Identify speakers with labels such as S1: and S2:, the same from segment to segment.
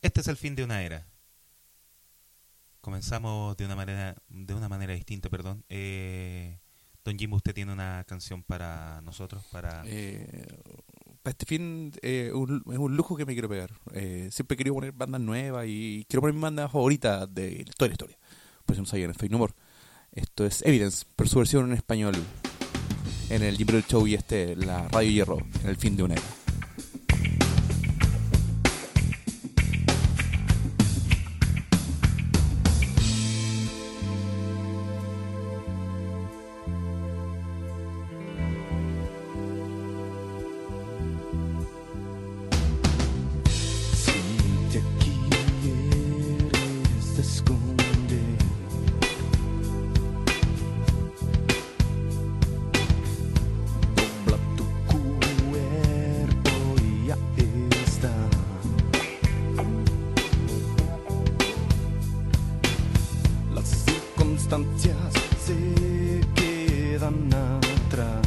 S1: Este es el fin de una era. Comenzamos de una manera, de una manera distinta, perdón. Eh, Don Jimbo, usted tiene una canción para nosotros, para
S2: Eh, para este fin eh, un- es un lujo que me quiero pegar. Eh, siempre he querido poner bandas nuevas y quiero poner mi banda favorita de toda la historia. Por si no sabían, es Fake No More. Esto es Evidence, pero su versión en español. En el libro del show y este, la Radio Hierro, en el fin de una era.
S3: Si te quieres, te esconde. Dobla tu cuerpo y ya está. Las circunstancias se quedan atrás.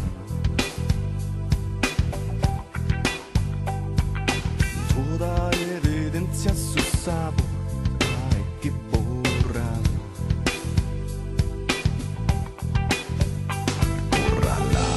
S3: Toda evidencia su sabor hay que borrar. Borrarla.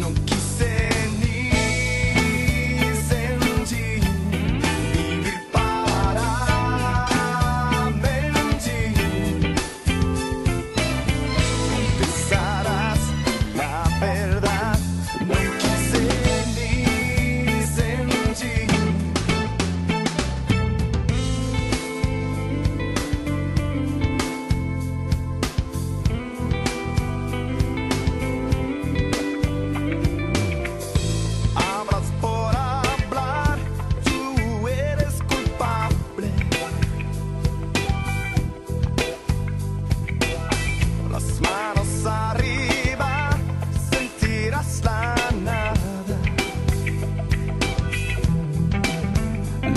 S3: No quise ni sentir vivir para mentir. Confesarás la verdad. No quise ni sentir. Hablas por hablar, tú eres culpable. Las manos arriba, sentirás la nada.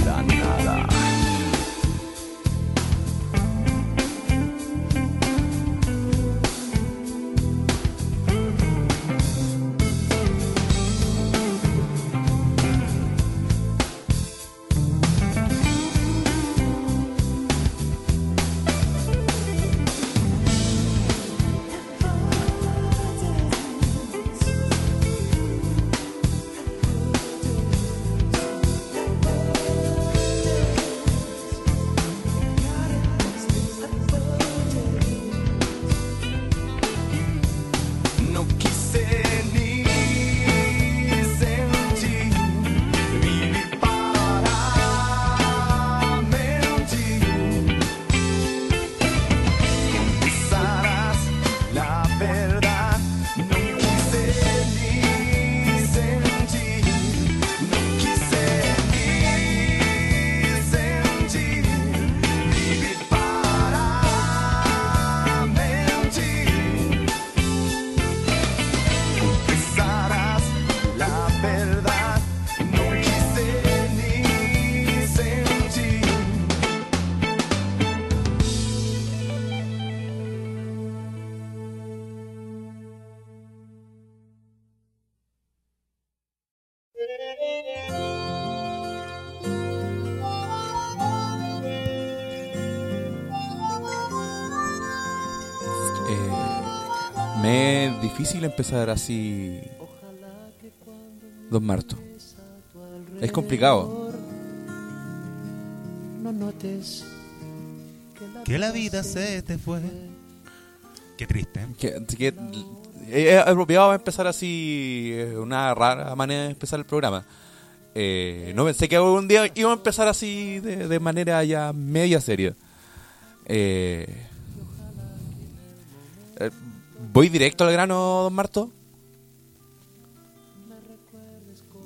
S3: La nada. No quise ni sentir vivir para mentir. Confesarás la verdad. No quise ni sentir. No quise ni sentir vivir para mentir. Confesarás la verdad, no quise ni sentir.
S2: Eh, me es difícil empezar así. Don Marto. Es complicado.
S4: No notes
S1: que la vida se te fue. Qué triste. ¿eh?
S2: Que, así que, eh, es apropiado empezar así. eh, Una rara manera de empezar el programa. Eh, no pensé que algún día iba a empezar así de, de manera ya media seria. Eh, eh, ¿Voy directo al grano, don Marto?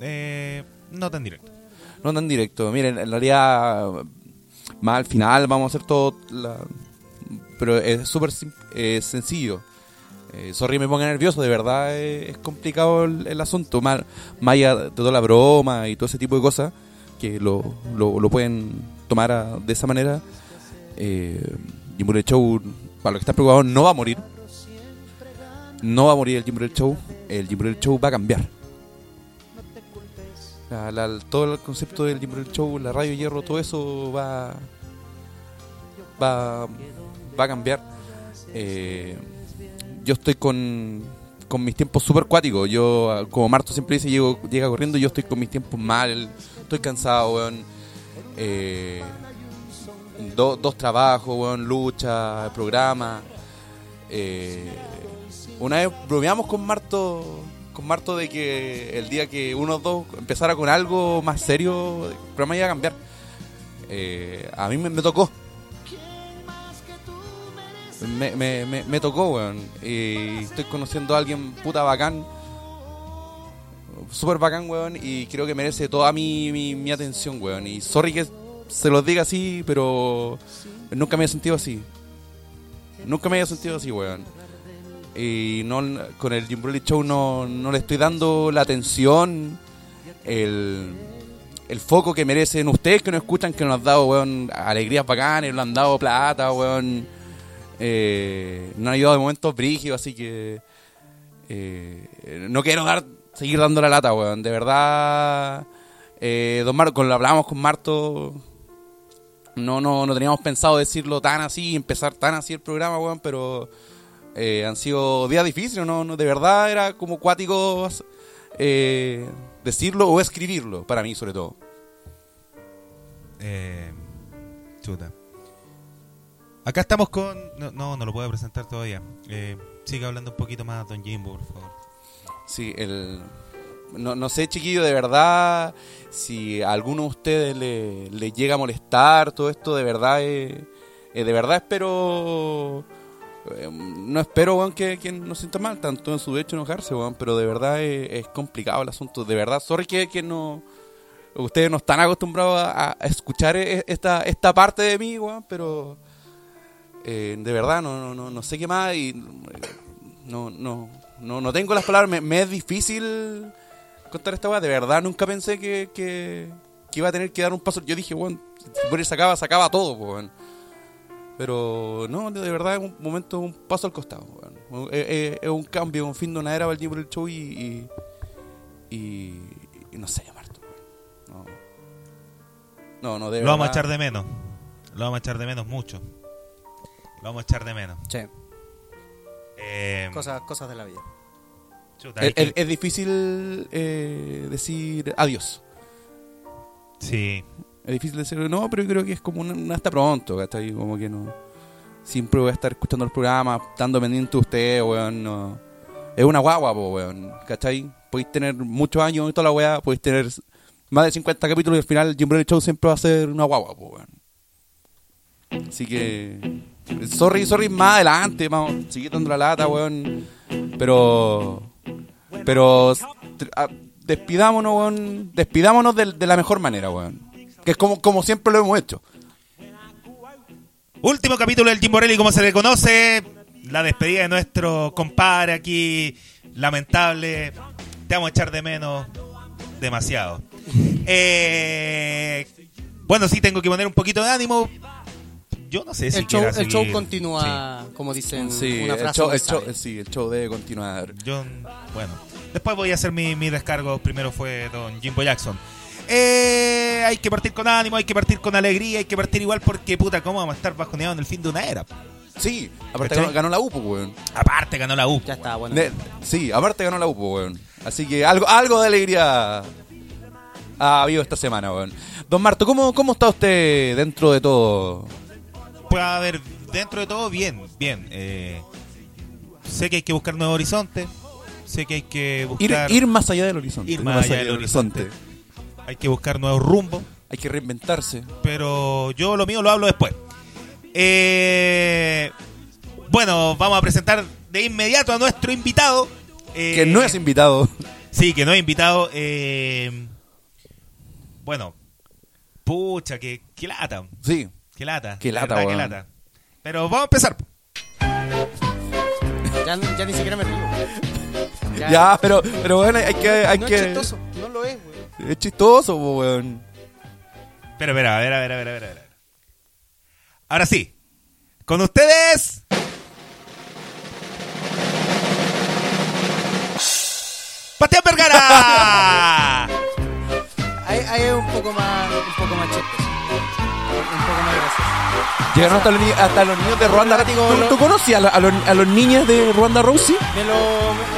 S1: eh, no tan directo.
S2: No tan directo. Miren, en realidad, más al final vamos a hacer todo. la- Pero es súper sim- eh, sencillo. Eh, sorry, me ponga nervioso, de verdad eh, es complicado el, el asunto. Más, más allá de toda la broma y todo ese tipo de cosas que lo, lo- lo pueden tomar a- de esa manera. Eh, Jim Burrell Show, para los que están preocupados, no va a morir. No va a morir el Jim Burrell Show. El Jim Burrell Show va a cambiar. La- la- todo el concepto del Jim Brunel Show, la radio hierro, todo eso va va, va a cambiar. Eh, yo estoy con, con mis tiempos súper cuáticos. Yo, ah, como Marto siempre dice, llego, llega corriendo, yo estoy con mis tiempos mal, estoy cansado, weón. Eh, do- dos trabajos, weón, lucha, programa. Eh, una vez bromeamos con Marto, con Marto de que el día que uno o dos empezara con algo más serio, el programa iba a cambiar. Eh, a mí me, me tocó. Me, me, me, me tocó, weón. Y estoy conociendo a alguien puta bacán. Súper bacán, weón. Y creo que merece toda mi, mi, mi atención, weón. Y sorry que se los diga así, pero nunca me he sentido así. Nunca me había sentido así, weón. Y no, con el Jim Broly Show no, no le estoy dando la atención, el, el foco que merecen ustedes que nos escuchan, que nos han dado, weón, alegrías bacanas, nos han dado plata, weón. Eh, nos han ayudado de momentos brígidos, así que eh, no quiero dar seguir dando la lata, weón. De verdad, eh, don Marco, cuando hablábamos con Marto, no, no, no teníamos pensado decirlo tan así, empezar tan así el programa, weón, pero eh, han sido días difíciles, ¿no? no de verdad era como cuático eh, decirlo o escribirlo, para mí sobre todo.
S1: Eh, chuta. Acá estamos con. No, no, no lo puedo presentar todavía. Eh, sigue hablando un poquito más, don Jimbo, por favor.
S2: Sí, el... No, no sé, chiquillo, de verdad, si a alguno de ustedes le, le llega a molestar todo esto, de verdad, eh, eh, de verdad espero... eh, No espero, weón, que, que no se sienta mal tanto en su derecho a enojarse, weón, pero de verdad eh, es, complicado el asunto. De verdad, sorry que, que no... Ustedes no están acostumbrados a, a escuchar e- esta, esta parte de mí, weón, pero... eh, de verdad, no, no, no, no sé qué más y... eh, No, no, no, no tengo las palabras. Me, me es difícil contar esta weá. De verdad, nunca pensé que, que, que iba a tener que dar un paso. Yo dije, weón, si por ir sacaba, sacaba todo, po, weón. Pero no, de verdad es un momento, un paso al costado, weón. Es, es- es un cambio, un fin de una era para el Jimbo del show y, y, y- y no sé, Marto. weón. No, no, no, de
S1: Lo vamos a
S2: verdad.
S1: echar de menos. Lo vamos a echar de menos mucho. Lo vamos a echar de menos.
S4: Sí,
S1: Eh,
S4: cosas, cosas de la vida.
S1: chuta, hay
S2: Es, es-
S1: que-
S2: es difícil eh, decir adiós.
S1: sí.
S2: Es difícil decirlo, no, pero yo creo que es como un, un hasta pronto, ¿cachai? Como que no. Siempre voy a estar escuchando el programa, estando pendiente de usted, weón. no. Es una guagua, po, weón, ¿cachai? Podéis tener muchos años y toda la weá, podéis tener más de 50 capítulos y al final Jim Brown Show siempre va a ser una guagua, po, weón. Así que. Sorry, sorry, más adelante, vamos, seguir dando la lata, weón. Pero. Pero. tr- ah, Despidámonos, weón. Despidámonos de, de la mejor manera, weón. Que es como, como siempre lo hemos hecho.
S1: Último capítulo del Jim Borelli, como se le conoce. La despedida de nuestro compadre aquí. Lamentable. Te vamos a echar de menos. Demasiado. Eh, bueno, sí, tengo que poner un poquito de ánimo. Yo no sé si
S4: el, show,
S1: quiera
S4: el show
S1: seguir.
S4: continúa, como dicen, una
S2: el
S4: frase.
S2: show,
S4: que
S2: el show-
S4: sale.
S2: sí, el show debe continuar.
S1: Sí, yo, bueno, después voy a hacer mi, mi descargo. Primero fue don Jimbo Jackson. Eh, hay que partir con ánimo, hay que partir con alegría, hay que partir igual porque, puta, ¿cómo vamos a estar bajoneados en el fin de una era?
S2: Sí, aparte
S1: ¿Cachai?
S2: ganó, ganó la UPO, weón.
S1: Aparte ganó la U.
S4: Ya está, bueno.
S2: Ne- sí, aparte ganó la UPO, weón. Así que algo, algo de alegría ha habido esta semana, weón. Don Marto, ¿cómo, ¿cómo está usted dentro de todo?
S1: Pues a ver, dentro de todo, bien, bien. Eh, sé que hay que buscar nuevos horizontes. Sé que hay que
S2: Ir,
S1: buscar,
S2: ir más allá del horizonte.
S1: Ir más allá del horizonte. hay que buscar nuevos rumbos.
S2: Hay que reinventarse.
S1: Pero yo lo mío lo hablo después. Eh, bueno, vamos a presentar de inmediato a nuestro invitado. eh,
S2: que no es invitado.
S1: Sí, que no he invitado. eh, bueno, pucha, que, que lata.
S2: Sí.
S1: Que lata.
S2: Qué
S1: de
S2: lata,
S1: verdad,
S2: weón.
S1: qué lata. Pero vamos a empezar. po.
S4: Ya, ya ni siquiera me río.
S2: Ya, pero, pero bueno, hay que... Hay
S4: no
S2: que...
S4: es chistoso, no lo es, güey.
S2: Es chistoso, po, weón.
S1: Espera, espera, a ver, a ver, a ver, a ver, a ver. Ahora sí. Con ustedes. ¡Pateón Vergara!
S4: Ahí, ahí es un poco más, un poco más chistoso. Un poco más gracioso.
S2: Llegaron hasta los, ni- hasta los niños de Ruanda.
S4: Látigo,
S2: ¿Tú,
S4: lo-
S2: tú conoces a, la- a los, a los niños de Ruanda Rousey?
S4: Me lo, me-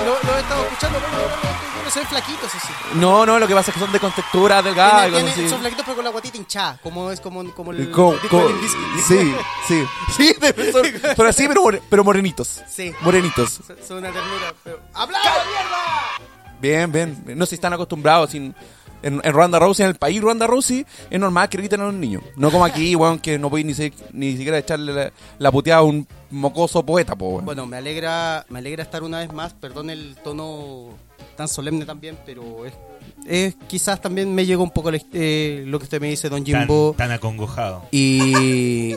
S4: lo, lo he estado escuchando, pero no, no, no, se ven flaquitos así.
S2: No, no, lo que pasa es que son de contextura delgada.
S4: Tiene-
S2: y cosas
S4: tiene-
S2: así. Eh,
S4: Son flaquitos pero con la guatita hinchada, como es como, como el
S2: Co-
S4: disco
S2: co-
S4: de Limp Bizkit.
S2: sí, sí. Sí, pero son- pero así, pero, more- pero morenitos.
S4: Sí.
S2: Morenitos.
S4: Son- Son una ternura, pero. ¡Hablaba, mierda!
S2: Bien, bien. No sé si están acostumbrados. sin- en, en Ruanda Rousey, en el país Ruanda Rousey, es normal que griten a los niños. No como aquí, weón, que no podéis ni, se- ni siquiera echarle la, la puteada a un mocoso poeta, po, weón.
S4: Bueno, me alegra, me alegra estar una vez más. Perdón el tono tan solemne también, pero es, es- quizás también me llegó un poco la- eh, lo que usted me dice, don
S1: tan,
S4: Jimbo.
S1: tan acongojado.
S4: Y.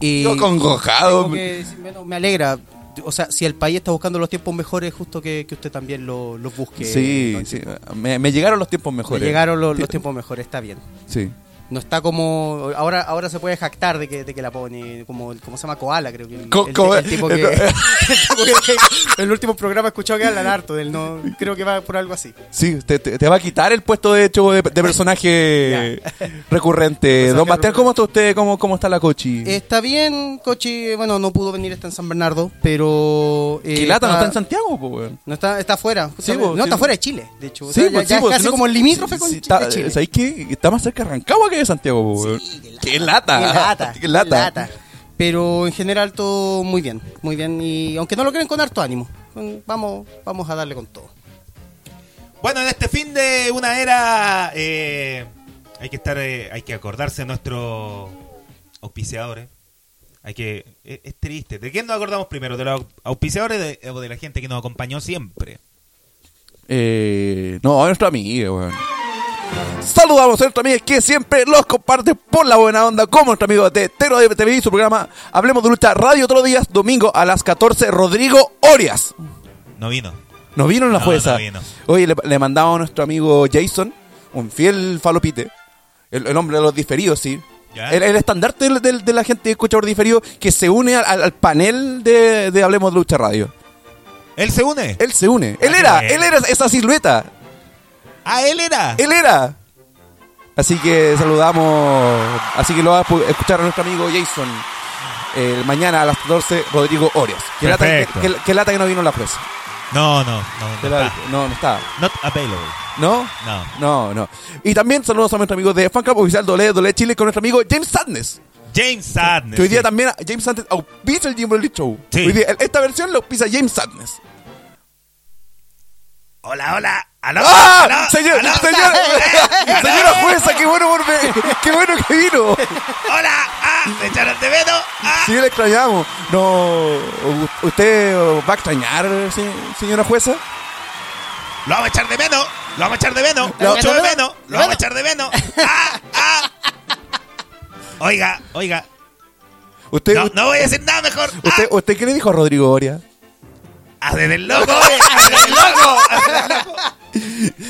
S4: y
S2: Yo congojado.
S4: tengo que decir, bueno, me alegra. O sea, si el país está buscando los tiempos mejores, justo que, que usted también lo- los busque.
S2: Sí,
S4: don Jimbo.
S2: sí. Me, me llegaron los tiempos
S4: Le
S2: mejores.
S4: llegaron los, los
S2: Ti-
S4: tiempos mejores, está bien.
S2: Sí.
S4: No está como. Ahora, ahora se puede jactar de que, de que la pone. Como, como se llama Koala, creo que. El,
S2: Co-
S4: el-
S2: co-
S4: el tipo que. el tipo que- el último programa he escuchado que hablan harto del no. Creo que va por algo así.
S2: Sí, te, te- te va a quitar el puesto de hecho de, de personaje recurrente.
S4: Personaje
S2: Don Bastián,
S4: recurrente. Este,
S2: ¿cómo está usted? ¿Cómo, cómo está la cochi?
S4: Está bien, Cochi. Bueno, no pudo venir, está en San Bernardo, pero. eh,
S2: Quilata no está en Santiago, po, weón.
S4: No está, está fuera. justamente.
S2: vos, sí,
S4: no, está
S2: vos.
S4: fuera de Chile, de hecho. O
S2: Sí,
S4: sea, ya-
S2: pues, sí,
S4: ya es
S2: pues,
S4: casi
S2: si no-
S4: como el
S2: sí,
S4: limítrofe con
S2: sí,
S4: Chi- de
S2: está-
S4: Chile.
S2: ¿Sabéis qué? Está más cerca de Rancagua que de Santiago, po, weón.
S4: Sí,
S2: qué lata.
S4: Qué lata.
S2: Qué lata.
S4: Pero en general todo muy bien, muy bien. Y aunque no lo crean con harto ánimo, con- vamos, vamos a darle con todo.
S1: Bueno, en este fin de una era eh, hay que estar, eh, hay que acordarse de nuestros auspiciadores. Hay que, es, es triste. ¿De quién nos acordamos primero? ¿De los auspiciadores de- o de la gente que nos acompañó siempre?
S2: Eh, no, a nuestra amiga, weón. Saludamos a nuestra amiga que siempre los comparte por la buena onda como nuestro amigo de Tero de TV y su programa Hablemos de Lucha Radio todos los días, domingo a las 14, Rodrigo Orias.
S1: No vino.
S2: ¿No vino la
S1: No,
S2: jueza?
S1: no vino.
S2: Oye, le, le mandamos a nuestro amigo Jason, un fiel falopite, el, el hombre de los diferidos, sí.
S1: Ya.
S2: El, el estandarte del- del- de, la gente que escucha por diferido que se une al, al- al panel de, de Hablemos de Lucha Radio.
S1: Él se une.
S2: Él se une.
S1: Ah,
S2: Él
S1: qué
S2: era,
S1: bueno.
S2: él era esa silueta.
S1: Ah, él era.
S2: Él era. Así que saludamos. Así que lo va a pu- escuchar a nuestro amigo Jason. eh, mañana a las 14, Rodrigo Orias. Que lata que,
S1: Perfecto.
S2: que- que lata que no vino la jueza.
S1: No, no, no.
S2: Que
S1: No,
S2: la-
S1: está.
S2: no, no estaba.
S1: Not available.
S2: ¿No?
S1: No.
S2: No, no. Y también saludos a nuestro amigo de Fancap Oficial Dole, Dole Chile con nuestro amigo James Sadness.
S1: James Sadness.
S2: Que hoy día
S1: sí.
S2: también James Sadness auspicia el Jim Broly Show.
S1: Sí.
S2: Hoy día, esta versión la auspicia James Sadness.
S1: Hola, hola. Aló,
S2: ¡Ah!
S1: aló,
S2: Señor,
S1: aló.
S2: señor- señora jueza, qué bueno, por ver- qué bueno que vino.
S1: Hola. Ah, me echaron de menos. Ah.
S2: Sí, le extrañamos. No, u- ¿usted va a extrañar, se- señora jueza?
S1: Lo vamos a echar de menos. Lo vamos a echar de menos.
S4: Lo-
S1: Mucho de
S4: lo-
S1: menos. Lo
S4: lo-
S1: vamos a echar de menos. Ah, ah. Oiga, oiga.
S2: ¿Usted,
S1: No, no voy a decir nada mejor. Ah,
S2: usted, ¿Usted qué le dijo a Rodrigo Oria?
S1: haz desde el Ah, loco. haz desde el loco. haz desde el loco.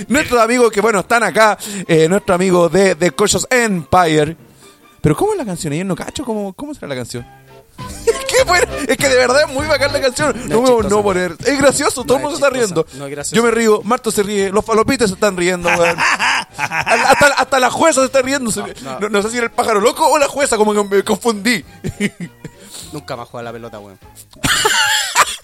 S2: Nuestros amigos que, bueno, están acá, eh, nuestro amigo de The Cautious Empire. Pero ¿cómo es la canción? Ayer no cacho, ¿cómo, cómo será la canción? Qué bueno, es que de verdad es muy bacán la canción.
S4: es
S2: No, me voy
S4: chistosa.
S2: a poner. Es gracioso, todo el
S4: No
S2: mundo
S4: es
S2: se está
S4: chistosa,
S2: riendo.
S4: no es graciosa.
S2: Yo me río, Marto se ríe, los falopites se están riendo, weón. Al- hasta, hasta la jueza se está riendo. se- No,
S4: no.
S2: no sé si era el pájaro loco o la jueza, como que me confundí.
S4: Nunca más juega la pelota, weón.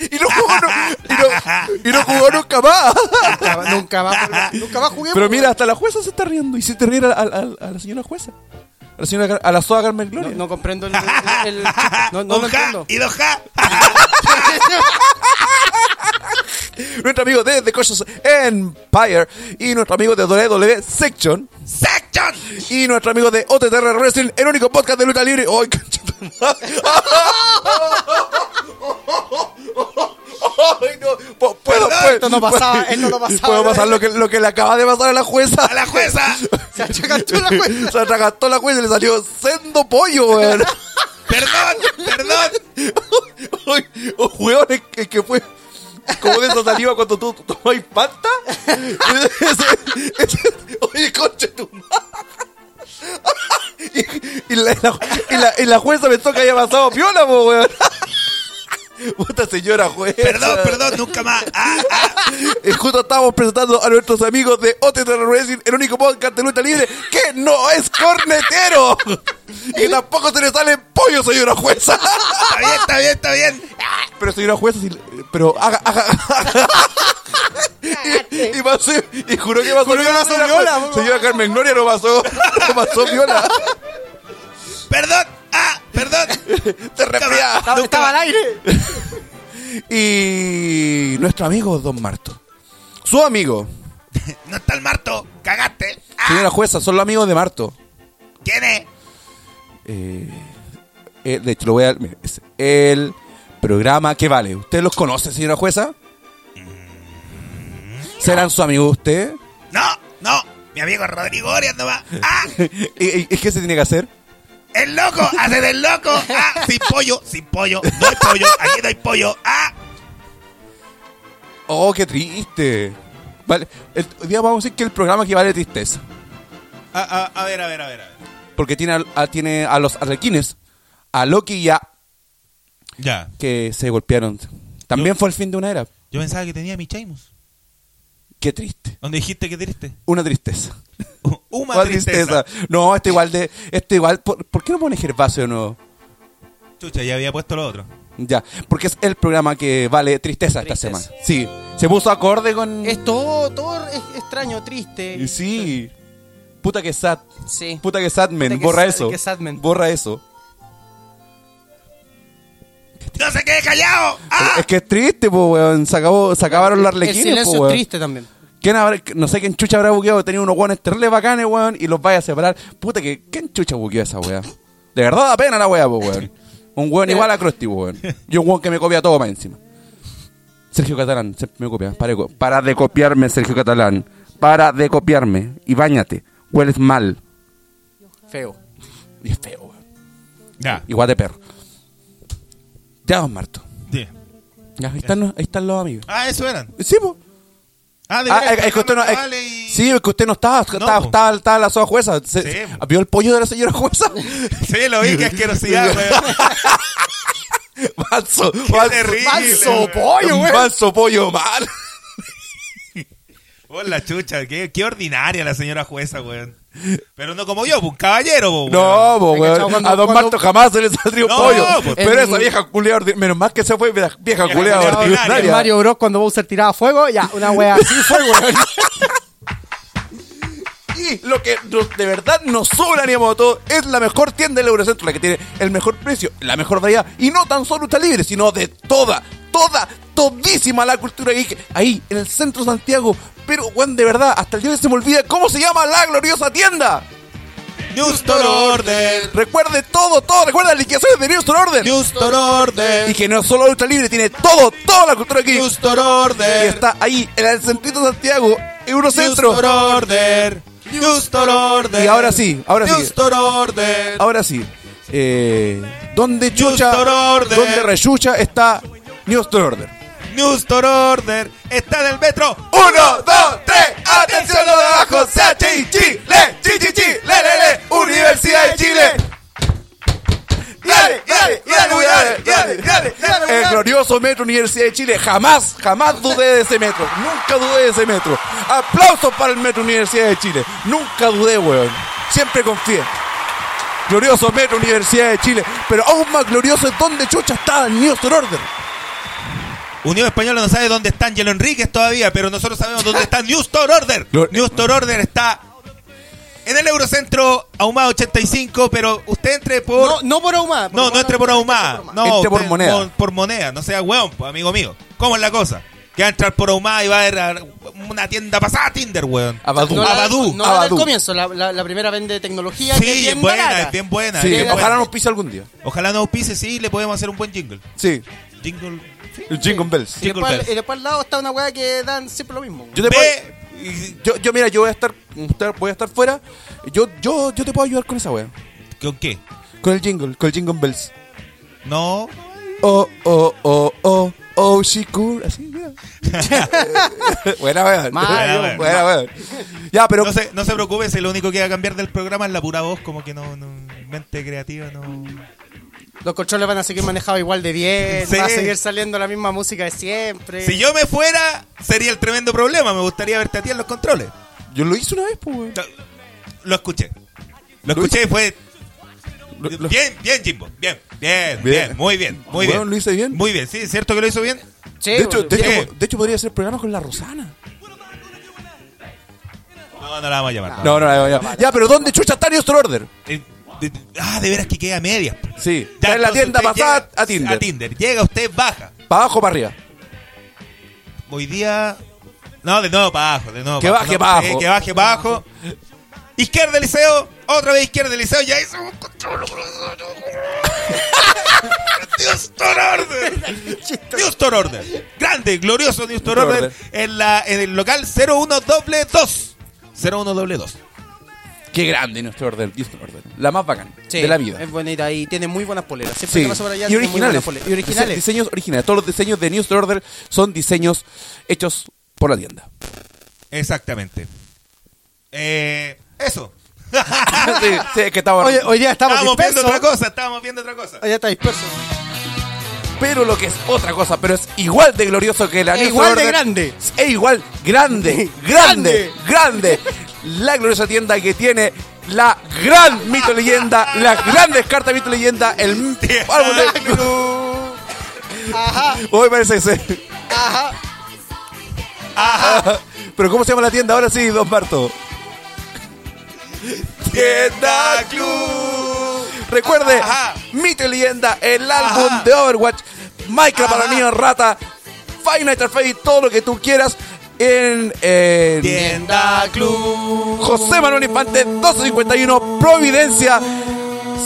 S2: Y no jugó, nu- y no, y no jugó nunca más.
S4: Nunca, va- nunca más, nunca más juguemos.
S2: Pero mira, hasta la jueza se está riendo. Y se te ríe a, a- a- a la señora jueza. A la señora Car- a la soda Carmen
S4: No,
S2: Gloria.
S4: no comprendo el, el- el- no, no
S1: Un
S4: lo
S1: ja
S4: entiendo.
S1: y dos ja.
S2: Nuestro amigo de The Cautious Empire. Y nuestro amigo de WWE Section.
S1: Section.
S2: Y nuestro amigo de OTTR Wrestling, el único podcast de lucha libre. ¡Ay, concha tu madre! ¡Ay, no! Po- ¿Puedo,
S1: Perdón,
S4: esto no pasaba, esto no pasaba.
S2: Puedo pasar lo que, lo que le acaba de pasar a la jueza.
S1: ¡A la jueza!
S4: Se achacachó la cuenta.
S2: Se atragantó la jueza y le salió sendo pollo, weón.
S1: ¡Perdón! ¡Perdón!
S2: Uy, oh, weón, es que, es que fue como de esa saliva cuando tú tomas pasta. Ese- ese- oye, conche tu madre. Y, y la, y la- y la- y la jueza pensó que había pasado piola, po, weón. Puta señora jueza.
S1: ¡Perdón, perdón! ¡Nunca más! ¡Ah, ah!
S2: Eh, justo estábamos presentando a nuestros amigos de OTT Wrestling, el único podcast de lucha libre que no es cornetero. y tampoco se le sale pollo, señora jueza.
S1: ¡Está Ah, bien, está bien, está bien!
S2: Pero señora jueza, si- pero haga, haga, haga. Y, y pasó- y juró que pasó viola,
S4: pasó
S2: señora,
S4: viola,
S2: jueza.
S4: po.
S2: Señora Carmen Gloria no pasó, no pasó viola.
S1: ¡Perdón! ¡Ah! ¡Perdón!
S2: Te resfriá.
S4: Estaba, estaba al aire.
S2: Y nuestro amigo Don Marto. Su amigo,
S1: ¡No está el Marto! ¡Cagaste! ¡Ah!
S2: señora jueza, son los amigos de Marto.
S1: ¿Quién es?
S2: Eh, eh, de hecho, lo voy a. mire, es el programa que vale. ¿Usted los conoce, señora jueza?
S4: Mm.
S2: ¿Serán su amigo usted?
S1: ¡No! ¡No! Mi amigo Rodrigo Orias nomás. ¡Ah!
S2: ¿Y, y- y qué se tiene que hacer?
S1: ¡El loco! ¡Hacer el loco! ¡Ah! Sin pollo, sin pollo. No hay pollo. Aquí no hay pollo. ¡Ah!
S2: Oh, qué triste. Vale, el- hoy día vamos a decir que el programa que vale tristeza.
S1: A, a, a ver, a ver, a ver, a ver.
S2: Porque tiene a, a- tiene a los arlequines, a Loki y a.
S1: Ya.
S2: que se golpearon. También fue el fin de una era.
S1: Yo pensaba que tenía mi Chaimus.
S2: Qué triste.
S1: Donde dijiste que triste.
S2: Una tristeza.
S1: Una
S2: Una
S1: tristeza.
S2: tristeza. No, este igual de. Este igual. ¿Por, por qué no pone Gervasio de nuevo?
S1: Chucha, ya había puesto lo otro.
S2: Ya, porque es el programa que vale tristeza,
S4: Tristeza. Este-
S2: esta semana. Sí, se puso acorde con.
S4: Es todo, todo es extraño, triste.
S2: Y Sí. Puta que sad.
S4: Sí.
S2: Puta que sad, men.
S4: Puta que
S2: Borra
S4: sad-
S2: eso.
S4: que sad, men.
S2: Borra eso.
S1: ¡No se quede callado! ¡Ah!
S2: Es que es triste, po, weón. Se, acabó, se acabaron los
S4: El
S2: arlequines, po,
S4: silencio es
S2: pues, weón.
S4: triste también.
S2: ¿Quién habrá- no sé quién chucha habrá buqueado. Tenía unos guanes terribles bacanes, weón. Y los vaya a separar. Puta que. ¿Quién chucha buqueó a esa weá? De verdad da pena la weá, po, weón. Un weón igual a Krusty, po, weón. Y un weón que me copia todo más encima. Sergio Catalán, siempre me copia. Para, de co- para de copiarme, Sergio Catalán. Para de copiarme. Y bañate. Hueles mal.
S4: Feo.
S2: Y es feo, weón.
S1: Ya.
S2: Igual de perro. Ya, don Marto. Ya, ahí están, los- ahí están los amigos.
S1: Ah, eso eran.
S2: Sí, po.
S1: Ah, de
S2: Ah,
S1: veras,
S2: es- es que usted no, es-
S1: vale y-
S2: Sí, es que usted no estaba, estaba,
S1: po.
S2: estaba, estaba la sola jueza. Se-
S1: Sí, po.
S2: ¿Vio el pollo de la señora jueza?
S1: Sí, lo vi, qué asquerosidad, weón.
S2: manso, manso,
S1: terrible,
S2: manso
S1: weón.
S2: pollo, güey. Manso pollo mal.
S1: Hola, chucha, qué, qué ordinaria la señora jueza, weón. Pero no como yo, pues, un caballero, po, weón.
S2: No, po,
S4: Hay
S2: weón.
S4: cachado cuando-
S2: A Don
S4: cuando-
S2: Marto jamás se le salió un
S1: No,
S2: pollo.
S1: po.
S2: Pero
S4: En-
S2: esa vieja culia ordi- Menos mal que se fue vieja,
S1: Vieja
S2: vieja culia
S1: culia
S2: ordinaria.
S1: ordinaria.
S4: En Mario Bros cuando Bowser tiraba fuego, ya, una wea así fue, weón.
S2: Y lo que nos- de verdad nos sobra Niamoto es la mejor tienda del Eurocentro, la que tiene el mejor precio, la mejor variedad. Y no tan solo lucha libre, sino de toda, toda, todísima la cultura geek ahí en el centro de Santiago. Pero, weón, de verdad, hasta el día de hoy se me olvida cómo se llama la gloriosa tienda.
S1: New Store Order.
S2: Recuerde todo, todo. Recuerda las liquidaciones de New Store Order.
S1: New Store
S2: Y
S1: Order.
S2: que no es solo lucha libre, tiene todo, toda la cultura geek.
S1: New Store
S2: Y
S1: Order.
S2: está ahí, en el centrito de Santiago,
S1: New
S2: Eurocentro.
S1: Store Order. New Store Order.
S2: Y ahora sí, ahora sí.
S1: New Store Order.
S2: Ahora sí. Eh, ¿Dónde chucha?
S1: Store Order.
S2: ¿Dónde rechucha está New Store Order?
S1: New Store Order. Está en el metro.
S2: Uno, dos, tres, atención los de abajo, CHI, Chile, chi, chi, chi, le, le, le, Universidad de Chile. Dale, dale, dale, dale, dale, dale, dale. El glorioso Metro Universidad de Chile, jamás, jamás dudé de ese metro, nunca dudé de ese metro. Aplausos para el Metro Universidad de Chile, nunca dudé, weón, siempre confié. Glorioso Metro Universidad de Chile, pero aún más glorioso es donde chucha está el New Store Order.
S1: Unión Española no sabe dónde está Angelo Enríquez todavía, pero nosotros sabemos dónde está New Store Order.
S2: Lo-
S1: New Store Order está en el Eurocentro Ahumada 85, pero usted entre por...
S4: No, no por Ahumada.
S1: No, no entre por ahumada. No,
S2: Entre por
S1: usted-
S2: moneda.
S1: Por, por moneda, no sea weón, pues, amigo mío. ¿Cómo es la cosa? Que va a entrar por ahumada y va a haber a- una tienda pasada a Tinder, weón.
S2: Abadú.
S4: No la-
S1: Abadú.
S4: No la del
S2: Abadú.
S4: comienzo, la, la, la primera vende tecnología. que es
S1: sí, es
S4: bien
S1: buena,
S4: barata.
S1: es bien buena.
S2: Sí,
S1: es bien
S2: ojalá
S1: buena.
S2: nos pise algún día.
S1: Ojalá no pise, sí, le podemos hacer un buen jingle.
S2: Sí,
S1: Jingle
S2: Jingle Bells.
S4: Y
S1: Jingle
S4: después, al-
S1: Bells.
S4: y después al lado está una weá que dan siempre lo mismo.
S2: Yo te puedo- y- yo, yo, mira, yo voy a estar, estar- voy a estar fuera. Yo, yo, yo te puedo ayudar con esa wea.
S1: ¿Con qué?
S2: Con el jingle, con el jingle bells.
S1: No.
S2: Oh, oh, oh, oh, oh, Shikur. Así, mira. buena wea.
S4: Mario,
S2: buena wea. Ya, pero.
S1: No se, no se preocupe, si lo único que va a cambiar del programa es la pura voz, como que no, no- mente creativa no.
S4: Los controles van a seguir manejados igual de bien,
S1: Sí.
S4: va a seguir saliendo la misma música de siempre.
S1: Si yo me fuera, sería el tremendo problema. Me gustaría verte a ti en los controles.
S2: Yo lo hice una vez, pues, wea.
S1: No, Lo escuché. Lo
S2: Lo
S1: escuché y fue.
S2: Lo- lo-
S1: Bien, bien, Jimbo. Bien, bien,
S2: Bien.
S1: bien, muy bien, muy
S2: Bueno,
S1: bien.
S2: lo hice bien.
S1: Muy bien, sí, es cierto que lo hizo bien.
S4: Sí,
S2: de, hecho,
S4: boludo.
S2: de, hecho,
S1: Sí.
S2: de hecho, podría hacer programas con la Rosana.
S1: No, no la vamos a llamar.
S2: No, no, no, no. Ya, pero ¿dónde chucha está New Store Order?
S1: Eh, de- de- ah, de veras que queda a medias. po.
S2: Sí.
S1: Ya,
S2: está en la
S1: entonces
S2: tienda
S1: usted
S2: pasada
S1: llega-
S2: a Tinder.
S1: A Tinder. Llega usted, baja.
S2: Para abajo, para arriba.
S1: Hoy día. No, de nuevo para abajo, de nuevo.
S2: Que
S1: pa'
S2: baje
S1: no,
S2: pa'
S1: sí,
S2: abajo.
S1: que baje para abajo. Izquierda del liceo, otra vez izquierda del liceo, ya hizo un control. Newstor Order. Newstor Order. Grande, glorioso Newstor
S2: Newstor
S1: Order
S2: Order.
S1: en, la, en el local 0122. 0122.
S2: Qué grande New Store Order. New Store Order. La más bacán
S4: Sí,
S2: de la vida.
S4: Es bonita y tiene muy buenas poleras. Siempre
S2: Sí.
S4: que paso por allá
S2: Y
S4: tiene muy buenas
S2: originales.
S4: poleras. Y originales.
S2: Dise- Diseños originales. Todos los diseños de New Store Order son diseños hechos por la tienda.
S1: Exactamente. Eh, eso.
S2: sí, sí, es que estaba.
S4: Oye, hoy día estamos,
S1: Estábamos viendo
S4: dispersos.
S1: otra cosa, estábamos viendo otra cosa.
S4: Hoy día está disperso.
S2: Pero lo que es otra cosa, pero es igual de glorioso que la
S4: Es
S2: New
S4: igual
S2: Store
S4: de
S2: Order.
S4: grande.
S2: Es igual, grande, grande, grande. La gloriosa tienda que tiene la gran mito leyenda, las grandes cartas mito leyenda, el m- álbum de.
S4: Ajá,
S2: Hoy parece que se-
S4: ajá.
S2: Pero ¿cómo se llama la tienda ahora sí, Don Marto?
S1: Tienda Club.
S2: Recuerde,
S1: Ajá.
S2: Mito y Leyenda, el
S1: Ajá.
S2: álbum de Overwatch, Minecraft para
S1: Ajá.
S2: niños rata, Five Nights at Freddy, todo lo que tú quieras en, en
S1: Tienda Club.
S2: José Manuel Infante 1251 Providencia,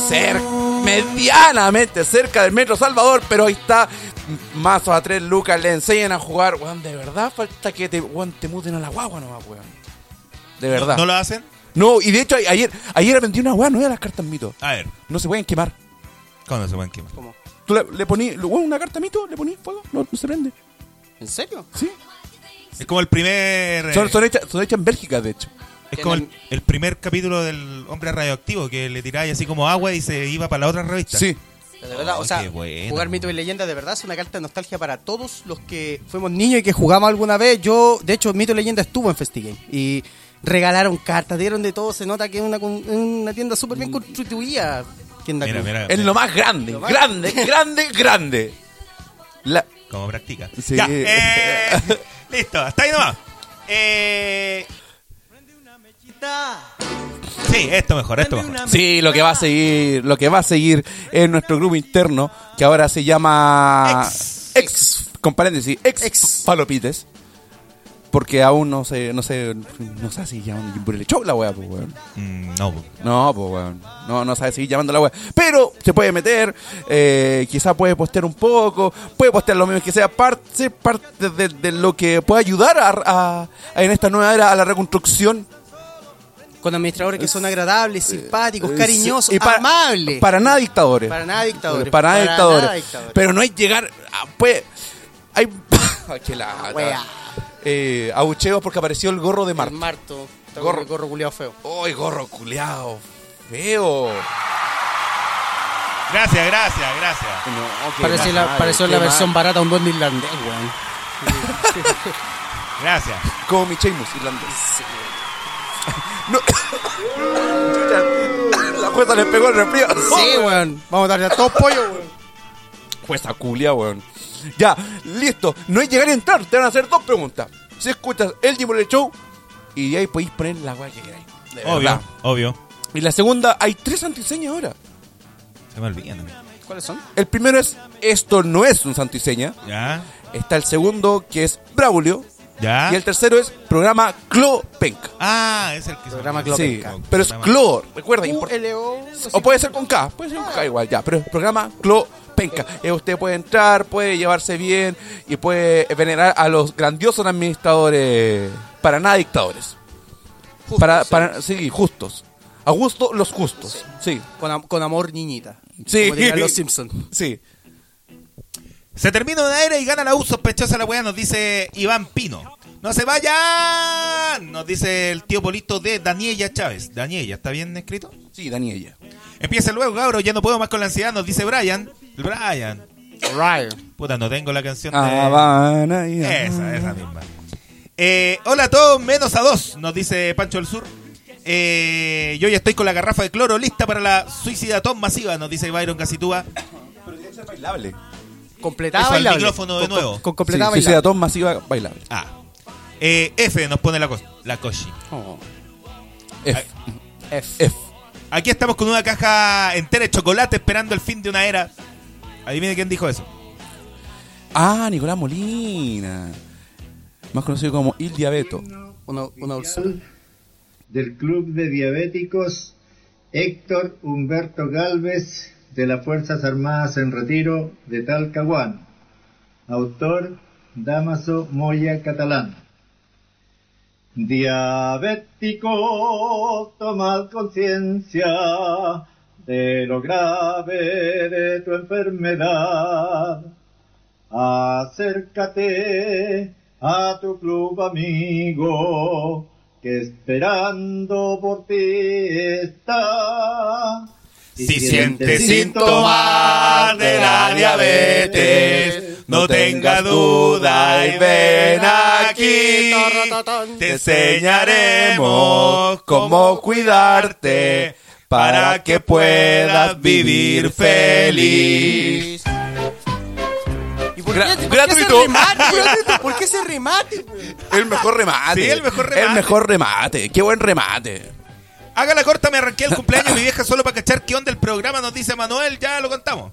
S2: cer- medianamente cerca del Metro Salvador, pero ahí está Mazo a tres lucas, le enseñan a jugar, weón, de verdad falta que te, weón, te muten a la guagua nomás, weón. De verdad.
S1: ¿No lo hacen?
S2: No, y de hecho a- ayer, ayer aprendí una weá nueva de las cartas mito.
S1: A ver,
S2: No se pueden quemar.
S1: ¿cuándo se pueden quemar?
S4: ¿Cómo?
S2: Tú le, le poní, le- weón, una carta mito, le poní fuego, no, no se prende.
S4: ¿En serio?
S2: Sí.
S1: Es como el primer. eh,
S2: Son, son hechas, son hechas en Bélgica, de hecho.
S1: es como el, el primer capítulo del hombre radioactivo que le tiráis así como agua y se iba para la otra revista.
S2: Sí.
S4: De verdad,
S1: Oh,
S4: o sea,
S1: qué bueno.
S4: jugar mito y leyenda de verdad es una carta de nostalgia para todos los que fuimos niños y que jugamos alguna vez. Yo, de hecho, mito y leyenda estuvo en Festigame y regalaron cartas, dieron de todo. Se nota que es una, con- una tienda súper bien constituida. Tienda
S1: Mira,
S4: Club.
S1: mira.
S2: Es lo más grande,
S4: Lo más-
S2: grande, grande, grande. La,
S1: Como practica.
S2: Sí.
S1: Ya, eh, listo, hasta ahí nomás. Eh, sí, esto mejor, esto mejor.
S2: sí, lo que va a seguir, lo que va a seguir en nuestro grupo interno, que ahora se llama
S1: Ex.
S2: ex con paréntesis, ex,
S4: Ex.
S2: palopites. Porque aún no sé, no sé, no sé si llaman Jimburele Show la wea, pues weón.
S1: Mm, no,
S2: No, pues weón. No, no sabe seguir llamando a la wea. Pero se puede meter, eh, quizá puede postear un poco, puede postear lo mismo que sea, parte, parte de, de lo que puede ayudar a- a- a- en esta nueva era a la reconstrucción
S4: Con administradores que son agradables, simpáticos,
S2: Eh,
S4: cariñosos,
S2: sí, y para-
S4: amables.
S2: Para nada dictadores.
S4: Para nada dictadores.
S2: Para nada
S4: Para
S2: dictadores.
S4: nada dictadores.
S2: Pero no hay llegar. a- pues. Hay. Ay, qué la-
S4: Ah, wea.
S2: Eh, abucheos porque apareció el gorro de
S4: El
S2: Marta.
S4: Marto. Está con
S2: Gorro.
S4: el gorro culiao feo.
S2: ¡Ay, gorro culeado! ¡Feo!
S1: Gracias, gracias, gracias.
S4: Pareció la, pareció la versión barata de un duende irlandés, weón.
S1: Gracias.
S2: Como mi Sheamus, irlandés. No. Chucha, la jueza le pegó el resfrío.
S4: Sí, weón. Vamos a darle a todos pollo, weón.
S2: Jueza culia, weón. Ya, listo. No es llegar y entrar. Te van a hacer dos preguntas. Si escuchas el Jimbo del Show, y de ahí podéis poner la weá que queráis. De
S1: Obvio,
S2: verdad.
S1: obvio.
S2: Y la segunda, hay tres antiseñas ahora.
S1: Se me olvidan.
S4: ¿Cuáles son?
S2: El primero es Esto no es un santiseña.
S1: Ya,
S2: Está el segundo, que es Braulio.
S1: ya.
S4: Ah.
S2: Y el tercero es programa Clopenca.
S1: Ah, es el que se
S4: Programa Uh,
S1: olvida.
S2: Sí,
S4: Clopenca.
S2: pero es Clo, recuerda, importante.
S4: ULO.
S2: O puede ser con K, puede ser con K igual, ya, pero es programa Clopenca. penca. Eh, usted puede entrar, puede llevarse bien y puede venerar a los grandiosos administradores, para nada dictadores.
S4: Justos,
S2: para,
S4: sí.
S2: para, sí, justos. A gusto los justos. Sí.
S4: Con, am- con amor niñita.
S2: Sí.
S4: Como dirían los Simpsons.
S2: Sí.
S1: Se termina una era y gana la U sospechosa la weá, nos dice Iván Pino. ¡No se vayan! Nos dice el tío Polito de Daniela Chávez. Daniela, ¿está bien escrito?
S2: Sí, Daniela.
S1: Empieza luego, cabros, ya no puedo más con la ansiedad, nos dice Brian. Brian.
S4: Ryan.
S1: Puta, no tengo la canción
S2: Ah,
S1: de...
S2: Habana y
S1: Esa, esa misma. Eh, hola a todos, menos a dos, nos dice Pancho del Sur. Eh, yo ya estoy con la garrafa de cloro lista para la suicidatón masiva, nos dice Byron Casitúa.
S2: bailable.
S4: Completaba
S1: Eso, al
S4: bailable.
S1: micrófono de
S4: Con-
S1: nuevo.
S4: Con, con completaba
S2: sí,
S4: bailable.
S2: suicidatón masiva bailable.
S1: Ah. Eh, F nos pone la, cos- la coshi.
S4: Oh.
S2: F.
S4: F.
S2: F.
S1: Aquí estamos con una caja entera de chocolate esperando el fin de una era. Adivine quién dijo eso.
S2: Ah, Nicolás Molina. Más conocido como Il Diabeto.
S4: Una, una dulzura.
S5: oficial del Club de Diabéticos, Héctor Humberto Galvez, de las Fuerzas Armadas en Retiro de Talcahuano. Autor, Damaso Moya Catalán. Diabético, tomad conciencia de lo grave de tu enfermedad. Acércate a tu club amigo, que esperando por ti está.
S1: Si sientes síntomas de la diabetes, no tengas duda y ven aquí. Te enseñaremos cómo cuidarte para que puedas vivir feliz.
S4: ¿Y por
S2: Gra-
S4: qué, por qué
S2: gratuito.
S4: ese remate? Gratuito. ¿Por qué ese remate? güey?
S2: El mejor remate.
S1: Sí, el mejor remate.
S2: El mejor remate. Qué buen remate.
S1: Haga la corta, me arranqué el cumpleaños de mi vieja solo para cachar qué onda el programa, nos dice Manuel, ya lo contamos.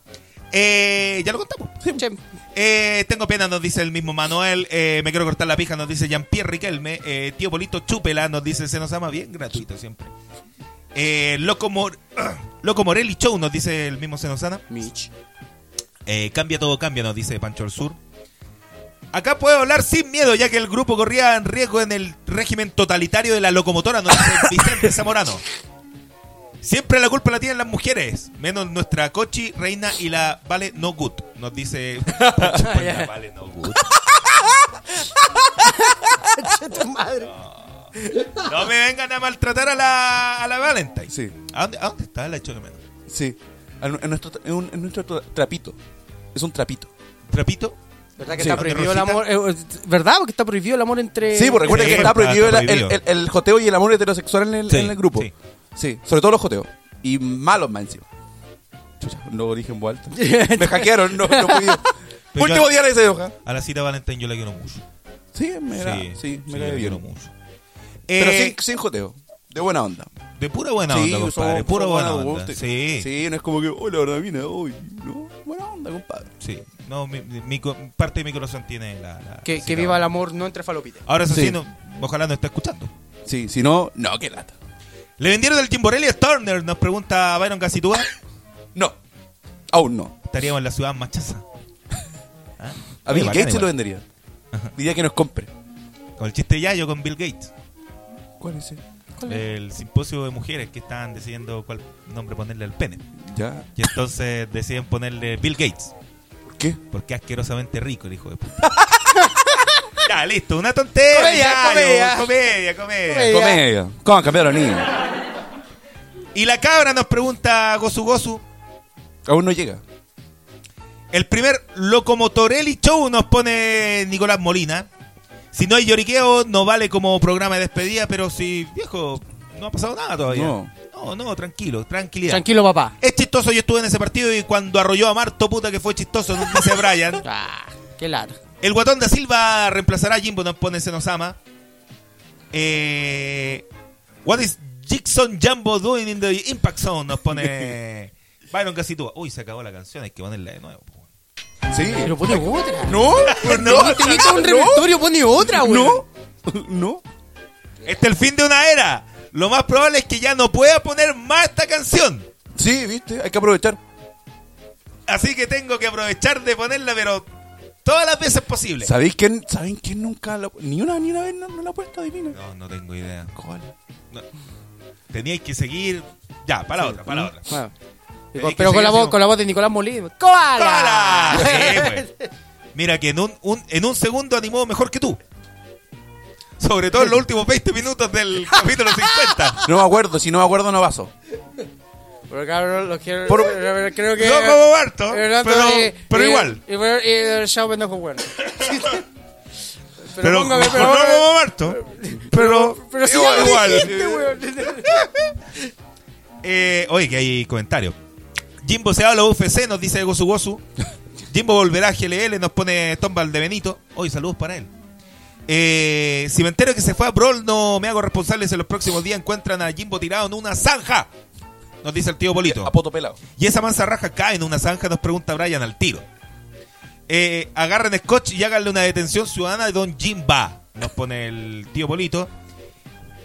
S1: Eh, ya lo contamos.
S4: Che,
S1: Eh, tengo pena, nos dice el mismo Manuel. Eh, me quiero cortar la pija, nos dice Jean-Pierre Riquelme. Eh, tío Polito, chúpela, nos dice Se nos ama bien, gratuito siempre. Eh, Loco, Mor- Loco Morelli Show, nos dice el mismo Se nos ama.
S4: Mitch.
S1: Eh, cambia todo, cambia, nos dice Pancho el Sur. Acá puedo hablar sin miedo, ya que el grupo corría en riesgo en el régimen totalitario de la locomotora, nos dice Vicente Zamorano. Siempre la culpa la tienen las mujeres, menos nuestra Cochi, Reina y la Vale No Good, nos dice Pancho con la Vale No Good.
S4: Che, tu madre.
S1: No me vengan a maltratar a la, a la Valentine.
S2: Sí.
S1: ¿A dónde, a dónde está la hecho de menos?
S2: Sí. Al- En nuestro, tra- en un- en nuestro tra- trapito. Es un trapito.
S1: ¿Repito?
S4: ¿Verdad que
S2: Sí.
S4: está prohibido el amor? Eh, eh, ¿Verdad? Porque está prohibido el amor entre.
S2: Sí, porque recuerda
S1: Sí,
S2: que está
S1: está
S2: prohibido, el-
S1: prohibido.
S2: El, el- el joteo y el amor heterosexual en el,
S1: Sí,
S2: en el grupo. Sí.
S1: sí.
S2: sobre todo los joteos. Y malos más encima. Chucha, lo dije en vuelta. Me hackearon, no, no pude.
S1: Pero
S2: Último
S1: yo-
S2: día le hice hoja.
S1: A la cita Valentine yo la quiero mucho.
S2: Sí, me sí, sí, me
S1: yo
S2: cae
S1: la
S2: bien.
S1: quiero mucho.
S2: Pero
S1: Eh,
S2: sin, sin joteo. De buena onda.
S1: De pura buena onda,
S2: somos-
S1: compadre. pura
S2: somos
S1: buena
S2: buena
S1: onda.
S2: onda.
S1: Sí, sí.
S2: Sí, no es como que, hola, ahora vine hoy. No, buena onda, compadre.
S1: No, mi, mi co- parte de mi corazón tiene la. la-
S4: Que,
S1: sí,
S4: que
S1: la-
S4: viva el amor no entre falopitas.
S1: Ahora eso sí,
S2: Sí.
S1: no- ojalá no esté escuchando.
S2: Sí, si no, no, qué lata.
S1: ¿Le vendieron el Timborelli a Turner? Nos pregunta Byron Casitúa.
S2: No, aún no.
S1: Estaríamos en la ciudad ¿Ah? machaza.
S2: A Bill
S1: Oye,
S2: Gates
S1: bacán
S2: se lo
S1: igual.
S2: vendería. Diría que nos compre.
S1: Con el chiste Yayo con Bill Gates.
S2: ¿Cuál es ese?
S1: El simposio de mujeres que estaban decidiendo cuál nombre ponerle al pene.
S2: Ya,
S1: Y entonces deciden ponerle Bill Gates.
S2: ¿por qué?
S1: Porque es asquerosamente rico el hijo de puta. ya, listo. Una tontería.
S4: Comedia,
S1: Yayo,
S4: comedia.
S1: comedia, comedia.
S4: Ya.
S2: Comedia. ¿Cómo han cambiado los niños?
S1: Y la cabra nos pregunta Gosu Gosu.
S2: Aún no llega.
S1: El primer Locomotorelli Show nos pone Nicolás Molina. Si no hay lloriqueo, no vale como programa de despedida, pero si, viejo, no ha pasado nada todavía.
S2: No.
S1: no, no, tranquilo, tranquilidad.
S4: Tranquilo, papá.
S1: es chistoso, yo estuve en ese partido y cuando arrolló a Marto, puta que fue chistoso, nos dice Brian.
S4: Ah, qué lata.
S1: El guatón de Silva reemplazará a Jimbo, nos pone Senosama. Eh, what is Jackson Jumbo doing in the Impact Zone? Nos pone Byron Casitúa. Uy, se acabó la canción, hay que ponerla de nuevo. po. Este
S2: Sí.
S4: Pero pone otra.
S2: No,
S4: No, te metes un repertorio, pone otra, güey.
S2: No, no.
S1: Este es el fin de una era. Lo más probable es que ya no pueda poner más esta canción.
S2: Sí, viste, hay que aprovechar.
S1: Así que tengo que aprovechar de ponerla, pero todas las veces posible.
S2: ¿Sabéis quién, ¿Saben quién nunca la- ni una ni una vez no, no la ha puesto adivina?
S1: No, no tengo idea.
S2: ¿Cuál?
S1: No. Teníais que seguir. Ya, para la otra, para la otra.
S2: Ah,
S4: Bueno.
S1: Eh,
S4: Con-
S1: que
S4: pero con la,
S1: siga
S4: voz,
S1: así.
S4: con la voz de Nicolás Molina. ¡Koala!
S1: ¡Hola! Sí, pues. Mira que en un, un- en un segundo animó mejor que tú. Sobre todo en los últimos 20 minutos del capítulo 50.
S2: No me acuerdo, si no me acuerdo no paso.
S4: Pero cabrón, lo quiero.
S2: Por-
S4: pero creo que.
S1: No como Barto,
S4: Fernando
S1: pero,
S4: y-
S1: pero
S4: y-
S1: igual.
S4: Y, bueno, y el show pendejo bueno.
S1: Pero,
S4: póngame, pero
S1: no
S4: póngame-
S1: como Barto. Pero,
S4: pero sí
S1: igual.
S4: ya
S1: igual.
S4: lo dijiste, weón.
S1: Eh, oye, que hay comentarios. Jimbo se habla UFC, nos dice Gosu Gosu. Jimbo volverá a GLL, nos pone Tombal de Benito. Hoy saludos para él. Eh, si me entero que se fue a Brawl, no me hago responsable si en los próximos días encuentran a Jimbo tirado en una zanja. Nos dice el tío Polito.
S2: A poto pelado.
S1: Y esa mansa raja cae en una zanja, nos pregunta Brian al tiro. Eh, agarren Scotch y háganle una detención ciudadana de Don Jimba. Nos pone el tío Polito.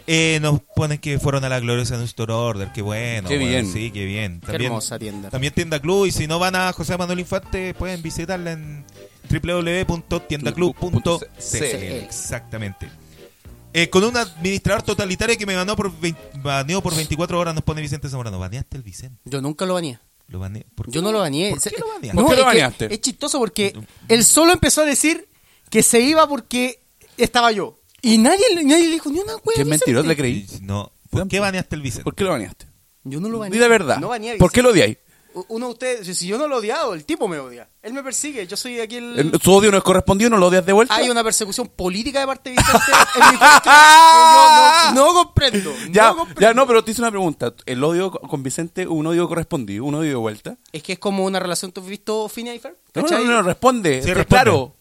S1: Eh, nos ponen que fueron a la gloriosa New Store Order. Qué bueno.
S2: Qué
S1: bueno,
S2: bien.
S1: Sí, qué bien.
S4: Qué
S1: También,
S4: hermosa tienda.
S1: también Tienda Club. Y si no van a José Manuel Infante, pueden visitarla en www.tiendaclub.cl. Exactamente. Eh, con un administrador totalitario que me baneó por, vein- baneó por 24 horas, nos pone Vicente Zamorano. ¿Baneaste el Vicente?
S4: Yo nunca lo bañé.
S1: Lo baneé. ¿Por
S4: Yo
S1: qué?
S4: no lo bañé.
S1: ¿Por
S4: Se-
S1: qué lo baneaste?
S4: No,
S2: ¿Por qué lo
S4: es que
S2: baneaste?
S4: Es chistoso porque él solo empezó a decir que se iba porque estaba yo. Y nadie, nadie le dijo ni una hueá.
S2: Qué mentiroso, le creí.
S1: Y- No. ¿Por qué baneaste el Vicente?
S2: ¿Por qué lo baneaste?
S4: Yo no lo bañé.
S2: Di la verdad.
S4: No bañé.
S2: ¿Por qué lo odiáis?
S4: U- Uno de ustedes, si- si yo no lo he odiado, el tipo me odia. Él me persigue, yo soy aquí el...
S2: ¿Tu odio no es correspondido? ¿No lo odias de vuelta?
S4: Hay una persecución política de parte de Vicente en mi contra que yo no, no comprendo.
S2: Ya,
S4: no comprendo.
S2: ya, no, pero te hice una pregunta. ¿El odio con Vicente, un odio correspondido, un odio de vuelta?
S4: Es que es como una relación, ¿tú has visto Phineas y Ferb?
S2: No, no,
S4: ¿Cachai?
S2: no, no, responde.
S1: Sí, responde.
S2: Claro.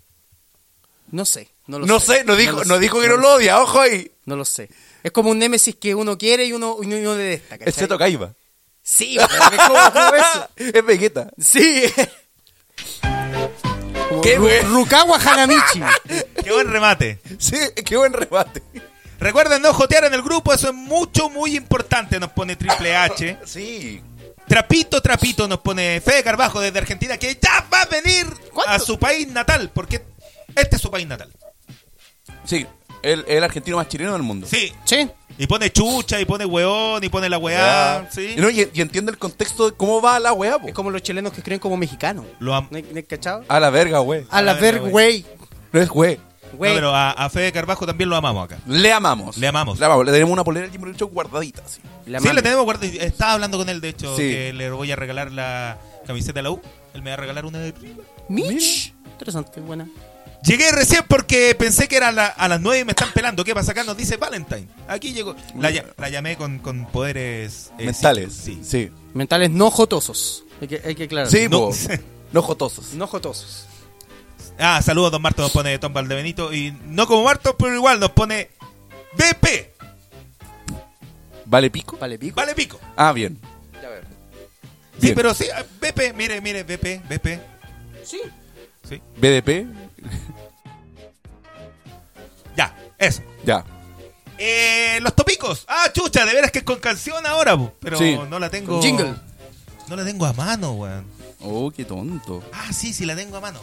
S4: No sé, no lo
S2: No
S4: sé.
S2: sé, no dijo,
S4: lo
S2: no
S4: sé,
S2: dijo que no lo odia, ojo ahí.
S4: No lo sé. Es como un némesis que uno quiere y uno, y uno detesta, ¿cachai?
S2: El Seto Caiba.
S4: Sí, pero ¿cómo, cómo eso?
S2: Es Vegeta.
S4: Sí. Como
S2: Qué
S4: Ru-
S2: bueno.
S4: Rukawa Hanamichi.
S1: ¡Qué buen remate!
S2: Sí, qué buen remate.
S1: Recuerden no jotear en el grupo, eso es mucho, muy importante, nos pone Triple H.
S2: Sí.
S1: Trapito, trapito, nos pone Fede Carbajo desde Argentina, que ya va a venir a su país natal, porque este es su país natal.
S2: Sí, el, el argentino más chileno del mundo.
S1: Sí.
S4: Sí.
S1: Y pone chucha, y pone weón, y pone la weá. Sí.
S2: Y no, y, y entiende el contexto de cómo va la weá, po.
S4: ah, Es como los chilenos que creen como mexicanos.
S1: Lo am-
S4: ¿No hay- no hay cachado?
S2: A la verga, güey.
S4: A la
S1: A ver,
S4: ver, güey.
S2: No es güey.
S1: No,
S4: Güey.
S1: pero a, a Fede Carbajo también lo amamos acá.
S2: Le amamos.
S1: Le amamos.
S2: Le amamos. Le tenemos una polera al Jimbo Show guardadita, sí.
S4: La
S1: sí,
S4: mami.
S1: le tenemos guarda. Estaba hablando con él, de hecho,
S2: Sí.
S1: que le voy a regalar la camiseta de la U. Él me va a regalar una de River.
S4: Mitch. Interesante, buena.
S1: Llegué recién porque pensé que era la- a las 9 y me están pelando. ¿Qué pasa acá? Nos dice Valentine. Aquí llegó. La, ll- la llamé con, con poderes eh,
S2: Mentales.
S1: Sí.
S2: Sí. Sí,
S4: Mentales no jotosos. Hay que, hay que aclarar.
S1: No.
S2: po. No jotosos.
S4: No jotosos.
S1: Ah, saludos, don Marto, nos pone Tom Valdebenito. Y no como Marto, pero igual nos pone BP.
S2: ¿Vale pico?
S4: Vale, pico.
S1: Vale, pico.
S2: Ah, bien.
S1: Sí,
S2: Bien.
S1: pero sí, ah, BP. Mire, mire, BP, BP.
S4: Sí.
S1: Sí.
S2: BDP,
S1: Ya, eso.
S2: ya.
S1: Eh, los topicos. Ah, chucha, de veras que es con canción ahora, bu. pero
S2: Sí.
S1: no la tengo.
S4: Jingle.
S1: No la tengo a mano, weón.
S2: Oh, qué tonto.
S1: Ah, sí, sí, la tengo a mano.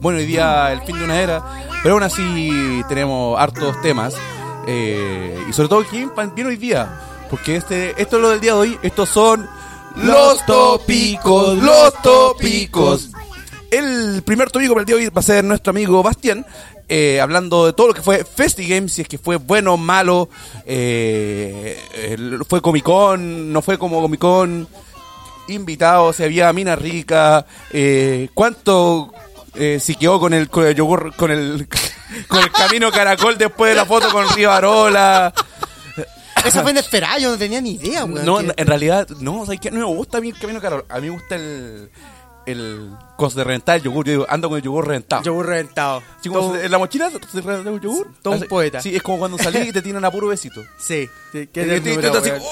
S2: Bueno, hoy día el fin de una era, pero aún así tenemos hartos temas. eh, y sobre todo, ¿quién pan- viene hoy día? Porque este, esto es lo del día de hoy, estos son los tópicos, los tópicos. El primer tópico para el día de hoy va a ser nuestro amigo Bastián, eh, hablando de todo lo que fue FestiGames, si es que fue bueno, malo, eh, el- fue Comic Con, no fue como Comic Con, invitados, si había mina rica, eh, cuánto eh, si quedó con el, con el yogur, con el, con el camino caracol después de la foto con Rivarola.
S4: Esa fue inesperada, yo no tenía ni idea, weón.
S2: No,
S4: Que-
S2: en en realidad, no, o sea, que no me gusta a mí el camino caracol, a mí me gusta el, el, cosa de reventar el yogur, yo digo, ando con el yogur reventado.
S4: Yogur reventado.
S2: Sí, como
S4: Todo-
S2: se- en la mochila se reventa el yogur.
S4: Todo un
S2: Así-
S4: poeta.
S2: Sí, es como cuando salí y te tiran a puro besito.
S4: Sí. sí,
S2: Y
S4: qué
S2: te- te- te-
S4: ternura,
S2: así,
S4: weón.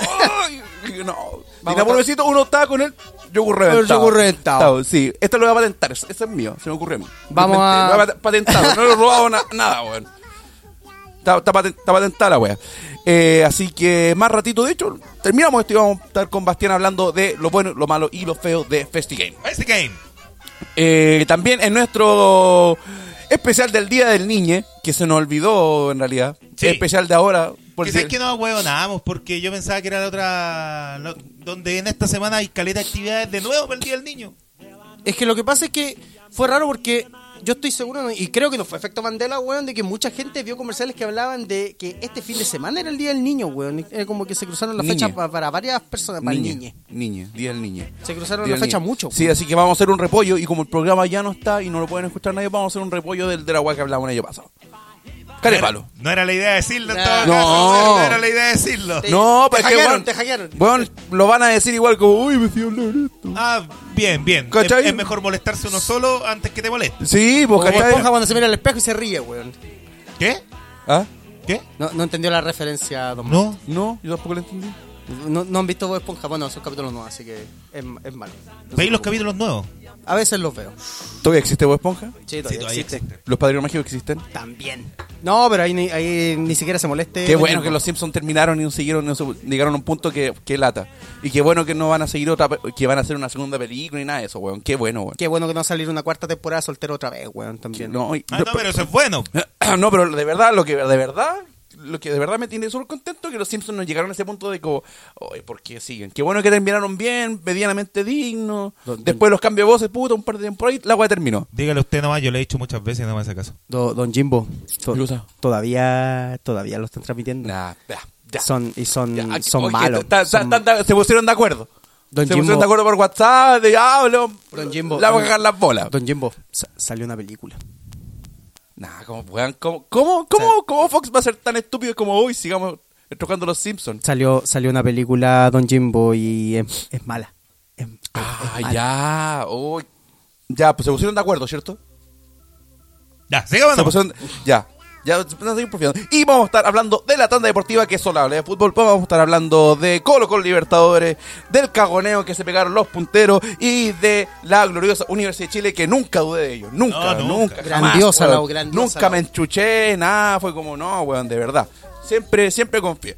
S2: ¡ay! No.
S4: Vamos
S2: Dinamo
S4: a-
S2: Besito, uno estaba con el yogur reventado.
S4: El yogur reventado.
S2: Sí, este lo voy a patentar. Ese ese es mío, se me ocurrió a mí.
S4: Vamos
S2: Lo inventé,
S4: a-
S2: Lo voy pat- patentar, no lo he robado na- nada, weón. Está Está, está, paten- está patentada la wea. Eh, así que más ratito, de hecho, terminamos esto y vamos a estar con Bastián hablando de lo bueno, lo malo y lo feo de FestiGame.
S1: Este game.
S2: Eh, también en nuestro especial del Día del Niño, que se nos olvidó en realidad,
S1: Sí.
S2: especial de ahora. por
S1: Que
S2: si-
S1: sabes que no huevonamos porque yo pensaba que era la otra. la- donde en esta semana hay caleta de actividades de nuevo para el Día del Niño.
S4: Es que lo que pasa es que fue raro porque yo estoy seguro, ¿no? y creo que no fue efecto Mandela, weón, de que mucha gente vio comerciales que hablaban de que este fin de semana era el Día del Niño, weón. Era como que se cruzaron las
S2: Niñe.
S4: fechas pa- para varias personas, para el niño.
S2: Niñe, día del niño.
S4: Se cruzaron
S2: Día
S4: las
S2: del
S4: fechas
S2: niño.
S4: mucho. pues.
S2: Sí,
S4: weón.
S2: así que vamos a hacer un repollo y como el programa ya no está y no lo pueden escuchar nadie, vamos a hacer un repollo del de la guay que hablábamos el año pasado. Carepalo.
S1: No era la idea decirlo, en
S4: No.
S1: todo caso,
S2: No.
S1: no era la idea decirlo.
S4: Te-
S2: No,
S4: te
S2: pero es que,
S4: hackearon,
S2: weón,
S4: te hackearon.
S2: weón, lo van a decir igual como, uy, me estoy hablando de esto.
S1: Ah, bien, bien. Es,
S2: ¿Cachai?
S1: es mejor molestarse uno solo antes que te moleste.
S2: Sí, pues,
S4: Como esponja
S2: ¿cachai?
S4: cuando se mira al espejo y se ríe, weón.
S1: ¿Qué?
S2: ¿Ah?
S1: ¿Qué?
S4: No, no entendió la referencia, don
S1: No.
S2: No, yo tampoco lo entendí.
S4: No, no han visto Bob Esponja, bueno, esos capítulos no, así que es, es malo. No
S1: ¿Veis
S4: se
S1: los
S4: preocupen.
S1: capítulos nuevos?
S4: A veces los veo.
S2: ¿Todavía existe Bob Esponja?
S4: Sí, todavía, existe.
S2: ¿Los padrinos mágicos existen?
S4: Eh, También. No, pero ahí ni, ahí ni siquiera se moleste.
S2: Qué bueno que los Simpsons terminaron y no siguieron, no se- llegaron a un punto que, que lata. Y qué bueno que no van a seguir otra, pe- que van a hacer una segunda película y nada de eso, weón. Qué bueno, weón.
S4: Qué bueno que no va a salir una cuarta temporada soltero otra vez, weón, también.
S2: No, y-
S1: Ah, no, pero eso es bueno.
S2: No, pero de verdad, lo que de verdad, lo que de verdad me tiene súper contento es que los Simpsons nos llegaron a ese punto de como, oye, ¿por qué siguen? Qué bueno que terminaron bien, medianamente digno.
S4: Don-
S2: Después los cambios de voces, puta, un par de temporadas y la weá terminó.
S1: Dígale usted nomás, yo le he dicho muchas veces y no me hace caso.
S4: Do- don Jimbo, to-
S2: Lusa.
S4: todavía, todavía lo están transmitiendo.
S2: Nah, ya, ya.
S4: Son, y son,
S2: Ya, aquí-
S4: son
S2: oye,
S4: malos.
S2: ta- ta-
S4: Son-
S2: ta- ta- se pusieron de acuerdo.
S4: Don
S2: se
S4: Jimbo-
S2: pusieron de acuerdo por WhatsApp, de ah, lo-
S4: Don Jimbo.
S2: la vamos a
S4: don-
S2: cagar las bolas.
S4: Don Jimbo, sa- salió una película.
S2: Nah, ¿cómo, puedan- cómo, cómo, cómo, cómo Fox va a ser tan estúpido como hoy? Sigamos tocando los Simpsons.
S4: Salió, salió una película Don Jimbo y es, es mala. Es- es-
S2: Ah,
S4: es mala.
S2: ya. uy. Ya, pues se pusieron de acuerdo, ¿cierto?
S1: Ya, sigamos.
S2: Se
S1: nomás.
S2: pusieron- ya. Ya, pues, no estoy porfiando. Y vamos a estar hablando de la tanda deportiva que es solo habla de fútbol. Pues vamos a estar hablando de Colo Colo Libertadores, del cagoneo que se pegaron los punteros y de la gloriosa Universidad de Chile que nunca dudé de ellos.
S1: No,
S2: Nunca,
S1: nunca.
S2: nunca. jamás,
S4: Grandiosa la-
S2: weón.
S4: grandiosa
S2: Nunca
S4: la-
S2: me enchuché, nada. Fue como, no, weón, de verdad. Siempre, siempre confié.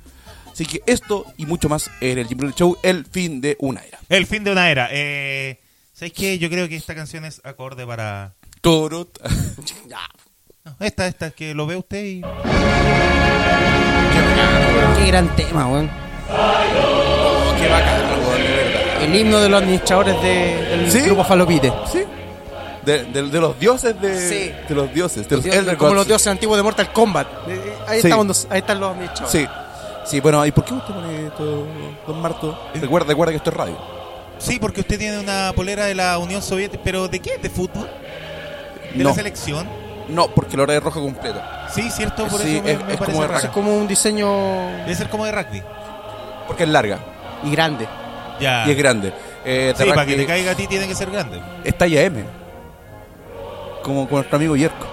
S2: Así que esto y mucho más en el Jim Brown Show, el fin de una era.
S1: El fin de una era. Eh, ¿Sabéis qué? Yo creo que esta canción es acorde para.
S2: Turut.
S1: No, esta, esta, que lo ve usted y.
S4: Qué gran tema, weón.
S2: Qué bacán, weón, de verdad.
S4: El himno de los administradores de- del
S2: ¿Sí?
S4: grupo Falopite.
S2: Sí. De, de- de los dioses de,
S4: Sí.
S2: de los dioses, de los
S4: Dios-
S2: Elder
S4: como
S2: Gods.
S4: los dioses antiguos de Mortal Kombat. Eh, eh, Ahí,
S2: Sí.
S4: están los, ahí están los administradores.
S2: Sí. Sí, bueno, ¿y por qué usted pone esto, don Marto? Recuerda, recuerda que esto es radio.
S1: Sí, porque usted tiene una polera de la Unión Soviética. ¿Pero de qué? ¿De fútbol? ¿De
S2: No,
S1: la selección?
S2: no, porque lo haré rojo completo.
S1: Sí, cierto, por
S2: Sí,
S1: eso me,
S2: es-
S1: me
S2: es
S1: parece
S2: como de
S1: raro.
S4: Es como un diseño
S1: Debe ser como de rugby.
S2: Porque es larga
S4: y grande.
S1: Ya.
S2: y es grande. Eh,
S1: Ah. Sí,
S2: Terra-
S1: para que te
S2: eh,
S1: caiga a ti tiene que ser grande.
S2: Es talla M. Como con nuestro amigo Yerko.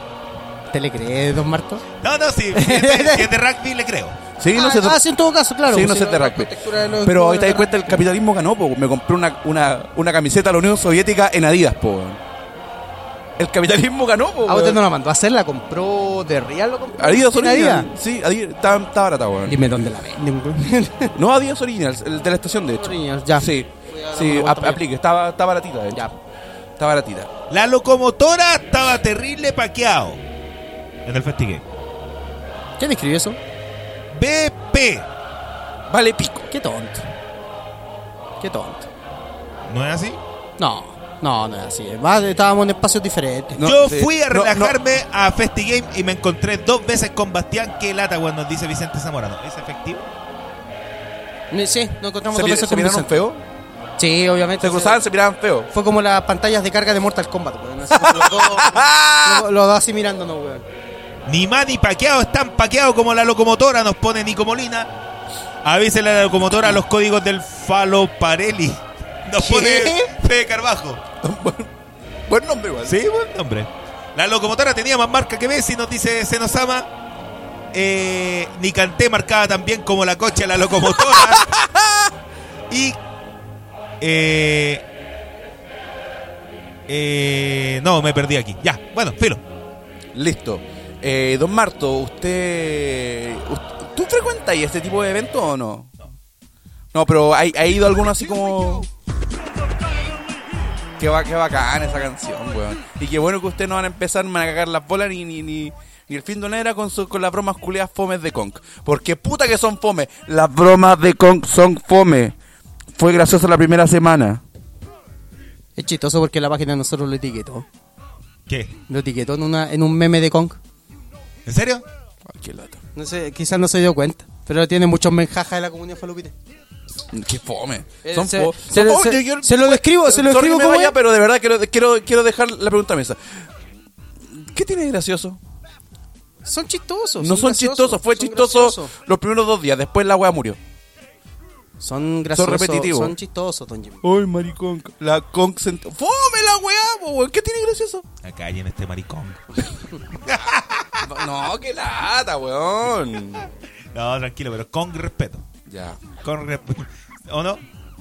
S4: ¿Te le crees, don Marto?
S1: No, no, sí. Si es de, si es de rugby, le creo.
S2: Sí, no
S4: ah,
S2: sé.
S4: ah, sí, en todo caso, claro.
S2: Sí,
S4: pues,
S2: no
S4: si
S2: sé de
S4: la
S2: rugby.
S4: textura de los-
S2: Pero ahorita te das cuenta, el capitalismo ganó, po. Me compré una, una, una camiseta de la Unión Soviética en Adidas, po. El capitalismo ganó, po.
S4: Ah, usted
S2: weón.
S4: no la mandó a hacer, la compró de Real, lo compró.
S2: Adidas
S4: ¿En
S2: Original.
S4: Adidas?
S2: Sí, Adidas. Está, está barata, weón.
S4: Dime dónde la venden. weón.
S2: No, Adidas Original, el de la estación, de hecho.
S4: Original, ya.
S2: Sí,
S4: Voy a dar
S2: sí
S4: una
S2: ap-
S4: vuelta
S2: aplique. Está, está baratita, de hecho.
S4: Ya.
S2: Está baratita.
S1: La locomotora estaba terrible paqueado. En el festival.
S4: ¿Quién escribió eso?
S1: BP.
S2: Vale pico.
S4: Qué tonto. Qué tonto.
S1: ¿No es así?
S4: No, no, no es así. Más, estábamos en espacios diferentes.
S2: No,
S1: Yo
S2: sí.
S1: fui a
S2: No, no.
S1: relajarme a Festigame y me encontré dos veces con Bastián. Qué lata cuando nos dice Vicente Zamorano. ¿Es efectivo?
S4: Sí, nos encontramos
S2: ¿Se,
S4: dos
S2: mir-
S4: veces
S2: se
S4: con
S2: miraron
S4: Vicente.
S2: feo?
S4: Sí, obviamente.
S2: Se cruzaban, se miraban feo.
S4: Fue como las pantallas de carga de Mortal Kombat, weón. Así como Los dos, los- los dos así mirándonos, weón.
S1: Ni más ni paqueado, están paqueados como la locomotora, nos pone Nico Molina. Avísele a la locomotora los códigos del Faloparelli. Nos
S4: ¿Qué?
S1: pone Fede Carbajo.
S2: Buen nombre, igual.
S1: Sí, buen nombre. La locomotora tenía más marca que Messi, nos dice Senosama. Eh, ni canté marcada tan bien como la cocha de la locomotora. y. eh, eh, no, me perdí aquí. Ya, bueno, filo.
S2: Listo. Eh, don Marto, usted, us- ¿Tú frecuentas ahí este tipo de eventos o no? No, pero ¿ha, ha ido alguno así como...? Qué, va, qué bacán esa canción, weón. Y qué bueno que ustedes no van a empezar me van a cagar las bolas ni, ni, ni, ni el fin de una era con, su- con las bromas culeadas fomes de Conk. Porque puta que son fome. Las bromas de Conk son fome. Fue graciosa la primera semana.
S4: Es chistoso porque la página de nosotros lo etiquetó.
S1: ¿Qué?
S4: Lo etiquetó en, una, en un meme de Kong.
S1: ¿En serio?
S2: Ay, qué lata.
S4: No sé, quizás no se dio cuenta. Pero tiene muchos menjajas de la comunidad falupite.
S2: Qué fome.
S4: Eh,
S2: Son
S4: se-
S2: fo-
S4: se
S2: son
S4: lo-
S2: fome.
S4: se-
S2: Yo- yo-
S4: se lo describo, se lo
S2: Sorry
S4: describo
S2: que me
S4: como
S2: vaya,
S4: es.
S2: pero de verdad quiero, quiero, quiero dejar la pregunta a mesa. ¿Qué tiene de gracioso?
S4: Son chistosos.
S2: no son
S4: graciosos,
S2: chistosos, fue
S4: son
S2: chistoso
S4: graciosos.
S2: los primeros dos días, después la wea murió.
S4: Son graciosos. Son
S2: repetitivos.
S4: Son chistosos, don Jimmy.
S2: Ay, maricón, la con ¡Fome la wea, po, weón! ¿Qué tiene gracioso?
S1: Acá hay en este maricón.
S2: No, qué lata, weón.
S1: No, tranquilo, pero con respeto.
S2: Ya.
S1: Con respeto. ¿O no?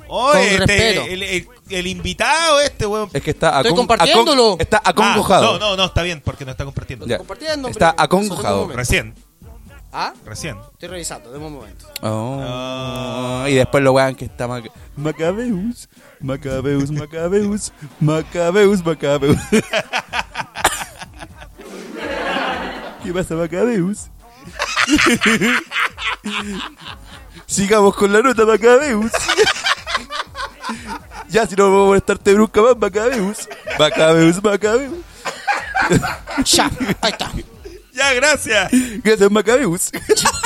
S1: Oye,
S4: Con
S1: este,
S4: respeto.
S1: El, el- el invitado este, weón.
S2: Es que está
S4: Estoy
S2: acon-
S4: compartiéndolo.
S2: acon- está
S1: Ah,
S2: acongojado.
S1: no, no, no, está bien, porque no está compartiendo.
S2: Ya.
S4: Compartiendo,
S2: Está
S4: hombre.
S2: acongojado.
S4: Sobre tu momento.
S1: Recién,
S4: Ah,
S1: recién.
S4: estoy revisando, de un momento.
S2: Oh. Y después lo wean que está Mac- Macabeus, Macabeus, Macabeus, Macabeus, Macabeus. ¿Qué pasa, Macabeus? Sigamos con la nota, Macabeus. ya, si no vamos a molestarte brusca más, Macabeus. Macabeus, Macabeus.
S4: Ya, ahí está.
S1: Ya, gracias.
S2: Gracias, Macabeus.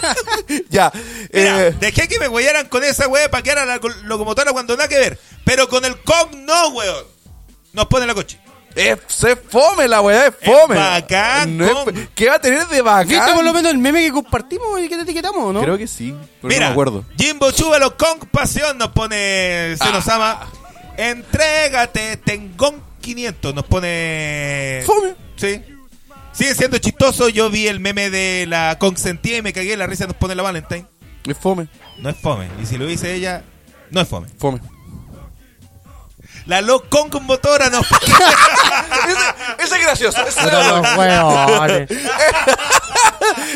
S2: ya.
S1: Mira,
S2: Eh,
S1: dejé que me huellaran con esa wea para que era la col- locomotora cuando nada que ver. Pero con el con no, weón. Nos pone la coche.
S2: Es, se fome la weá, es fome.
S1: bacán,
S2: No es
S1: com-
S2: fe- ¿Qué va a tener de bacán?
S4: ¿Viste por lo menos el meme que compartimos y que te etiquetamos, no?
S2: Creo que sí, pero
S1: Mira,
S2: no me acuerdo.
S1: Jimbo Chúbalo con pasión nos pone
S2: Ah.
S1: Senosama. Entrégate, Tengón 500 nos pone.
S2: Fome.
S1: Sí. Sigue siendo chistoso. Yo vi el meme de la consentía y me cagué. La risa nos pone la Valentine.
S2: Es fome,
S1: No es fome. Y si lo dice ella, no es fome.
S2: fome.
S1: La locón con motora nos
S2: Ah, ese, ese es gracioso. Ese,
S4: Pero los huevones.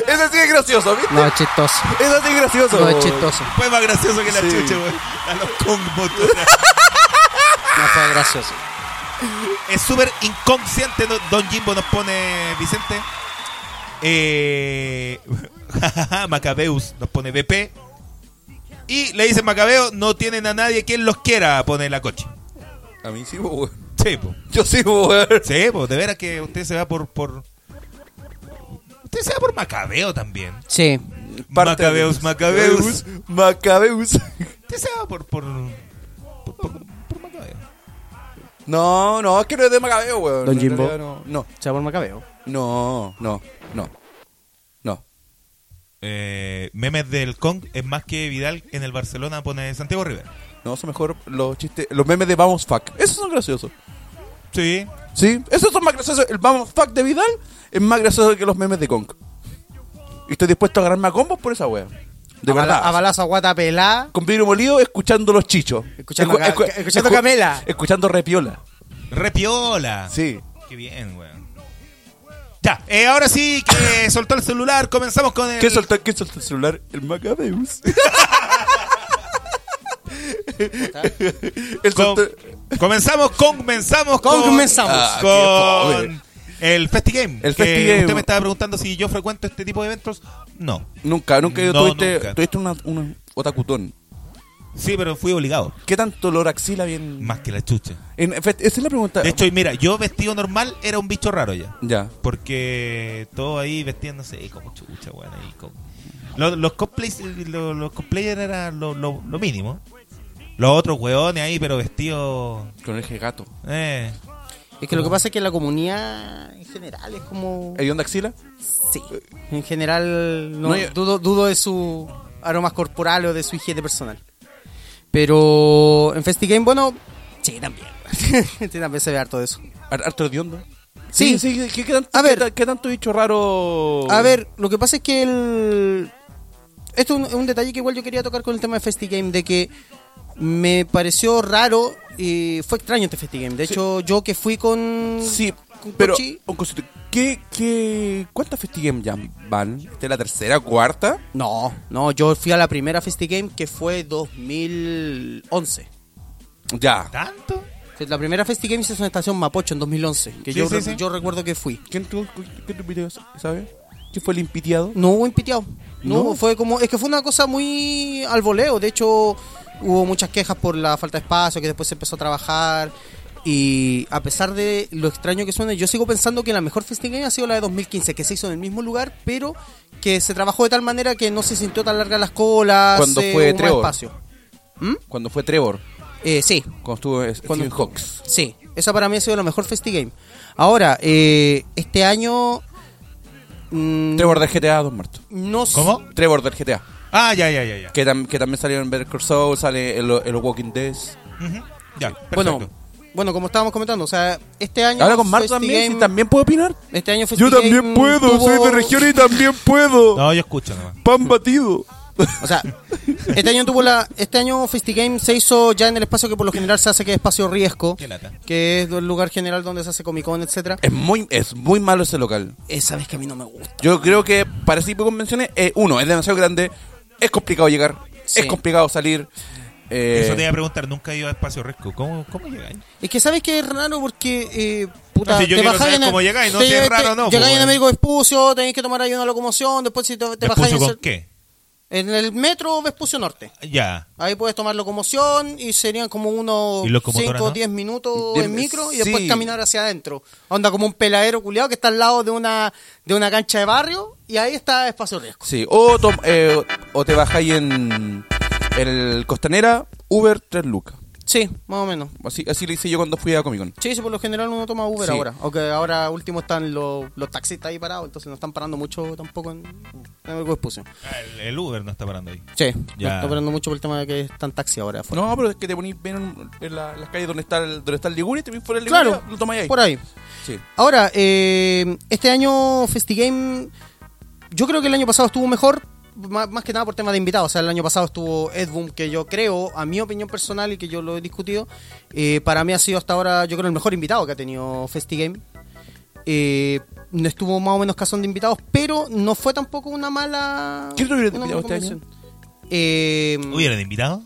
S2: ese sí es gracioso, ¿viste?
S4: No, es chistoso.
S2: Ese sí es gracioso.
S4: No, es chistoso.
S1: fue más gracioso que la
S2: Sí.
S1: chucha, weón. La locón con motora.
S4: No fue gracioso.
S1: Es súper inconsciente, ¿no? Don Jimbo nos pone Vicente. Eh, Macabeus nos pone BP. Y le dicen Macabeo, no tienen a nadie quien los quiera, pone la coche.
S2: A mí sí, weón.
S1: Sí, po.
S2: Yo sí, weón.
S1: Sí, po. De veras que usted se va por... por... Usted se va por Macabeo también.
S4: Sí.
S2: Parte
S1: Macabeus,
S2: de-
S1: Macabeus.
S2: Macabeus.
S1: Usted se va por... por... por- por- por Macabeo.
S2: No, no, es que no es de Macabeo, weón.
S4: Don
S2: En
S4: Jimbo.
S2: realidad No, no,
S4: Chabón Macabeo.
S2: no, no, no. No.
S1: Eh, memes del Kong es más que Vidal en el Barcelona, pone Santiago Rivera.
S2: No, son mejor los chistes, los memes de Vamos Fuck. Esos son graciosos.
S1: Sí,
S2: Sí, esos son más graciosos. El Vamos Fuck de Vidal es más gracioso que los memes de Conk. Y estoy dispuesto a agarrarme a combos por esa wea. De
S4: a bala-
S2: verdad.
S4: A balazo a guata pelá.
S2: Con vidrio molido escuchando los chichos.
S4: Escuchando ca- escuchando Camela.
S2: Escuchando Repiola.
S1: repiola.
S2: Sí.
S1: Qué bien, weón. Ya, eh, ahora sí que soltó el celular, comenzamos con el...
S2: ¿Qué soltó, qué soltó el celular? El Macabeus. el
S1: con-
S2: soltó-
S1: Comenzamos, con- comenzamos con...
S4: Comenzamos.
S2: Ah, qué
S1: con
S2: joven.
S1: el FestiGame.
S2: El
S1: que
S2: FestiGame.
S1: Usted me estaba preguntando si yo frecuento este tipo de eventos. No.
S2: Nunca, nunca
S1: No,
S2: tuviste,
S1: nunca.
S2: tuviste una, una otacutón.
S1: Sí, pero fui obligado.
S2: ¿Qué tanto olor a axila bien?
S1: Más que la chucha.
S2: En, en- esa es la pregunta.
S1: De hecho, y mira, yo vestido normal era un bicho raro ya.
S2: ya.
S1: Porque todo ahí vestiéndose y como chucha, weón. ahí como- Los, los cosplays, los, los cosplayers eran lo, lo- lo mínimo. Los otros weones ahí, pero vestidos...
S2: Con el gato.
S1: Eh.
S4: Es que lo que pasa es que la comunidad en general es como.
S2: ¿Hay onda axila?
S4: Sí. En general, no,
S2: Eh, No, yo-
S4: dudo, dudo de su aromas corporal o de su higiene personal. Pero en FestiGame, bueno, sí, también. sí, también se ve harto de eso.
S2: Ar- ¿Harto de onda?
S4: Sí.
S2: sí. ¿Qué, qué tanto,
S4: A
S2: qué
S4: ver.
S2: ta- qué tanto bicho raro?
S4: A ver, lo que pasa es que el... Esto es un, es un detalle que igual yo quería tocar con el tema de FestiGame, de que me pareció raro y fue extraño este FestiGame. De hecho, yo que fui con...
S2: Sí.
S4: con
S2: Pero,
S4: cochi.
S2: un cosito, ¿qué, qué, ¿cuántas FestiGame Jam van? ¿Esta es la tercera, cuarta?
S4: No, no, yo fui a la primera FestiGame que fue 2011.
S2: Ya.
S1: ¿Tanto?
S4: La primera FestiGame se hizo en Estación Mapocho en 2011, que
S1: Sí,
S4: yo,
S1: sí,
S4: re-
S1: sí.
S4: yo recuerdo que fui.
S2: ¿Quién tuvo quién tuvo videos, sabe? ¿Quién fue el impiteado?
S4: No hubo impiteado. No,
S2: No.
S4: fue como. Es que fue una cosa muy al voleo. De hecho, hubo muchas quejas por la falta de espacio, que después se empezó a trabajar. Y a pesar de lo extraño que suene, yo sigo pensando que la mejor FestiGame ha sido la de 2015, que se hizo en el mismo lugar, pero que se trabajó de tal manera que no se sintió tan larga las colas.
S2: Cuando
S4: eh,
S2: fue
S4: hubo más
S2: Trevor.
S4: espacio.
S2: Cuando fue Trevor,
S4: Eh, sí,
S2: cuando estuvo eh,
S4: Cuando-
S2: Stephen Hawks.
S4: Sí, esa para mí ha sido la mejor FestiGame. Ahora, eh, este año. mm,
S2: Trevor del GTA, Don Marto.
S4: no s-
S1: ¿Cómo?
S2: Trevor del GTA.
S1: Ah, ya, ya, ya, ya.
S2: Que, tam- que también salió en Better Call Saul, sale en lo- en los Walking Dead.
S1: Ujú, Ya, perfecto.
S4: Bueno, bueno, como estábamos comentando, o sea, este año.
S2: Ahora con Marto también,
S4: FestiGame-
S2: si también puedo opinar.
S4: Este año FestiGame tuvo-
S2: y también puedo.
S1: No, yo escucho nomás.
S2: Pan batido.
S4: O sea, este año tuvo la. Este año FestiGame se hizo ya en el espacio que por lo general se hace que es espacio riesgo.
S1: Qué lata.
S4: Que es el lugar general donde se hace Comic Con, etcétera.
S2: Es muy, es muy malo ese local.
S4: Esa vez que a mí no me gusta.
S2: Yo creo que para ese tipo de convenciones, eh, uno, es demasiado grande, es complicado llegar,
S4: Sí.
S2: es complicado salir. eh,
S1: Eso te iba a preguntar, nunca he ido a Espacio Resco. ¿Cómo, cómo llegáis?
S4: Es que sabes que es raro porque. eh, puta,
S1: No, si yo
S4: te
S1: quiero
S4: bajáis
S1: saber
S4: en el-
S1: cómo llegáis, no
S4: te
S1: si es raro o no,
S4: Llegáis
S1: pues,
S4: en Américo Vespucio, tenéis que tomar ahí una locomoción. Después, si te, te
S1: ¿Te
S4: bajáis
S1: puso
S4: en,
S1: con
S4: cer-
S1: qué?
S4: en el metro Vespucio Norte.
S1: Ya.
S4: Ahí puedes tomar locomoción y serían como unos
S1: ¿Y locomotora
S4: 5 o
S1: no?
S4: 10 minutos
S2: Diez-
S4: en micro y
S2: sí.
S4: después caminar hacia adentro. Onda como un peladero culiado que está al lado de una, de una cancha de barrio y ahí está espacio riesgo.
S2: Sí, o, tom- eh, o te bajáis en el Costanera, Uber 3 lucas.
S4: Sí, más o menos.
S2: Así, así lo hice yo cuando fui a Comic Con.
S4: Sí, sí, por lo general uno toma Uber
S2: Sí.
S4: ahora. Aunque ahora último están los, los taxistas ahí parados, entonces no están parando mucho tampoco en, en algo expuso.
S1: Ah, el, el Uber no está parando ahí.
S4: Sí, no
S1: Ya.
S4: están parando mucho por el tema de que están taxi ahora afuera.
S2: No, pero es que te ponís bien en, en la- en las calles donde está el, donde está el Liguria y también fuera el Liguria,
S4: Claro,
S2: lo tomáis ahí.
S4: por ahí.
S2: Sí.
S4: Ahora, eh, este año FestiGame, yo creo que el año pasado estuvo mejor, ma- más que nada por tema de invitados. O sea, el año pasado estuvo Ed Boon, que yo creo, a mi opinión personal y que yo lo he discutido, eh, para mí ha sido hasta ahora, yo creo, el mejor invitado que ha tenido FestiGame. Eh, no estuvo más o menos cazón de invitados, pero no fue tampoco una mala.
S2: ¿Quién tuvieron
S4: una
S2: invitado
S4: mala
S2: este año?
S4: convención. Eh,
S1: ¿Hubieran invitado?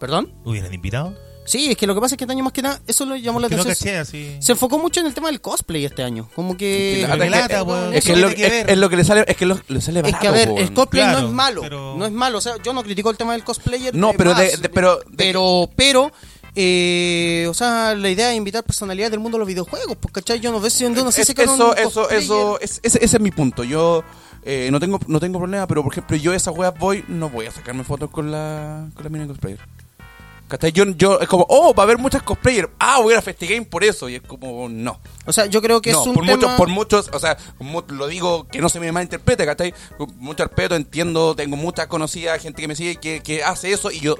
S4: ¿Perdón?
S1: ¿Hubieran invitado?
S4: Sí, es que lo que pasa es que este año más que nada, eso lo llamó la
S1: Que no
S4: atención.
S1: caché así.
S4: Se enfocó mucho en el tema del cosplay este año. Como que.
S2: Es que la-
S4: Eh,
S1: lata,
S4: eh,
S1: weón.
S2: Es que es lo,
S1: Tiene que
S2: es-
S1: ver.
S2: es lo que le sale, es que lo, le sale
S4: es
S2: barato,
S4: que a ver,
S2: po,
S4: el
S2: weón.
S4: cosplay no
S1: Claro,
S4: es malo.
S1: pero-
S4: No es malo. O sea, yo no critico el tema del cosplayer.
S2: No,
S4: eh,
S2: pero de-
S4: más,
S2: de- pero- de-
S4: pero. pero eh, o sea, la idea es invitar personalidades del mundo de los videojuegos, porque ¿cachai? yo no sé si yo no sé
S2: Es-
S4: si era un
S2: E, eso, eso,
S4: cosplayer.
S2: eso, es- ese, ese es mi punto. Yo eh, no tengo, no tengo problema, pero por ejemplo, yo esas weas voy, no voy a sacarme fotos con la, con la mina cosplayer. ¿Cachai? Yo, yo, es como, oh, va a haber muchas cosplayer. Ah, voy a ir a Festigame por eso. Y es como, no.
S4: O sea, yo creo que
S2: no,
S4: es un
S2: por
S4: tema...
S2: muchos, por muchos, o sea, mu- lo digo que no se me malinterprete, ¿cachai? Con Mucho respeto, entiendo, tengo muchas conocidas, gente que me sigue, que, que hace eso y yo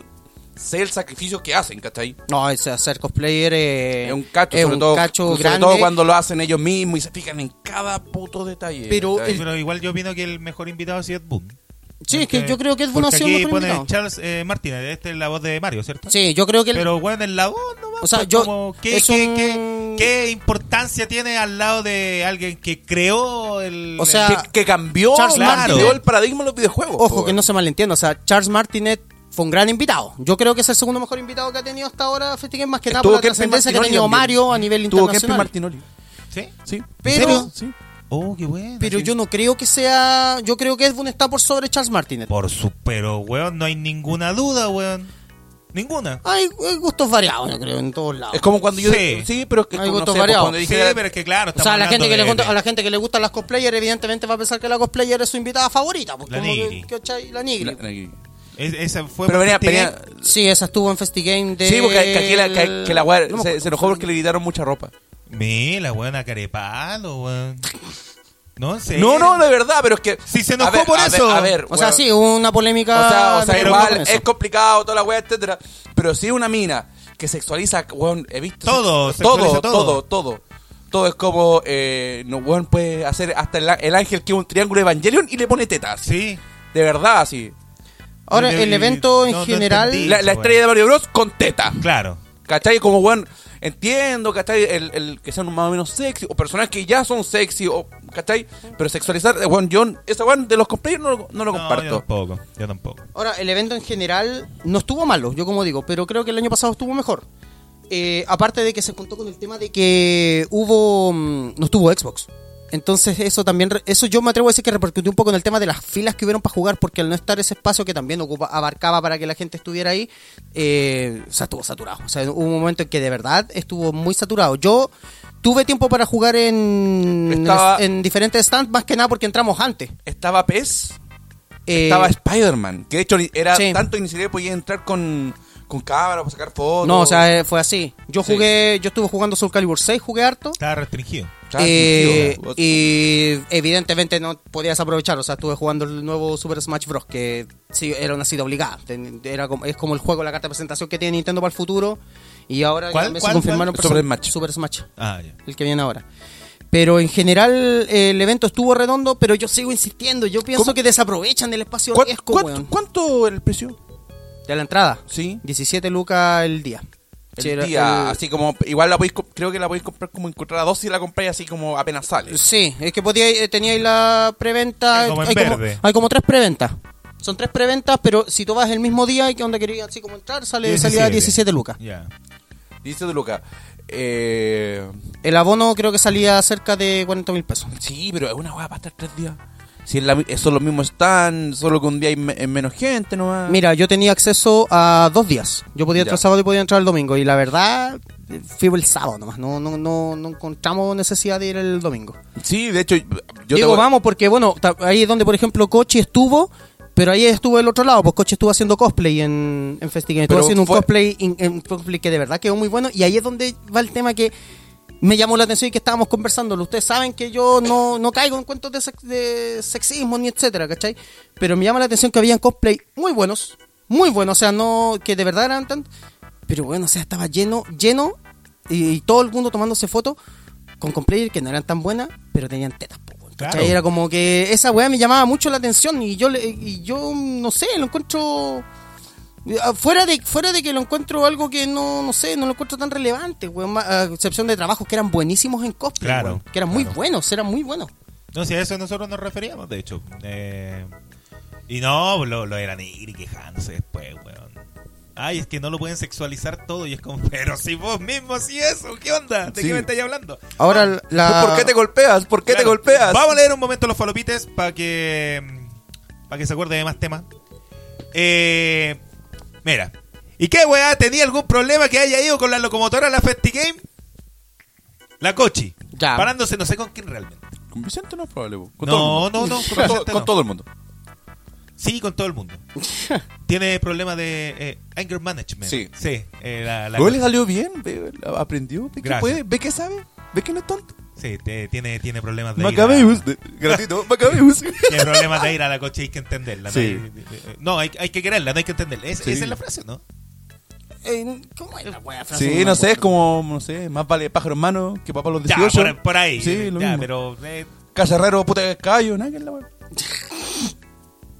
S2: sé el sacrificio que hacen, ¿cachai?
S4: No, o sea, ser cosplayer eh,
S2: Es un cacho,
S4: es
S2: sobre,
S4: un
S2: todo,
S4: cacho
S2: sobre
S4: grande.
S2: todo cuando lo hacen ellos mismos y se fijan en cada puto detalle.
S4: Pero
S2: ¿cachai?
S4: el-
S1: Pero igual yo opino que el mejor invitado ha sido Ed Boon.
S4: Sí, es que
S1: Porque-
S4: yo creo que es una
S1: porque
S4: acción
S1: aquí
S4: mejor
S1: pone
S4: invitado.
S1: Charles eh, Martínez, este es la voz de Mario, ¿cierto?
S4: Sí, yo creo que el-
S1: Pero bueno, el la voz nomás,
S4: O sea,
S1: pues,
S4: yo-
S1: como, ¿qué,
S4: es
S1: qué-
S4: un-
S1: qué- qué importancia tiene al lado de alguien que creó el.
S4: O sea,
S2: que, que cambió,
S4: Charles
S2: cambió
S1: Martinet.
S2: el paradigma de los videojuegos.
S4: Ojo,
S2: po,
S4: que no se malentienda. O sea, Charles Martinet fue un gran invitado. Yo creo que es el segundo mejor invitado que ha tenido hasta ahora Festigen, más que nada por
S2: Estuvo
S4: la
S2: Kempe
S4: trascendencia que ha
S2: Martinoli
S4: tenido
S2: también.
S4: Mario a nivel
S2: Tuvo Kempe
S4: internacional.
S2: Martinoli.
S1: ¿sí?
S2: Sí.
S4: Pero,
S2: Sí.
S1: Oh, qué bueno.
S4: pero
S1: sí.
S4: yo no creo que sea. Yo creo que Edwin está por sobre Charles Martinet.
S1: Por su. Pero, weón, no hay ninguna duda, weón. Ninguna.
S4: Hay, hay gustos variados, yo creo, en todos lados.
S2: Es como cuando yo.
S1: Sí.
S2: Sí, pero es que
S4: Hay
S2: no
S4: gustos
S2: sé, po,
S4: variados.
S2: cuando
S1: Sí,
S2: dije-
S1: pero es que claro.
S4: o
S1: estamos
S4: sea, a la, gente
S1: hablando
S4: que le
S1: de-
S4: gusta- a la gente que le gustan las cosplayers, evidentemente va a pensar que la cosplayer es su invitada favorita. Pues,
S1: La
S4: como que-
S1: Nigri.
S4: que, ¿cachai? la Nigri.
S2: La- la-
S1: es- esa fue.
S2: Pero venía,
S1: porque-
S2: venía,
S4: Sí, esa estuvo en Festigame de.
S2: Sí, porque que aquí la, que, que la weá
S4: No me
S2: se,
S4: acuerdo.
S2: se enojó porque le gritaron mucha ropa.
S1: Mira, la weón, acarepalo, weón. No sé.
S2: No, no, de verdad, pero es que.
S1: Sí, se
S2: a
S1: enojó por
S2: a
S1: eso.
S2: a ver,
S4: O sea,
S2: weón.
S4: sí, hubo una polémica.
S2: O sea, o sea,
S4: pero
S2: igual
S4: con eso.
S2: es complicado, toda la weá, etcétera. Pero si una mina que sexualiza, weón, he visto.
S1: Todo,
S2: todo,
S1: sexualiza
S2: todo,
S1: todo.
S2: todo. Todo es como, eh, no, weón, puede hacer hasta el, el ángel que es un triángulo Evangelion y le pone tetas.
S1: Sí.
S2: De verdad, así.
S4: Ahora,
S1: No, no,
S4: el
S1: no,
S4: evento en
S1: no
S4: general.
S1: entendí.
S2: La, la
S1: weón.
S2: estrella de Mario Bros. con teta.
S1: Claro.
S2: ¿Cachai? Como, weón, Entiendo, ¿cachai? El, el que sean más o menos sexy, o personajes que ya son sexy, o, ¿cachai? Pero sexualizar, eh, weón, yo, esa weón de los cosplayers no, lo- no lo
S1: yo
S2: comparto.
S1: tampoco, yo tampoco.
S4: Ahora, el evento en general no estuvo malo, yo como digo, pero creo que el año pasado estuvo mejor. Eh, aparte de que se contó con el tema de que hubo. mm, no estuvo Xbox. Entonces, eso también. re- Eso yo me atrevo a decir que repercutió un poco en el tema de las filas que hubieron para jugar, porque al no estar ese espacio que también ocupa- abarcaba para que la gente estuviera ahí, eh, o sea, estuvo saturado. O sea, hubo un momento en que de verdad estuvo muy saturado. Yo tuve tiempo para jugar en,
S2: Estaba-
S4: en diferentes stands, más que nada porque entramos antes.
S2: Estaba PES,
S4: Eh,
S2: estaba Spider-Man, que de hecho era
S4: sí.
S2: tanto iniciativa que podía entrar con, con cámara para sacar fotos.
S4: No, o sea, eh, fue así. Yo
S2: Sí.
S4: jugué, yo estuve jugando Soul Calibur 6, jugué harto.
S1: Estaba restringido.
S2: Claro,
S4: eh,
S2: sentido, weón.
S4: y evidentemente no podías aprovechar, o sea, estuve jugando el nuevo Super Smash Bros. que sí, era una cita obligada. Ten- Era como- es como el juego, la carta de presentación que tiene Nintendo para el futuro. Y ahora
S1: ¿Cuál?
S4: también
S1: ¿Cuál?
S4: se confirmaron
S2: ¿Cuál?
S4: perso-
S2: Super Smash.
S4: Super Smash,
S1: Ah, ya.
S4: el que viene ahora. Pero en general eh, el evento estuvo redondo, pero yo sigo insistiendo, yo pienso
S2: ¿Cómo?
S4: que desaprovechan el espacio
S2: ¿Cuán-
S4: riesgo,
S2: ¿Cuánto, ¿Cuánto el precio?
S4: de la entrada.
S2: Sí.
S4: 17 lucas el día.
S2: El
S4: Sí, era-
S2: día,
S4: el-
S2: así como, igual la podéis, co- creo que la podéis comprar como encontrar a dos y la compráis así como apenas sale.
S4: Sí, es que podía, eh, teníais la preventa.
S1: Es como en
S4: hay, como,
S1: verde.
S4: hay como tres preventas. Son tres preventas, pero si tú vas el mismo día y que onda querías así como entrar, sale salía a 17 lucas.
S1: Ya.
S2: Dice de Luca, eh,
S4: El abono creo que salía cerca de 40 mil pesos.
S2: sí, pero es una hueá para estar tres días. Si es la, mi- son los mismos stands, solo que un día hay, me- hay menos gente nomás.
S4: Mira, yo tenía acceso a dos días. Yo podía entrar
S2: Ya.
S4: sábado y podía entrar el domingo. Y la verdad, eh, fui el sábado nomás. No, no, no, no encontramos necesidad de ir el domingo.
S2: Sí, de hecho, yo
S4: Digo,
S2: te-
S4: vamos, porque bueno, ta- ahí es donde, por ejemplo, Cochi estuvo, pero ahí estuvo el otro lado, pues Cochi estuvo haciendo cosplay en, en Festival. Estuvo
S2: Pero
S4: haciendo
S2: fue-
S4: un cosplay, in- en- un cosplay que de verdad quedó muy bueno, y ahí es donde va el tema que me llamó la atención y que estábamos conversándolo. Ustedes saben que yo no, no caigo en cuentos de, sex- de sexismo ni etcétera, ¿cachai? Pero me llama la atención que habían cosplay muy buenos, muy buenos, o sea, no, que de verdad eran tan. Pero bueno, o sea, estaba lleno, lleno, y, y todo el mundo tomándose fotos con cosplay que no eran tan buenas, pero tenían tetas, po, weón, ¿cachai?
S1: Claro.
S4: Era como que esa weá me llamaba mucho la atención y yo, le- y yo no sé, lo encuentro. Ah, Fuera de, fuera de que lo encuentro algo que no, no sé, no lo encuentro tan relevante, weón, ma- a excepción de trabajos que eran buenísimos en cosplay,
S1: Claro,
S4: weón, que eran muy
S1: claro.
S4: buenos, eran muy buenos.
S1: No, si a eso nosotros nos referíamos, de hecho. Eh, y no, lo, lo eran ir y quejándose después, weón. Ay, es que no lo pueden sexualizar todo. Y es como, pero si vos mismo sí eso, ¿qué onda? ¿De
S2: Sí.
S1: qué me estáis hablando?
S4: Ahora la...
S2: ¿Por qué te golpeas? ¿Por qué te
S1: Claro.
S2: golpeas?
S1: Vamos a leer un momento los falopites para que para que se acuerde de más temas. Eh, mira. ¿Y qué weá? ¿Tenía algún problema que haya ido con la locomotora a la FestiGame? La Cochi.
S4: Ya.
S1: Parándose no sé con quién realmente.
S2: Con Vicente no es probable. weón. Con
S1: No,
S2: todo el mundo.
S1: no, no, con
S2: Con, todo-
S1: Vicente
S2: con
S1: no.
S2: todo el mundo.
S1: Sí, con todo el mundo. Tiene problemas de eh, anger management.
S2: Sí.
S1: Sí. eh, la- la
S2: Luego le
S1: Cochi.
S2: salió bien, ve- aprendió, ve que
S1: Gracias.
S2: puede, ve que sabe, ve que no es tonto.
S1: Sí, te- tiene, tiene problemas de ira.
S2: Macabeus, de- gratuito, Macabeus.
S1: Tiene problemas de ira la Cochi, hay que entenderla.
S2: Sí.
S1: No, hay, no, hay- hay que quererla, no hay que entenderla. Es-
S2: Sí.
S1: Esa es la frase, ¿no?
S4: Eh, ¿Cómo es la wea frase?
S2: Sí,
S4: me
S2: no sé, es
S4: acuerdo.
S2: como, no sé, más vale pájaro en mano que papá a los
S1: Ya,
S2: 18.
S1: por, por ahí.
S2: Sí, lo
S1: ya,
S2: mismo.
S1: pero eh,
S2: Cazarrero, puta que caballo, nada que es la wea.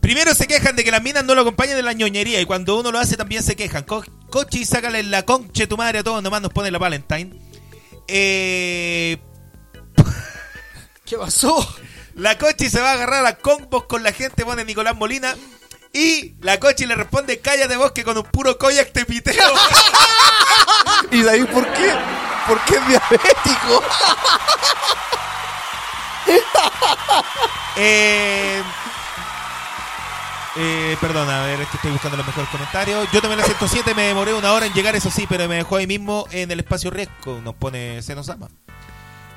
S1: Primero se quejan de que las minas no lo acompañan en la ñoñería y cuando uno lo hace también se quejan. Co- Cochi, sácale la conche tu madre a todos, nomás nos pone la Valentine. Eh,
S4: ¿Qué pasó?
S1: la Cochi se va a agarrar a combos con la gente, pone Nicolás Molina. Y la Cochi le responde, cállate vos que con un puro koyak te piteo.
S2: ¿Y de ahí por qué? ¿Por qué es diabético?
S1: eh, eh, perdona, a ver, es que estoy buscando los mejores comentarios. Yo tomé la 107, me demoré una hora en llegar, eso sí, pero me dejó ahí mismo en el espacio riesgo, nos pone Senosama.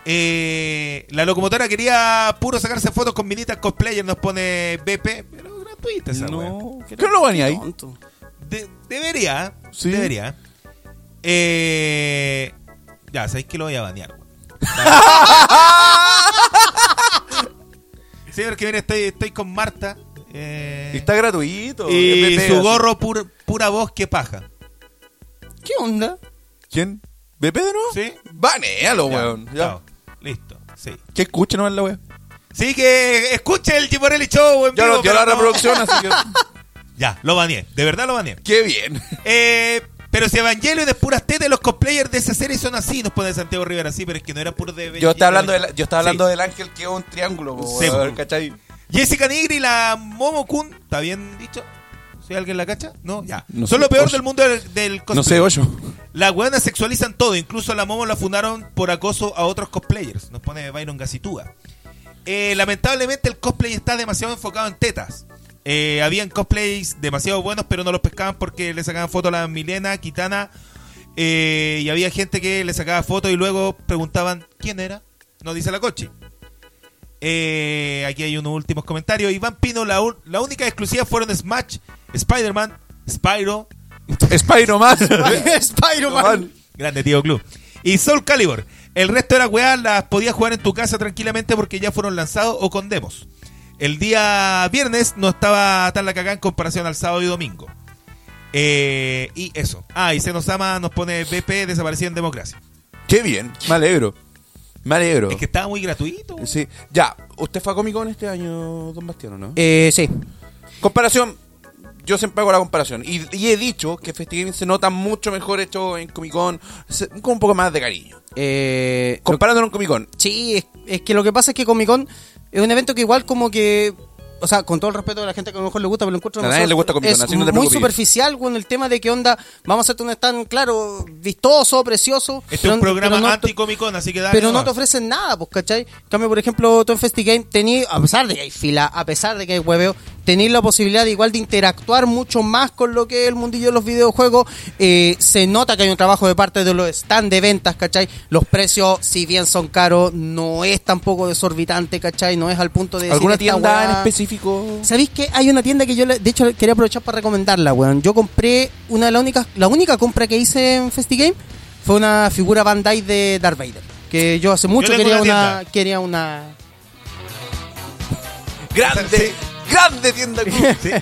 S1: Eh, la locomotora quería puro sacarse fotos con minitas cosplayer, nos pone BP, pero gratuita esa wea.
S2: No, que no lo van ahí.
S4: Tonto.
S1: De- debería,
S2: Sí.
S1: debería. Eh, ya, sabéis que lo voy a banear. weón. sí, porque mira, estoy, estoy con Marta. eh,
S2: Y Está gratuito.
S1: y
S2: es BP,
S1: su
S2: así.
S1: gorro pur- pura voz que paja.
S4: ¿Qué onda?
S2: ¿Quién? ¿BP de nuevo?
S1: Sí.
S2: Banealo,
S1: Ya,
S2: weón. Ya.
S1: chao, Listo, sí.
S2: Que escuche nomás la wea.
S1: Sí, que escuche el Chimorelli Show en
S2: Ya
S1: vivo,
S2: no dio
S1: pero
S2: la
S1: no-
S2: reproducción, así que.
S1: Ya, lo baneé. De verdad lo baneé.
S2: ¡Qué bien!
S1: Eh, Pero si Evangelion es puras tetas, los cosplayers de esa serie son así, nos pone Santiago Rivera así, pero es que no era puro de
S6: Yo estaba hablando, de la- yo estaba
S1: Sí.
S6: hablando del ángel que es un triángulo, po,
S1: Sí,
S6: weón,
S1: po.
S6: ¿cachai?
S1: Jessica Nigri, la Momo Kun, ¿está bien dicho? ¿Si alguien la cacha? No, ya.
S2: No
S1: Son
S2: sé,
S1: lo peor
S2: ocho.
S1: del mundo del, del cosplay.
S2: No sé, ocho.
S1: Las weonas sexualizan todo, incluso a la Momo la fundaron por acoso a otros cosplayers, nos pone Byron Gacitúa. Eh, lamentablemente el cosplay está demasiado enfocado en tetas. Eh, habían cosplays demasiado buenos, pero no los pescaban porque le sacaban fotos a la Milena, Kitana, eh, y había gente que le sacaba fotos y luego preguntaban quién era. No dice la coche. Eh, aquí hay unos últimos comentarios. Iván Pino, la, ul- la única exclusiva fueron Smash, Spider-Man, Spyro,
S2: Spyro más.
S4: Spider-Man.
S1: Grande tío Club. Y Soul Calibur. El resto de las weas las podías jugar en tu casa tranquilamente porque ya fueron lanzados o con demos. El día viernes no estaba tan la cagada en comparación al sábado y domingo. Eh, y eso. Ah, y se nos ama, nos pone BP desaparecido en democracia.
S2: Qué bien. Me alegro. Me alegro.
S1: Es que estaba muy gratuito.
S2: Sí. Ya, usted fue a Comic Con este año, don Bastiano, ¿no?
S4: Eh, sí.
S2: Comparación. Yo siempre hago la comparación. Y, y he dicho que Festival se nota mucho mejor hecho en Comic Con. se- Con un poco más de cariño.
S4: Eh,
S2: Comparándolo en Comic Con.
S4: Sí, es, es que lo que pasa es que Comic Con es un evento que igual como que... O sea, con todo el respeto de la gente que a lo mejor le gusta, pero lo encuentro...
S2: A nadie
S4: demasiado-
S2: le gusta Comic Con,
S4: es
S2: así no te
S4: muy
S2: preocupes.
S4: superficial con el tema de qué onda, vamos a hacerte un stand, claro, vistoso, precioso.
S1: Este es
S4: pero-
S1: un programa
S4: pero no-
S1: anticomicón, así que dale
S4: pero no
S1: nomás.
S4: te ofrecen nada, pues, ¿cachai? En cambio, por ejemplo, tú en FestiGame tenías, a pesar de que hay fila, a pesar de que hay hueveo, tenías la posibilidad de igual de interactuar mucho más con lo que es el mundillo de los videojuegos. Eh, se nota que hay un trabajo de parte de los stand de ventas, ¿cachai? Los precios, si bien son caros, no es tampoco desorbitante, ¿cachai? No es al punto de decir,
S2: ¿Alguna
S4: "Esta
S2: tienda en
S4: weá-
S2: específico?
S4: ¿Sabéis que hay una tienda que yo, le- de hecho, quería aprovechar para recomendarla, weón? Yo compré una de las únicas, la única compra que hice en FestiGame fue una figura Bandai de Darth Vader. Que yo hace mucho
S1: tengo
S4: quería,
S1: una
S4: una,
S1: tienda.
S4: quería una.
S2: Grande, grande tienda Club. Grande.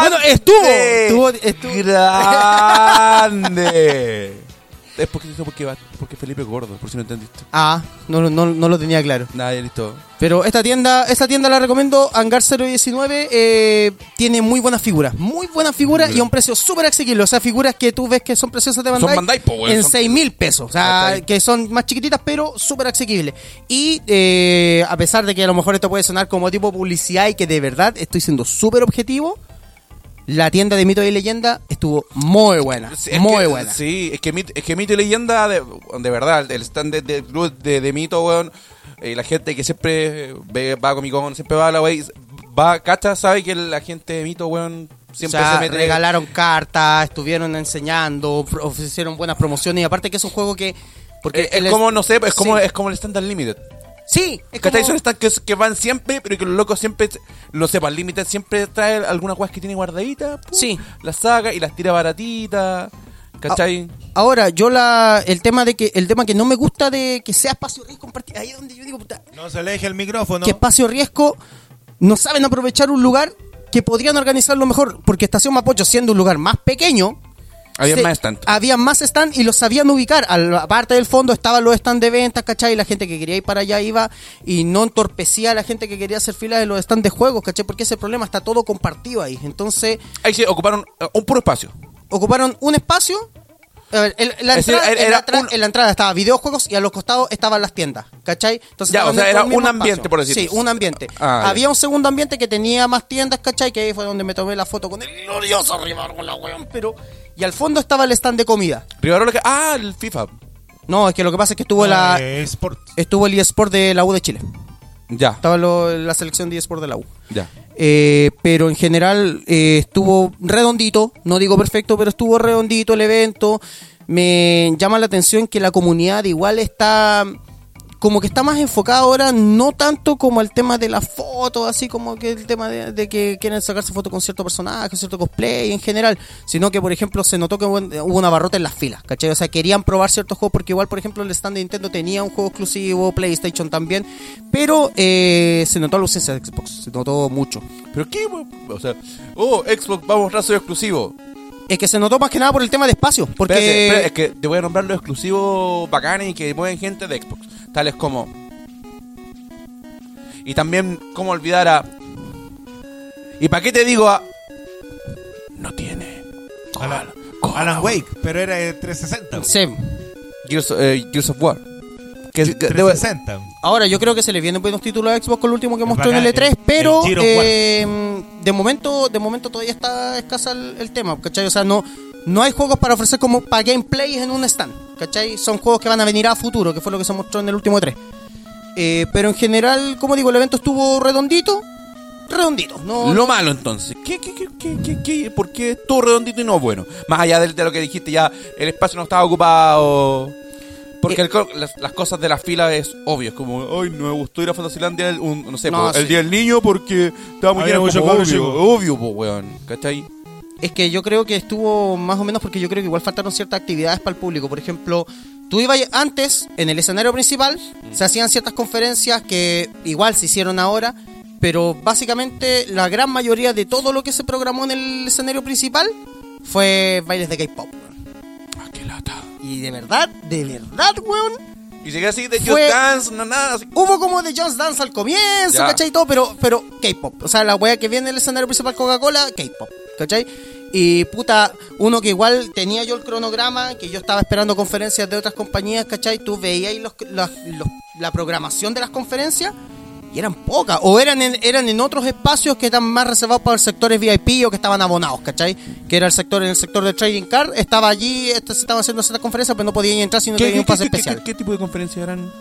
S4: Bueno, estuvo, estuvo- estuvo.
S2: Grande. es porque eso porque, va- porque Felipe es gordo, por si no entendiste.
S4: Ah, no, lo- no, no lo tenía claro.
S2: Nada, ya listo.
S4: Pero esta tienda, esta tienda la recomiendo, Hangar 019, eh, tiene muy buenas figuras, muy buenas figuras y a un precio súper asequible. O sea, figuras que tú ves que son preciosas de Bandai,
S2: Bandai, po, weón,
S4: en
S2: son-
S4: 6 mil pesos. O sea,
S2: Ahí está.
S4: que son más chiquititas, pero súper asequibles. Y eh, a pesar de que a lo mejor esto puede sonar como tipo publicidad y que de verdad estoy siendo súper objetivo, la tienda de mito y leyenda estuvo muy buena,
S2: Sí, es
S4: muy
S2: que-
S4: buena.
S2: Sí, es que, mit- es que Mito y Leyenda, de, de verdad, el stand de, de club de, de Mito, weón, eh, la gente que siempre ve- va a Comic Con, siempre va a la wey, va, cacha, sabe que la gente de Mito, weón, siempre
S4: o sea,
S2: se mete.
S4: regalaron cartas, estuvieron enseñando, of- ofrecieron buenas promociones y aparte que es un juego que porque
S2: Eh, es
S4: el-
S2: como, no sé, es como,
S4: sí,
S2: es como el Standard Limited.
S4: sí, es
S2: ¿Cachai?
S4: como-
S2: Son estas que, que van siempre, pero que los locos siempre, lo sepan, límites siempre trae algunas guas que tiene guardaditas. pum,
S4: Sí.
S2: Las saca y las tira baratitas. ¿Cachai?
S4: Ahora, yo la el tema de que el tema que no me gusta de que sea espacio riesgo compartido, ahí es donde yo digo, puta,
S1: No se aleje el micrófono.
S4: que espacio riesgo no saben aprovechar un lugar que podrían organizarlo mejor, porque Estación Mapocho siendo un lugar más pequeño,
S2: Había
S4: se-
S2: más stand.
S4: Había más stand y los sabían ubicar. A la parte del fondo estaban los stand de ventas, ¿cachai? Y la gente que quería ir para allá iba y no entorpecía a la gente que quería hacer filas de los stand de juegos, ¿cachai? Porque ese problema está todo compartido ahí. Entonces,
S2: Ahí sí, ocuparon eh, un puro espacio.
S4: ocuparon un espacio. A ver, el- la,
S2: Es decir,
S4: entrada,
S2: era-
S4: en, la
S2: era
S4: tra-
S2: un-
S4: en la entrada estaba videojuegos y a los costados estaban las tiendas, ¿cachai? Entonces,
S2: Ya, o
S4: estaban
S2: sea,
S4: dentro
S2: era
S4: del mismo
S2: un ambiente, por decirlo.
S4: Sí, un ambiente.
S2: Ah, ya.
S4: Había un segundo ambiente que tenía más tiendas, ¿cachai? Que ahí fue donde me tomé la foto con el glorioso rival, con la weón, pero... Y al fondo estaba el stand de comida.
S2: Rivarola que. Ah, el FIFA.
S4: No, es que lo que pasa es que estuvo
S1: Ah,
S4: la
S1: eh, Sport.
S4: estuvo el eSport de la U de Chile.
S2: Ya.
S4: Estaba lo- la selección de eSport de la U.
S2: Ya.
S4: Eh, pero en general eh, estuvo redondito, no digo perfecto, pero estuvo redondito el evento. Me llama la atención que la comunidad igual está como que está más enfocada ahora, no tanto como el tema de las fotos, así como que el tema de, de que quieren sacarse fotos con cierto personaje, cierto cosplay en general, sino que por ejemplo se notó que hubo hubo una barrota en las filas, ¿cachai? O sea, querían probar ciertos juegos porque igual por ejemplo el stand de Nintendo tenía un juego exclusivo, PlayStation también, pero eh, se notó la ausencia de Xbox, se notó mucho.
S2: Pero qué, weón? O sea, oh, Xbox, vamos, raso exclusivo.
S4: Es que se notó más que nada por el tema de espacio. Porque.
S2: Espérate, espérate, es que te voy a nombrar los exclusivos bacanes y que mueven gente de Xbox. Tales como. Y también, ¿cómo olvidar a. ¿Y para qué te digo a.? No tiene.
S1: A la-
S2: Call
S1: Alan Wake, pero era de 360. po.
S4: Sí.
S2: Gears, eh, Gears of War. Que, que- debo-
S1: 360.
S4: Ahora, yo creo que se le vienen buenos títulos a Xbox con lo último que
S1: Es
S4: mostró en
S1: bacán,
S4: el E3,
S1: el-
S4: pero
S1: el Gears of War.
S4: eh, de momento de momento todavía está escasa el, el tema, ¿cachai? O sea, no, no hay juegos para ofrecer como para gameplays en un stand, ¿cachai? Son juegos que van a venir a futuro, que fue lo que se mostró en el último E3. Eh, pero en general, como digo, el evento estuvo redondito, redondito. No,
S2: Lo malo entonces, ¿Qué, qué, qué, qué, qué, qué? por qué es todo redondito y no bueno? Más allá del- de, lo que dijiste ya, el espacio no estaba ocupado. Porque
S4: Eh.
S2: el co- las, las cosas de la fila es obvio, es como, ay, no me gustó ir a Fantasilandia el, un- no sé,
S4: No,
S2: po, el
S4: sí.
S2: día del niño porque estaba muy
S1: Había
S2: lleno,
S1: mucho
S2: como
S1: cabro
S2: obvio,
S1: chico.
S2: obvio, po, weón, ¿cachai?
S4: Es que yo creo que estuvo más o menos porque yo creo que igual faltaron ciertas actividades para el público. Por ejemplo, tú ibas antes en el escenario principal, se hacían ciertas conferencias que igual se hicieron ahora, pero básicamente la gran mayoría de todo lo que se programó en el escenario principal fue bailes de K-pop. weón.
S2: Ah, qué lata.
S4: Y de verdad, de verdad, weón,
S2: Y llegué así de
S4: Fue-
S2: Just Dance, no nada, así.
S4: Hubo como de Just Dance al comienzo,
S2: Ya.
S4: ¿cachai? Y todo, pero, pero K-pop. O sea, la wea que viene en el escenario principal Coca-Cola, K-pop, ¿cachai? Y puta, uno que igual tenía yo el cronograma, que yo estaba esperando conferencias de otras compañías, ¿cachai? Tú veías ahí los, las- los- la programación de las conferencias y eran pocas. O eran en, eran en otros espacios que eran más reservados para sectores VIP o que estaban abonados, ¿cachai? Que era el sector, en el sector de trading card, estaba allí, est- se estaban haciendo ciertas conferencias, pero no podían entrar si no tenían un pase especial.
S2: qué tipo de conferencias eran?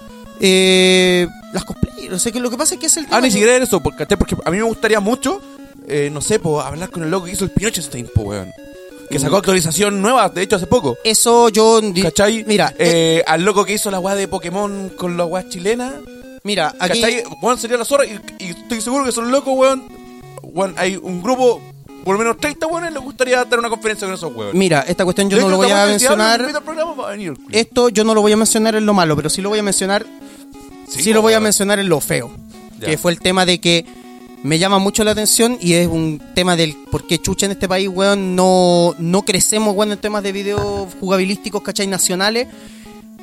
S4: Eh, las cosplay, o sea que lo que pasa es que es el tema
S2: Ah, ni
S4: que-
S2: siquiera era eso, porque, ¿cachai? porque a mí me gustaría mucho, eh, no sé, po, hablar con el loco que hizo el Pinochetstein, po, weón. Que
S4: Mm.
S2: sacó actualización nueva, de hecho, hace poco.
S4: Eso yo di-
S2: ¿Cachai?
S4: Mira, eh,
S2: Eh, al loco que hizo la weá de Pokémon con la weá chilena.
S4: eh, mira, aquí
S2: ¿Cachai? Weón sería la zorra. Y, y estoy seguro que son locos, weón. Weón, hay un grupo, por lo menos 30 weones, les gustaría dar una conferencia con esos weón.
S4: mira, esta cuestión yo no lo voy a mencionar. Esto yo no lo voy a mencionar en lo malo, pero sí lo voy a mencionar sí, lo voy a mencionar en lo feo,
S2: Ya.
S4: que fue el tema de que me llama mucho la atención y es un tema del por qué chucha en este país, weón, no, no crecemos, weón, en temas de videos jugabilísticos, ¿cachai? Nacionales.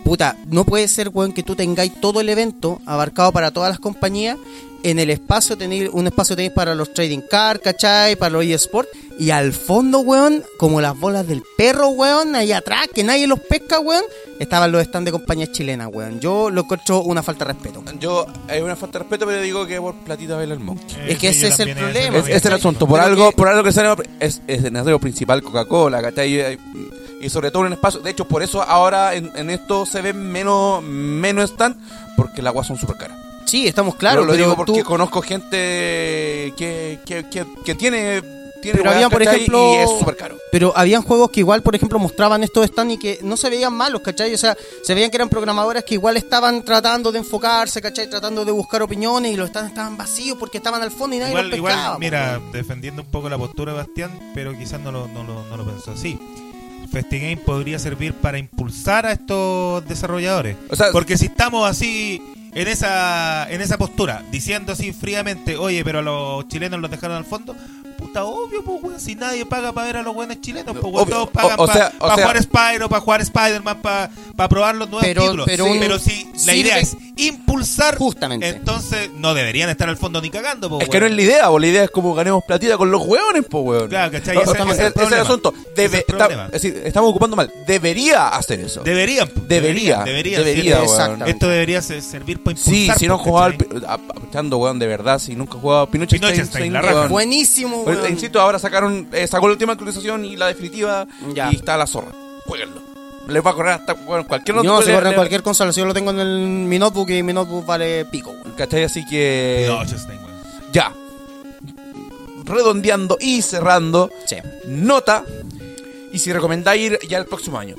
S4: Puta, no puede ser, weón, que tú tengáis todo el evento abarcado para todas las compañías. En el espacio tenéis un espacio tenéis para los trading card, ¿cachai? Para los eSports. Y al fondo, weón, como las bolas del perro, weón, ahí atrás, que nadie los pesca, weón, estaban los stands de compañías chilenas, weón. Yo lo encuentro una falta de respeto.
S2: Yo, hay una falta de respeto, pero digo que por platita baila el monje.
S1: Eh,
S4: Es que
S1: sí, yo
S4: ese es el
S1: también
S4: problema.
S1: esa
S2: Es,
S4: Ese
S1: idea.
S2: es el asunto. Por
S4: Pero
S2: algo,
S4: que-
S2: por algo que sale es, es el escenario principal Coca-Cola, ¿cachai? Y, y sobre todo en el espacio. De hecho, por eso ahora en, en esto se ven menos, menos stand, porque las aguas son súper caras.
S4: Sí, estamos claros,
S2: Yo lo
S4: pero
S2: digo porque
S4: tú-
S2: conozco gente que, que, que, que tiene, tiene
S4: Pero
S2: weas,
S4: habían, por
S2: ¿cachai?
S4: ejemplo-
S2: y es súper caro.
S4: Pero habían juegos que igual, por ejemplo, mostraban estos stand y que no se veían malos, ¿cachai? O sea, se veían que eran programadoras que igual estaban tratando de enfocarse, ¿cachai? Tratando de buscar opiniones y los stands estaban vacíos porque estaban al fondo y nadie
S1: Igual,
S4: los
S1: igual,
S4: pescaba. po,
S1: mira,
S4: weón.
S1: defendiendo un poco la postura de Bastián, pero quizás no lo, no lo, no lo pensó así. FestiGame podría servir para impulsar a estos desarrolladores.
S2: O sea,
S1: Porque si estamos así en esa en esa postura, diciendo así fríamente, oye, pero a los chilenos los dejaron al fondo, puta, obvio, pues, weón, si nadie paga para ver a los buenos chilenos, pues, weón,
S2: Obvio.
S1: todos pagan
S2: O- o
S1: para
S2: sea, o sea-
S1: jugar Spyro, para jugar Spider-Man, para probar los nuevos
S4: Pero-
S1: títulos.
S4: pero
S1: Sí.
S4: un-
S1: Pero si la idea es
S4: sirve-
S1: impulsar,
S4: Justamente.
S1: entonces no deberían estar al fondo ni cagando, pues,
S2: Es que no
S1: weón.
S2: es la idea, po. la idea es como ganemos platita con los hueones, po, weón.
S1: Claro, ¿cachai?
S2: No,
S1: Ese-
S2: estamos-
S1: ese es el
S2: ese es el
S1: problema.
S2: asunto. Debe-
S1: Ese es el
S2: está-
S1: problema.
S2: es decir, estamos ocupando mal. Debería hacer eso.
S1: Deberían. pues,
S2: debería,
S1: Deberían.
S2: debería,
S1: sí.
S2: weón.
S4: Exactamente.
S1: Esto debería ser- servir para impulsar.
S2: Sí, si no
S1: pues,
S2: jugaba al
S1: ¿cachai?
S2: pi- a- apretando, weón, de verdad, si nunca jugaba Pinochet.
S1: Pinochet
S2: Stein,
S1: Stein, la
S2: weón.
S1: raja.
S4: Buenísimo,
S2: Ahorita,
S4: weón.
S2: insisto, ahora sacaron, eh, sacó la última actualización y la definitiva
S4: Ya.
S2: y está la zorra. Jueguenlo. Les va a correr hasta bueno, cualquier
S4: Yo no
S2: otro-
S4: se
S2: le-
S4: corre en
S2: le-
S4: cualquier consola, si yo lo tengo en el, mi notebook y mi notebook vale pico, weón.
S2: ¿Cachai? Así que.
S1: Pinochet Stein, weón.
S2: Ya. Redondeando y cerrando.
S4: Sí.
S2: Nota. Y si recomendáis ir ya el próximo año.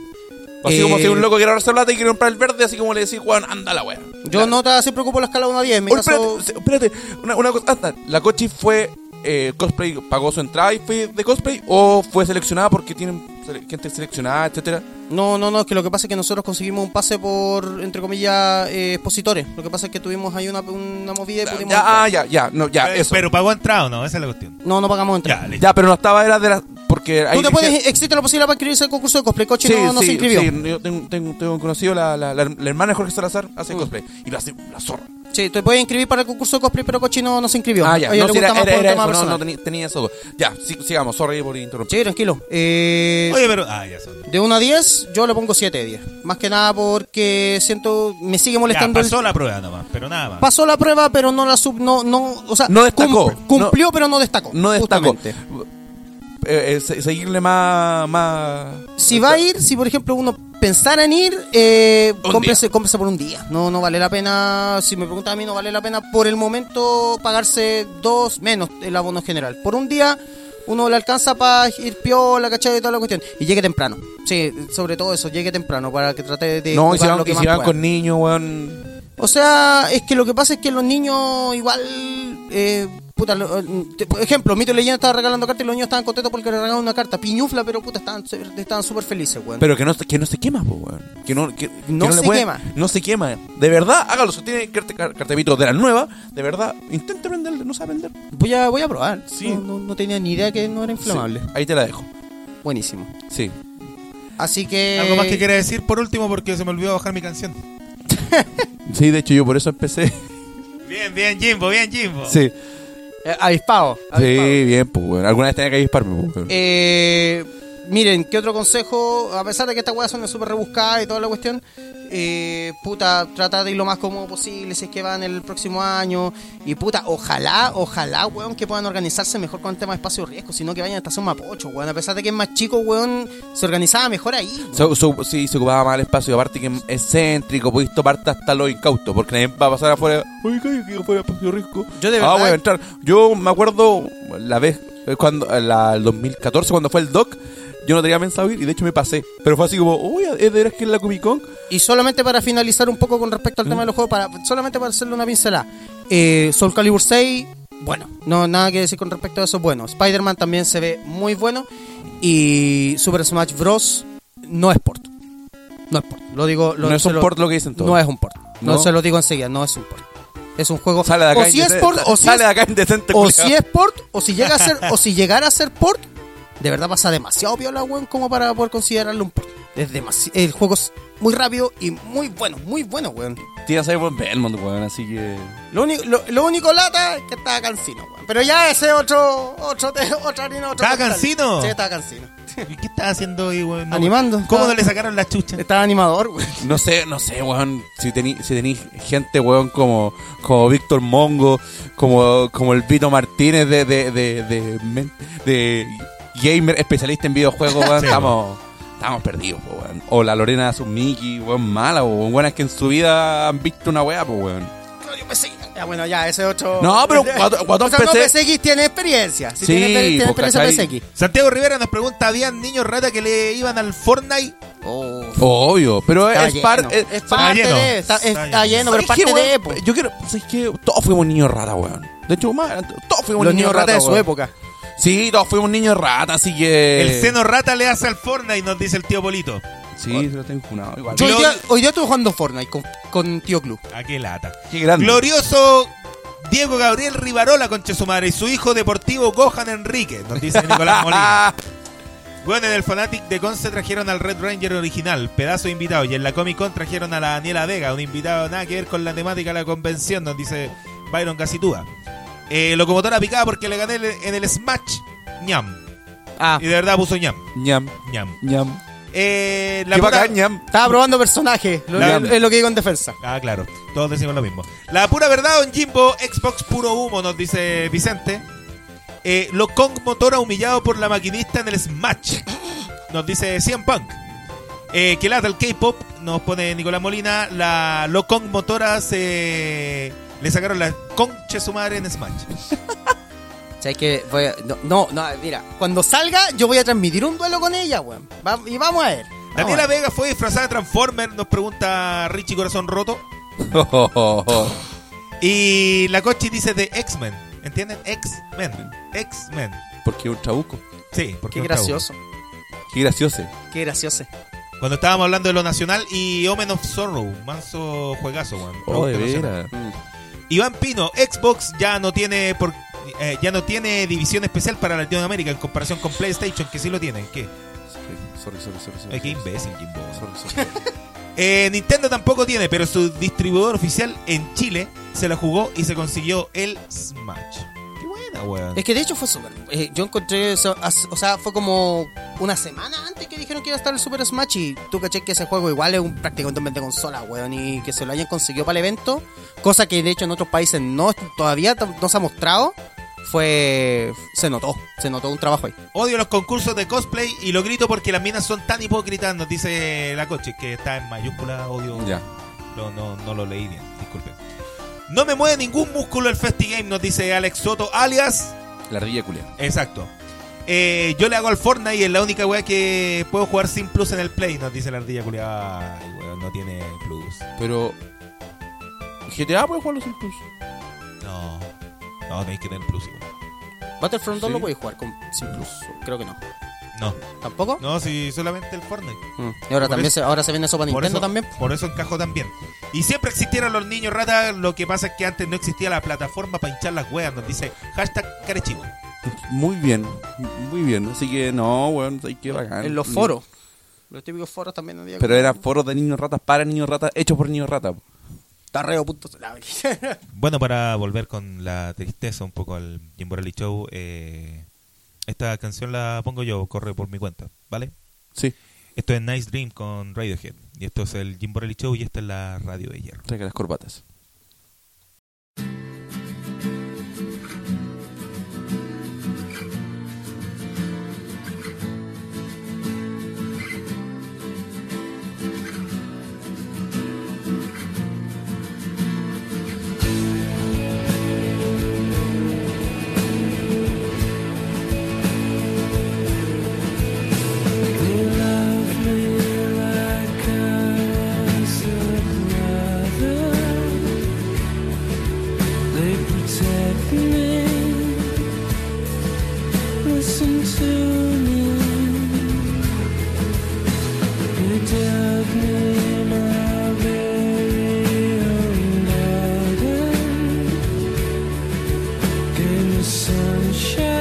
S2: Así
S4: Eh,
S2: como si un loco quiere ahorrarse plata y quiere comprar el verde, así como le decís, Juan, anda la wea.
S4: Yo no te siempre ocupo la escala 1 a 10, en mi
S2: Oh,
S4: caso...
S2: espérate, espérate, una, una cosa. Hasta, ¿La Cochi fue eh, cosplay, pagó su entrada y fue de cosplay? ¿O fue seleccionada porque tienen sele- gente seleccionada, etcétera?
S4: No, no, no, es que lo que pasa es que nosotros conseguimos un pase por, entre comillas, eh, expositores. Lo que pasa es que tuvimos ahí una, una movida y
S2: Ya,
S4: pudimos...
S2: ya, ah, ya, ya, no, ya,
S1: Eh,
S2: eso.
S1: Pero pagó entrada o no, esa es la cuestión.
S4: No, no pagamos entrada.
S1: Ya, listo.
S2: ya, pero no estaba, era de las. Por, Porque hay
S4: Tú te
S2: gente-
S4: puedes, existe la posibilidad para inscribirse al concurso de cosplay. Coche no, no se inscribió.
S2: sí,
S4: Sí.
S2: yo tengo, tengo- tengo conocido la, la, la- la hermana de Jorge Salazar
S4: Mm.
S2: hace cosplay y lo hace la zorra.
S4: te puedes inscribir para el concurso de cosplay, pero Coche no, no se inscribió.
S2: Ah, ya,
S4: A ella
S2: no,
S4: le
S2: si era,
S4: gusta más
S2: era-
S4: por un
S2: era
S4: tema
S2: eso, no,
S4: personal.
S2: no tenía, tenía eso. Ya, sig- sigamos, sorry por interrumpir.
S4: Sí, tranquilo. Eh,
S1: Oye, pero. Ah, ya son.
S4: de 1 a 10, yo le pongo 7 de 10. Más que nada porque siento. Me sigue
S1: Ya,
S4: molestando. el-
S1: pasó la prueba nomás, pero nada más.
S4: pasó la prueba, pero no la sub. No, no, o sea,
S2: No destacó.
S4: cum- cumplió, pero no destacó.
S2: No destacó.
S4: justamente.
S2: Eh, eh, se- seguirle más, más.
S4: Si va a ir, si por ejemplo uno pensara en ir, eh,
S2: Un
S4: cómprese, cómprese por un día. No, no vale la pena, si me preguntan a mí, no vale la pena por el momento pagarse dos menos el abono general. Por un día uno le alcanza para ir piola, ¿cachai? Y toda la cuestión. Y llegue temprano. Sí, sobre todo eso, llegue temprano para que trate de...
S2: No, y
S4: jugar
S2: si van,
S4: lo que
S2: y si
S4: más
S2: van
S4: pueda.
S2: con niños, weón.
S4: O sea, es que lo que pasa es que los niños igual... eh, puta, lo- eh, te- por ejemplo, Mito y Leyenda estaba regalando cartas y los niños estaban contentos porque le regalaron una carta. Piñufla, pero puta, estaban estaban súper felices, weón.
S2: Pero que no, que no se quema, po, weón. Que no, que, que
S4: No
S2: le
S4: se
S2: puede-
S4: quema.
S2: No se quema. De verdad, hágalo. Si tiene carte- car- cartepito de la nueva, de verdad, intente vender, no sabe vender.
S4: Voy a, voy a probar.
S2: Sí.
S4: No, no- no tenía ni idea que no era inflamable.
S2: Sí, ahí te la dejo.
S4: Buenísimo.
S2: Sí.
S4: Así que.
S1: Algo más que quiera decir por último porque se me olvidó bajar mi canción.
S2: Sí, de hecho, yo por eso empecé.
S1: Bien, bien, Jimbo, bien, Jimbo.
S2: Sí.
S4: Eh, avispado. avispado.
S2: Sí, bien, pues, weón. Alguna vez tenía que dispararme, pues, weón.
S4: Eh, miren, ¿qué otro consejo? A pesar de que estas weas son súper rebuscadas y toda la cuestión, eh, puta, trata de ir lo más cómodo posible si es que van el próximo año. Y puta, ojalá, ojalá, weón, que puedan organizarse mejor con el tema de espacio riesgo, sino que vayan a Estación Mapocho, weón. A pesar de que es más chico, weón, se organizaba mejor ahí. weón.
S2: So- so- sí, se ocupaba más el espacio. Aparte que es céntrico, podéis toparte hasta los incautos. Porque nadie va a pasar afuera. Oiga, yo quiero fuera espacio rico.
S4: Yo de
S2: Ah,
S4: verdad-
S2: voy a entrar. Yo me acuerdo la vez, eh, cuando eh, la, el 2014, cuando fue el doc. Yo no tenía pensado ir y de hecho me pasé. Pero fue así como, uy, ¿es de veras que es la Comic Con?
S4: Y solamente para finalizar un poco con respecto al tema de los juegos, para, solamente para hacerle una pincelada. Eh, Soul Calibur 6, bueno, no nada que decir con respecto a eso, bueno. Spider-Man también se ve muy bueno. Y Super Smash Bros. no es port. No es port. Lo digo, lo-
S2: no es
S4: se
S2: un
S4: lo-
S2: port lo que dicen todos.
S4: No es un port. No,
S2: No.
S4: se lo digo enseguida, no es un port. Es un juego.
S2: Sale de acá
S4: o si es
S2: indecente-
S4: port, o si
S2: sale
S4: es-
S2: de acá indecente.
S4: o
S2: culiao.
S4: si es port, o si llega a ser, o si llegara a ser port, de verdad pasa demasiado piola, weón, como para poder considerarlo un port. Es demasi- el juego es muy rápido y muy bueno, muy bueno, weón.
S2: Tiene a Cyborg Belmont, weón, así que...
S4: Lo único, lo, lo único lata es que estaba cansino, weón. Pero ya ese otro, otro, te- otra harina, otro.
S1: ¿Estaba
S4: costal.
S1: cansino?
S4: Sí, estaba cansino.
S1: ¿Y ¿Qué estás haciendo ahí, weón? No,
S4: Animando.
S1: ¿Cómo
S4: estaba-
S1: no le sacaron la chucha?
S4: Estaba animador, weón.
S2: No sé, no sé, weón. Si tenéis si tení gente, weón, como, como Víctor Mongo, como, como el Vito Martínez de, de, de, de, men- de gamer especialista en videojuegos, weón,
S1: Sí,
S2: estamos, estamos perdidos, po, weón. O la Lorena Zumiki, weón, mala, weón. Buenas que en su vida han visto una weá, pues, weón.
S4: Claudio Pesegui. Ya, bueno, ya, ese otro.
S2: No, pero Guatón- Guatón
S4: O sea, no,
S2: Pese-
S4: Pesegui tiene experiencia.
S2: Sí,
S4: Si tiene, tiene
S2: pues,
S4: experiencia
S2: ¿cachai?
S4: Pesegui.
S1: Santiago Rivera nos pregunta, ¿habían niños rata que le iban al Fortnite? Oh,
S2: Obvio, pero
S4: Estaba
S2: es, par-
S4: lleno.
S2: es-
S4: Es parte
S1: lleno.
S4: de. Está,
S1: Está
S4: está
S1: lleno.
S4: lleno, pero es
S2: ¿Sabes
S4: parte
S2: qué,
S4: de.
S2: weón?
S4: po.
S2: Yo quiero, ¿sabes qué? Todos fuimos niños rata, weón. De hecho, más, adelante, todos fuimos
S4: Los
S2: niños
S4: niños
S2: rata
S4: rata de su
S2: weón.
S4: época.
S2: Sí, todos fuimos niños rata, así que.
S1: El seno rata le hace al Fortnite, nos dice el tío Polito.
S2: Sí, se lo tengo funado igual.
S4: Yo hoy
S1: Glor-
S4: día, hoy día estuve jugando Fortnite con, con Tío Club.
S1: ¿A qué lata?
S2: Qué grande.
S1: Glorioso Diego Gabriel Rivarola, conche su madre, y su hijo deportivo Gohan Enrique, nos dice Nicolás Molina.
S2: Ah,
S1: Bueno, en el Fanatic de Conce trajeron al Red Ranger original, pedazo de invitado. Y en la Comic Con trajeron a la Daniela Vega, un invitado nada que ver con la temática de la convención, nos dice Byron Casitúa. Eh, locomotora picada porque le gané en el Smash ñam.
S4: Ah.
S1: Y de verdad puso ñam,
S2: ñam,
S1: ñam.
S2: ñam.
S1: Eh, la
S2: Qué
S1: puta-
S2: bacán, ñam.
S4: Estaba probando personajes, lo-
S1: La-
S4: es lo que digo en defensa.
S1: Ah, claro, todos decimos lo mismo. La pura verdad, Don Jimbo, Xbox puro humo, nos dice Vicente. Eh, Locong Motora humillado por la maquinista en el Smash, nos dice Cien Punk. Eh, que lata el K-pop, nos pone Nicolás Molina. La Locong Motora se. Le sacaron la concha de su madre en Smash.
S4: O sea, es que voy a- no, no, no, mira, cuando salga yo voy a transmitir un duelo con ella, weón. Va- y vamos a ver. vamos
S1: Daniela
S4: a ver.
S1: Vega fue disfrazada de Transformer, nos pregunta Richie Corazón Roto.
S2: Oh,
S1: Y la Cochi dice de X-Men, ¿entienden? X-Men, X-Men.
S2: Porque es un trabuco.
S1: Sí, porque
S4: Qué
S1: no está
S4: gracioso,
S2: Qué gracioso.
S4: qué gracioso.
S1: Cuando estábamos hablando de lo nacional y Omen of Sorrow, manso juegazo, weón.
S2: Oh, de
S1: Producto nacional.
S2: veras.
S1: Iván Pino, Xbox ya no tiene por eh, ya no tiene división especial para Latinoamérica en comparación con PlayStation, que sí lo tiene. ¿Qué?
S2: Sorry, sorry, sorry. sorry,
S1: Ay, qué
S2: sorry,
S1: imbécil, Jimbo.
S2: sorry, sorry.
S1: Eh, Nintendo tampoco tiene, pero su distribuidor oficial en Chile se la jugó y se consiguió el Smash. Qué buena, weón.
S4: Es que de hecho fue súper. eh, yo encontré. eso as- O sea, fue como una semana antes que dijeron que iba a estar el Super Smash. Y tú caché que ese juego igual es un prácticamente de consola, weón. Y que se lo hayan conseguido para el evento. Cosa que de hecho en otros países no todavía tam- no se ha mostrado. Fue. Se notó. Se notó un trabajo ahí.
S1: Odio los concursos de cosplay y lo grito porque las minas son tan hipócritas, nos dice la coche, que está en mayúscula, odio.
S2: Ya.
S1: No, no, no lo leí bien, disculpe. No me mueve ningún músculo el FestiGame, nos dice Alex Soto, alias.
S2: La ardilla culia.
S1: Exacto. Eh, yo le hago al Fortnite y es la única weá que puedo jugar sin plus en el play, nos dice la ardilla culiada. Ay, weón, no tiene plus.
S2: Pero. GTA puede jugarlo sin plus.
S1: No. No, tenéis que tener plus. igual.
S4: Battlefront 2
S2: Sí.
S4: lo podéis jugar con, sin plus. Creo que no.
S1: No.
S4: ¿Tampoco?
S1: No, si solamente el Fortnite.
S4: Mm. Y ahora
S1: Por
S4: también
S1: eso-
S4: se, ahora se viene eso para
S1: Por
S4: Nintendo
S1: eso,
S4: también.
S1: Por eso encajó también. Y siempre existieron los niños rata. Lo que pasa es que antes no existía la plataforma para hinchar las weas. Nos dice hashtag carechivo.
S2: Muy bien, muy bien. Así que no, weón, hay que
S1: Ah,
S2: bacán.
S4: En los foros. Los típicos foros también había.
S2: Pero eran foros de niños ratas para niños ratas, hechos por niños ratas.
S4: Tarreo punto- la-
S1: Bueno, para volver con la tristeza un poco al Jim Borelli Show, eh, esta canción la pongo yo, corre por mi cuenta, ¿vale?
S2: Sí,
S1: Esto es Nice Dream con Radiohead. Y esto es el Jim Borelli Show y esta es la radio de hierro.
S2: trae las corbatas.
S7: They protect me. Listen to me. You dug me my very own garden. Gave me sunshine.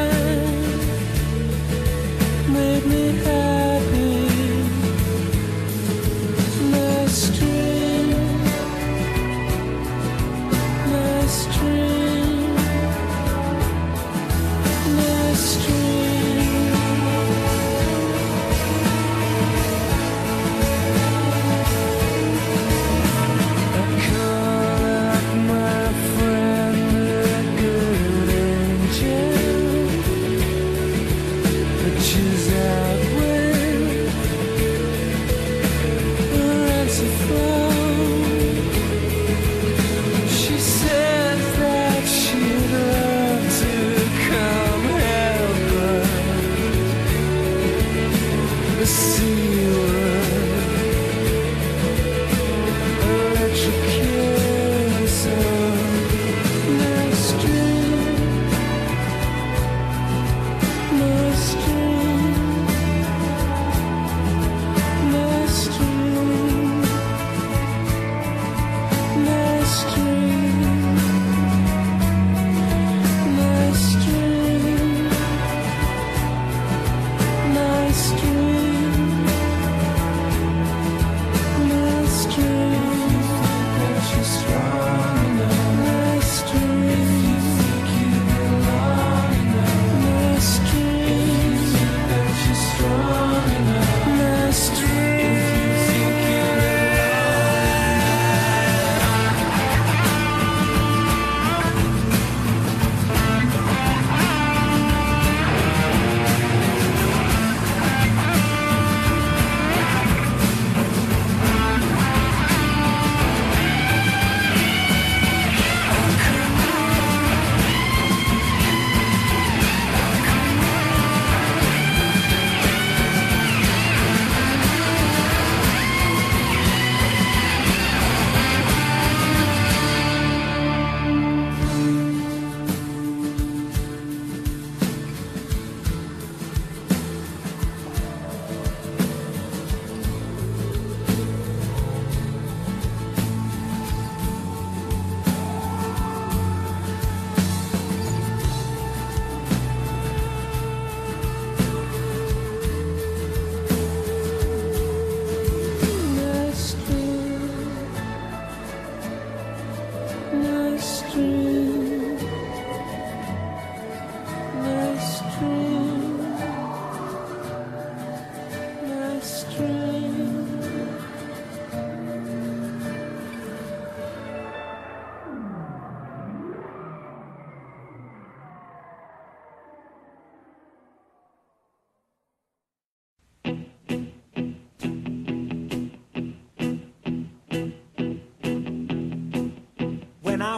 S7: Made me happy. Nice dream. Nice dream. Nice dream. I call up my friend, the good angel, but she's out with her answer phone. She says that she'd love to come help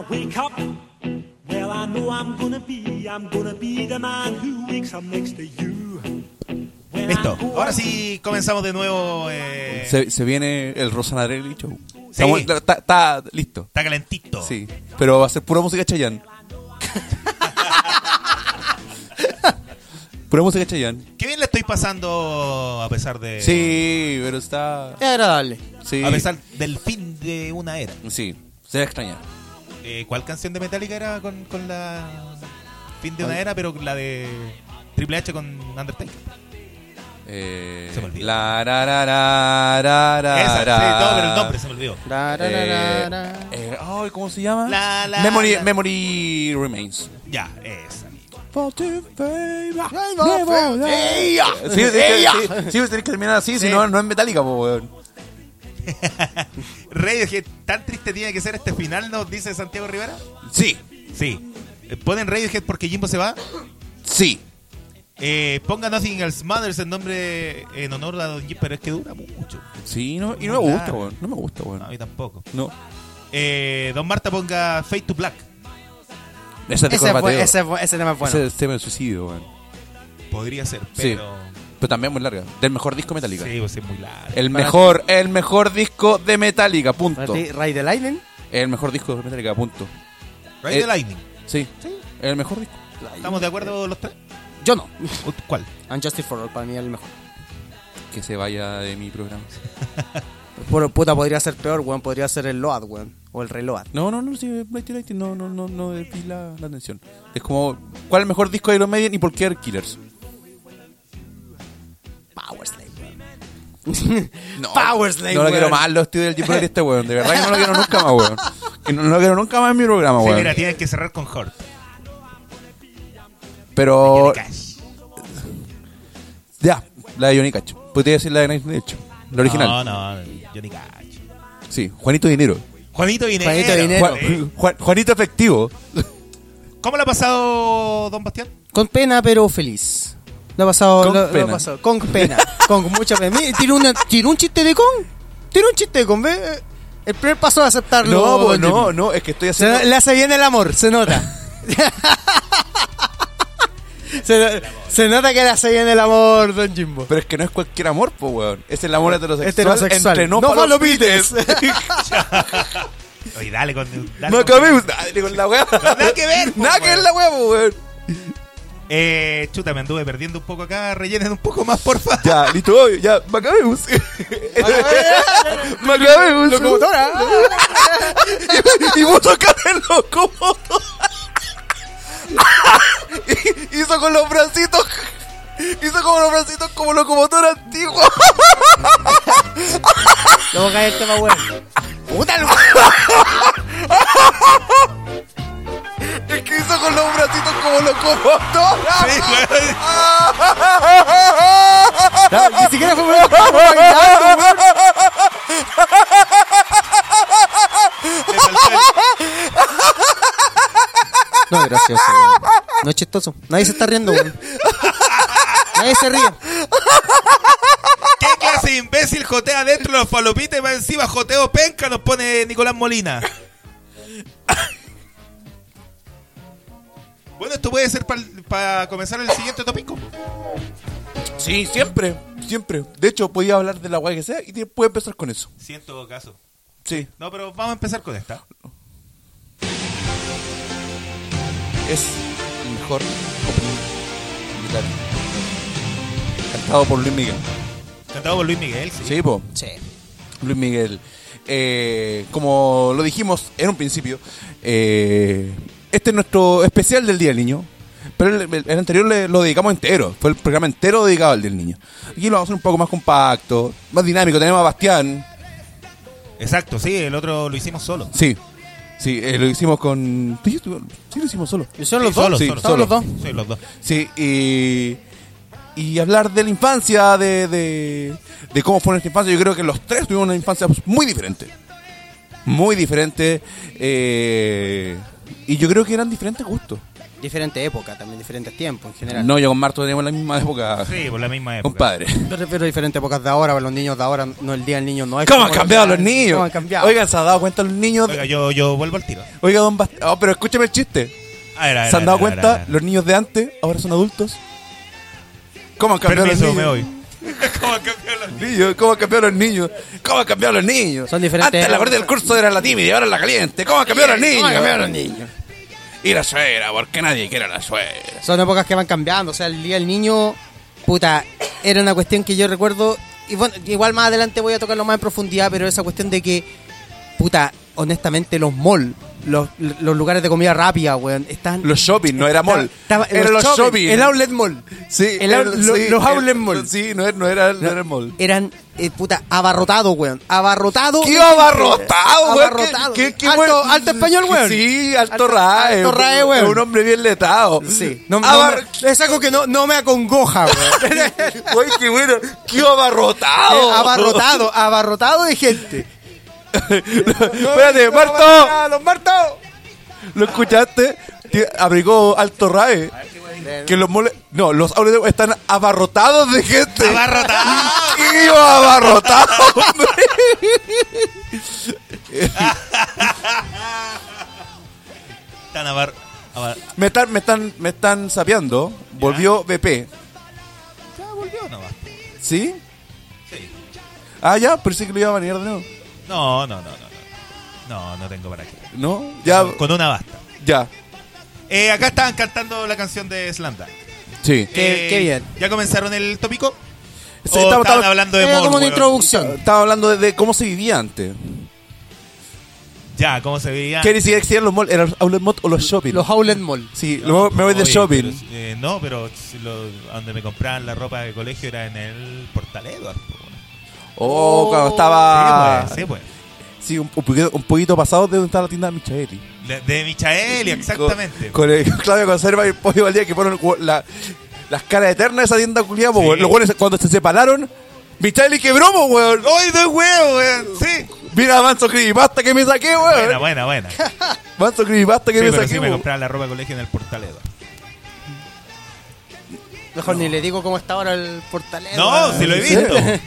S8: wake up, well, I know I'm gonna be, I'm gonna be the man who wakes up next to you. When I
S1: Listo.
S8: go
S1: Ahora sí comenzamos de nuevo. eh,
S2: Se, se viene el Rosanarelli show. Estamos- Está, está listo.
S1: Está calentito.
S2: Sí. Pero va a ser pura música Chayanne. pura música Chayanne.
S1: Qué bien le estoy pasando a pesar de.
S2: Sí, pero está...
S4: Es agradable.
S2: Sí.
S1: A pesar del fin de una era.
S2: Sí, se va a extrañar.
S1: Eh, ¿Cuál canción de Metallica era con, con la. Fin de una era, pero la de. Triple H con Undertaker.
S2: Eh,
S1: Se me olvidó.
S2: La ra ra ra ra ra
S1: Esa,
S2: ra.
S1: sí, no, pero el nombre se me olvidó.
S4: Ra, ra, ra, ra, ra.
S2: Eh, eh, ay, ¿cómo se llama?
S1: La, la,
S2: Memory,
S1: la.
S2: Memory Remains.
S1: Ya, esa.
S2: Sí, sí, sí, sí, sí, tenés que terminar así, si no, no es metálica, po, weón.
S1: Radiohead, ¿tan triste tiene que ser este final, nos dice Santiago Rivera?
S2: Sí,
S1: Sí. Eh, Ponen Radiohead porque Jimbo se va.
S2: sí.
S1: Eh, ponga Nothing Else Mothers en nombre en honor a Don Jim, pero es que dura mucho.
S2: Sí, no, y no me
S1: Muy
S2: gusta,
S1: larga.
S2: weón. No me gusta,
S1: No, a
S2: weón.
S1: mí tampoco.
S2: No.
S1: Eh, Don Marta ponga Fade to Black.
S2: Ese es de
S4: Ese, es bu-
S2: Corbateo.
S4: ese es bu- ese tema es bueno.
S2: Ese es tema del suicidio, weón.
S1: Podría ser,
S2: Sí.
S1: pero.
S2: Pero también muy larga. Del mejor disco Metallica.
S1: Sí, pues es muy largo.
S2: El mejor, el mejor disco de Metallica,
S4: Para
S2: punto.
S4: ti, Pues Ray the Lightning.
S2: El mejor disco de Metallica, punto.
S1: Ride the
S2: eh,
S1: Lightning.
S2: Sí. El mejor disco.
S1: ¿Estamos de
S2: eh,
S1: acuerdo los tres?
S4: Yo no.
S1: ¿Cuál?
S4: Unjustice for All para mí es el mejor.
S2: Que se vaya de mi programa.
S4: Por puta, podría ser peor, weón. Podría ser el Load, weón. O el Reload.
S2: No, no, no, sí, Mighty Mighty, no, no, no, no desvíe la, la atención. Es como, ¿cuál es el mejor disco de Iron Maiden y por qué Air Killers?
S4: Power Slave, weón.
S2: No,
S4: Power Slave,
S2: No lo
S4: weón.
S2: quiero más, los estudios del Jim Brown y este weón. De verdad que no lo quiero nunca más, weón. Que no, no lo quiero nunca más en mi
S4: Ah,
S2: programa,
S1: Sí,
S2: weón.
S1: mira, tienes que cerrar con Hort.
S2: Pero,
S1: Cash.
S2: ya, la de Johnny Cacho. Podría decir la de Night Nature, la original.
S1: No, no, Johnny Cash.
S2: Sí, Juanito Dinero.
S1: Juanito Dinero.
S4: Juanito Dinero.
S1: Eh,
S2: Juan- Juan- Juanito Efectivo.
S1: ¿Cómo le ha pasado, don Bastián?
S4: Con pena, pero feliz. Lo ha pasado,
S2: Con
S4: lo, lo ha
S2: pena.
S4: pasado. Con pena. con mucha pena. Mira, Tiró, una- tiró un chiste de con. Tiró un chiste de con, ¿ve? El primer paso es aceptarlo.
S2: No, po,
S4: don
S2: no,
S4: Jimmy.
S2: no, es que estoy
S4: Se
S2: haciendo.
S4: no- le hace bien el amor, se nota. se, no- se nota que le hace bien el amor, Don Jimbo.
S2: Pero es que no es cualquier amor, po, weón. Es el amor heterosexual,
S4: Heterosexual.
S2: entre no,
S4: No
S2: palomites.
S1: Oye, dale con. Dale
S2: no
S1: con-
S2: acabemos Dale con la weá.
S1: Nada que ver, po,
S2: Nada que ver
S1: weón.
S2: la weá, po, weón.
S1: Eh, chuta, me anduve perdiendo un poco acá. Rellenen un poco más, porfa.
S2: Ya, listo, obvio, ya. Macabemos. Macabemos. y vos tocaste el locomotor. Hizo con los bracitos. Hizo con los bracitos como locomotor antiguo.
S4: Luego cae el tema bueno.
S2: ¡Puta el Es que hizo con los bracitos como locomotor.
S1: Sí, weón.
S4: No, ni siquiera fue bueno.
S1: Me faltó el-
S4: No es gracioso, weón. No es chistoso. Nadie se está riendo, weón. Nadie se ríe.
S1: ¿Qué clase de imbécil jotea dentro de los falopitas y va encima joteo penca? Nos pone Nicolás Molina. Bueno, esto puede ser para comenzar el siguiente tópico.
S2: Sí, siempre, siempre. De hecho, podía hablar de la guay que sea y después empezar con eso.
S1: Siento caso.
S2: Sí.
S1: No, pero vamos a empezar con esta.
S2: Es el mejor opening militar. Cantado por Luis Miguel.
S1: Cantado por Luis Miguel, sí.
S2: Sí, po.
S4: Sí.
S2: Luis Miguel. Eh, como lo dijimos en un principio, eh, este es nuestro especial del Día del Niño. Pero el, el- el anterior le- lo dedicamos entero. Fue el programa entero dedicado al Día del Niño. Aquí lo vamos a hacer un poco más compacto, más dinámico. Tenemos a Bastián.
S1: Exacto, sí, el otro lo hicimos solo.
S2: Sí. Sí, eh, lo hicimos con... Sí, lo hicimos solo.
S4: Son
S1: Sí,
S4: los dos.
S1: solo,
S2: Sí,
S1: solo,
S2: solo.
S4: los dos.
S1: Sí, los dos.
S2: Sí, y, y hablar de la infancia, de, de, de cómo fue nuestra infancia. Yo creo que los tres tuvimos una infancia pues, muy diferente. Muy diferente. eh, y yo creo que eran diferentes gustos.
S4: Diferente época también, diferentes tiempos en general.
S2: No, yo con Marto tenemos la misma época,
S1: Sí, por la misma época.
S2: compadre.
S4: Me refiero a diferentes épocas de ahora, para los niños de ahora, no el día del niño no es.
S2: ¿Cómo han
S4: como
S2: cambiado
S4: era-
S2: los niños?
S4: ¿Cómo han cambiado?
S2: Oigan, ¿se han dado cuenta los niños? de-
S1: Oiga, yo, yo vuelvo al tiro.
S2: Oiga, don Bast... Oh, pero escúchame el chiste.
S1: A ver, a ver,
S2: ¿Se han
S1: a
S2: dado
S1: ver, a ver, a
S2: cuenta?
S1: ver.
S2: Los niños de antes ahora son adultos. ¿Cómo han cambiado
S1: Permiso,
S2: los
S1: me
S2: niños?
S1: voy. ¿Cómo cambió la-
S2: Niños, ¿Cómo han cambiado los niños? ¿Cómo han cambiado los niños?
S4: Son diferentes
S2: Antes la
S4: épocas.
S2: gorda del curso era la tímida y ahora es la caliente. ¿Cómo han cambiado los niños? cambiaron los niños. Y la suegra, porque nadie quiere a la suegra.
S4: Son épocas que van cambiando, o sea, el día del niño, puta, era una cuestión que yo recuerdo, y bueno, igual más adelante voy a tocarlo más en profundidad, pero esa cuestión de que, puta, honestamente los malls, los, los lugares de comida rápida, weón, están...
S2: Los shopping, no era mall.
S4: Estaba-
S2: Era los shopping.
S4: El outlet mall.
S2: Sí,
S4: El
S2: era-
S4: out- lo-
S2: sí,
S4: los
S2: era-
S4: outlet mall.
S2: Sí, no era, no era, no era el mall.
S4: Eran, eh, puta, abarrotados, weón. Abarrotados.
S2: ¡Qué abarrotado, güey!
S4: Abarrotado.
S2: ¿Qué, qué- qué
S4: alto,
S2: buen-
S4: alto español, weón.
S2: Sí, alto, rae.
S4: alto rae, weón.
S2: Un hombre bien letado.
S4: Sí. No, no
S2: Abar-
S4: me- es algo que no, no me acongoja, weón.
S2: Güey, qué bueno. ¡Qué abarrotado!
S4: Eh, abarrotado, abarrotado de gente.
S2: Espérate, Marto. Marto! ¿Lo escuchaste? Tie- Abrigó alto rae. Que los moles. No, los outlets están abarrotados de gente.
S1: Abarrotado.
S2: ¡Qué abarrotado, hombre!
S1: Tan abar... abar-
S2: Me están, me están, me están sapeando. Volvió BP.
S1: Ya volvió nomás.
S2: ¿Sí?
S1: Sí.
S2: Ah, ya, pensé que lo iba a banear de nuevo.
S1: No, no, no, no. no. No, no tengo para qué.
S2: ¿No? Ya,
S1: Con una basta.
S2: ya.
S1: Eh, acá estaban cantando la canción de Slanda.
S2: Sí.
S4: Qué- qué bien.
S1: ¿Ya comenzaron el tópico?
S2: Sí,
S1: Eh, ¿O
S2: estaba-
S1: estaban
S2: estaba-
S1: hablando de
S4: Era
S1: Mor,
S4: como una
S1: weón?
S4: introducción.
S2: Estaba hablando de, de cómo se vivía antes.
S1: Ya, ¿cómo se veía?
S2: ¿Qué ni siquiera existían los malls? ¿Eran los outlet malls o los shopping?
S4: Los outlet mall.
S2: Sí, luego me voy del
S1: Oye,
S2: shopping.
S1: pero, eh, no, pero si lo- donde me compraban la ropa de colegio era en el Portal Edward. po.
S2: Oh, cuando estaba...
S1: Sí, pues.
S2: Sí, un, un poquito, un poquito pasado de donde estaba la tienda de Michaeli.
S1: De, de Michaeli, exactamente.
S2: Con, con el Claudio Conserva y el Pollo Valdía que fueron la- las caras eternas de esa tienda culiada, po,
S1: Sí.
S2: weón. Los buenos cuando se separaron, Michaeli quebró, po, weón.
S1: ¡Ay, de huevo, weón! Sí.
S2: Mira, Manso Creepypasta que me saqué,
S1: Buena,
S2: weón.
S1: buena, buena. Sí,
S2: Manso Creepypasta que me
S1: pero
S2: saqué,
S1: sí me
S2: po.
S1: compraban la ropa de colegio en el Portal Edward.
S4: Mejor ni le digo cómo está ahora el portalero.
S1: No, si lo he
S2: ¿en
S1: visto.
S2: serio?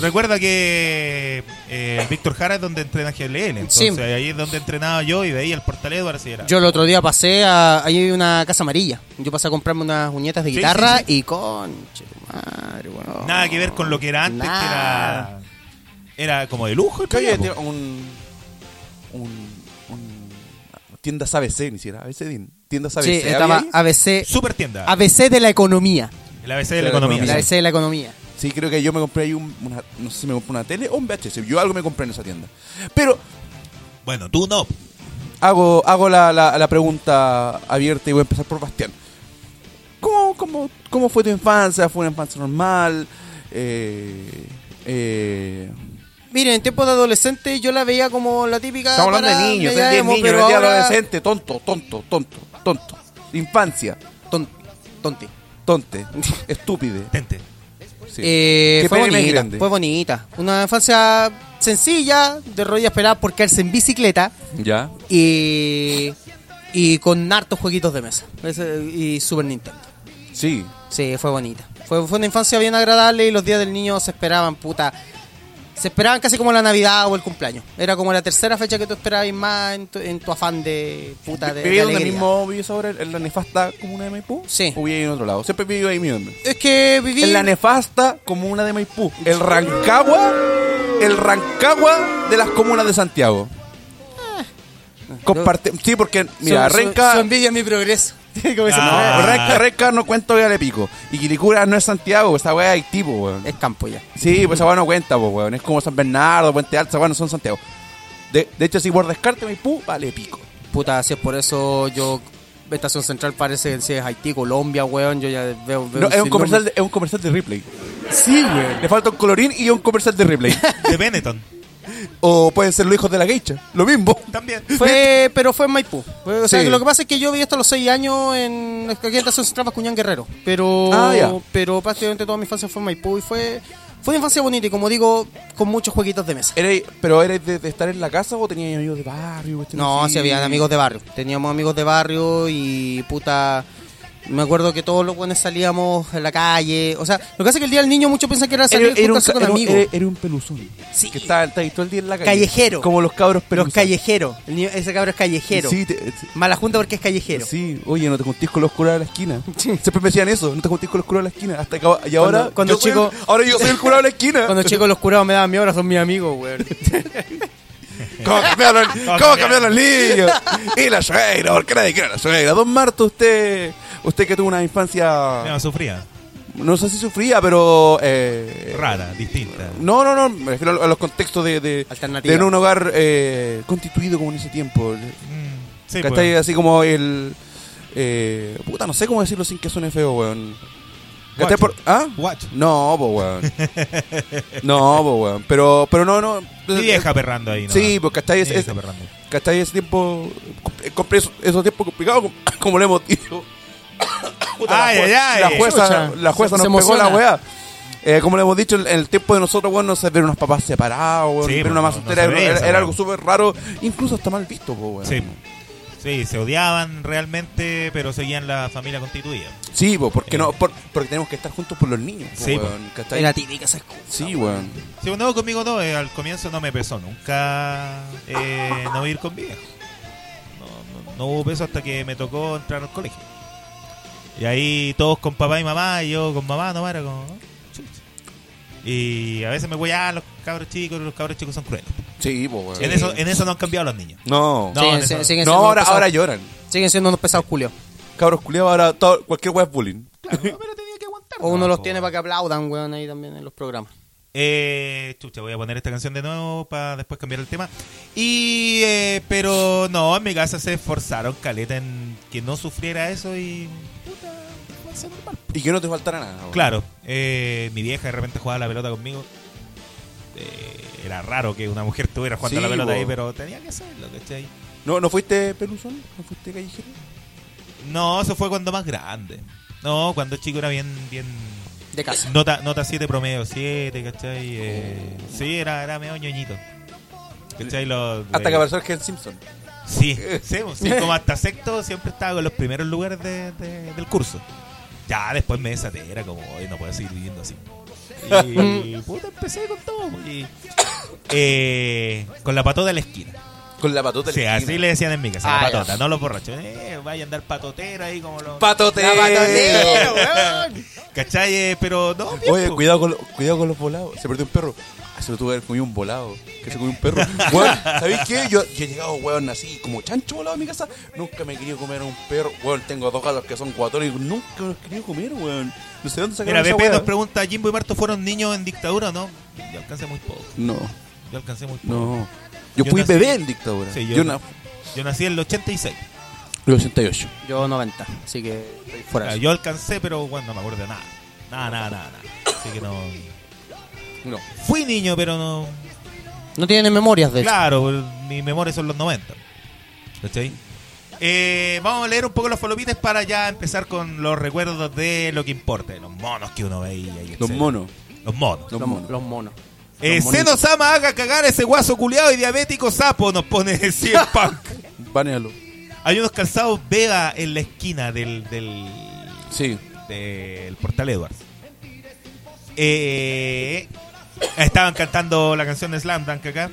S1: Recuerda que eh, Víctor Jara es donde entrena GLN. Entonces
S4: Sí.
S1: ahí es donde entrenaba yo y veía el Portal Edward. Así era.
S4: Yo el otro día pasé a. Ahí hay una casa amarilla. Yo pasé a comprarme unas uñetas de
S1: Sí,
S4: guitarra
S1: sí,
S4: y conche, tu madre, weón.
S1: Nada que ver con lo que era antes,
S4: Nada.
S1: que era, era como de lujo. el
S2: Que hoy
S1: programa,
S2: tiene un, un, un- tiendas ABC, ni siquiera ABC, din- tiendas ABC.
S4: Sí,
S2: ¿había
S4: estaba
S2: ahí?
S4: ABC.
S1: Super tienda.
S4: ABC de la economía.
S1: El ABC de la
S2: la
S1: economía.
S4: El ABC de Ah, la economía.
S2: Sí, creo que yo me compré ahí un, una, no sé si me compré una tele o un VHS, yo algo me compré en esa tienda. Pero
S1: Bueno, tú no.
S2: hago, hago la, la, la pregunta abierta y voy a empezar por Bastián. ¿Cómo, cómo, cómo fue tu infancia? ¿Fue una infancia normal? Eh, eh,
S4: Miren, en tiempos de adolescente yo la veía como la típica.
S2: Estamos hablando
S4: para
S2: de niños,
S4: media
S2: de
S4: emo,
S2: niños,
S4: pero
S2: de
S4: ahora-
S2: adolescente, tonto, tonto, tonto, tonto. Infancia,
S4: Ton- Tonti.
S2: tonte, estúpide.
S1: Tente.
S2: Sí.
S4: Eh,
S2: Qué
S4: fue
S2: pena que me
S4: bonita,
S2: grande.
S4: fue bonita. Una infancia sencilla, de rodillas peladas por caerse en bicicleta
S2: Ya.
S4: y, y con hartos jueguitos de mesa Ese- y Super Nintendo.
S2: Sí.
S4: Sí, fue bonita. Fue, fue una infancia bien agradable y los días del niño se esperaban, puta. Se esperaban casi como la Navidad o el cumpleaños. Era como la tercera fecha que tú esperabas más en tu, en tu afán de puta de, de
S2: ¿Viví donde
S4: alegría.
S2: mismo vives ahora, en la nefasta comuna de Maipú?
S4: Sí.
S2: ¿O viví en otro lado? Siempre viví ahí mismo.
S4: Es que viví
S2: En la nefasta comuna de Maipú. El Rancagua, el Rancagua de las comunas de Santiago. Comparte... Sí, porque, mira,
S4: su- su-
S2: Renca...
S4: su envidia mi progreso. Como esa
S1: Ah.
S4: manera.
S2: Renca, Renca no cuento ya le pico. Y Quilicura no es Santiago, esa weá es Haití, po, weón.
S4: Es campo ya.
S2: Sí, pues esa weá no cuenta, po, weón. Es como San Bernardo, Puente Alto, esa weá no son Santiago. De, de hecho, si por descarte Maipú, vale pico.
S4: Puta, si es por eso yo. Estación Central parece que sí es Haití, Colombia, weón. Yo ya veo. veo
S2: No, es, un
S4: sin
S2: comercial de, es un comercial de Ripley.
S4: nombre. Sí, weón.
S2: Le falta un colorín y un comercial de Ripley.
S1: De Benetton.
S2: o pueden ser los hijos de la geisha. Lo mismo.
S1: También.
S4: Fue, pero fue en Maipú. Fue- o sea,
S2: Sí.
S4: que lo que pasa es que yo vi esto a los 6 años en. Aquí en Estación Central Bascuñán Guerrero. Pero.
S2: Ah, ya.
S4: Pero prácticamente toda mi infancia fue en Maipú y fue. Fue una infancia bonita y como digo, con muchos jueguitos de mesa.
S2: ¿Erais- ¿Pero eres de, de estar en la casa o tenías amigos de barrio? cuestiones
S4: No,
S2: así?
S4: sí habían amigos de barrio. Teníamos amigos de barrio y puta. Me acuerdo que todos los buenos salíamos a la calle. O sea, lo que hace que el día del niño muchos piensan que era salir
S2: Era,
S4: a
S2: era un, ca-
S4: juntarse con
S2: era un-
S4: amigos.
S2: era- era un peluzón.
S4: Sí.
S2: Que estaba, estaba ahí todo el día en la calle.
S4: Callejero.
S2: Como los cabros
S4: Pero es
S2: peluzas.
S4: callejero. El niño- ese cabrón es callejero.
S2: Sí, te- sí.
S4: Mala junta porque es callejero.
S2: Sí, oye, no te juntís con los curas de la esquina. Siempre me decían eso, no te juntís con los curas de la esquina. Hasta que, y ahora,
S4: cuando
S2: yo soy
S4: chico-
S2: el- ahora yo soy el curado de la esquina.
S4: Cuando chicos los curados me daban miedo, ahora son mis amigos, weón.
S2: ¿Cómo cambiaron, ¿Cómo cambiaron los niños? Y la suegra, porque nadie quiere a la suegra. Don Marto, usted, usted que tuvo una infancia,
S1: No, sufría.
S2: no sé si sufría, pero... Eh,
S1: Rara, distinta.
S2: No, no, no, me refiero a los contextos de, de,
S4: Alternativa.
S2: de un hogar eh, constituido como en ese tiempo.
S1: Mm, sí,
S2: ¿Cachai?
S1: pues.
S2: Así como el... eh, puta, no sé cómo decirlo sin que suene feo, weón. ¿Cachai?
S1: Guacho.
S2: Por- ¿Ah?
S1: Guacho.
S2: No, po, weón. No, po, weón. Pero, pero no, no.
S1: Mi vieja perrando ahí, ¿no?
S2: Sí, pues, ¿cachai?
S1: Mi
S2: Es,
S1: vieja
S2: es,
S1: perrando.
S2: ¿Cachai? Ese tiempo. eh, Compré esos, esos tiempos complicados, como, como le hemos dicho.
S1: Ay,
S2: la,
S1: ay, ay.
S2: la jueza,
S4: Chucha.
S2: la jueza
S4: Se- se
S2: nos pegó la
S4: emociona.
S2: weá. Eh, como le hemos dicho, en el tiempo de nosotros, weón, no se ver unos papás separados, weón,
S1: Sí,
S2: ver
S1: pues,
S2: una
S1: no,
S2: más soltera,
S1: no se ve
S2: era,
S1: esa,
S2: era
S1: weón.
S2: algo súper raro, incluso hasta mal visto, po, weón.
S1: Sí. Sí, se odiaban realmente, pero seguían la familia constituida.
S2: Sí, po, porque,
S1: Eh.
S2: no, por- porque tenemos que estar juntos por los niños, po,
S1: Sí, po.
S2: weón, ¿cachai?
S4: Era típica esa excusa.
S2: Sí, weón.
S1: Sí, no, conmigo no, eh, al comienzo no me pesó nunca eh, no ir con viejo. No, no- no hubo peso hasta que me tocó entrar al colegio. Y ahí todos con papá y mamá, y yo con mamá, no para con. "Oh, Y a veces me voy a los cabros chicos, los cabros chicos son crueles.
S2: Sí, po, weón.
S1: En, eso, en eso no han cambiado los niños.
S2: No.
S1: No,
S4: Siguen-
S1: en eso-
S4: siguen
S2: No,
S4: siendo unos
S2: ahora,
S4: pesados-
S2: ahora lloran.
S4: Siguen siendo unos pesados culios.
S2: Cabros culiados, ahora todo- cualquier weá es bullying.
S1: pero tenía que aguantar.
S4: O uno los
S2: Ah,
S4: tiene para que aplaudan, weón, ahí también en los programas.
S1: Eh, chucha, voy a poner esta canción de nuevo para después cambiar el tema. Y, eh, pero no, en mi casa se esforzaron caleta en que no sufriera eso y. puta, va a ser normal.
S2: Y que no te faltara nada. weón.
S1: Claro, eh, mi vieja de repente jugaba la pelota conmigo. Eh, era raro que una mujer estuviera jugando
S2: Sí,
S1: la pelota
S2: bo.
S1: ahí, pero tenía que hacerlo, ¿cachai?
S2: ¿No, ¿No fuiste peluzón? ¿No fuiste callejero?
S1: No, eso fue cuando más grande. No, cuando chico era bien, bien,
S4: De casa.
S1: Nota, nota 7 promedio, 7, ¿cachai? Eh, sí, era, era medio ñoñito. ¿Cachai? Los,
S2: Hasta
S1: eh,
S2: que apareció el Gen Simpson.
S1: Sí, sí, pues, sí, como hasta sexto siempre estaba con los primeros lugares de- de- del curso. Ya después me desaté, era como, hoy no puedo seguir viviendo así. Y puta, empecé con todo. pues, Y, eh, con la patota de la esquina.
S2: Con la patota. en
S1: Sí,
S2: la
S1: así
S2: esquina.
S1: le decían en mi casa,
S4: Ah,
S1: la
S4: ya.
S1: patota, no los borrachos. Eh, vaya a andar patotera ahí como los...
S2: Patote.
S1: ¿Cachai? Eh, Pero no, bien,
S2: Oye,
S1: po.
S2: cuidado con, lo- cuidado con los volados. Se perdió un perro. Ah, se lo tuve que haber comido un volado. Que se comió un perro. Weón, ¿sabéis qué? Yo, yo he llegado, weón, así como chancho volado a mi casa. Nunca me he querido comer a un perro. Weón, tengo dos gatos que son cuatro y nunca los he querido comer, weón. No sé dónde
S1: Mira,
S2: sacaron esa
S1: BP nos
S2: weá.
S1: pregunta, ¿Jimbo y Marto fueron niños en dictadura o no? Yo alcancé muy poco.
S2: No,
S1: Yo alcancé muy poco.
S2: no. Yo,
S1: Yo
S2: fui
S1: nací-
S2: bebé en dictadura.
S1: Sí, yo
S2: yo,
S1: na-
S2: na-
S1: Yo nací en el 86.
S2: el 88.
S4: Yo 90, así que estoy fuera.
S1: Ah,
S4: de eso.
S1: yo alcancé, pero bueno, no me acuerdo de nada. Nada, nada, nada, nada. Así que no.
S2: No.
S1: Fui niño, pero no.
S4: No tienen memorias de eso.
S1: Claro, mi memoria son los 90. ¿Cachai? Eh, vamos a leer un poco los falopites para ya empezar con los recuerdos de lo que importa, de los monos que uno veía. y
S2: Los
S1: etcétera.
S2: monos.
S1: Los monos.
S2: Los
S4: Los,
S2: monos.
S4: los monos.
S1: Eh,
S4: Los monitos.
S1: Senosama haga cagar ese guaso culiado y diabético sapo, nos pone 100 punk.
S2: Banealo.
S1: Hay unos calzados Vega en la esquina del, del,
S2: Sí.
S1: del portal Edwards. Eh, estaban cantando la canción de Slam Dunk acá.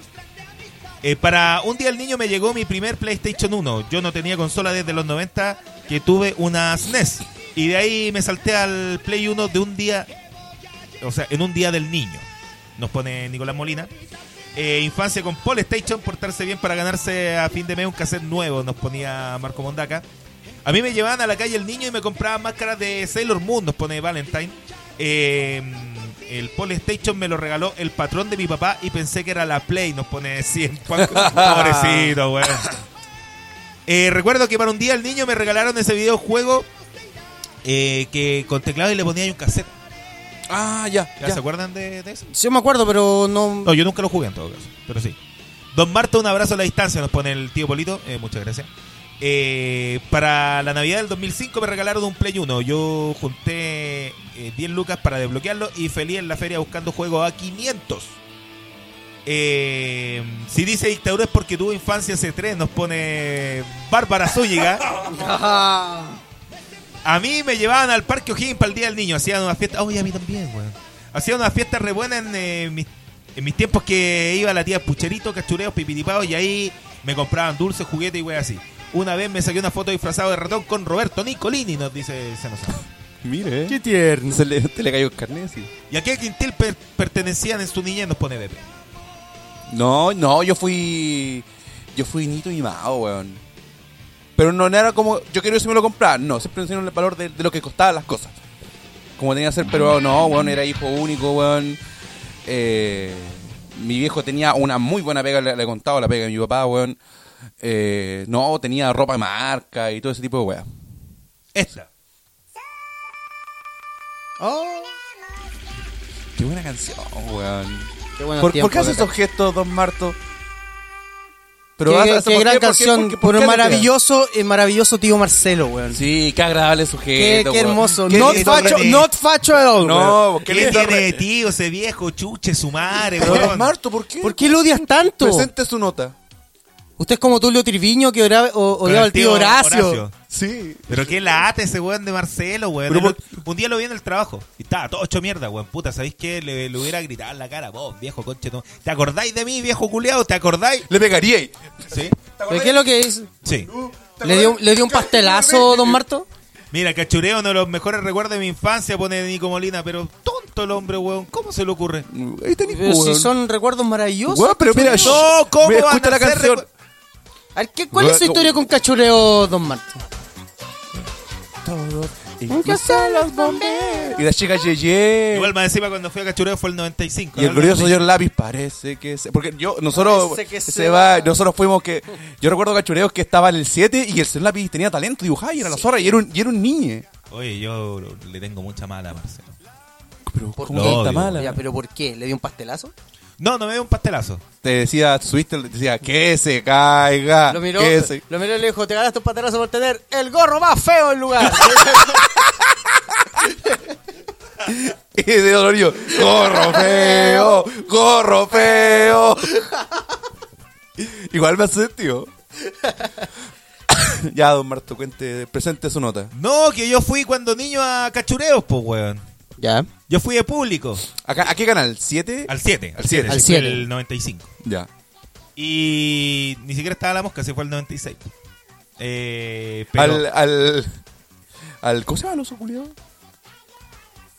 S1: Eh, para un día el niño me llegó mi primer PlayStation 1. Yo no tenía consola desde los 90 que tuve una SNES. Y de ahí me salté al Play 1 de un día, o sea, en un día del niño. Nos pone Nicolás Molina. Eh, infancia con Paul Station, portarse bien para ganarse a fin de mes un cassette nuevo, nos ponía Marco Mondaca. A mí me llevaban a la calle el niño y me compraban máscaras de Sailor Moon, nos pone Valentine. Eh, el Paul Station me lo regaló el patrón de mi papá y pensé que era la Play, nos pone 100. Pobrecito, weón. Eh, recuerdo que para un día el niño me regalaron ese videojuego eh, que con teclado y le ponía ahí un cassette.
S2: Ah, ya.
S1: ¿Ya
S2: ya.
S1: se acuerdan de, de eso?
S4: Sí, yo me acuerdo, pero no.
S1: No, yo nunca lo jugué en todo caso, pero sí. Don Marta, un abrazo a la distancia, nos pone el tío Polito. Eh, muchas gracias. Eh, para la Navidad del 2005 me regalaron un Play 1. Yo junté eh, 10 lucas para desbloquearlo y feliz en la feria buscando juegos a 500. Eh, si dice dictadura es porque tuvo infancia C3, nos pone Bárbara Zúñiga. A mí me llevaban al Parque O'Higgins para el Día del Niño. Hacían una fiesta. Oye, a mí también, weón. Hacían una fiesta re buena en, eh, mis, en mis tiempos que iba la tía Pucherito, Cachureos, Pipiripaos y ahí me compraban dulces, juguetes y weas así. Una vez me saqué una foto disfrazado de ratón con Roberto Nicolini, nos dice Senozano. ¿Eh?
S2: Mire,
S4: Qué tierno.
S2: Se le, te le cayó el carnet así.
S1: Y a qué quintil per- pertenecían en su niñez, nos pone Pepe.
S2: No, no, yo fui. Yo fui nito y mao, weón. Pero no no era como. Yo quería si me lo compraba. No, siempre me enseñaron el valor de, de lo que costaban las cosas. Como tenía que ser, pero no, weón, era hijo único, weón. Eh, mi viejo tenía una muy buena pega, le, le he contado la pega de mi papá, weón. Eh, no, tenía ropa de marca y todo ese tipo de weas.
S1: Esta.
S4: Oh,
S2: Qué buena canción, weón.
S4: qué buenos
S2: ¿Por,
S4: tiempos
S2: ¿por qué haces
S4: de-
S2: esos gestos, Don Marto? Pero
S4: Qué,
S2: haz-
S4: qué
S2: haz- ¿por
S4: gran
S2: qué? ¿Por qué?
S4: canción,
S2: ¿Por qué? ¿Por
S4: por
S2: qué
S4: un
S2: le pegas?
S4: maravilloso, eh, maravilloso tío Marcelo, weón.
S2: Sí, qué agradable
S4: Qué,
S2: sujeto.
S4: qué
S2: weón.
S4: hermoso.
S1: Qué
S4: not,
S1: lindo
S4: facho,
S1: René.
S4: not facho at all, weón.
S2: No, Oh, qué
S1: ¿Qué le
S2: lindo.
S1: tiene
S2: re-
S1: de tío ese viejo chuche, su madre,
S2: Pero,
S1: weón?
S2: Marto, ¿por qué?
S4: ¿Por qué lo odias tanto?
S2: Presente su nota.
S4: Usted es como Tulio Triviño que ora- o-
S1: Con
S4: odiaba
S1: el
S4: al tío Horacio.
S2: Sí.
S1: Pero qué lata ese weón de Marcelo, weón.
S2: Pero
S1: Era- Un día lo vi en el trabajo y estaba todo hecho mierda, weón. Puta, ¿sabéis qué? Le, le hubiera gritado en la cara, vos, viejo conche. no. ¿Te acordáis de mí, viejo culeado? ¿Te acordáis?
S2: Le pegaría. ahí.
S1: Sí,
S4: ¿Pero qué es lo que es?
S1: sí.
S4: ¿Le dio, ¿Le dio un pastelazo, don Marto?
S1: Mira, cachureo, uno de los mejores recuerdos de mi infancia, pone Nico Molina. Pero tonto el hombre, weón. ¿Cómo se le ocurre?
S2: Ahí tenés,
S4: Pero si
S2: weón.
S4: son recuerdos maravillosos.
S2: Weón, pero mira,
S4: cachureo.
S1: No,
S2: shh,
S1: ¿cómo
S2: mira,
S1: van
S2: escucha
S1: a
S2: la
S1: ser
S2: canción.
S1: recu-
S4: A ver, ¿qué- ¿Cuál es su
S2: Weón,
S4: historia con cachureo, don Marto?
S2: Nunca son los bomberos. Y la chica Yeye.
S1: Igual más encima cuando fui a cachureo fue el 95.
S2: Eh. Y el
S1: ¿no?
S2: glorioso señor Lápiz parece que se, porque yo nosotros
S4: Parece que
S2: se,
S4: se
S2: va,
S4: va.
S2: nosotros fuimos que yo recuerdo cachureos que estaba en el 7 y el señor Lápiz tenía talento dibujaba y era la zorra y era un y era un niñe.
S1: Oye, yo le tengo mucha mala a Marcelo.
S2: Pero
S4: ¿Por
S2: ¿cómo
S1: qué?
S2: tanta
S1: Lo odio.
S2: mala?
S4: Ya, pero ¿por qué? ¿Le dio un pastelazo?
S1: No, no me dio un pastelazo.
S2: Te decía, subiste, te decía, que se caiga.
S4: Lo miró,
S2: que se-
S4: lo miró y le dijo, te ganaste un pastelazo por tener el gorro más feo del lugar.
S2: Y de dolorío, gorro feo, gorro feo. Igual me hace sentido. ya, don Marto, cuente, presente su nota.
S1: No, que yo fui cuando niño a cachureos, pues, weón.
S4: ya.
S1: Yo fui de público.
S2: Acá, ¿A qué canal? ¿7?
S1: Al 7.
S2: Al siete.
S4: Al
S1: sí, fue
S4: siete.
S1: El 95.
S2: Ya.
S1: Y ni siquiera estaba la mosca, se fue al 96. Eh, pero
S2: Al, al, al. ¿Cómo se llama el oso, culiado?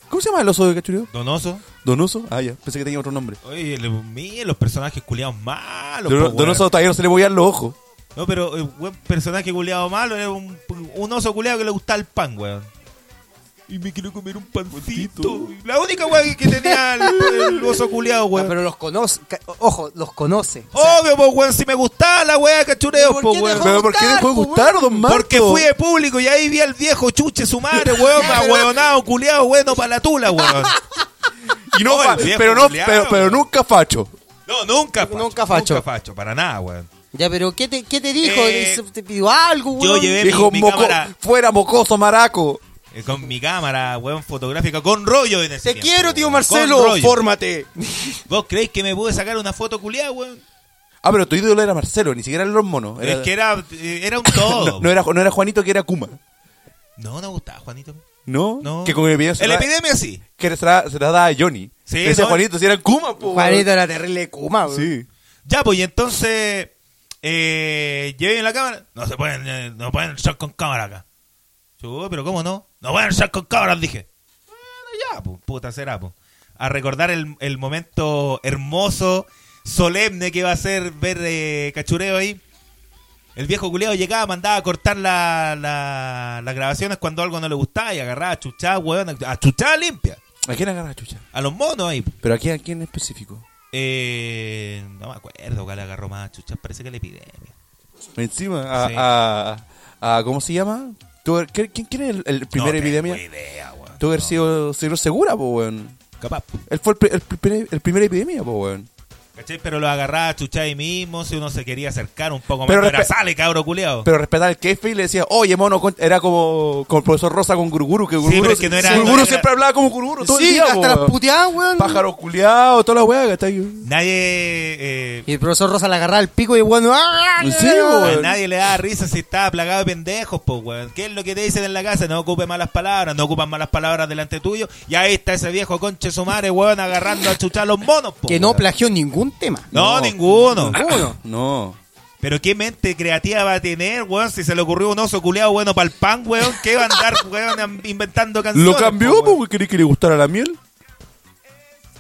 S2: ¿Cómo se llama el oso de cachureo?
S1: Donoso.
S2: ¿Donoso? Ah, ya. Pensé que tenía otro nombre.
S1: Oye, le- mire los personajes culiados malos. po,
S2: Don-
S1: weón.
S2: Donoso todavía no se le voy a los ojos.
S1: No, pero eh, weón, personaje culiado malo era un, un oso culiado que le gustaba el pan, weón. Y me quiero comer un pancito. La única weón que tenía el, el oso culiado, weón.
S2: Ah,
S4: pero los conoce, ca- ojo, los conoce.
S1: Obvio, pues, weón, si me gustaba la weá de cachureo,
S4: ¿Por
S1: po,
S4: qué
S1: weón.
S4: dejó-
S2: Pero ¿por qué le puede
S4: po,
S2: gustar, don Marco?
S1: Porque fui de público y ahí vi al viejo chuche su madre, weón, más weonado, culiado, bueno para la tula, weón.
S2: Y no,
S1: Oh, el
S2: fa-
S1: viejo
S2: pero, no
S1: culiao.
S2: pero, pero nunca facho.
S1: No, nunca facho.
S4: Nunca facho.
S1: Nunca facho, para nada, weón.
S4: Ya, pero ¿qué te, qué te dijo?
S1: Eh,
S4: ¿Te- ¿Te pidió algo,
S1: yo
S4: weón?
S1: llevé- Eh, mi-
S2: Dijo,
S1: mi
S2: moco-
S1: cámara.
S2: fuera mocoso maraco.
S1: Eh, Con mi cámara, weón, fotográfica, con rollo en ese
S4: Te
S1: tiempo,
S4: quiero, tío
S1: weón.
S4: Marcelo.
S1: Con rollo.
S4: Fórmate.
S1: ¿Vos creéis que me pude sacar una foto culiada, weón?
S2: Ah, pero tu ídolo era Marcelo, ni siquiera eran los monos. Era-
S1: Es que era, eh, era un todo.
S2: no, no era, no era Juanito, que era Kuma.
S1: No, no gustaba, Juanito.
S2: ¿No?
S1: No.
S2: Que con el video se
S1: El
S2: la-
S1: epidemia sí.
S2: que se la, se la daba a Johnny.
S1: Sí,
S2: Que decía
S1: no.
S2: Juanito, si era Kuma, po.
S4: Juanito era terrible Kuma, weón.
S2: Sí.
S1: Ya, pues, y entonces. Eh, lleven la cámara. No se pueden. eh, no pueden entrar con cámara acá. Yo, pero ¿cómo no? No pueden entrar con cámaras, dije. Bueno, ya, pues, puta será, pues. A recordar el, el momento hermoso, solemne que va a ser ver eh, cachureo ahí. El viejo culeado llegaba, mandaba a cortar la- la- las grabaciones cuando algo no le gustaba y agarraba a chuchar, weón. A chuchar limpia.
S2: ¿A quién agarra chucha?
S1: A los monos ahí.
S2: ¿Pero a quién, a quién en específico?
S1: Eh, no me acuerdo que le agarró más a chuchar. Parece que la epidemia.
S2: Encima, a,
S1: Sí.
S2: a- a- ¿cómo se llama? ¿Tú, qué- quién, ¿Quién es el, el primer
S1: No
S2: epidemia?
S1: Tengo idea, weón.
S2: Tuvo que haber sido Ciro Segura, po, weón.
S1: Capaz.
S2: Él fue el, pri- el pri- el primer epidemia, po, weón.
S1: ¿Cachai? Pero lo agarraba a chuchar ahí mismo si uno se quería acercar un poco más.
S2: Pero
S1: Pero era,
S2: respe-
S1: sale, cabro culeado.
S2: Pero respetar el kefe y le decía, oye, mono, con- era como, como el profesor Rosa con Guruguru, que Guruguru,
S1: pero es que no era-
S2: Guruguru
S1: no era-
S2: siempre hablaba como Guruguru todo el
S4: Sí,
S2: día, po,
S4: hasta las
S2: weón.
S4: puteadas, weón.
S2: Pájaro culiado, toda la weá que está ahí.
S1: Nadie. eh,
S4: Y el profesor Rosa le agarraba el pico y bueno. ¡ah!
S2: Sí, weón.
S1: a nadie le da risa si está plagado de pendejos, po, weón. ¿Qué es lo que te dicen en la casa? No ocupe malas palabras, no ocupan malas palabras delante tuyo. Y ahí está ese viejo conche su madre, weón, agarrando a chuchar los monos, po.
S4: Que no
S1: weón.
S4: plagió ningún tema.
S1: No, ninguno.
S4: Ninguno.
S2: No.
S1: Pero qué mente creativa va a tener, weón, si se le ocurrió un oso culeado bueno para el pan, weón, que va a andar, weón, am- inventando canciones.
S2: ¿Lo cambió
S1: po, weón?
S2: porque quería que le gustara la miel?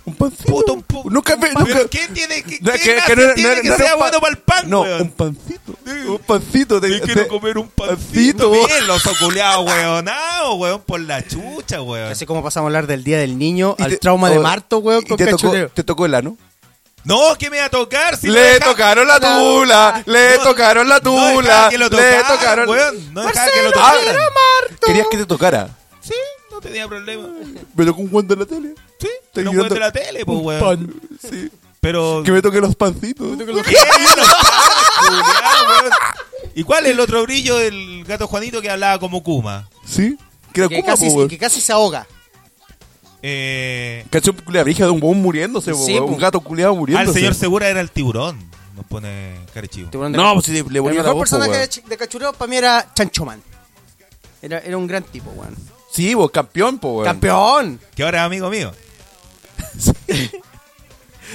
S2: Un pancito.
S1: Puta, un po-
S2: Nunca
S1: un
S2: ve-
S1: pan-
S2: nunca-
S1: ¿Qué tiene que,
S2: No,
S1: qué
S2: es que-
S1: gracia
S2: que no era-
S1: tiene
S2: no era-
S1: que
S2: no era
S1: sea
S2: un pan-
S1: bueno para el pan,
S2: No,
S1: weón?
S2: un pancito.
S1: Sí.
S2: Un pancito. de-
S1: Te quiero
S2: de-
S1: comer un pancito.
S2: pancito.
S1: Bien, los oculeados, weón. weón, por la chucha, weón.
S4: Así como pasamos a hablar del Día del Niño,
S2: Y
S4: al
S2: te-
S4: trauma de
S2: oh,
S4: Marto, weón,
S2: y
S4: con
S2: te tocó,
S4: cachureo.
S2: te tocó el ano.
S1: No, que me va a tocar. Si
S2: le
S1: no deja-
S2: tocaron la tula, le
S1: No,
S2: tocaron la
S1: no dejaba
S2: tula,
S1: que lo
S2: le
S1: tocaran,
S2: tocaron.
S1: weón. No dejaba que lo
S2: Ah,
S1: tocaran.
S2: Querías que te tocara.
S1: Sí, no tenía problema.
S2: Me tocó un guante en la tele.
S1: Sí,
S2: Estoy
S1: no
S2: mirando
S1: encuentro la tele, pues,
S2: un
S1: weón.
S2: pan, sí.
S1: Pero...
S2: Que me toque los pancitos.
S1: ¿Qué? Los panes, culiao, weón. ¿Y cuál es el otro brillo del gato Juanito que hablaba como Kuma?
S2: Sí. Que era
S4: Que
S2: Kuma, po,
S4: casi,
S2: weón.
S4: que casi se ahoga.
S1: Eh,
S2: Cachó la brija de un bombón muriéndose, po,
S4: Sí,
S2: weón.
S4: po.
S2: un gato culiado muriéndose.
S1: al señor Segura era el tiburón. Nos pone Carichivo.
S2: No, pues si le, le ponía
S4: El mejor
S2: la voz, po,
S4: personaje
S2: weón.
S4: de, Ch- de Cachureo para mí era Chanchoman. Era, era un gran tipo, weón.
S2: Sí, vos, campeón, po, weón.
S4: ¡Campeón!
S1: Que ahora es amigo mío.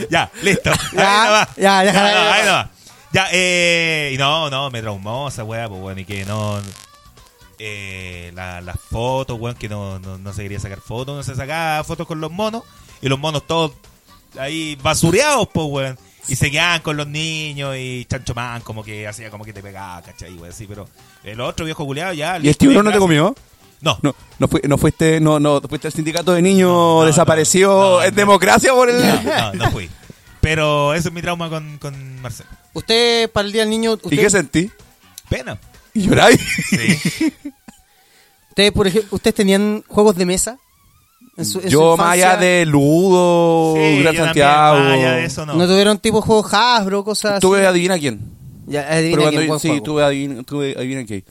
S1: ya, listo.
S4: Ya,
S1: ahí no va.
S4: ya, ya,
S1: no,
S4: ya, ya.
S1: ahí no va. Ya, eh. Y no, no, me traumó esa weá, pues weón, y que no. Eh, la- las fotos, weón, que no, no, no se quería sacar fotos, no se sacaba fotos con los monos. Y los monos todos ahí basureados, pues weón. Y se quedaban con los niños y Chancho Man como que hacía como que te pegaba, cachai, weón, sí, pero el otro viejo culiado ya.
S2: ¿Y el
S1: listo,
S2: tiburón no te
S1: gracias.
S2: comió?
S1: No,
S2: No, no, fui- no fuiste, no, no, fuiste al sindicato de niños
S1: No, no,
S2: desaparecido
S1: no, no,
S2: en
S1: no.
S2: democracia por el.
S1: no, no, no fui. Pero eso es mi trauma con, con Marcelo.
S4: Usted, para el Día del Niño, usted,
S2: ¿Y qué sentí?
S1: Pena.
S2: Y lloráis.
S4: usted, por ejemplo, ¿ustedes tenían juegos de mesa? En su- en su
S2: Yo, más allá
S4: infancia,
S2: de Ludo,
S1: Sí,
S2: Gran
S1: yo también,
S2: Santiago.
S1: más allá de eso,
S4: No.
S1: no.
S4: tuvieron tipo juegos Hasbro, cosas así?
S2: Tuve adivina quién.
S4: Ya, adivina
S2: Pero cuando
S4: quién,
S2: yo-
S4: buen
S2: sí,
S4: juego.
S2: tuve adivina, tuve adivina quién.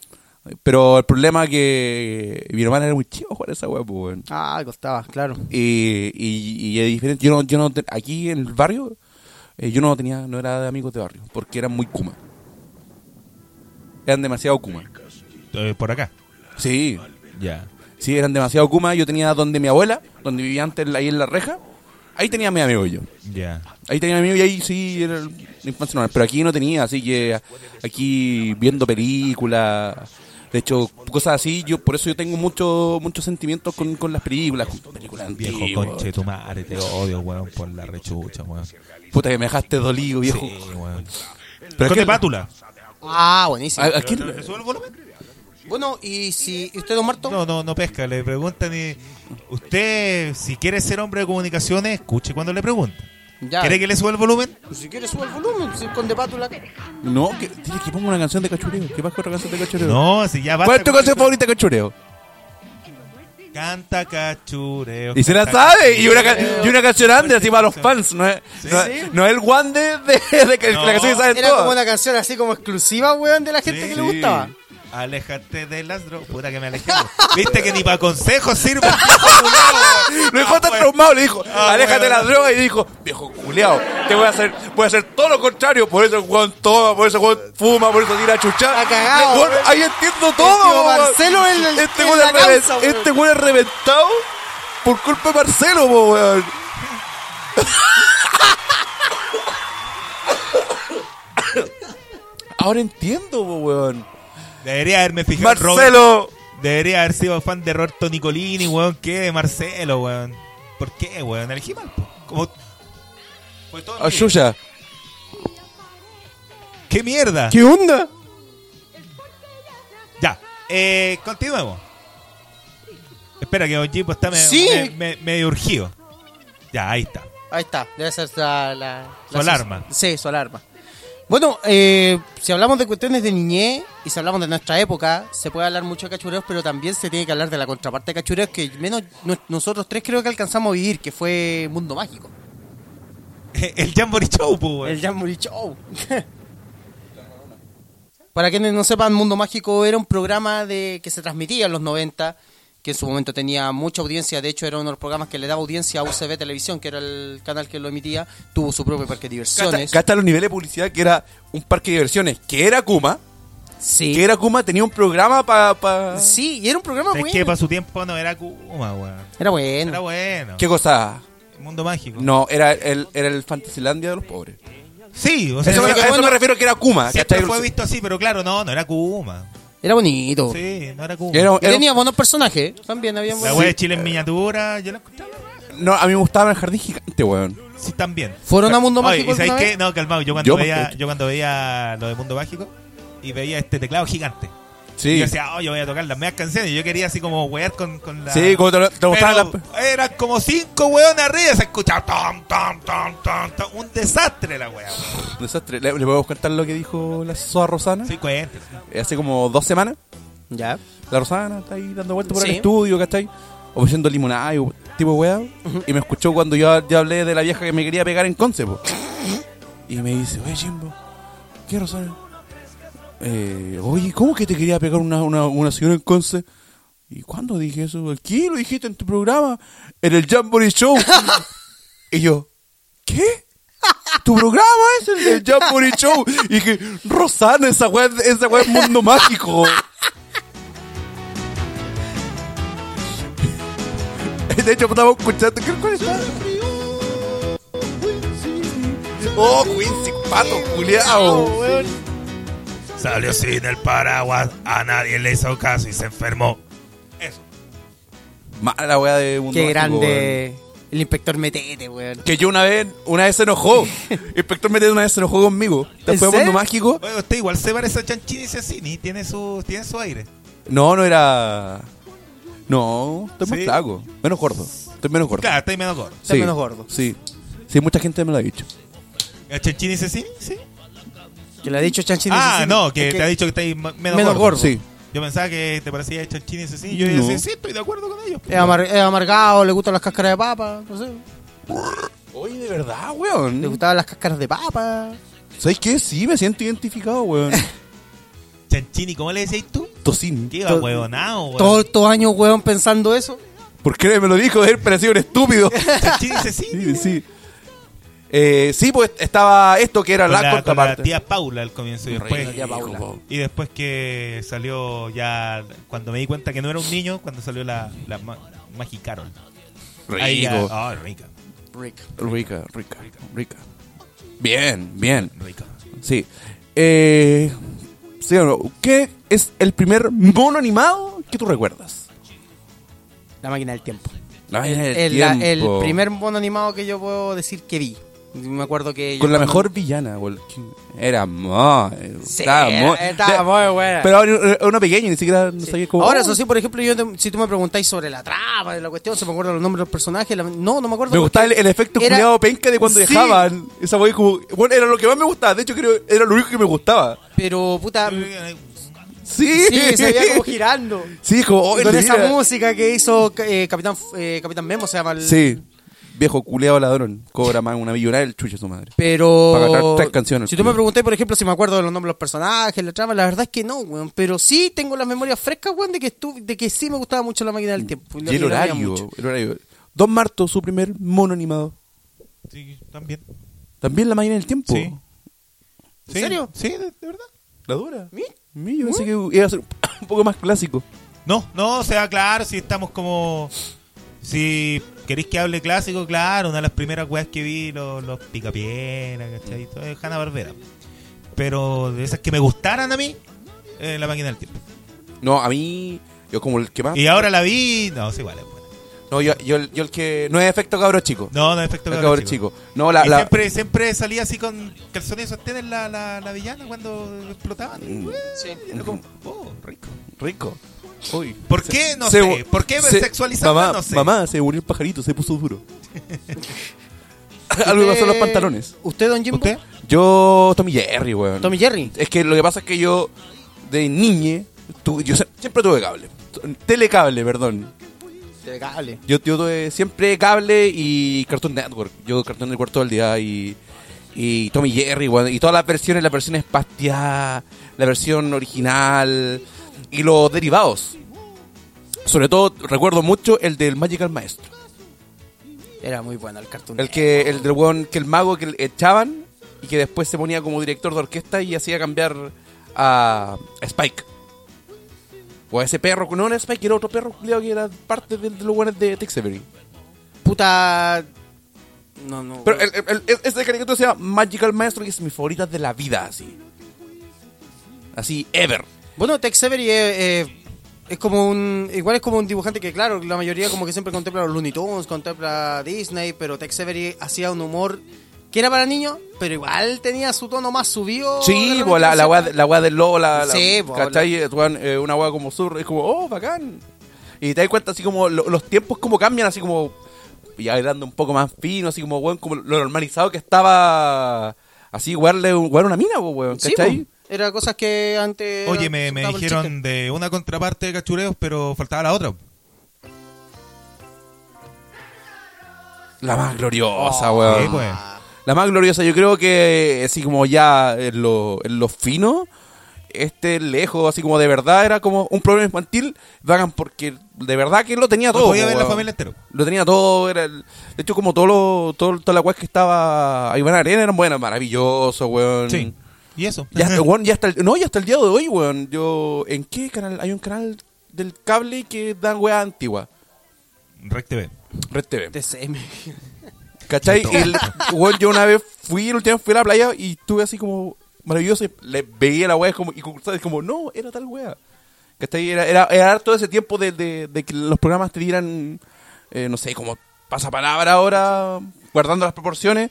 S2: Pero el problema es que mi hermana era muy chido jugar a esa weá, pues, weón.
S4: Ah, costaba, claro.
S2: Y, y, y es diferente. Yo no, yo no, te- aquí en el barrio, eh, yo no tenía, no era de amigos de barrio, porque eran muy Kuma. Eran demasiado Kuma.
S1: Eh, por acá.
S2: Sí,
S1: Ya.
S2: sí, eran demasiado Kuma. Yo tenía donde mi abuela, donde vivía antes ahí en la reja, ahí tenía a mi amigo yo.
S1: Ya.
S2: Ahí tenía amigos y ahí sí era la infancia normal. Pero aquí no tenía, así que aquí viendo películas, de hecho, cosas así, yo por eso yo tengo muchos muchos sentimientos con, con las películas, con películas
S1: Viejo
S2: antiguas.
S1: conche de tu madre, te odio, weón, por la rechucha, weón. Sí,
S2: Puta que me dejaste dolido, viejo.
S1: weón.
S2: Pero
S1: Con
S2: es que-
S1: de pátula.
S4: Ah, buenísimo.
S2: ¿A, a quién-
S1: ¿Le sube el volumen?
S4: Bueno, ¿y si ¿y usted, don Marto?
S1: No, no, no pesca. Le preguntan y. Usted, si quiere ser hombre de comunicaciones, escuche cuando le preguntan.
S4: Ya. pues,
S1: ¿Quiere que le suba el volumen?
S4: Si quiere sube el volumen, si con de pátula.
S2: No, que, dile que ponga una canción de cachureo. ¿Qué pasa con otra canción de cachureo?
S1: No, si ya va.
S2: ¿Cuál es tu canción favorita de cachureo?
S1: Canta cachureo.
S2: Y se la
S1: canta
S2: sabe. Y
S1: cachureo.
S2: una, ca- y una canción under, así para los fans. No es, no, es- no es el one de, de- de que-
S1: No.
S2: la canción que saben
S4: Era
S2: todos.
S4: como una canción así como exclusiva, weón, de la gente
S1: Sí,
S4: que le
S1: sí.
S4: gustaba.
S1: Aléjate de las drogas. Puta que me alejé. Viste que ni para consejos sirve. el viejo culiao, weón.
S2: Lo dejó
S1: Ah,
S2: tan
S1: weón.
S2: traumado, le dijo,
S1: Ah,
S2: aléjate de
S1: bueno.
S2: la droga y dijo, viejo culiao, te voy a hacer, voy a hacer todo lo contrario, por eso el weón toma, por eso el weón fuma, por eso tira a chuchar.
S4: Está cagado,
S2: Weón,
S4: weón.
S2: ahí entiendo
S4: Este
S2: todo.
S4: weón
S2: weón.
S4: Marcelo es el-
S2: este
S4: es
S2: weón
S4: la
S2: es reven-
S4: causa, weón.
S2: este weón es reventado por culpa de Marcelo, po, weón. Ahora entiendo, po, weón.
S1: Debería haberme fijado. en Robert-
S2: Marcelo.
S1: Debería haber sido fan de Roberto Nicolini, weón, que de Marcelo, weón. ¿Por qué, weón? Elegí mal, po. Como... Fue todo mío.
S2: Ayuya.
S1: ¡Qué mierda!
S2: ¿Qué onda?
S1: Ya, eh, continuemos. Espera, que Don Jimbo está medio,
S4: Sí.
S1: me- me- medio urgido. Ya, ahí está.
S4: Ahí está, debe ser la... la-
S1: Su
S4: la-
S1: alarma.
S4: Sí, su alarma. Bueno, eh, si hablamos de cuestiones de niñez y si hablamos de nuestra época, se puede hablar mucho de cachureos, pero también se tiene que hablar de la contraparte de cachureos que menos no- nosotros tres creo que alcanzamos a vivir, que fue Mundo Mágico.
S1: el Jamboree Show, pues, weón.
S4: El Jamboree Show. Para quienes no sepan, Mundo Mágico era un programa de que se transmitía en los 90, que en su momento tenía mucha audiencia. De hecho, era uno de los programas que le daba audiencia a UCB Televisión, que era el canal que lo emitía. Tuvo su propio parque de diversiones.
S2: Hasta los niveles de publicidad que era un parque de diversiones, que era Kuma,
S4: Sí.
S2: que era Kuma, tenía un programa para... Pa...
S4: Sí, y era un programa
S1: Es que
S4: bueno.
S1: para su tiempo no era Kuma, weón.
S4: Era bueno.
S1: Era bueno.
S2: ¿Qué cosa?
S1: El Mundo mágico.
S2: No, era el, era el Fantasylandia de los pobres.
S1: Sí, o sea,
S2: Eso me, a
S1: siempre
S2: eso me refiero que era Kuma. ¿cachai?
S1: fue visto así, pero claro, no, no era Kuma.
S4: Era bonito.
S1: Sí, no era Kuma.
S2: Oh. Era-
S4: Y
S2: era-
S4: tenía buenos personajes. También había
S1: La
S4: buenos-
S1: wea de Chile en miniatura, yo la escuchaba.
S2: no, a mí me gustaba el jardín gigante, weón.
S1: Sí, también.
S4: ¿Fueron a Mundo
S1: Oye,
S4: Mágico
S1: ¿y sabes
S4: alguna
S1: qué?
S4: vez?
S1: No, calmado. Yo cuando,
S2: Yo, pues, eh.
S1: veía,
S2: porque-
S1: yo cuando veía lo de Mundo Mágico y veía este teclado gigante. Y
S2: Sí.
S1: yo decía, oh, yo voy a tocar las medias canciones. Y yo quería así como wear con, con la.
S2: Sí, como te, te gustaban
S1: Pero
S2: las-
S1: Eran como cinco weones arriba. Se escuchaba tom, tom, tom, tom, tom. Un desastre la wea. weón.
S2: Desastre. ¿Le, le puedo contar lo que dijo la Soa Rosana?
S1: Sí, cuéntame.
S2: Eh, Hace como dos semanas.
S4: Ya.
S2: La Rosana está ahí dando vueltas por
S4: Sí.
S2: el estudio, ¿cachai? Ofreciendo limonada y tipo weá. Y me escuchó cuando yo, yo hablé de la vieja que me quería pegar en Conce, po. Y me dice, oye, Jimbo, ¿qué Rosana? Eh, oye, ¿cómo que te quería pegar una, una, una señora en Conce? ¿Y cuándo dije eso? ¿Aquí lo dijiste en tu programa? En el Jamboree Show. y yo, ¿qué? Tu programa es el del Jamboree Show. Y dije, Rosana, esa weá esa weá es mundo mágico. De hecho, estamos escuchando. ¿Qué- ¿Cuál es? Oh, Quincy, pato, Ah, culiao.
S1: Salió sin el paraguas. A nadie le hizo caso y se enfermó.
S2: Mala weá de mundo.
S4: Qué
S2: Mágico, weón.
S4: grande. El inspector Metete, weón.
S2: Que yo una vez, una vez se enojó. Inspector Mete una vez se enojó conmigo. Después de
S4: serio?
S2: Mundo Mágico.
S1: Bueno, usted igual se parece a Chanchini y Cecini. Tiene su, tiene su aire.
S2: No, no era. No, estoy más
S1: Sí.
S2: flaco. Menos gordo. Estoy menos gordo.
S1: Claro, está ahí menos gordo.
S4: estoy menos gordo.
S2: Sí. Sí, mucha gente me lo ha dicho.
S1: ¿A Chanchini y Cecini? Sí.
S4: Que le ha dicho Chanchini.
S1: Ah, no, que
S4: Es
S1: te ha dicho que estáis menos,
S4: Menos
S1: gordo.
S4: gordo.
S2: Sí.
S1: Yo pensaba que te parecía a Chanchini y Cecini. Yo
S2: No.
S1: decía, sí, estoy de acuerdo con ellos.
S4: Es, amar- es amargado, le gustan las cáscaras de papa. No sé.
S2: Oye, de verdad,
S4: Le
S2: weón.
S4: gustaban las cáscaras de papa.
S2: ¿Sabes qué? Sí, me siento identificado, weón.
S1: Chanchini, ¿cómo le decías tú?
S2: Tocín.
S1: Que iba
S4: To-
S1: huevonao, weón.
S4: Todos estos años, weón, pensando eso.
S2: ¿Por qué me lo dijo? Él parecía un estúpido.
S1: Chanchini y Cecini.
S2: Sí, sí. Eh, sí, pues estaba esto que era
S1: Con
S2: la,
S1: la, con la
S2: contraparte.
S1: tía Paula al comienzo y después,
S4: la tía Paula.
S1: y después que salió ya cuando me di cuenta que no era un niño cuando salió la, la ma- Magi Carol Ahí ya-
S2: Rico.
S1: ah, rica
S4: Rick.
S2: Rica, rica, rica. Bien, bien.
S1: rica
S2: Sí. Eh, sí o no, ¿Qué es el primer mono animado que tú recuerdas?
S4: La máquina del tiempo.
S2: Ay, el,
S4: El, la- el
S2: tiempo.
S4: primer mono animado que yo puedo decir que vi. Me acuerdo que. yo
S2: Con la
S4: cuando-
S2: mejor villana, güey. ¿Quién? Era Mo.
S4: Sí,
S2: estaba Mo.
S4: era- estaba muy buena.
S2: Pero era era una pequeña, ni siquiera no sabía cómo.
S4: Ahora,
S2: oh,
S4: eso sí, por ejemplo, yo te- si tú me preguntáis sobre la trama de la cuestión, se me acuerdan los nombres de los personajes. la- no, no me acuerdo.
S2: Me gustaba el, el efecto
S4: Era-
S2: culiado penca de cuando
S4: Sí.
S2: dejaban. Esa wey como. Bueno, era lo que más me gustaba. De hecho, creo era lo único que me gustaba.
S4: Pero, puta.
S2: Sí.
S4: Sí, se veía como girando.
S2: Sí, como. oh,
S4: Y con
S2: el-
S4: esa
S2: mira.
S4: música que hizo eh, Capitán, eh, Capitán Memo, se llama el.
S2: Sí. Viejo culiado ladrón. Cobra más una millonada el chuche su madre. Para cantar
S4: Pero.
S2: tres canciones.
S4: Si tú me preguntáis, por ejemplo, si me acuerdo de los nombres de los personajes, la trama, la verdad es que no, weón. Pero sí tengo las memorias frescas, weón, de que, estu- de que sí me gustaba mucho la máquina del tiempo. la-
S2: Y el
S4: la veía
S2: horario,
S4: mucho.
S2: el horario. Don Marto, su primer mono animado.
S1: sí también
S2: También la máquina del tiempo.
S1: Sí.
S4: ¿En
S1: Sí,
S4: serio?
S1: sí de, de verdad
S2: La dura.
S4: Mi- ¿Mm?
S2: Mi, yo pensé que iba a ser un poco más clásico.
S1: no no o sea claro si estamos como si queréis que hable clásico claro una de las primeras weas que vi los, los picapieras ¿cachai? todo es Hanna Barbera pero de esas que me gustaran a mí eh, la máquina del tiempo
S2: No, a mí. Yo como el que más.
S1: Y ahora la vi. No, es igual, es buena.
S2: No, yo, yo, el- yo el que. No es efecto cabro chico.
S1: No, no es efecto
S2: No,
S1: cabro
S2: cabro chico. No, la.
S1: Y
S2: la-
S1: Siempre, siempre salía así con calzones sostenes la, la, la villana cuando explotaban.
S2: Mm.
S4: Sí.
S1: Era como, oh, rico.
S2: Rico. Uy.
S1: ¿Por qué? No sé. ¿Por qué sexualizaban?
S2: Mamá,
S1: No sé.
S2: mamá, se murió el pajarito, se puso duro. Algo pasó en los
S4: Eh,
S2: pantalones.
S4: ¿Usted, don Jimbo?
S1: ¿Usted?
S2: Yo, Tommy Jerry, weón.
S4: Tommy Jerry.
S2: Es que lo que pasa es que yo, de niñe, tu- yo se- siempre tuve cable. T- Telecable, perdón.
S4: De cable.
S2: Yo, yo tuve siempre cable y Cartoon Network. Yo Cartoon Network todo el día y, y Tommy Jerry, weón, y todas las versiones, la versión espastiada, la versión original y los derivados. Sobre todo recuerdo mucho el del Magical Maestro.
S4: Era muy bueno el cartoon.
S2: El que el del weón, que el mago que le echaban y que después se ponía como director de orquesta y hacía cambiar a Spike. O a ese perro, no era Spike, era otro perro culiao que era parte de, de los weones de Tex Avery.
S4: Puta. No, no.
S2: Pero el, el, el- es- esa caricatura se llama Magical Maestro y es mi favorita de la vida, así. Así, ever.
S4: Bueno, Tex Avery es, es- es como un. Igual es como un dibujante que, claro, la mayoría como que siempre contempla los Looney Tunes, contempla Disney, pero Tex Avery hacía un humor que era para niños, pero igual tenía su tono más subido. Oh, de
S2: Sí,
S4: repente,
S2: po, la, la,
S4: ¿cierto?
S2: weá, de- la weá del lobo, la, la-
S4: Sí, po,
S2: ¿cachai? Eh, weón, eh, una weá como sur, es como, oh, bacán. Y te das cuenta, así como lo- los tiempos como cambian, así como, ya hablando un poco más fino, así como, weón, como lo normalizado que estaba, así, wearle un- wear una mina, po, weón,
S4: Sí, pues.
S2: ¿cachai?
S4: po. era cosas que antes.
S1: Oye,
S4: era-
S1: me, me
S4: soltaba el
S1: dijeron
S4: chiste.
S1: de una contraparte de cachureos, pero faltaba la otra.
S2: La más gloriosa,
S1: Sí,
S2: weón.
S1: pues.
S2: La más gloriosa, yo creo que así como ya en lo, en lo fino, este lejos, así como de verdad era como un problema infantil, vagan porque de verdad que lo tenía
S1: No
S2: todo. pues,
S1: podía ver la
S2: weón.
S1: familia entero.
S2: Lo tenía todo, era el- de hecho como todo lo, todo, toda la weá que estaba Iván Arena eran buenas, maravilloso, weón.
S1: Sí. ¿Y eso?
S2: Ya, hasta- weón, ya hasta el, no, ya hasta el día de hoy, weón. Yo, ¿en qué canal? Hay un canal del cable que dan weá antigua.
S1: Rec TV.
S2: Red TV.
S4: TCM.
S2: ¿Cachai? El, weón, yo una vez fui, la última vez fui a la playa y estuve así como maravilloso. y Le veía la wea como, y concursaba, y como, no, era tal wea. ¿Cachai? Era, era, era todo ese tiempo de, de- de que los programas te dieran, eh, no sé, como pasapalabra ahora, guardando las proporciones.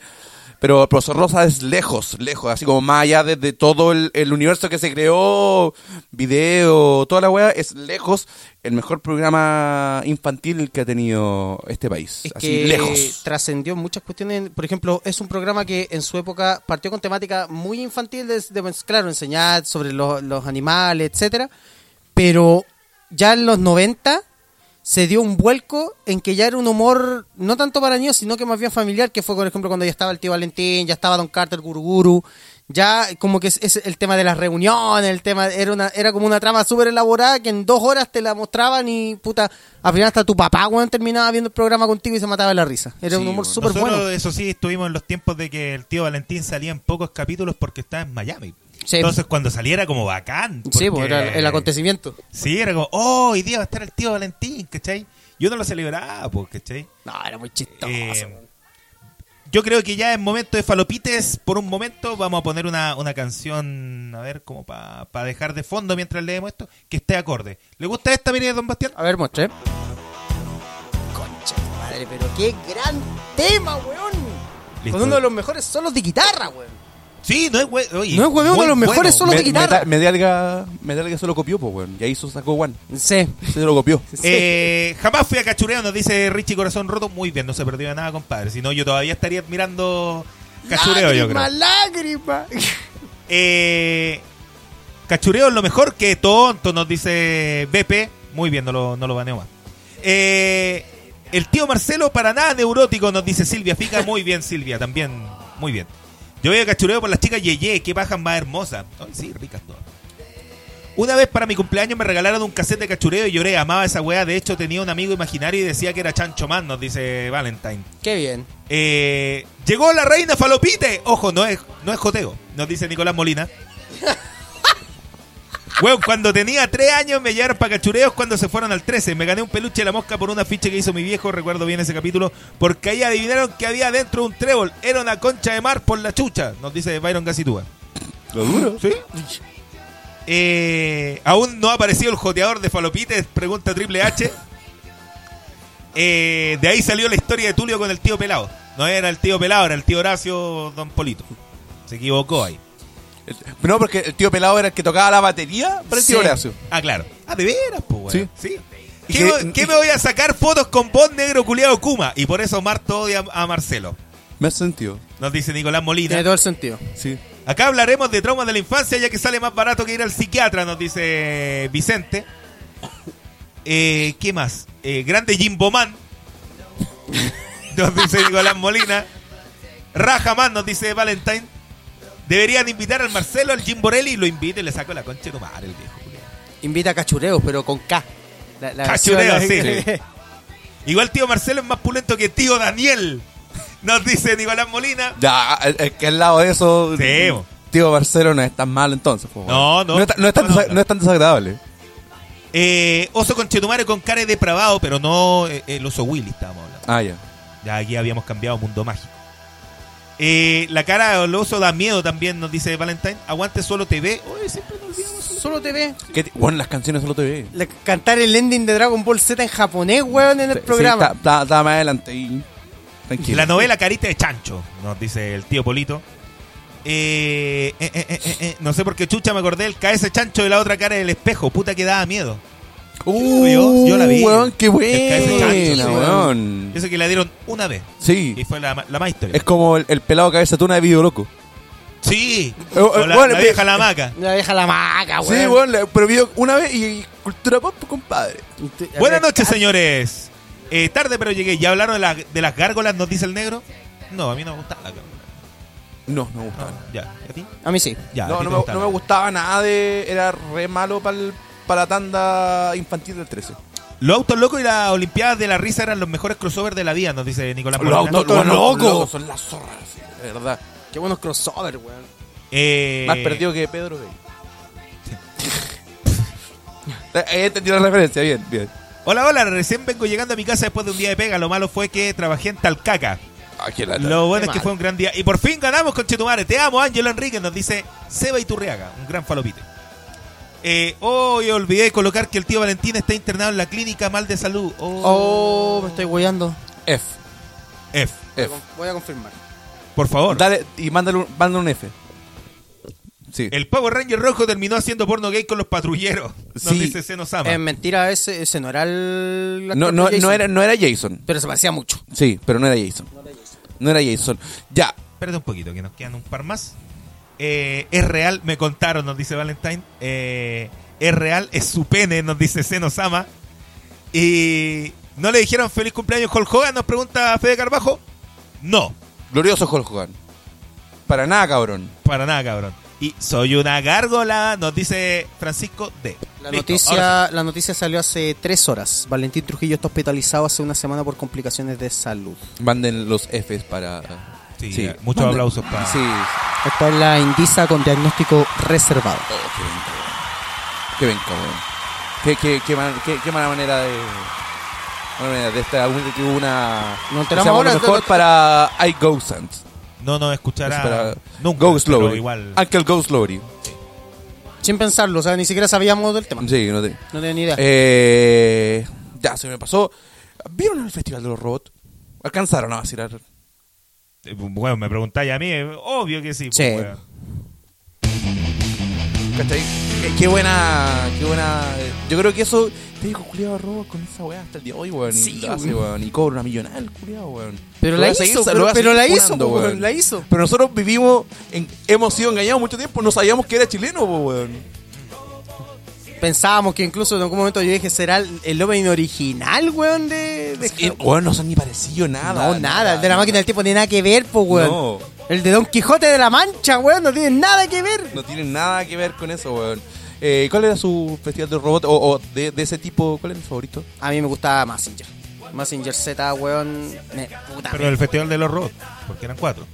S2: Pero el profesor Rosa es lejos, lejos, así como más allá de, de todo el, el universo que se creó, video, toda la wea, es lejos el mejor programa infantil que ha tenido este país.
S4: Es
S2: así,
S4: que
S2: lejos.
S4: trascendió muchas cuestiones. Por ejemplo, es un programa que en su época partió con temática muy infantil, de, de- claro, enseñar sobre los, los animales, etcétera. Pero ya en los 90 se dio un vuelco en que ya era un humor no tanto para niños, sino que más bien familiar, que fue, por ejemplo, cuando ya estaba el tío Valentín, ya estaba Don Carter, Guruguru, ya como que es, es el tema de las reuniones, el tema, era una era como una trama súper elaborada que en dos horas te la mostraban y, puta, al final hasta tu papá, weón, terminaba viendo el programa contigo y se mataba de la risa. Era
S2: Sí,
S4: un humor
S2: weón.
S4: súper
S1: Nosotros,
S4: bueno.
S1: eso sí, estuvimos en los tiempos de que el tío Valentín salía en pocos capítulos porque estaba en Miami.
S4: Sí.
S1: Entonces, cuando saliera como bacán.
S4: Sí,
S1: porque-
S4: pues, era el acontecimiento.
S1: Sí, era como, oh, hoy día va a estar el tío Valentín, ¿cachai? Yo no lo celebraba, pues, ¿cachai?
S4: No, era muy chistoso.
S1: Eh,
S4: weón.
S1: yo creo que ya es momento de falopites. Por un momento vamos a poner una, una canción, a ver, como para dejar de fondo mientras leemos esto, que esté acorde. ¿Le gusta esta, mire, don Bastián?
S4: A ver, mostré. Concha de madre, pero qué gran tema, weón.
S1: Listo.
S4: Con uno de los mejores solos de guitarra, weón.
S1: Sí, no es hue- oye,
S4: No es hueveo, uno de los
S1: muy
S4: mejores solos de guitarra.
S2: Meta- Medialga, Medialga se lo copió, pues, weón. Y ahí se sacó One.
S4: Sí.
S2: Se lo copió.
S1: Eh, jamás fui a cachureo, nos dice Richie Corazón Roto. Muy bien, no se perdió de nada, compadre. Si no, yo todavía estaría mirando cachureo, yo creo.
S4: lágrima.
S1: Eh, cachureo es lo mejor que tonto, nos dice BP. Muy bien, no lo, no lo baneo más. Eh, el tío Marcelo, para nada neurótico, nos dice Silvia Fica. Muy bien, Silvia, también. Muy bien. Yo veo cachureo por las chicas Yeye, que bajan más hermosas. Ay, sí, ricas todas. Una vez para mi cumpleaños me regalaron un cassette de cachureo y lloré. Amaba esa weá. De hecho, tenía un amigo imaginario y decía que era Chancho Man, nos dice Valentine.
S4: Qué bien.
S1: Eh, llegó la reina Falopite. Ojo, no es, no es joteo, nos dice Nicolás Molina. Weón, cuando tenía 3 años me llevaron para cachureos cuando se fueron al 13. Me gané un peluche de la mosca por una ficha que hizo mi viejo, recuerdo bien ese capítulo, porque ahí adivinaron que había dentro un trébol. Era una concha de mar por la chucha, nos dice Byron Gacitúa.
S2: Lo duro.
S1: ¿Sí? Eh, Aún no ha aparecido el joteador de Falopites, pregunta Triple H. Eh, de ahí salió la historia de Tulio con el tío Pelado. No era el tío Pelado, era el tío Horacio Don Polito. Se equivocó ahí.
S2: No, porque el tío pelado era el que tocaba la batería para el tío
S4: Sí.
S2: Horacio.
S1: Ah, claro. Ah, de veras, pues, weón. Sí.
S2: Y
S1: ¿Qué,
S2: que-
S1: vo- qué me voy a sacar fotos con vos, negro culiado Kuma? Y por eso Marto odia a Marcelo.
S2: Me has sentido.
S1: Nos dice Nicolás
S4: Tiene
S1: Molina.
S4: todo el sentido.
S2: Sí.
S1: Acá hablaremos de traumas de la infancia, ya que sale más barato que ir al psiquiatra, nos dice Vicente. Eh, ¿Qué más? Eh, grande Jimbo Man. Nos dice Nicolás Molina. Raja Man nos dice Valentine. Deberían invitar al Marcelo, al Jimborelli, y lo invito y le saco la concha de tu madre, el viejo. culiao.
S4: Invita a cachureos, pero con K. La- la
S1: Cachureo,
S4: versión-
S1: Ah, sí. Igual tío Marcelo es más pulento que tío Daniel. Nos dice Nicolás Molina.
S2: Ya, es que al lado de eso.
S1: Sí, bo.
S2: Tío Barcelo no es tan malo entonces. po,
S1: No,
S2: weón.
S1: no.
S2: No es, tan- no es tan,
S1: No, no,
S2: desa-
S1: no.
S2: no es tan desagradable.
S1: Eh, oso Conchetumare con cara de depravado, pero no eh, el oso Willy, estábamos hablando.
S2: Ah, ya.
S1: Ya aquí habíamos cambiado a mundo mágico. Eh, la cara del oso da miedo también, nos dice Valentine. Aguante solo TV. Oye, siempre nos olvidamos.
S4: Solo te ve.
S2: ¿Qué ti- bueno, las canciones solo te ve.
S4: la- cantar el ending de Dragon Ball Z en japonés, weón, en el
S2: Sí,
S4: programa.
S2: está- está- está más adelante. y- Tranquilo.
S1: La novela Carita de Chancho, nos dice el tío Polito. Eh, eh, eh, eh, eh, eh, no sé por qué chucha me acordé el cae ese chancho de la otra cara del espejo. Puta que daba miedo.
S2: Uh,
S1: Yo- yo la vi.
S2: Weón, qué
S1: El que hace chancho,
S2: buena,
S1: sí,
S2: weón.
S1: Eso que la dieron una vez. Y
S2: Mm. Sí.
S1: fue la, ma- la más historia.
S2: Es como el, el pelado cabeza tuna de video loco.
S1: Sí.
S2: Eh,
S1: O
S2: eh,
S1: la,
S2: bueno,
S1: la
S2: eh,
S1: vieja la hamaca.
S4: La vieja la maca,
S2: Sí,
S4: Ah, weón.
S2: weón, le- pero video una vez y, y cultura pop, compadre.
S4: Te-
S1: Buenas
S2: eh,
S4: rescata-
S1: noches, señores. Eh, tarde, pero llegué. ¿Ya hablaron de, la- de las gárgolas? ¿Nos dice el negro? No, a mí no me gustaba la gárgola.
S2: No, no me
S1: No,
S2: gustaba.
S1: ya. ¿Y a ti?
S4: A mí sí.
S1: Ya, a
S2: No,
S1: ti
S2: no,
S1: te
S2: me,
S1: gustaba.
S2: no me gustaba nada de. Era re malo para la tanda infantil del 13.
S1: Los autos locos y las Olimpiadas de la Risa eran los mejores crossovers de la vida, nos dice Nicolás
S2: Los
S1: Molina.
S2: autos,
S4: Autos
S2: los
S4: locos.
S2: locos son las zorras, sí, de verdad.
S4: Qué buenos crossover, weón.
S1: Eh,
S2: Más perdido que Pedro Bey. He entendido Eh, la referencia, bien, bien.
S1: Hola, hola, recién vengo llegando a mi casa después de un día de pega. Lo malo fue que trabajé en Talcaca.
S2: Aquí la
S1: Lo bueno es que
S4: mal.
S1: fue un gran día. Y por fin ganamos con Chetumare. Te amo, Ángelo Enrique, nos dice Seba Iturriaga, un gran falopite. Eh, hoy olvidé colocar que el tío Valentín está internado en la clínica mal de salud. Oh,
S4: Oh, me estoy weyando.
S2: F,
S1: F.
S2: F.
S4: Voy a confirmar.
S1: Por favor.
S2: Dale, y mándale un, mándale un F. Sí.
S1: El Power Ranger rojo terminó haciendo porno gay con los patrulleros. Nos
S2: Sí.
S1: dice Senosama.
S4: Es mentira, ese, ese no era el.
S2: No,
S4: actor
S2: no,
S4: de Jason,
S2: no, era, no era Jason.
S4: Pero se parecía mucho.
S2: Sí, pero no era Jason. No era Jason. Ya.
S1: Espérate un poquito, que nos quedan un par más. Eh, es real, me contaron, nos dice Valentine. Eh, es real, es su pene, nos dice Senosama. Y no le dijeron feliz cumpleaños Hulk Hogan, nos pregunta Fede Carbajo. No,
S2: Glorioso Hulk Hogan. Para nada, cabrón.
S1: para nada, cabrón. Y soy una gárgola, nos dice Francisco D. Listo, ahora
S4: La, noticia, la noticia salió hace tres horas. Valentín Trujillo está hospitalizado hace una semana por complicaciones de salud.
S2: Manden los Fs para.
S1: Sí, ya, muchos aplausos para-
S2: Sí. sí.
S4: Esta es la Indisa con diagnóstico reservado.
S2: Oh, qué bien, cabrón. Qué bien, cabrón. Qué, qué, qué, man- qué- qué mala manera de. mala manera de esta humilde tribuna.
S4: Nos enteramos
S2: que seamos
S4: ahora,
S2: lo mejor
S4: entonces-
S2: para I Go Sans.
S1: No nos escuchará
S2: para
S1: nunca.
S2: Go
S1: pero
S4: eh.
S2: Slowly.
S1: igual.
S4: Ah.
S2: Uncle Go Slowly.
S4: Sin pensarlo, o sea, ni siquiera sabíamos del tema.
S2: Sí, no te.
S4: No tenía ni idea.
S2: Eh, ya se me pasó. ¿Vieron el Festival de los Robots? Alcanzaron a vacilar.
S1: Eh, Bueno, me preguntáis a mí, eh, obvio que sí. pues,
S4: Sí.
S1: weón.
S2: ¿Cachai? Eh, qué buena. Qué buena. eh, Yo creo que eso. Te digo, culiado Robots con esa weá hasta el día de hoy, weón.
S4: Sí,
S2: y, lo hace,
S4: weón.
S2: weón, y cobra una millonada el culiado, weón.
S4: Pero
S2: Lo
S4: la
S2: voy a seguir-
S4: hizo,
S2: lo
S4: pero-
S2: voy a
S4: pero la
S2: seguir
S4: hizo,
S2: funando,
S4: weón, la hizo.
S2: Pero nosotros vivimos. en- hemos sido engañados mucho tiempo. No sabíamos que era chileno, po, weón.
S4: Pensábamos que incluso en algún momento yo dije, ¿será el, el opening original, weón? De, de-
S2: Eh, weón, no son ni parecido
S4: no,
S2: nada.
S4: nada, el de la máquina del tiempo no tiene nada que ver, po, weón.
S2: No.
S4: El de Don Quijote de la Mancha, weón, no tiene nada que ver.
S2: No tienen nada que ver con eso, weón. Eh, ¿Cuál era su festival de robot o, o de, de ese tipo? ¿Cuál era el favorito?
S4: A mí me gustaba Massinger. Massinger Z, weón. me- puta,
S1: Pero
S4: me-
S1: el Festival de los Robots, porque eran cuatro.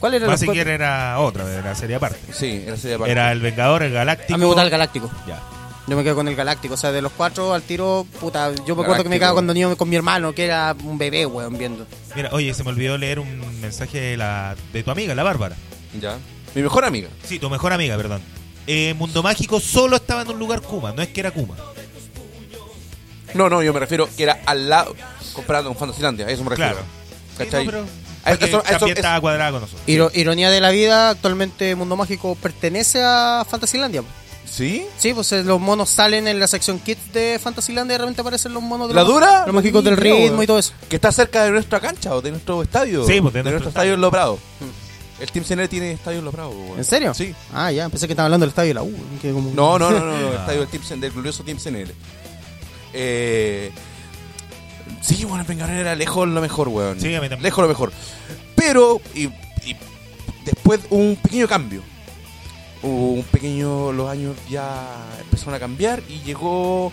S4: ¿Cuál era
S1: Más si
S4: los
S1: quiere era otra, era serie aparte.
S2: Sí, era ese
S1: Era el Vengador, el
S4: cuatro?
S1: Galáctico.
S4: A mí me gustaba el Galáctico.
S1: Ya.
S4: Yo me quedo con el Galáctico. O sea, de los cuatro al tiro, puta. Yo me acuerdo que me
S2: Galáctico.
S4: quedaba cuando niño con mi hermano, que era un bebé, weón, viendo.
S1: Mira, oye, se me olvidó leer un mensaje de, la, de tu amiga, la Bárbara.
S2: Ya. Mi mejor amiga.
S1: Sí, tu mejor amiga, perdón. Eh, Mundo Mágico solo estaba en un lugar Kuma, no es que era Kuma.
S2: No, no, yo me refiero que era al lado, comparado con Fantasylandia, a eso me refiero.
S1: Claro.
S2: ¿Cachai?
S1: Sí, no, pero-
S2: A eso-
S1: Porque
S2: eso-
S1: Eh, también
S2: eso-
S1: estaba cuadrada con nosotros.
S4: Iro- ironía de la vida, actualmente Mundo Mágico pertenece a Fantasylandia. po.
S2: ¿Sí?
S4: Sí, pues eh, los monos salen en la sección Kids de Fantasylandia y de repente aparecen los monos de
S2: ¿La
S4: los,
S2: dura?
S4: los mágicos del
S2: Mira,
S4: ritmo
S2: weón.
S4: y todo eso.
S2: Que está cerca de nuestra cancha o de nuestro estadio.
S1: Sí, pues, de nuestro estadio.
S2: estadio en Lo Prado. El Team CNL tiene estadio en Lo Prado. weón.
S4: Mm. ¿En serio?
S2: Sí.
S4: Ah, ya, pensé que estaba hablando del estadio de la U. que como-
S1: Ah.
S2: No, no, no, no, no, el estadio del, Team CNL, del glorioso Team CNL. Eh, sí, bueno, el Vengador era lejos lo mejor, weón.
S1: Sí, a mí también.
S2: Lejos lo mejor. Pero, y, y después un pequeño cambio. Hubo un pequeño. Los años ya empezaron a cambiar y llegó.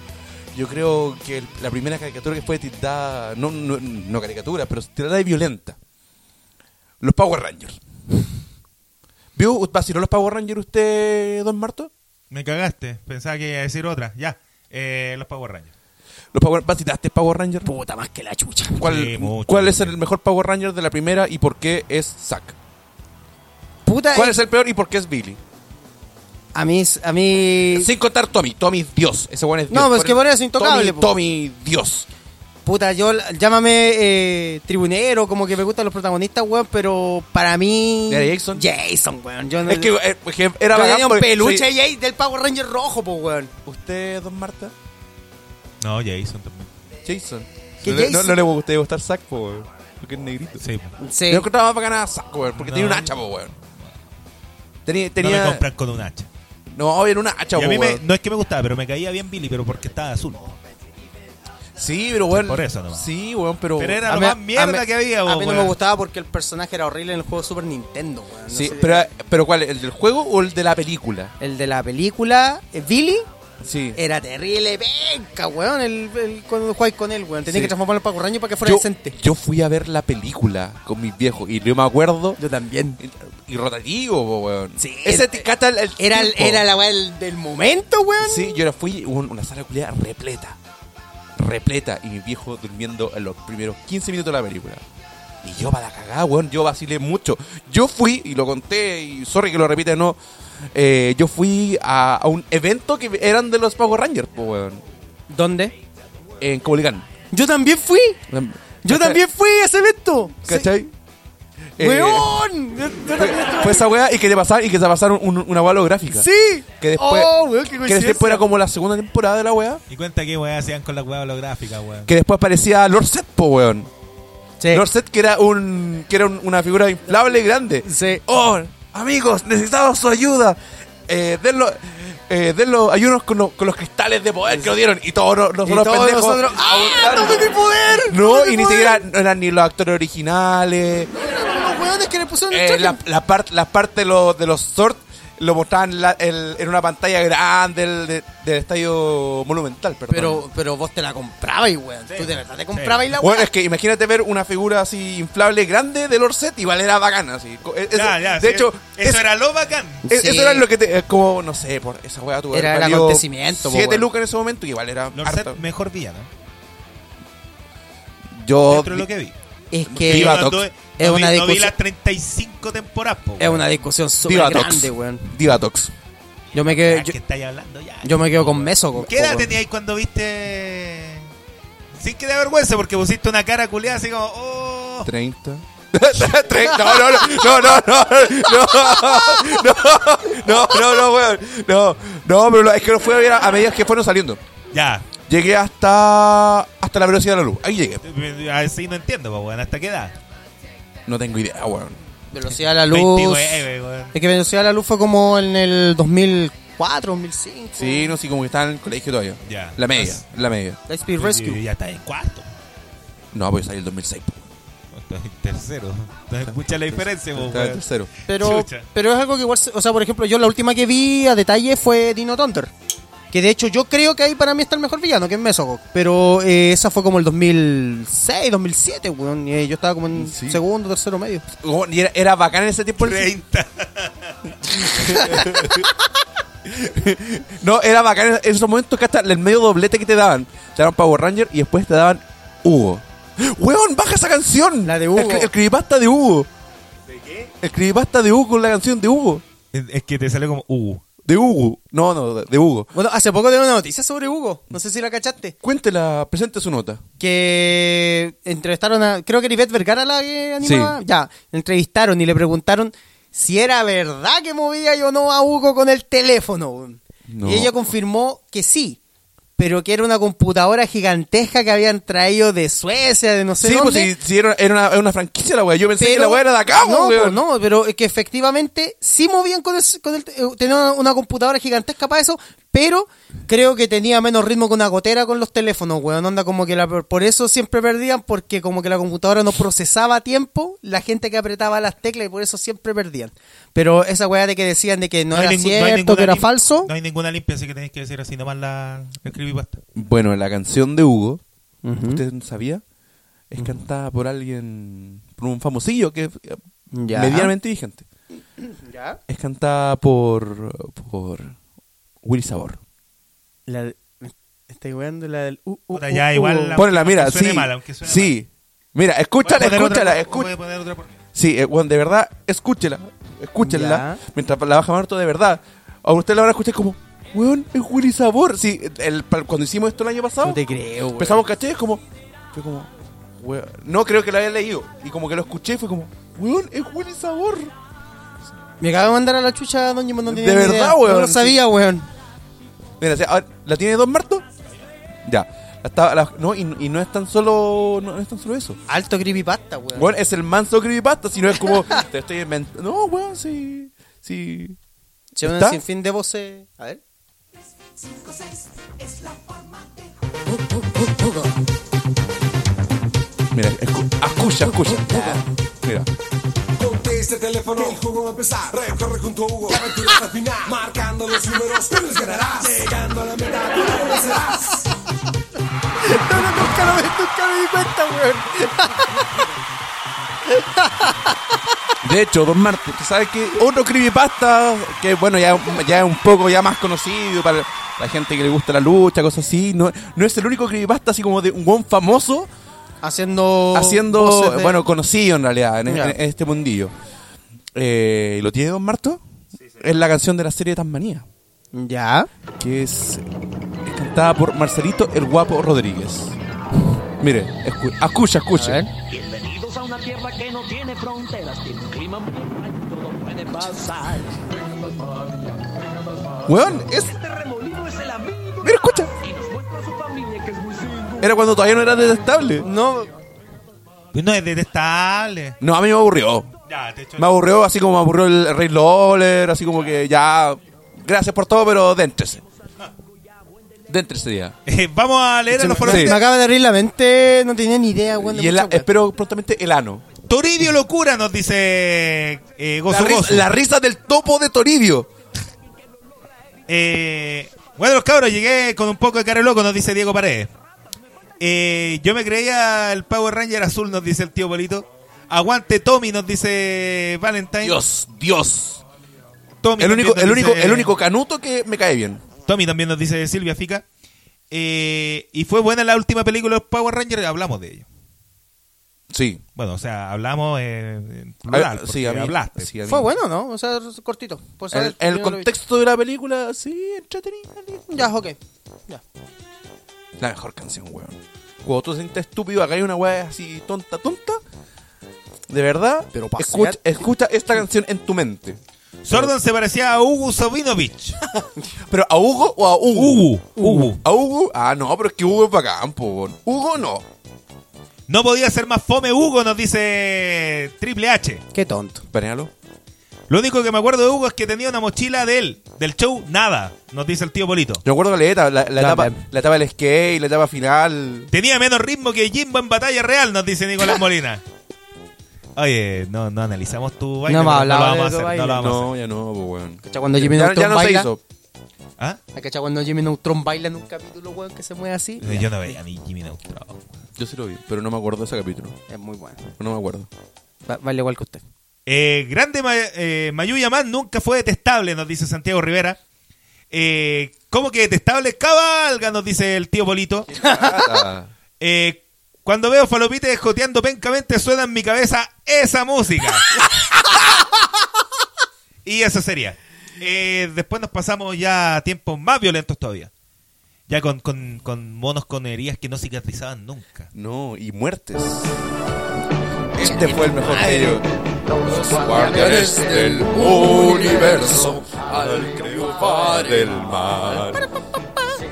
S2: Yo creo que el- la primera caricatura que fue tildada. No, no, no caricatura, pero tildada de violenta. Los Power Rangers. ¿Vio? ¿Vaciló los Power Rangers usted, don Marto?
S1: Me cagaste. Pensaba que iba a decir otra. Ya. Eh, los Power Rangers.
S2: ¿Los Power, ¿Vacilaste Power Ranger?
S4: Puta más que la chucha.
S2: ¿Cuál,
S1: Sí, mucho.
S2: ¿Cuál es el mejor Power Ranger de la primera y por qué es Zack?
S4: Puta,
S2: ¿Cuál
S4: eh,
S2: es el peor y por qué es Billy?
S4: a mí, a mí,
S2: Sin contar Tommy. Tommy es Dios. Ese weón es
S4: Eh, No,
S2: Dios.
S4: pues que por eso es intocable,
S2: Tommy,
S4: po.
S2: Tommy, Dios.
S4: puta, yo, llámame eh, tribunero, como que me gustan los protagonistas, weón, pero para mí...
S2: ¿Era Jason?
S4: Jason, weón. Yo no-
S2: Es que,
S4: yo
S2: eh, que era bacán
S4: tenía un
S2: porque-
S4: peluche
S2: sí.
S4: Jay del Power Ranger rojo, po, weón.
S2: ¿Usted, don Marta?
S1: No, Jason también.
S2: Jason.
S4: ¿Qué
S2: no, le- no-
S4: Jason?
S2: No, le gustaría gustar Zack, po, weón, Porque es negrito.
S1: Sí.
S4: Sí.
S2: Yo encontraba más bacana a Zack, weón. Porque
S1: No.
S2: tenía un hacha, po, weón. Tenía,
S1: No
S2: tenía...
S1: me compran con un hacha.
S2: No, era una hacha,
S1: Y a
S2: po,
S1: mí me-
S2: weón.
S1: no es que me gustaba, pero me caía bien Billy, pero porque estaba azul.
S2: Sí, pero weón.
S1: por eso nomás.
S2: Sí, weón, pero...
S1: Pero era
S4: A
S1: lo
S4: mí-
S1: más mierda
S4: a mí-
S1: que había,
S4: A
S1: vos,
S2: pues,
S4: mí no me
S1: weón.
S4: gustaba porque el personaje era horrible en el juego Super Nintendo, weón. No
S2: Sí,
S4: sé.
S2: pero, pero ¿cuál? ¿El del juego o el de la película? Eh,
S4: El de la película, eh, Billy,
S2: Sí.
S4: era terrible, venga, weón, el, el- cuando jugáis con él, weón. Tenía
S2: Sí.
S4: que transformarlo en Power Ranger para que fuera
S2: Yo,
S4: decente.
S2: yo fui a ver la película con mis viejos y yo me acuerdo.
S4: Yo también.
S2: Y rotativo, po, weón.
S4: Sí,
S2: Ese
S4: era-
S2: ticata el, el
S4: Era,
S2: tiempo.
S4: era la weá del, del momento, weón.
S2: Sí, yo era, fui un- una sala culiada repleta. Repleta. Y mi viejo durmiendo en los primeros 15 minutos de la película. Y yo para la cagada, weón. Yo vacilé mucho. Yo fui, y lo conté, y sorry que lo repita, no. eh, yo fui a, a un evento que eran de los Power Rangers, po, weón.
S4: ¿Dónde?
S2: En Cobolicán.
S4: Yo también fui. Yo también fui a ese evento.
S2: ¿Cachai?
S4: Sí.
S2: Eh,
S4: ¡Weón! Yo, yo también estuve-
S2: Fue esa weá y que te pasaron, y que te pasaron un- una weá holográfica.
S4: Sí.
S2: Que después.
S4: Oh, weón, qué
S2: que después
S4: coincidencia.
S2: era como la segunda temporada de la weá.
S1: Y cuenta qué weá hacían con la weá holográfica, weón.
S2: Que después aparecía Lord Set, po weón.
S4: Sí.
S2: Lord Set que era un. que era un- una figura inflable y grande.
S4: Sí.
S2: Oh, amigos, necesitamos su ayuda. Eh, denlo. Eh, denlo, ayúdanos con, los- con los cristales de poder que nos dieron. Y todos nos-
S4: Y
S2: nosotros
S4: todos
S2: pendejos.
S4: nosotros. ¡Ah!
S2: aguantando.
S4: ¡No de mi poder!
S2: No,
S4: ¡Tome mi
S2: y ni
S4: poder!
S2: siquiera no eran ni los actores originales.
S4: Eran Los weones que le pusieron el
S2: Eh,
S4: traje.
S2: la, la, par- la parte de, los- de los sort lo mostraban en la- el- en una pantalla grande del, de- del estadio monumental, perdón.
S4: Pero, pero vos te la comprabais, weón. Tú de verdad te comprabais la
S2: bueno,
S4: weón.
S2: es que imagínate ver una figura así inflable grande del Orset, igual era bacana, así. Co- eh, es-
S1: Ya,
S2: es-
S1: ya,
S2: de
S1: sí,
S2: hecho,
S1: eso
S2: es-
S1: era lo bacán.
S2: es-
S4: Sí.
S2: eso era lo que te, eh, como no sé, por esa weá tuvo
S4: Era el
S2: valió
S4: acontecimiento, po,
S2: Siete
S4: weón.
S2: lucas en ese momento, igual era
S1: Norset,
S2: harto.
S1: mejor villano.
S2: Yo
S1: Dentro de lo que vi.
S4: Es
S2: que- Viva
S1: Yo no
S2: Tox.
S1: anduve-
S4: Es
S1: no vi-
S4: una
S1: no vi
S4: discusión-
S1: las 35 temporadas, po,
S4: es
S1: weón.
S4: una discusión súper
S2: Divatox.
S4: grande, weón.
S2: Divatox.
S4: Yo me
S1: Ah,
S4: quedo, yo,
S1: que estáis hablando ya.
S4: yo Oh. me quedo con meso. co-
S1: ¿Qué edad
S4: weón.
S1: teníais cuando viste.? Sin que te avergüence, porque pusiste una cara culiada así como. Oh,
S2: 30. Tre- no, no, no, no, no, no, no, no, no, no, no, weón. No, no, pero lo- es que lo fue a ver a, a medida que fueron saliendo.
S1: ya.
S2: Llegué hasta hasta la velocidad de la luz. Ahí llegué.
S1: Así no entiendo, po, weón. ¿Hasta qué edad?
S2: No tengo idea, weón.
S4: Velocidad de la luz.
S1: 29, weón.
S4: Es que Velocidad de la Luz fue como en el 2004, 2005.
S2: Sí, no sé, como que estaba en el colegio todavía.
S1: Ya.
S2: La media,
S1: Pues-
S2: la media.
S4: Light Speed Rescue.
S1: Y ya está en cuarto.
S2: No, pues salí el 2006. po.
S1: Estás en tercero. Entonces, escucha la diferencia, po,
S2: Estaba en
S1: weón.
S2: tercero.
S4: Pero,
S1: Chucha.
S4: pero es algo que igual. se- O sea, por ejemplo, yo la última que vi a detalle fue Dino Thunder. Que de hecho yo creo que ahí para mí está el mejor villano, que es Mesogok. Pero eh, esa fue como el 2006, 2007, weón. y, eh, yo estaba como en
S2: Sí.
S4: segundo, tercero medio.
S2: Oh, y Era, era bacán en ese tiempo. el-
S1: 30.
S2: No, era bacán en esos momentos que hasta el medio doblete que te daban. Te daban Power Ranger y después te daban Hugo. ¡Weón, baja esa canción!
S4: La de Hugo.
S2: El, cri- el creepypasta de Hugo. ¿De qué? El creepypasta de Hugo con la canción de Hugo.
S1: Es es que te sale como. Uh.
S2: De Hugo. No, no, de- de Hugo.
S4: Bueno, hace poco tengo una noticia sobre Hugo. No sé si la cachaste.
S2: Cuéntela, presente su nota.
S4: que entrevistaron a. Creo que era Ivette Vergara la que animaba.
S2: Sí.
S4: Ya, entrevistaron y le preguntaron si era verdad que movía yo no a Hugo con el teléfono. weón.
S2: No.
S4: Y ella confirmó que sí, pero que era una computadora gigantesca que habían traído de Suecia, de no sé
S2: Sí,
S4: dónde.
S2: pues si, si era, era una, era una franquicia la weá. Yo pensé
S4: pero,
S2: que la weá era de acá,
S4: no,
S2: weón.
S4: no, pero es que efectivamente sí movían con el, con el- eh, tenían una, una computadora gigantesca para eso, Pero creo que tenía menos ritmo que una gotera con los teléfonos, weón. Onda como que la, por eso siempre perdían, porque como que la computadora no procesaba a tiempo la gente que apretaba las teclas y por eso siempre perdían. Pero esa weá de que decían de que no, era
S1: ningún- hay
S4: cierto,
S1: ninguna
S4: que era
S1: lim-
S4: falso.
S1: No hay ninguna limpia, así que tenéis que decir así nomás la el creepypasta.
S2: Bueno, la canción de Hugo,
S9: Ujú.
S2: ¿usted no sabía? Es cantada por alguien, por un famosillo que es eh,
S9: Ya.
S2: medianamente vigente. Es cantada por, por Willy Sabor.
S4: La de- me estoy weando la del. uh, uh,
S1: Puta,
S4: uh,
S1: ya,
S4: uh.
S1: igual la-
S2: Ponela, mira,
S1: aunque suene
S2: sí.
S1: mal, aunque suene
S2: sí. Mira, escúchala,
S1: Voy a poner otra-
S2: escúchala,
S1: voy
S2: escúchala.
S1: a poner otra porque-
S2: Sí, eh, weón, de verdad, escúchela. Escúchenla. Mientras la baja Marto, de verdad. A usted la van a escuchar como, weón, es Willy Sabor. Sí, el- pa- cuando hicimos esto el año pasado,
S4: No te creo, weón.
S2: empezamos, caché, es como, fue como, weón. No creo que la había leído. Y como que lo escuché, y fue como, weón, es Willy Sabor.
S4: Me acaba de mandar a la chucha, don Jimón, no
S2: De
S4: tenía ni
S2: verdad,
S4: idea.
S2: weón.
S4: No lo sabía, weón.
S2: Mira, o sea, ahora, ¿la tiene Don Marto? Ya. La estaba- la- no, y, y no es tan solo, no, no es tan solo eso.
S4: Alto creepypasta, weón.
S2: Weón, es el manso creepypasta, si no es como, te estoy inventando. No, weón, sí, sí.
S4: Che, un
S2: ¿Está?
S4: sinfín de voces. A ver.
S2: Mira, escu- escucha, escucha. Mira.
S7: Conté este teléfono, el juego va a empezar. Recorre junto a Hugo, la aventura hasta el final. Marcando los números, tú les ganarás. Llegando a la meta, tú no vencerás.
S2: De hecho, Don Martín, tú sabes que otro creepypasta, que bueno, ya, ya es un poco ya más conocido para la gente que le gusta la lucha, cosas así, no, no es el único creepypasta así como de un buen famoso
S4: Haciendo.
S2: haciendo,
S4: voces de-
S2: bueno, conocido en realidad en,
S4: Ya.
S2: en este mundillo. Eh, ¿Lo tiene Don Marto? Es la canción de la serie Tasmanía,
S4: Ya.
S2: que es, es cantada por Marcelito el Guapo Rodríguez. Mire, escu- ah, escucha,
S4: A
S2: escucha.
S4: ver.
S10: Bienvenidos a una tierra que no tiene fronteras, tiene un clima muy raro, todo puede pasar.
S2: Weón, es,
S10: Este remolino es el amigo
S2: mira, escucha.
S10: y nos muestra a su familia que es muy singular.
S2: Era cuando todavía no era detestable.
S4: No.
S1: Pues no es detestable.
S2: No, a mí me aburrió.
S1: Ya, te echo-
S2: Me aburrió así como me aburrió el Rey Lawler, así como que ya. Gracias por todo, pero déntrese. Déntrese ya.
S1: Eh, Vamos a leer a los
S2: Sí.
S1: foros.
S4: Me acaba de abrir la mente. No tenía ni idea, weón. de
S2: Y el-
S4: muchas weas.
S2: espero prontamente el ano.
S1: Toribio Locura nos dice eh,
S2: La,
S1: Gozo
S2: ris-
S1: Gozo.
S2: la risa del topo de Toribio.
S1: Eh, bueno, los cabros, llegué con un poco de cara loco, nos dice Diego Paredes. Eh, yo me creía el Power Ranger azul, nos dice el tío Polito. Aguante Tommy, nos dice Valentine.
S2: Dios, Dios.
S1: Tommy
S2: El
S1: también
S2: único,
S1: nos
S2: el único,
S1: dice-
S2: el único canuto que me cae bien.
S1: Tommy también nos dice Silvia Fica. Eh, y fue buena la última película de los Power Rangers, hablamos de ello.
S2: Sí.
S1: Bueno, o sea, hablamos eh, en
S2: A-
S1: plural,
S2: sí,
S1: porque
S2: a mí-
S1: hablaste.
S2: sí, a mí-
S4: Fue bueno, ¿no? O sea, cortito. Pues, a
S2: En
S4: ver,
S2: en el
S4: yo lo vi.
S2: contexto de la película, sí, entretenida.
S4: Ya, ok. Ya.
S2: La mejor canción, weón. Cuando tú te sientes estúpido, acá hay una weá así tonta, tonta. De verdad,
S4: Pero pa'
S2: escucha,
S4: hacer-
S2: escucha esta canción en tu mente.
S1: Sordon se parecía a Hugo Sabinovich.
S2: ¿Pero a Hugo o a Hugo?
S1: Hugo, Hugo.
S2: ¿A Hugo? Ah, no, pero es que Hugo es bacán, po, weón. Hugo no.
S1: No podía ser más fome Hugo, nos dice Triple H.
S4: Qué tonto.
S2: Penéalo.
S1: Lo único que me acuerdo de Hugo es que tenía una mochila de él, del show Nada, nos dice el tío Polito.
S2: Yo recuerdo la etapa, la, la etapa,
S9: También.
S2: la etapa del skate, la etapa final.
S1: Tenía menos ritmo que Jimbo en batalla real, nos dice Nicolás Molina. Oye, no, no analizamos tu baile.
S4: No hemos
S1: pero
S4: hablado
S1: lo
S4: de
S1: vamos
S4: tu
S1: a hacer, no
S4: baile.
S1: lo vamos
S2: No, ya no, po, weón.
S4: ¿Cachai cuando Jimmy
S2: Ya,
S4: Neutron
S2: ya no se
S4: baila?
S2: hizo.
S1: a hacer. ¿Ah?
S4: ¿Cachai cuando Jimmy Neutron baila en un capítulo, weón, que se mueve así?
S1: Eh, Yo no veía a mi Jimmy Neutron.
S2: Yo sí lo vi, pero no me acuerdo de ese capítulo.
S4: Es muy bueno.
S2: No me acuerdo.
S4: Va- vale igual que usted.
S1: Eh, grande Ma- eh, Mayuya Man nunca fue detestable, nos dice Santiago Rivera. Eh, ¿Cómo que detestable cabalga? Nos dice el tío Polito.
S2: Ah,
S1: Eh, cuando veo falopites joteando pencamente, suena en mi cabeza esa música. y eso sería. Eh, después nos pasamos ya a tiempos más violentos todavía. Ya con, con- con monos con heridas que no cicatrizaban nunca.
S2: no, y muertes. Este fue el mejor sello. Los guardianes del universo al triunfar del mal.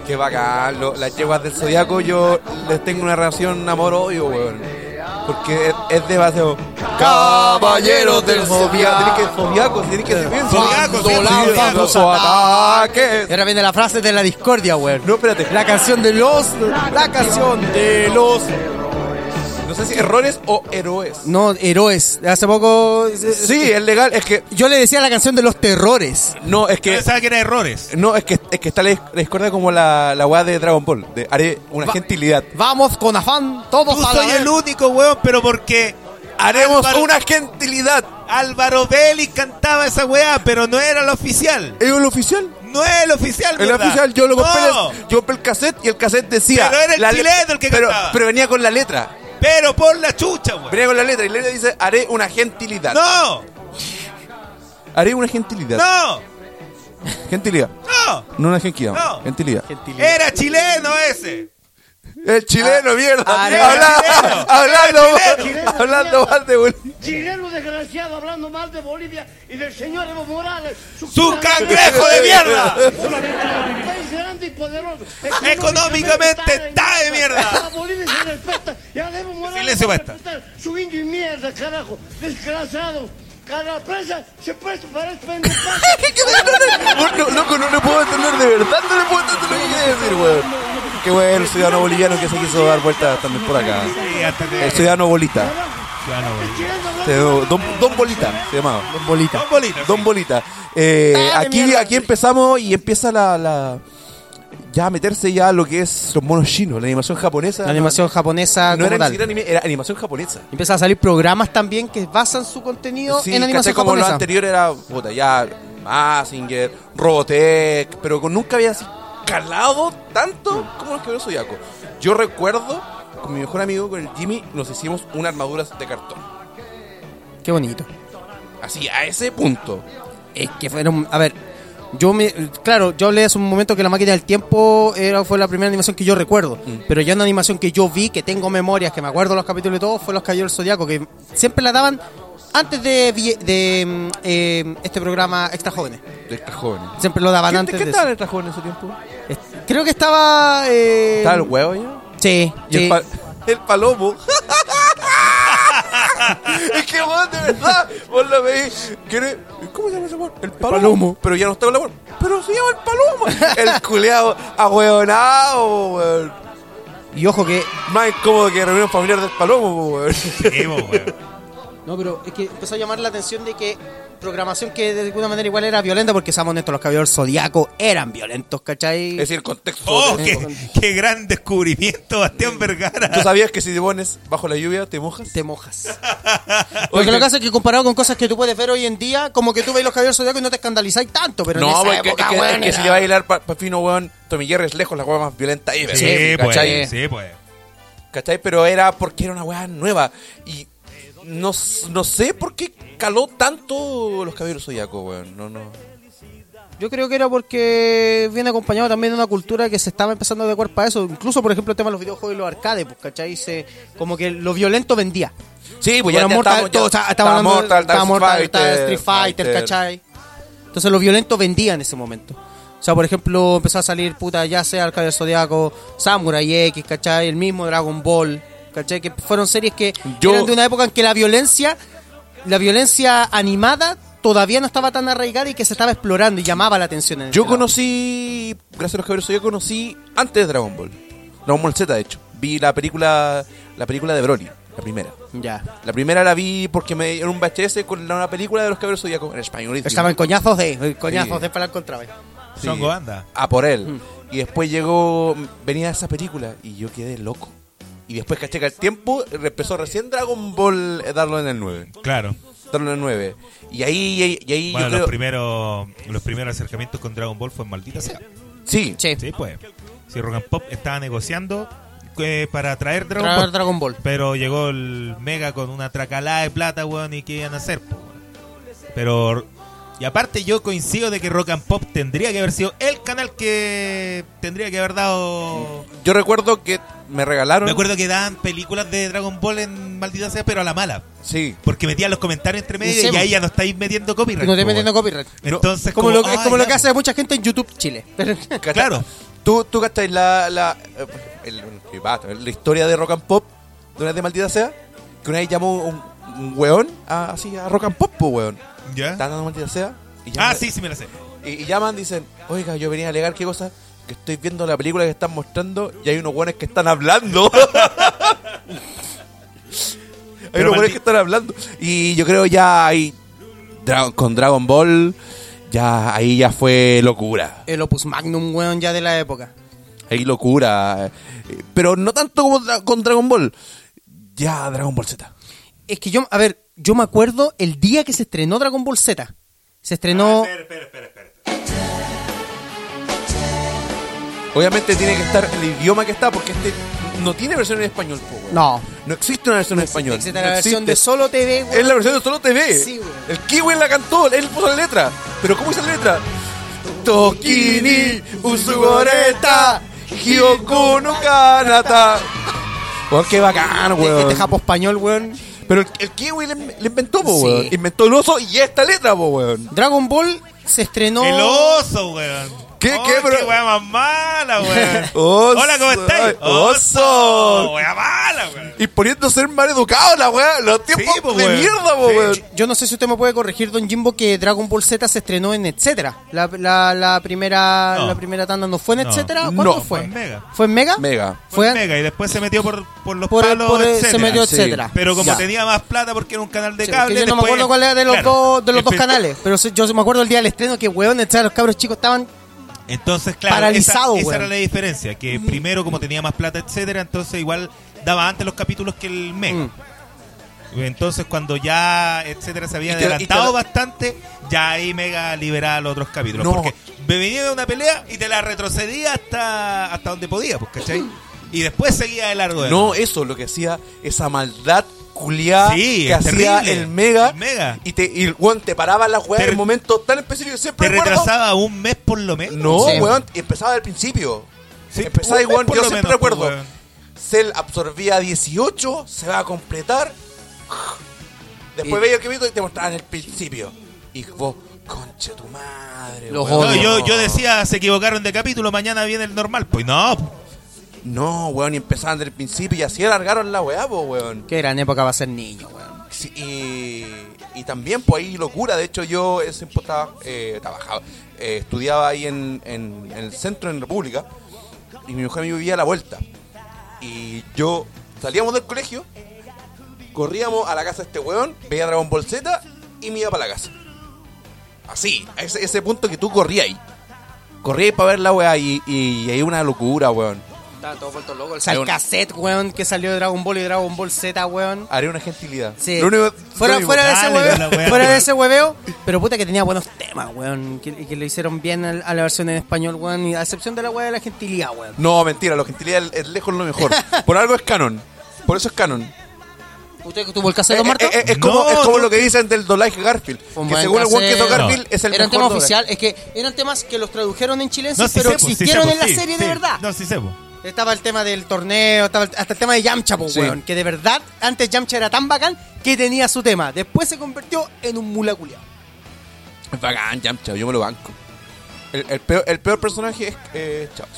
S2: Qué bacán, lo- las yeguas del zodiaco yo les tengo una relación amor-odio, weón. Porque es, es demasiado. Caballeros del Zodiaco. Tiene que Zodiaco, tiene que
S1: Zodiaco, sí, Zodiaco.
S2: los ataques.
S4: Y ahora viene la frase de la discordia, weón.
S2: No, espérate.
S4: La canción de los. La canción de los.
S2: No sé si errores o héroes.
S4: No, héroes. Hace poco. eh,
S2: Sí, eh. es legal. Es que.
S4: Yo le decía la canción de los terrores.
S2: No, es
S1: Yo
S2: que.
S1: pensaba que era errores.
S2: No, es que, es que está la dis- la discordia como la, la weá de Dragon Ball. De haré una
S4: Va-
S2: gentilidad.
S4: Vamos con afán, todos
S1: Tú
S4: a la
S1: soy
S4: vez.
S1: el único, weón, pero porque
S2: Haremos
S1: Álvaro-
S2: una gentilidad.
S1: Álvaro Vélez cantaba esa weá, pero no era el oficial.
S2: ¿Es el oficial?
S1: No es el oficial,
S2: El
S1: ¿verdad?
S2: oficial, yo lo compré,
S1: No,
S2: el- yo compré el cassette y el cassette decía.
S1: Pero era el
S2: la le-
S1: chileno el que
S2: pero,
S1: cantaba.
S2: pero venía con la letra.
S1: pero por la chucha, weón.
S2: Venía con la letra y la letra dice: Haré una gentilidad.
S1: No,
S2: Haré una gentilidad.
S1: no,
S2: Gentilidad.
S1: no.
S2: No una gentilidad.
S1: No.
S2: Gentilidad.
S1: Era chileno ese.
S2: El chileno, mierda.
S4: haré-
S2: Habla-
S1: chileno.
S2: hablando mal-
S9: Chileno.
S2: hablando mal de Bolivia.
S9: Chileno desgraciado hablando mal de Bolivia y del señor Evo Morales.
S1: ¡Su cangrejo
S2: Eh,
S1: de mierda!
S9: Un país grande y poderoso.
S1: Económicamente está de mierda.
S9: A Bolivia se respeta y a Evo Morales
S1: Silencio,
S9: se
S1: basta.
S9: respeta. Su indio y mierda, carajo. Desgraciado. Cara presa, se presta para el pendejo.
S2: No, loco, no le puedo entender de verdad. No le puedo entender lo que quiere decir, weón. Qué bueno, el ciudadano boliviano que se quiso dar vueltas también por acá.
S1: Sí, hasta que-
S2: El ciudadano bolita.
S1: Ciudadano, weón.
S2: Se- Don, Don Bolita se llamaba.
S4: Don Bolita.
S1: Don Bolita.
S2: Don
S1: sí.
S2: Bolita. Eh,
S4: Ah, de
S2: aquí,
S4: mierda.
S2: aquí empezamos y empieza la, la- Ya a meterse ya lo que es los monos chinos, la animación japonesa.
S4: La animación japonesa
S2: no
S4: como
S2: era ni
S4: tal.
S2: siquiera anime, era animación japonesa.
S4: Empiezan a salir programas también que basan su contenido
S2: Sí,
S4: en
S2: ¿cachai?
S4: animación
S2: como lo
S4: japonesa.
S2: anterior era, puta, ya Mazinger, Robotech, pero con, nunca había así calado tanto como los quebró Zodiaco. Yo recuerdo con mi mejor amigo, con el Jimmy, nos hicimos unas armaduras de cartón.
S4: Qué bonito.
S2: Así, a ese punto.
S4: Es que fueron, a ver, yo me, claro, yo hablé hace un momento que la máquina del tiempo era fue la primera animación que yo recuerdo,
S2: Mm.
S4: pero ya una animación que yo vi, que tengo memorias, que me acuerdo los capítulos y todo, fue los Caballeros del Zodiaco, que siempre la daban antes de, vie- de mm, eh, este programa Extra Jóvenes.
S2: De cajón.
S4: Siempre lo daban
S2: ¿Qué,
S4: antes
S2: ¿qué
S4: de
S2: estaba
S4: eso.
S2: en el cajón en ese tiempo?
S4: Es- Creo que estaba eh,
S2: ¿Estaba el huevo ya?
S4: Sí,
S2: Y el,
S4: sí.
S2: pa- el palomo. es que, weón, de verdad, vos lo veis. que eres- ¿Cómo se llama ese weón? El palomo.
S4: palomo.
S2: Pero ya no está el weón. Pero se llama el palomo. el culeado ahueonado, weón.
S4: Y ojo que
S2: Más incómodo que reunión familiar del palomo, weón.
S1: Sí, po, weón.
S4: No, pero es que empezó a llamar la atención de que programación que de alguna manera igual era violenta, porque seamos honestos, los caballeros zodiaco eran violentos, ¿cachai?
S2: Es decir, el contexto.
S1: Oh,
S2: de-
S1: qué, qué gran descubrimiento, Bastián Vergara.
S2: ¿Tú sabías que si te pones bajo la lluvia te mojas?
S4: Te mojas. Porque lo que pasa es que comparado con cosas que tú puedes ver hoy en día, como que tú ves los caballeros zodiaco y no te escandalizáis tanto, pero en
S2: No,
S4: esa
S2: porque
S4: época,
S2: es que,
S4: weón,
S2: es que
S4: era-
S2: si le va a bailar pa, pa fino, weón, Tommy Jerry es lejos la weá más violenta ahí,
S1: Sí,
S2: ¿verdad? ¿Cachai?
S1: pues. Sí, pues.
S2: ¿Cachai? Pero era porque era una weá nueva. Y no, s- no sé por qué caló tanto los caballeros zodiacos, weón. No, no.
S4: Yo creo que era porque viene acompañado también de una cultura que se estaba empezando a adecuar para eso. Incluso, por ejemplo, el tema de los videojuegos y los arcades, pues, ¿cachai? Se, como que lo violento vendía.
S2: Sí, pues
S4: Bueno,
S2: ya, ya
S4: Mortal,
S2: estamos, ya-
S4: todo, o sea, estamos hablando de-
S2: Mortal,
S4: estaba
S2: Dark
S4: Mortal,
S2: Fighter,
S4: estaba Street Fighter, ¿cachai? Entonces lo violento vendía en ese momento. O sea, por ejemplo, empezó a salir, puta, ya sea Arcade del Zodiaco, Samurai X, ¿cachai? El mismo Dragon Ball, ¿cachai? Que fueron series que
S2: Yo-
S4: eran de una época en que la violencia, la violencia animada todavía no estaba tan arraigada y que se estaba explorando y llamaba la atención. En
S2: Yo
S4: ese lado.
S2: conocí, gracias a los caballeros yo conocí antes de Dragon Ball. Dragon Ball Z, de hecho. Vi la película, la película de Broly, la primera.
S4: Ya.
S2: La primera la vi porque me dieron un VHS con la, una película de los caballeros zodiacos en español.
S4: Estaban coñazos de, coñazos
S2: Sí.
S4: de para el contrabando.
S2: Sí.
S1: Songo anda.
S2: a por él. Y después llegó, venía esa película y yo quedé loco. Y después caché que al tiempo empezó recién Dragon Ball eh, darlo en el 9.
S1: Claro.
S2: Darlo en el 9. Y ahí, y, y ahí
S1: Bueno,
S2: yo creo...
S1: los primeros, los primeros acercamientos con Dragon Ball fue en maldita sea.
S2: Sí,
S4: Sí.
S1: Sí, pues. Si Rock and Pop estaba negociando eh, para traer Dragon
S4: Dragon,
S1: Ball.
S4: Dragon Ball.
S1: Pero llegó el Mega con una tracalada de plata, weón, y qué iban a hacer. po, weón? Pero... Y aparte yo coincido de que Rock and Pop tendría que haber sido el canal que tendría que haber dado...
S2: yo recuerdo que me regalaron...
S1: Me acuerdo que daban películas de Dragon Ball en Maldita Sea, pero a la mala.
S2: Sí.
S1: Porque metían los comentarios entre medio
S4: Sí,
S1: y
S4: po.
S1: ahí ya no estáis metiendo copyright.
S4: Y no te
S1: po,
S4: metiendo
S1: weón.
S4: copyright.
S1: Entonces,
S4: como lo, es
S1: ay,
S4: como lo
S1: ya,
S4: que
S1: po.
S4: hace mucha gente en YouTube Chile. Pero-
S2: ¿Cachai?
S1: Claro.
S2: Tú, tú cachai la, la, eh, el- el- la historia de rock and pop de una vez de maldita sea, que una vez llamó un, un weón a- así a rock and pop, po, weón.
S1: ¿Ya?
S2: Están dando vueltas de seda. Y
S1: Ah,
S2: llaman-
S1: sí, sí me la sé.
S2: Y, y llaman, dicen, oiga, yo venía a alegar qué cosa, que estoy viendo la película que están mostrando y hay unos weones que están hablando. hay
S1: Pero
S2: unos
S1: Martín-
S2: weones que están hablando. Y yo creo ya hay. Dra- con Dragon Ball, ya ahí ya fue locura.
S4: El Opus Magnum, weón, ya de la época.
S2: Hay locura. Eh, Pero no tanto como dra- con Dragon Ball. Ya Dragon Ball Z.
S4: Es que yo, a ver, yo me acuerdo el día que se estrenó Dragon Ball Z. Se estrenó.
S1: Espera, espera, espera, espera.
S2: Obviamente tiene que estar el idioma que está, porque este no tiene versión en español. po, weón.
S4: No.
S2: No existe una versión en español.
S4: Existe la
S2: No
S4: versión de
S2: existe.
S4: solo TV, weón.
S2: Es la versión de Solo TV.
S4: Sí, güey.
S2: El Kiwi la cantó, él puso la letra. Pero ¿cómo hizo la letra? Tokini, Usugoreta, Hyoku no Kanata. Weón, qué bacán,
S1: Este
S4: de,
S2: weón.
S4: de japo español, weón.
S2: Pero el, el Kiwi le, le inventó, po,
S4: Sí.
S2: weón. Inventó el oso y esta letra, po, weón.
S4: Dragon Ball se estrenó.
S1: El oso, weón.
S2: ¿Qué,
S1: Oh,
S2: qué, bro?
S1: weá más mala, weón.
S2: Oso.
S1: Hola, ¿cómo estáis?
S2: Ay, oso.
S1: Weá mala, weón.
S2: Y poniendo ser mal educado, la weón. Los tiempos
S1: po,
S2: de
S1: weón.
S2: mierda, po,
S1: Sí.
S2: weón.
S4: Yo no sé si usted me puede corregir, don Jimbo, que Dragon Ball Z se estrenó en Etcétera. La, la, la primera
S1: No.
S4: la primera tanda no fue en
S1: No.
S4: Etcétera. ¿Cuándo
S2: No,
S4: fue?
S1: fue en Mega.
S4: ¿Fue en Mega?
S2: Mega.
S1: Fue
S4: Fue en-
S1: mega y después se metió por, por los
S4: por,
S1: palos,
S4: por-
S1: etcétera.
S4: se metió
S2: Sí.
S4: Etcétera.
S1: Pero como
S4: Ya.
S1: tenía más plata porque era un canal de
S4: Sí,
S1: cable.
S4: que yo no me
S1: después-
S4: acuerdo cuál era de los
S1: Claro.
S4: dos de los dos
S1: Empezó-
S4: canales, pero sí- yo sí me acuerdo el día del estreno que weón, etcétera, los cabros chicos estaban
S1: Entonces, claro,
S4: Paralizado,
S1: esa, esa
S4: weón.
S1: era la diferencia. Que primero, como tenía más plata, etcétera, entonces igual daba antes los capítulos que el mega.
S4: Mm.
S1: Entonces, cuando ya, etcétera, se había
S2: Y te- y te-
S1: adelantado bastante, ya ahí Mega liberaba los otros capítulos.
S2: No.
S1: Porque venía de una pelea y te la retrocedía hasta, hasta donde podía, pues, ¿cachai? Y después seguía de largo. de
S2: No,
S1: nuevo.
S2: eso, lo que hacía, esa maldad culiada
S1: Sí,
S2: que
S1: es
S2: hacía
S1: terrible.
S2: el mega,
S1: El Mega.
S2: Y, te, y weón, te paraba la weá
S1: Te
S2: en
S1: re-
S2: un momento tan específico que siempre
S1: te
S2: recuerdo.
S1: retrasaba un mes por lo menos.
S2: No,
S4: Sí.
S2: weón, y empezaba al principio.
S1: Sí, un
S2: empezaba y
S1: mes
S2: weón,
S1: por
S2: yo
S1: lo
S2: siempre
S1: menos, pues,
S2: recuerdo.
S1: weón.
S2: Cell absorbía 18, se va a completar. Después
S4: Y-
S2: veía el capítulo y te mostraban el principio. Y vos, concha tu madre.
S4: Los
S2: weón.
S1: No,
S4: odio.
S1: yo, yo decía, se equivocaron de capítulo, mañana viene el normal. Pues no,
S2: No, weón, y empezaban del principio y así alargaron la weá, po, weón.
S4: que eran época para ser niño, weón.
S2: Sí, y, y también, pues ahí locura. De hecho, yo ese tiempo estaba, eh, trabajaba, eh, estudiaba ahí en, en- en el centro, en República, y mi mujer me vivía a la vuelta. Y yo salíamos del colegio, corríamos a la casa de este weón, veía Dragon Ball Z y me iba para la casa. Así, a ese, ese punto que tú corrías ahí. Corrías para ver la weá y, y, y ahí una locura, weón.
S4: Estaba todo vuelto loco. O sea, el
S2: Weón.
S4: cassette, weón, que salió de Dragon Ball y Dragon Ball Z, weón.
S2: Haré una gentilidad.
S4: Sí.
S2: Lo único-
S4: fuera,
S2: lo único-
S4: fuera de ese
S1: dale
S4: hueveo,
S1: con la weá,
S4: fuera de
S1: weón.
S4: ese hueveo, pero puta que tenía buenos temas, weón, que, que lo hicieron bien al- a la versión en español, weón, y a excepción de la weá de la gentilidad, weón.
S2: No, mentira, la gentilidad es- es lejos lo mejor. Por algo es canon. Por eso es canon.
S4: ¿Usted que tuvo el
S2: Eh,
S4: cassette, don Marto?
S2: eh, eh, es
S1: No,
S2: como, es como
S1: tú-
S2: lo que dicen del doblaje Garfield.
S4: Fue un
S2: Que
S4: buen
S2: según el one que hizo
S4: casero.
S2: Garfield es el
S4: eran
S2: mejor
S4: temas
S2: doblaje.
S4: oficial, es que eran temas que los tradujeron en chilense,
S1: no sí
S4: pero
S1: sé, pues, sí
S4: existieron
S1: sé,
S4: en la
S1: pues, sí,
S4: serie
S1: sí.
S4: de verdad.
S1: No, sí sé, pues.
S4: Estaba el tema del torneo, estaba el- hasta el tema de Yamcha, po,
S2: Sí.
S4: weón, que de verdad antes Yamcha era tan bacán que tenía su tema, después se convirtió en un mula culiao.
S2: Es bacán, Yamcha, yo me lo banco. El, el peor, el peor personaje es eh, Chaos.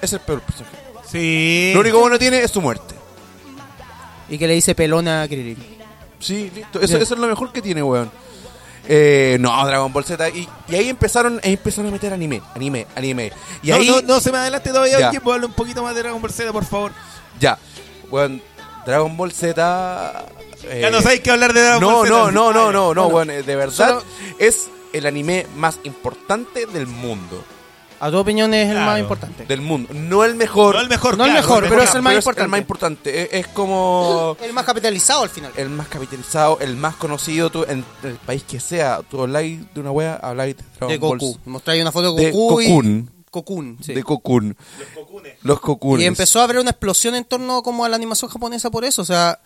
S2: Es el peor personaje.
S1: Sí.
S2: Lo único bueno que tiene es su muerte.
S4: Y que le dice pelona a Krillin.
S2: Sí, listo. Eso,
S4: Bien.
S2: eso es lo mejor que tiene, weón. Eh, no, Dragon Ball Z. Y, y ahí empezaron, ahí empezaron a meter anime, anime, anime. Y
S1: no,
S2: eh, ahí
S1: no, no, se me adelante todavía
S2: Ya.
S1: el tiempo. Hable un poquito más de Dragon Ball Z, por favor.
S2: Ya. Bueno, Dragon Ball Z. eh,
S1: ya no sabéis qué hablar de Dragon
S2: No,
S1: Ball Z.
S2: no, no, no,
S1: Ah,
S2: no, no, bueno, eh, de verdad
S4: Solo-
S2: es el anime más importante del mundo.
S4: A tu opinión es el
S1: Claro.
S4: más importante.
S2: Del mundo. No el mejor.
S1: No el mejor,
S4: No el
S1: claro,
S4: mejor, pero es el más
S2: El más importante. E-, Es, es como
S4: El más capitalizado al final.
S2: el más capitalizado, el más conocido tú, en el país que sea. Tú habláis de una wea, habláis de Dragon
S4: de
S2: Ball
S4: Goku.
S2: Z-
S4: Mostráis una foto de
S2: De
S4: Goku. y-
S2: Cocoon.
S4: Cocoon, sí.
S2: De Cocoon. Los Cocoon.
S4: y empezó a haber una explosión en torno como a la animación japonesa por eso. O sea,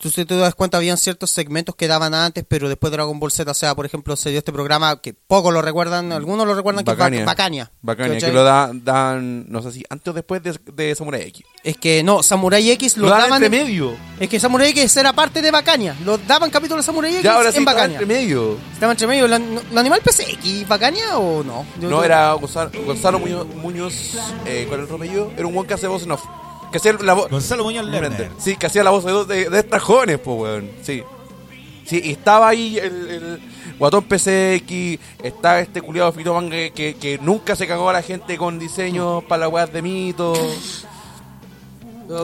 S4: tú si te das cuenta, habían ciertos segmentos que daban antes, pero después de Dragon Ball Z, o sea, por ejemplo, se dio este programa que pocos lo recuerdan, algunos lo recuerdan que
S2: Bacania.
S4: es Bac- Bacania.
S2: Bacania,
S4: ¿Cachai?
S2: que lo da- dan, no sé si antes o después de, de Samurai X.
S4: Es que no, Samurai X lo,
S2: Lo dan
S4: daban.
S2: entre medio.
S4: Es que Samurai X era parte de Bacania. Lo daban capítulos de Samurai X
S2: Ya ahora sí,
S4: en
S2: estaba
S4: Bacania.
S2: entre medio.
S4: Estaba entre medio. ¿Lo, lo animal PCX Bacania o no? Yo-
S2: No,
S4: yo-
S2: era Gonzalo, Gonzalo Muñoz, Muñoz eh, ¿cuál era el apellido? Era un buen que hace voz en off. que hacía la voz.
S1: Gonzalo Muñoz Lerner.
S2: Sí, que hacía la voz de, dos- de, de estas jóvenes, pues, weón. Sí. Sí, y estaba ahí el, el Guatón PCX, está este culiado Fito Manga que, que nunca se cagó a la gente con
S4: Mm.
S2: diseños para la weá de mito.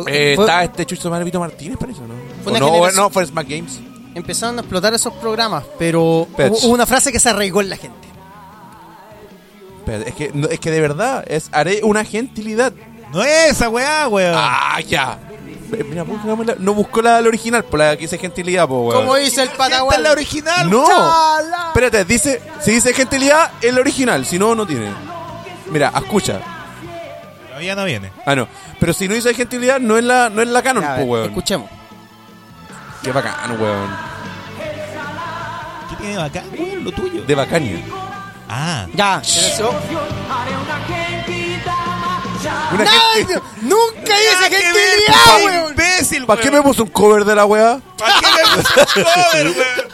S2: Eh,
S4: Fue-
S2: está este chucho de Vito Martínez, parece, ¿no?
S4: Fue
S2: O
S4: una
S2: no,
S4: generación-
S2: no, fue Smack Games.
S4: Empezaron a explotar esos programas, pero
S2: Pech.
S4: hubo una frase que se arraigó en la gente.
S2: Espérate, es, que, no, es que de verdad, es, haré una gentilidad.
S1: No es esa weá, weón.
S2: ¡Ah, ya! Eh, Mira, pues, no, me la- no buscó la, la original, por la que dice gentilidad, pues, weón.
S4: Como dice el
S1: Esta es
S4: Padawan.
S1: la original.
S2: No.
S1: chala.
S2: Espérate, dice, si dice gentilidad, el original, si no, no tiene. Mira, escucha.
S1: Todavía no viene.
S2: Ah, no. Pero si no dice gentilidad, no es la, no es la canon,
S4: Ya, a
S2: pues,
S4: ver,
S2: weón.
S4: escuchemos.
S2: Qué bacán, weón.
S1: ¿Qué tiene acá, weón? Lo tuyo.
S2: De bacaña.
S1: Ah.
S4: Ya.
S2: Una gente-
S4: ¡Nunca hice
S1: Ah,
S4: gentilidad,
S1: weón,
S4: weón!
S1: imbécil,
S2: ¿Para qué me
S1: weón.
S2: puso un cover de la weá?
S1: ¿Para qué me cover, weón?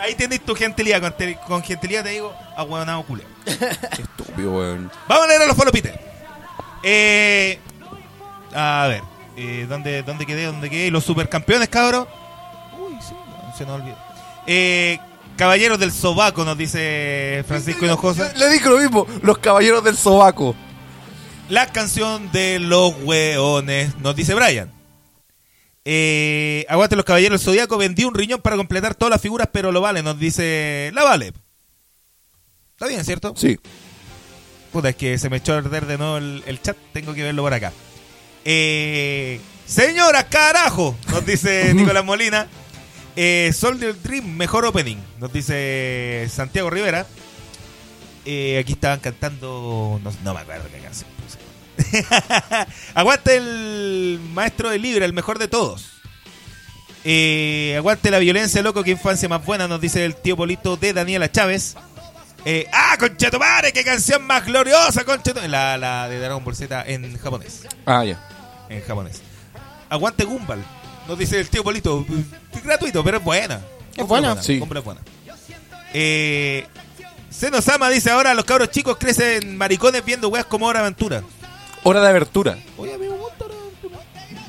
S1: Ahí tenéis tu gentilidad. Con, te- con gentilidad te digo, aguanado culero.
S2: Qué estúpido, weón.
S1: Vamos a leer a los falopites. Eh, a ver, eh, ¿dónde, ¿dónde quedé? ¿Dónde quedé? Los supercampeones, cabros. Uy, sí, se nos olvidó. Eh, Caballeros del Sobaco, nos dice Francisco Hinojosa.
S2: Le digo lo mismo, los caballeros del sobaco.
S1: La canción de los hueones, nos dice Brian. Eh, aguante los caballeros del zodiaco. Vendí un riñón para completar todas las figuras, pero lo vale, nos dice la vale. Está bien, ¿cierto?
S2: Sí.
S1: Puta, es que se me echó a perder de nuevo el, el chat. Tengo que verlo por acá. Eh, señora, carajo, nos dice Nicolás Molina. Eh, Soldier Dream, mejor opening, nos dice Santiago Rivera. Eh, aquí estaban cantando. No, no me acuerdo qué canción puse. aguante el maestro de Libra, el mejor de todos. Eh, aguante la violencia, loco, qué infancia más buena, nos dice el tío Polito de Daniela Chávez. Eh, ¡Ah, Conchetumare! ¡Qué canción más gloriosa, Conchetumare! La, la de Dragon Ball Z en japonés.
S2: Ah, ya.
S1: En japonés. Aguante Gumball. Nos dice el tío Polito. Es Gratuito, pero es buena.
S4: Es buena.
S2: Sí.
S1: Gumball es buena. Eh, Senosama dice ahora los cabros chicos crecen maricones viendo weas como Hora de Aventura.
S2: Hora de abertura.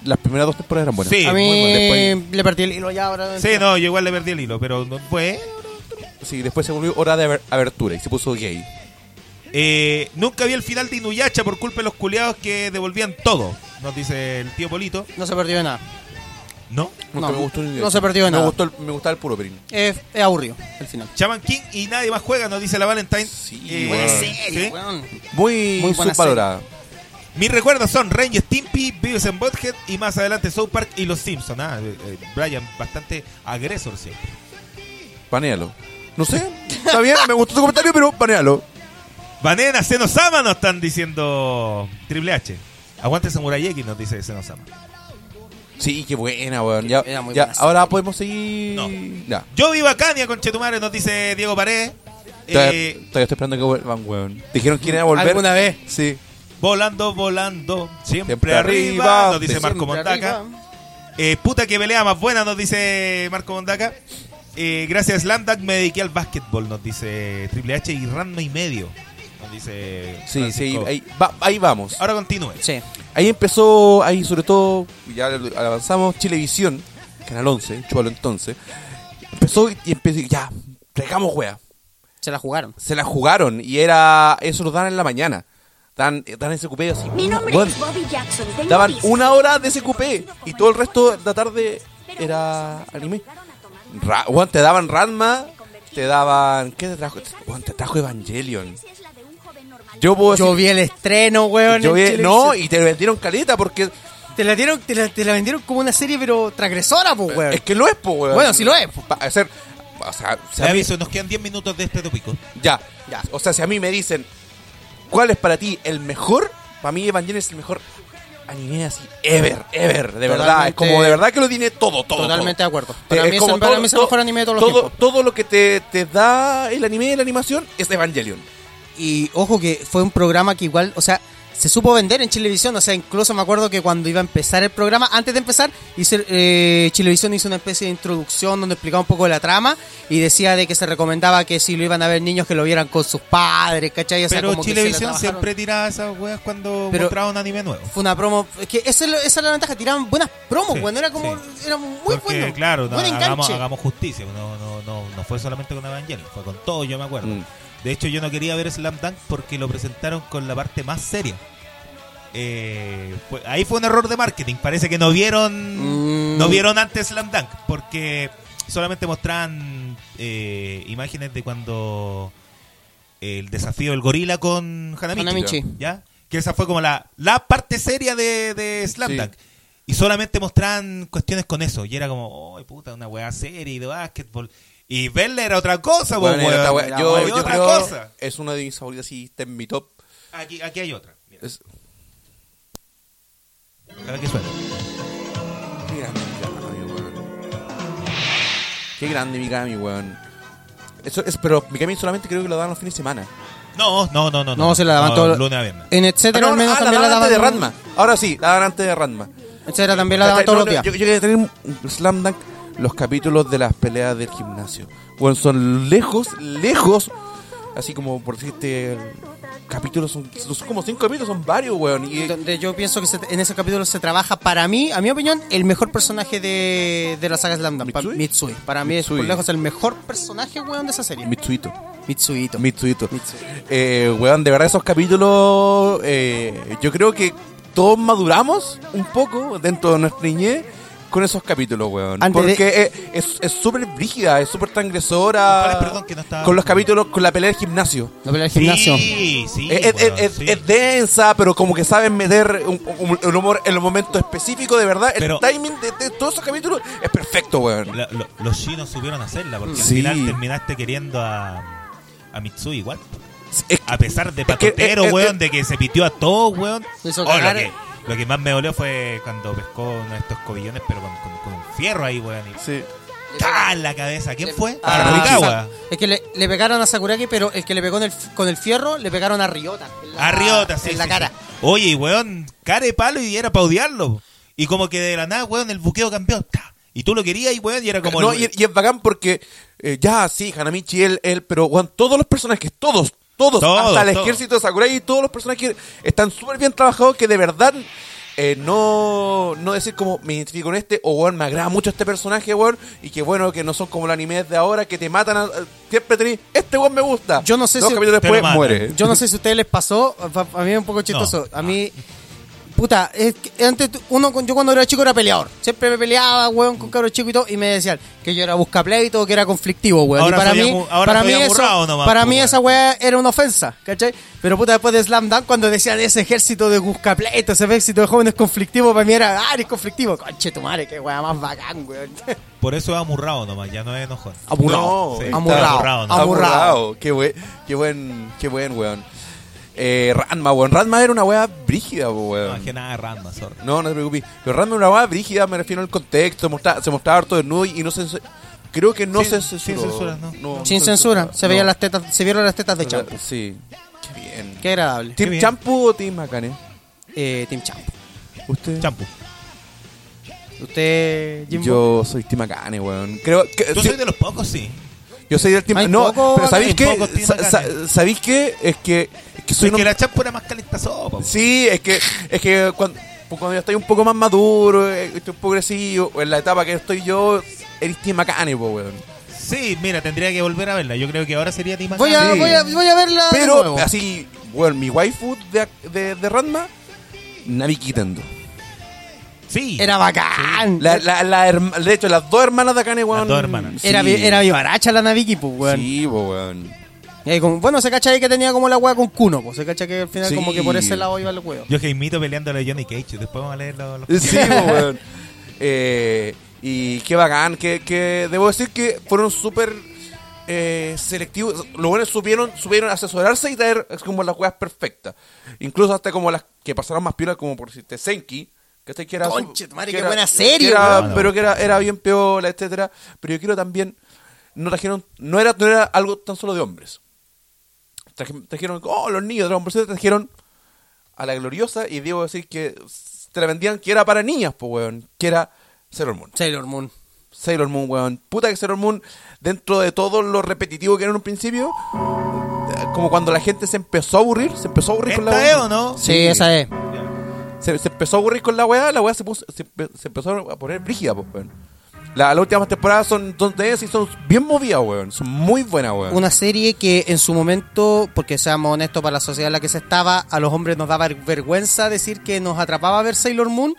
S2: Las primeras dos temporadas eran buenas.
S1: Sí,
S4: a
S1: muy
S4: mí
S1: buena.
S4: le perdí el hilo ya ahora.
S1: Sí, no, yo igual le perdí el hilo, pero no fue.
S2: Sí, después se volvió hora de aber- abertura y se puso gay.
S1: Eh, nunca vi el final de Inuyacha por culpa de los culiados que devolvían todo. Nos dice el tío Polito.
S4: No se perdió de nada.
S1: No.
S2: Nunca
S4: No,
S2: me gustó ni-
S4: no se perdió de
S2: me
S4: nada.
S2: Gustó el- me gustaba el puro Perín.
S4: Es, es aburrido al final.
S1: Chaman King y nadie más juega, nos dice la Valentine. Eh,
S2: Sí,
S1: bueno,
S2: weón.
S1: ¿sí?
S4: weón.
S2: Muy,
S4: Muy buena
S2: subvalorada.
S1: Mis recuerdos son Rangers, Stimpy, Beavis and Butthead y más adelante South Park y Los Simpsons. Ah, eh, eh, Brian, bastante agresor siempre.
S2: Panéalo. No sé. Está bien, me gustó tu comentario, pero panéalo.
S1: Banena, Senosama nos están diciendo Triple H. Aguante Samurai X nos dice Senosama.
S2: Sí, qué buena, weón. Ya,
S4: Era muy
S2: ya,
S4: buena serie.
S2: ahora podemos seguir.
S1: No.
S2: Ya.
S1: Yo vivo Bacania con Chetumare nos dice Diego Paredes.
S2: Todavía,
S1: Eh,
S2: todavía estoy esperando que vuelvan, weón. Dijeron que iban a volver.
S4: ¿Alguna vez?
S2: Sí.
S1: volando, volando, siempre,
S2: Siempre
S1: arriba,
S2: arriba,
S1: nos dice
S2: de
S1: Marco
S4: siempre
S1: Mondaca.
S4: arriba.
S1: Eh, puta que pelea más buena, nos dice Marco Mondaca. Eh, gracias, Landak, me dediqué al básquetbol, nos dice Triple H y Random y medio. Nos dice.
S2: Sí, sí,
S1: Francisco.
S2: ahí, va- ahí vamos.
S1: Ahora continúe.
S4: Sí.
S2: Ahí empezó, ahí sobre todo, ya lo- avanzamos, Chilevisión, Canal 11, chúbalo entonces. Empezó y empezó, ya, regamos wea.
S4: Se la jugaron.
S2: Se la jugaron y era, eso lo dan en la mañana. Dan, dan ese cupé así.
S11: Mi nombre
S2: weón,
S11: es Bobby Jackson. Tengo
S2: daban
S11: 10.
S2: una hora de ese cupé y todo el resto de la tarde era anime. Ra- weón, te daban Ranma, te daban, ¿qué te trajo? Weón, te trajo Evangelion. Yo puedo
S4: Yo
S2: decir-
S4: vi el estreno, weón.
S2: yo
S4: en
S2: vi-
S4: televisión.
S2: no, y te vendieron caleta porque
S4: Te la, dieron, te, la, te la vendieron como una serie, pero transgresora, pues, weón.
S2: Eh, Es que lo es, po, weón.
S4: Bueno, sí lo es.
S2: Pa- hacer- o sea, si
S1: Te
S2: a mí-
S1: aviso, nos quedan 10 minutos de este tópico.
S2: ya, ya. O sea, si a mí me dicen, ¿cuál es para ti el mejor? Para mí Evangelion es el mejor anime así, ever, ever, de verdad. Es
S4: Totalmente-
S2: como de verdad que lo tiene todo, todo.
S4: Totalmente de
S2: todo.
S4: acuerdo.
S2: Eh,
S4: Para
S2: es
S4: mí es,
S2: como
S4: el- para
S2: todo-
S4: mí es el
S2: todo-
S4: mejor anime de todos los
S2: Todo,
S4: tiempos.
S2: todo lo que te, te da el anime, la animación, es Evangelion.
S4: Y ojo que fue un programa que igual, o sea, se supo vender en Chilevisión. O sea, incluso me acuerdo que cuando iba a empezar el programa, antes de empezar, hice, eh, Chilevisión hizo una especie de introducción donde explicaba un poco de la trama y decía de que se recomendaba que si lo iban a ver niños que lo vieran con sus padres, ¿cachai? O sea,
S1: Pero
S4: como que se la
S1: Chilevisión
S4: trabajaron.
S1: siempre tiraba esas weas cuando
S4: Pero-
S1: mostraba un anime nuevo.
S4: Fue una promo. Es que esa es la- esa es la ventaja, tiraban buenas promos,
S1: Sí,
S4: bueno, era como. Era muy
S1: Porque,
S4: bueno.
S1: claro, no,
S4: buen enganche.
S1: hagamos, hagamos justicia. No, no, no, no fue solamente con Evangelion, fue con todo, yo me acuerdo.
S2: Mm.
S1: De hecho, yo no quería ver Slam Dunk porque lo presentaron con la parte más seria. Eh, fue- ahí fue un error de marketing. Parece que no vieron
S4: Mm.
S1: no vieron antes Slam Dunk porque solamente mostraban eh, imágenes de cuando el desafío del gorila con Hanamichi.
S4: Hanamichi.
S1: ¿ya? Que esa fue como la, la parte seria de, de Slam
S2: Sí.
S1: Dunk. Y solamente mostraban cuestiones con eso. Y era como, ay puta, una weá seria y de básquetbol. Y verla era otra cosa,
S2: Bueno,
S1: po,
S2: era esta
S1: weón.
S2: wea-
S1: Era
S2: yo, yo
S1: otra
S2: creo
S1: cosa.
S2: es una de mis favoritas sí, está en mi top.
S1: Aquí, aquí hay otra. Mira,
S2: Es-
S1: a ver qué suena.
S2: Qué grande Mikami, weón. Qué grande Mikami, weón. Eso es, pero Mikami solamente creo que lo dan los fines de semana.
S1: No, no, no, no.
S4: No, se la daban todo lo-
S1: lunes a viernes.
S4: En etcétera,
S2: Ah, no,
S4: al menos
S2: ah, la
S4: también la
S2: dan
S4: daban.
S2: antes de Ranma. Ahora sí, la dan antes de Ranma.
S4: Etcétera, también la daban
S2: No,
S4: todos los
S2: no,
S4: días.
S2: Yo, yo quería tener un Slam Dunk los capítulos de las peleas del gimnasio. Bueno, son lejos, lejos. Así como por decirte, capítulos son, son como cinco capítulos, son varios, weón. Y,
S4: donde yo pienso que se- en ese capítulo se trabaja, para mí, a mi opinión, el mejor personaje de, de la saga Slam Dunk, pa-
S2: ¿Mitsui?
S4: ¿Mitsui? Para mí es
S2: Mitsui.
S4: por lejos el mejor personaje, weón, de esa serie.
S2: Mitsuito.
S4: Mitsuito.
S2: Mitsuito.
S4: Mitsuito.
S2: Eh, weón, de verdad esos capítulos, eh, yo creo que todos maduramos un poco dentro de nuestra niñez con esos capítulos, weón.
S4: Antes de-
S2: Porque eh, es es súper brígida, es súper
S1: Compadre,
S2: transgresora.
S1: perdón, que no estaba-
S2: con los capítulos, con la pelea del gimnasio.
S4: La pelea del gimnasio.
S1: Sí, sí.
S2: es, es-
S1: weón,
S2: es-
S1: sí.
S2: es densa, pero como que saben meter un, un- el humor en los momentos específicos, de verdad.
S1: Pero-
S2: el timing de, de todos esos capítulos es perfecto, weón.
S1: La- lo- los chinos supieron hacerla porque
S2: Sí.
S1: al final terminaste queriendo a, a Mitsui igual.
S2: Es-
S1: A pesar de
S2: que- eh,
S1: patotero,
S2: es- es-
S1: weón, de que se pitió a todos, weón.
S4: Lo hizo
S1: Oh, lo,
S4: cagar.
S1: que, lo que más me dolió fue cuando pescó uno de estos cobillones, pero con, con- con un fierro ahí, weón. Y
S2: sí.
S1: ¡tá! en la cabeza. ¿Quién fue?
S4: Ah,
S1: Arrugagua.
S4: Ryota. Es que le, le pegaron a Sakuraki, pero el que le pegó en el f- con el fierro, le pegaron a Ryota. en la-
S1: A Riota, sí.
S4: Ah, En la
S1: sí,
S4: cara.
S1: sí. Oye, weón, cara de palo y era para odiarlo. Y como que de la nada, weón, el buqueo cambió. ¡tá! Y tú lo querías y, weón, y era como...
S2: no,
S1: el-
S2: y, y es bacán porque eh, ya, sí, Hanamichi, él, él, pero weón, todos los personajes, todos, todos,
S1: Todos,
S2: hasta el
S1: todos.
S2: ejército de Sakurai, todos los personajes están súper bien trabajados que de verdad eh, no, no decir como me identifico con este o weón, me agrada mucho este personaje, weón, y que bueno, que no son como los animes de ahora que te matan, a- siempre tenés, este weón me gusta.
S4: Yo no sé
S2: Dos
S4: si-
S2: capítulos
S1: Pero
S2: después
S1: matan.
S2: muere.
S4: Yo no sé si a ustedes les pasó, a a mí es un poco chistoso. a mí, puta, es que antes tú- uno, con- yo cuando era chico era peleador. Siempre me peleaba, weón, con cabros chicos y todo. Y me decían que yo era buscapleito, que era conflictivo, weón.
S1: Ahora
S4: y para
S1: soy
S4: mí,
S1: amu- ahora
S4: para
S1: soy
S4: mí,
S1: amurrado
S4: eso,
S1: nomás,
S4: para
S1: pues,
S4: mí
S1: weón.
S4: esa weá era una ofensa, ¿cachai? Pero puta, después de Slam Dunk, cuando decían ese ejército de buscapleitos, ese ejército de jóvenes conflictivos, para mí era, ah, eres conflictivo. Conche tu madre, qué weá más bacán, weón.
S1: Por eso es amurrado nomás, ya no es enojón.
S2: Amurrado.
S1: Sí,
S2: Está
S4: amurrado,
S1: amurrado, ¿no?
S4: amurrado.
S2: Qué, buen, qué buen, qué buen, weón. Eh, Ranma, weón. Ranma era una weá brígida,
S1: No,
S2: weón.
S1: es que nada de random, sorry.
S2: No, no te preocupes. Pero Random era más brígida, me refiero al contexto. mostra- se mostraba harto desnudo y no se. Creo que no
S1: Sin-
S2: se
S1: sin
S2: censuró.
S1: censura, no.
S4: Sin censura, se veían las tetas, se vieron las tetas de Champ.
S2: tetas. Sí. Qué bien.
S4: Qué agradable.
S1: Qué
S2: ¿Team
S1: bien.
S2: Champu o Team Macane?
S4: Eh, Team Champ.
S2: ¿Usted?
S1: Champu.
S4: ¿Usted, Jimbo?
S2: Yo soy Team Macane, weón. Creo que.
S1: Yo
S2: sí,
S1: soy de los pocos, sí.
S2: Yo soy del Team
S4: Hay
S2: No,
S4: poco
S2: pero ¿sabéis
S1: Macane,
S2: qué?
S1: poco Team
S2: Sa- sa-
S1: Macane.
S2: ¿Sabéis qué? Es que. Es que soy
S1: es
S2: un-
S1: que la champu era más calentazopa. po.
S2: Sí, es que, es que cuando, pues cuando ya estoy un poco más maduro, eh, estoy un poco agresivo, o en la etapa que estoy yo, eres Team Macane, po, weón.
S1: Sí, mira, tendría que volver a verla. Yo creo que ahora sería Tim
S4: Voy a,
S2: Sí.
S4: voy a, voy a verla. Ah, de
S2: Pero
S4: nuevo.
S2: así, weón, mi waifu de, de, de Ranma, Navi Kitendo.
S1: Sí.
S4: Era bacán.
S2: La, la, la herma- de hecho, las dos hermanas de Akane, weón.
S1: Las dos hermanas.
S4: Era, vi- era vivaracha la Naviki, pues, weón.
S2: Sí, po, weón.
S4: Y ahí como- bueno, se cacha ahí que tenía como la weá con Kuno, pues. Se cacha que al final,
S2: Sí.
S4: como que por ese lado iba el weón.
S1: Yo que imito peleándole a Johnny Cage. Después vamos a leer los. los-
S2: Sí, po, weón. Eh, y qué bacán, que, que debo decir que fueron súper eh, selectivos. Los buenos supieron, supieron asesorarse y traer es como las weas perfectas. Incluso hasta como las que pasaron más piola, como por decirte Senki. Que este que era su-
S4: Conche tu madre,
S2: que
S4: qué
S2: era-
S4: buena
S2: que
S4: serie,
S2: era-
S1: weón.
S2: Pero que era, era bien piola, etcétera. Pero yo quiero también. No trajeron. No era, no era algo tan solo de hombres. Traje- trajeron. Oh, los niños de Dragon Ball Z trajeron a la gloriosa y debo decir que s- te la vendían que era para niñas, pues, weón. Que era Sailor Moon.
S4: Sailor Moon.
S2: Sailor Moon, weón. Puta que Sailor Moon, dentro de todo lo repetitivo que era en un principio, eh, como cuando la gente se empezó a aburrir, se empezó a aburrir con la
S1: ¿Esta
S2: weá.
S1: es o no?
S4: Sí, esa es.
S2: Se, se empezó a aburrir con la weá, la weá se, puso- se, empe- se empezó a poner brígida, pues, weón. La- Las últimas temporadas son donde es y son bien movidas, weón. Son muy buenas, weón.
S4: Una serie que en su momento, porque seamos honestos para la sociedad en la que se estaba, a los hombres nos daba vergüenza decir que nos atrapaba ver Sailor Moon.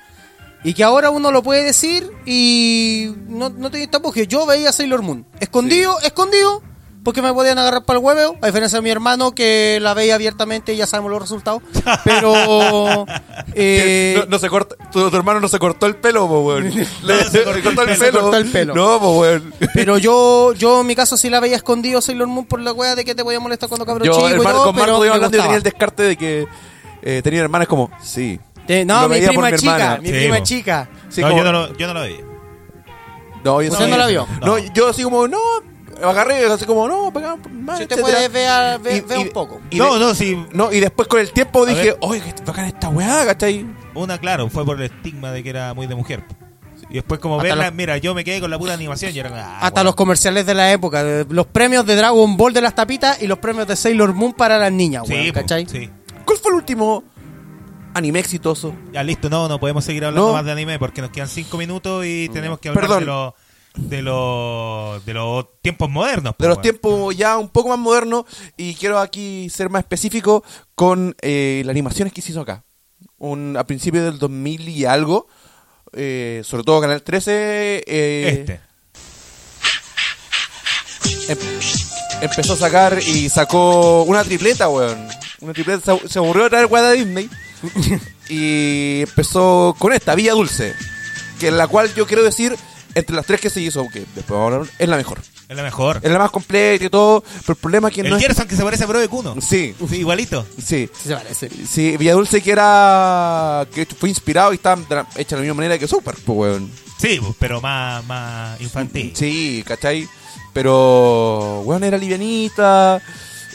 S4: Y que ahora uno lo puede decir y no, no tenía tapujos. Yo veía Sailor Moon. Escondido, escondido, porque me podían agarrar para el hueveo. A diferencia de mi hermano que la veía abiertamente y ya sabemos los resultados. Pero... eh,
S2: no, no se corta, tu, tu hermano no se cortó el pelo, po, weón. Le,
S1: se cortó el pelo.
S4: Se cortó el pelo.
S2: No, po, weón.
S4: Pero yo, yo en mi caso sí la veía escondido Sailor Moon por la wea de que te voy a molestar cuando cabro
S2: Yo
S4: chico y
S2: hermano,
S4: todo,
S2: con Marco iba
S4: pero me
S2: hablando y yo tenía el
S4: gustaba.
S2: descarte de que eh, tenía hermanas como, sí.
S4: Eh, no,
S2: Lo
S4: mi
S2: veía por
S4: prima
S2: mi
S4: chica,
S2: hermana.
S4: mi
S1: Sí,
S4: prima
S1: po.
S4: chica.
S2: sí
S1: no,
S2: como-
S1: yo no lo, yo no lo veía.
S2: No, yo
S4: ¿Usted no la vio?
S2: No,
S1: No.
S2: yo así como, no, agarré, así como, no, pegaba mal,
S4: Si te
S2: etcétera.
S4: puedes ver, ve,
S2: Y-
S4: ve
S2: y-
S4: un poco.
S2: y
S1: no,
S2: de-
S1: no, sí.
S2: No, y después con el tiempo dije,
S1: ver.
S2: oye, qué bacán esta weá, ¿cachai?
S1: Una, claro, fue por el estigma de que era muy de mujer. Y después, como
S4: Hasta
S1: verla,
S4: los-
S1: mira, yo me quedé con la pura animación y era. ah,
S4: Hasta
S1: bueno.
S4: los comerciales de la época, de- los premios de Dragon Ball de las tapitas y los premios de Sailor Moon para las niñas,
S1: Sí,
S4: weón,
S1: po,
S4: ¿cachai?
S1: sí.
S2: ¿Cuál fue el último anime exitoso?
S1: Ya listo, no, no podemos seguir hablando
S2: No.
S1: más de anime porque nos quedan cinco minutos y tenemos que hablar
S2: Mm. Perdón.
S1: de los de los de los tiempos modernos.
S2: de
S1: pues,
S2: los
S1: weón.
S2: tiempos ya un poco más modernos y quiero aquí ser más específico con eh, las animaciones que se hizo acá. Un, a principios del 2000 y algo, eh, sobre todo Canal 13, eh,
S1: Este.
S2: em- empezó a sacar y sacó una tripleta, weón. Una tripleta, se, abu- se aburrió de traer weá de Disney y empezó con esta, Villa Dulce, que la cual yo quiero decir, entre las tres que se hizo, aunque después vamos a hablar, es la mejor.
S1: Es la mejor.
S2: Es la más completa y todo, pero el problema es que
S1: El
S2: no es...
S1: Gerson que se parece a Bro de Cuno.
S2: Sí,
S1: Sí, igualito.
S2: sí.
S4: Sí, se parece.
S2: Sí, Villadulce que era. que fue inspirado y está hecha de la misma manera que Super, pues, weón.
S1: Sí, pues, pero más, más infantil.
S2: Sí, ¿cachai? Pero. weón era livianita.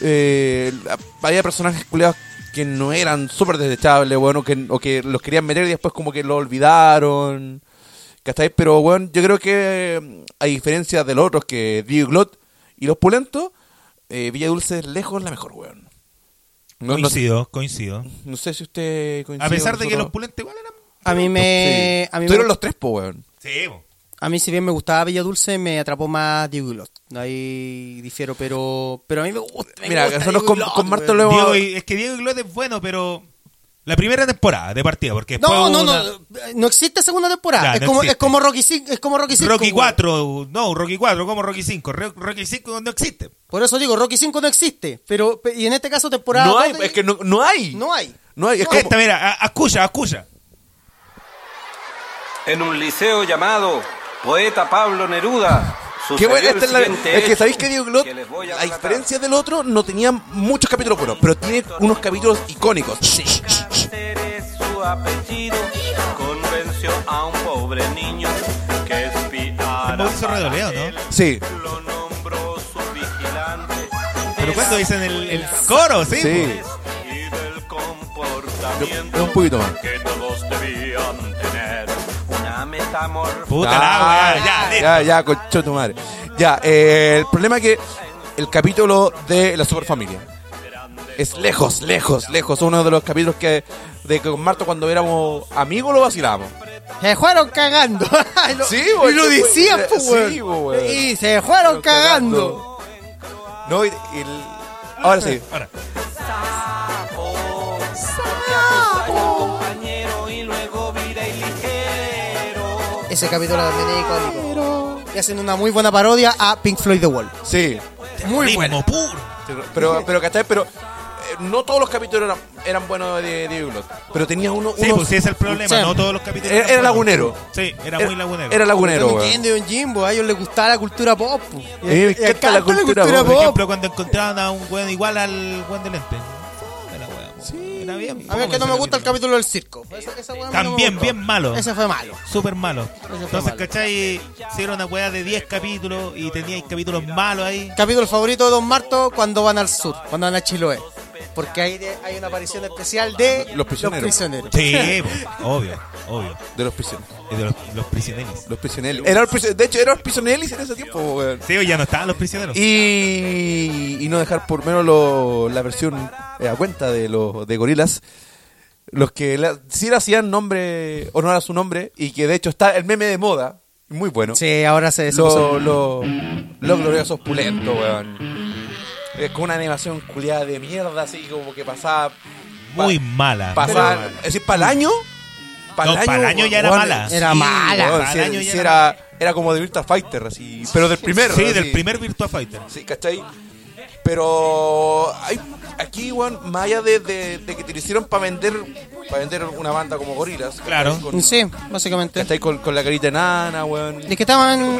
S2: eh, la- había personajes culiados que no eran súper desechables, weón, o que, o que los querían meter y después como que lo olvidaron. ¿Cachai? Pero, weón, yo creo que. mm, a diferencia de los otros que Diglot y los Pulentos, eh, Villadulce es lejos la mejor, weón. No, no,
S1: coincido, coincido.
S2: no sé si usted coincide
S1: A pesar
S2: con
S1: de que los
S2: nosotros.
S1: pulentes igual eran.
S4: A mí me. A mí, me-
S2: Tuvieron los tres, po, weón.
S1: Sí, pues. po.
S4: a mí si bien me gustaba Villa Dulce, me atrapó más Diego No Ahí difiero, pero. Pero a mí me gusta. me
S2: Mira,
S4: gusta
S2: nosotros
S4: Diego
S2: con,
S4: Glot,
S2: con Marto
S4: weón.
S2: lo hemos-
S1: Diego y- es que Diego Iglot es bueno, pero. La primera temporada de partida, porque después
S4: No,
S1: hubo
S4: no,
S1: una-
S4: no. No existe segunda temporada.
S1: Ya,
S4: es,
S1: no
S4: como, es
S1: existe.
S4: como Rocky 5. Es como Rocky 5.
S1: Rocky 4, no, Rocky 4, como Rocky 5. Rocky 5 no existe.
S4: Por eso digo, Rocky 5 no existe. Pero, pe- y en este caso, temporada.
S2: No
S4: dos
S2: hay,
S4: de-
S2: es que no, no hay.
S4: No hay.
S2: No hay, es este- como-
S1: Esta, mira, a- escucha, escucha.
S11: En un liceo llamado Poeta Pablo Neruda.
S2: Qué
S11: sucedió
S2: buena,
S11: el
S2: esta es la-
S11: siguiente
S2: es que
S11: hecho
S2: sabéis que Diego Glot,
S11: les voy a
S2: a
S11: relatar.
S2: diferencia del otro, no tenía muchos capítulos buenos, pero tiene unos capítulos icónicos.
S11: Ceres, su apellido convenció a un pobre niño que espiara.
S2: Ah,
S1: Es Mauricio
S11: para
S1: Redoleo, ¿no?
S11: él.
S2: Sí,
S11: Lo nombró su vigilante.
S1: Pero
S11: de
S1: cuando
S11: la
S1: dicen el, el coro, sí. pues.
S2: sí.
S11: y del comportamiento
S2: Un poquito más.
S11: que todos debían tener. Una metamorfosis.
S1: Puta la weá, ya, listo.
S2: Ah, ya, ya, concho tu madre. Ya, eh, el problema es que el capítulo de la superfamilia es lejos, lejos, lejos. Uno de los capítulos que de que con Marto cuando éramos amigos lo vacilábamos.
S4: Se fueron cagando. y lo,
S2: Sí,
S4: y
S2: weón,
S4: lo
S2: sí,
S4: decían,
S2: weón.
S4: pues,
S2: eh, Sí,
S4: weón.
S2: weón.
S4: Y se fueron cagando.
S2: No, y, y el- ahora sí.
S1: Ahora,
S4: Ese capítulo también es icónico. Y hacen una muy buena parodia a Pink Floyd The Wall.
S2: Sí.
S1: muy bueno. puro.
S2: Pero, pero, ¿cachai? Pero eh, no todos los capítulos eran, eran buenos de, de Iglot. Pero tenía uno.
S1: Sí,
S2: unos-
S1: pues sí es el problema,
S4: Sí.
S1: no todos los capítulos.
S2: Era-
S1: eran
S2: era
S1: buenos.
S2: lagunero.
S1: Sí, era, muy lagunero.
S2: Era lagunero,
S4: Don
S2: weón.
S4: Ken de Don Jimbo, a ellos les gustaba la cultura pop. po.
S2: A mí me
S4: Y- y
S2: encanta la
S4: acá está
S2: cultura
S1: Por
S2: pop.
S1: ejemplo, cuando encontraban a un weón igual al weón de lente. Era weón. Era bien.
S4: A mí es que no me gusta el capítulo del circo. Esa- esa weá a mí no me
S1: También
S4: gustó.
S1: bien malo.
S4: Ese fue malo.
S1: Súper malo. Entonces,
S4: malo.
S1: ¿cachai? Si era una weá de 10 capítulos y teníais capítulos malos ahí.
S4: Capítulo favorito de Don Marto, cuando van al sur, cuando van a Chiloé. Porque hay, de- hay una aparición especial de
S2: Los prisioneros.
S1: Sí, po, obvio, obvio.
S2: De los prisioneros.
S1: de los, los prisioneros.
S2: Los prisioneros. Era el prisio- de hecho, eran los prisioneros en ese tiempo, weón.
S1: Sí, ya no estaban los prisioneros.
S2: Y, y no dejar por menos lo- la versión eh, a cuenta de los de gorilas. Los que la- sí le hacían nombre, honor a su nombre, y que de hecho está el meme de moda, muy bueno.
S4: Sí, ahora se
S2: Los
S4: despuso.
S2: lo, los gloriosos pulentos, weón. Eh, Con una animación culiada de mierda, así como que pasaba.
S1: Muy mala.
S2: pasaba-
S1: muy mala.
S2: es decir, para el año. Para
S1: Ah, No, pa'l año ya era mala.
S4: Era mala.
S1: Pa'l año ya era
S2: era, era como de Virtua Fighter, así. Pero del primero.
S1: Sí,
S2: así.
S1: del primer Virtua Fighter.
S2: Sí, ¿cachai? Pero hay, aquí, weón, más allá de, de- de que te lo hicieron para vender, para vender una banda como Gorilas.
S1: Claro.
S4: Sí, básicamente.
S2: ¿Cachai? Con, con la carita enana, weón.
S4: Es que estaban,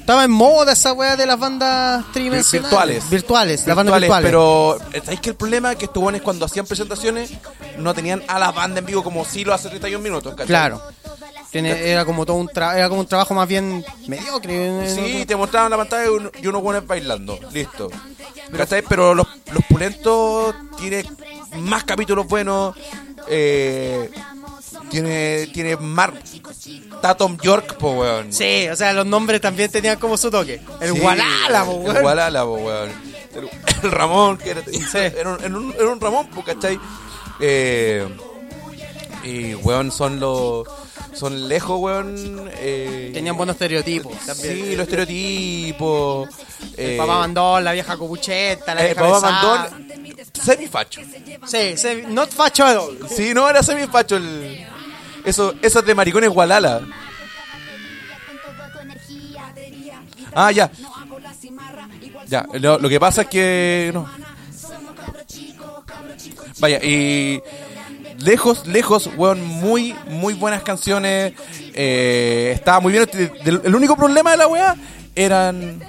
S4: estaba en moda esa weá de las bandas tridimensionales.
S2: Virtuales.
S4: Virtuales, las bandas virtuales.
S2: Virtuales, Pero, ¿sabéis que el problema es que estos buenos cuando hacían presentaciones no tenían a la banda en vivo como si lo hace 31 minutos, ¿cachai?
S4: Claro. Tiene- era como todo un tra- era como un trabajo más bien mediocre.
S2: Sí, te mostraban la pantalla y uno- y unos buenos bailando. Listo. ¿Cachai? Pero los, los pulentos tiene más capítulos buenos. eh, tiene, tiene más. Está Tom York, po, weón.
S4: Sí, o sea, los nombres también tenían como su toque. El
S2: Sí,
S4: Walala, po,
S2: El
S4: weón.
S2: Gualala, po, weón. El, el Ramón, que era, era un, era un- era un Ramón, po, ¿cachai? Eh, y, weón, son los. Son lejos, weón. eh,
S4: Tenían buenos estereotipos también.
S2: Sí, los estereotipos.
S4: El
S2: eh,
S4: papá Mandón, la vieja copucheta, la
S2: eh,
S4: vieja
S2: papá
S4: besada.
S2: Mandón, semifacho.
S4: Sí, sí, not facho at all.
S2: Sí, no, era semifacho el. Eso, esas de maricones Gualala. Ah, ya. Ya, lo, lo que pasa es que. No. Vaya, y. Lejos, lejos, weón, muy, muy buenas canciones. eh, estaba muy bien. El, el único problema de la weá eran.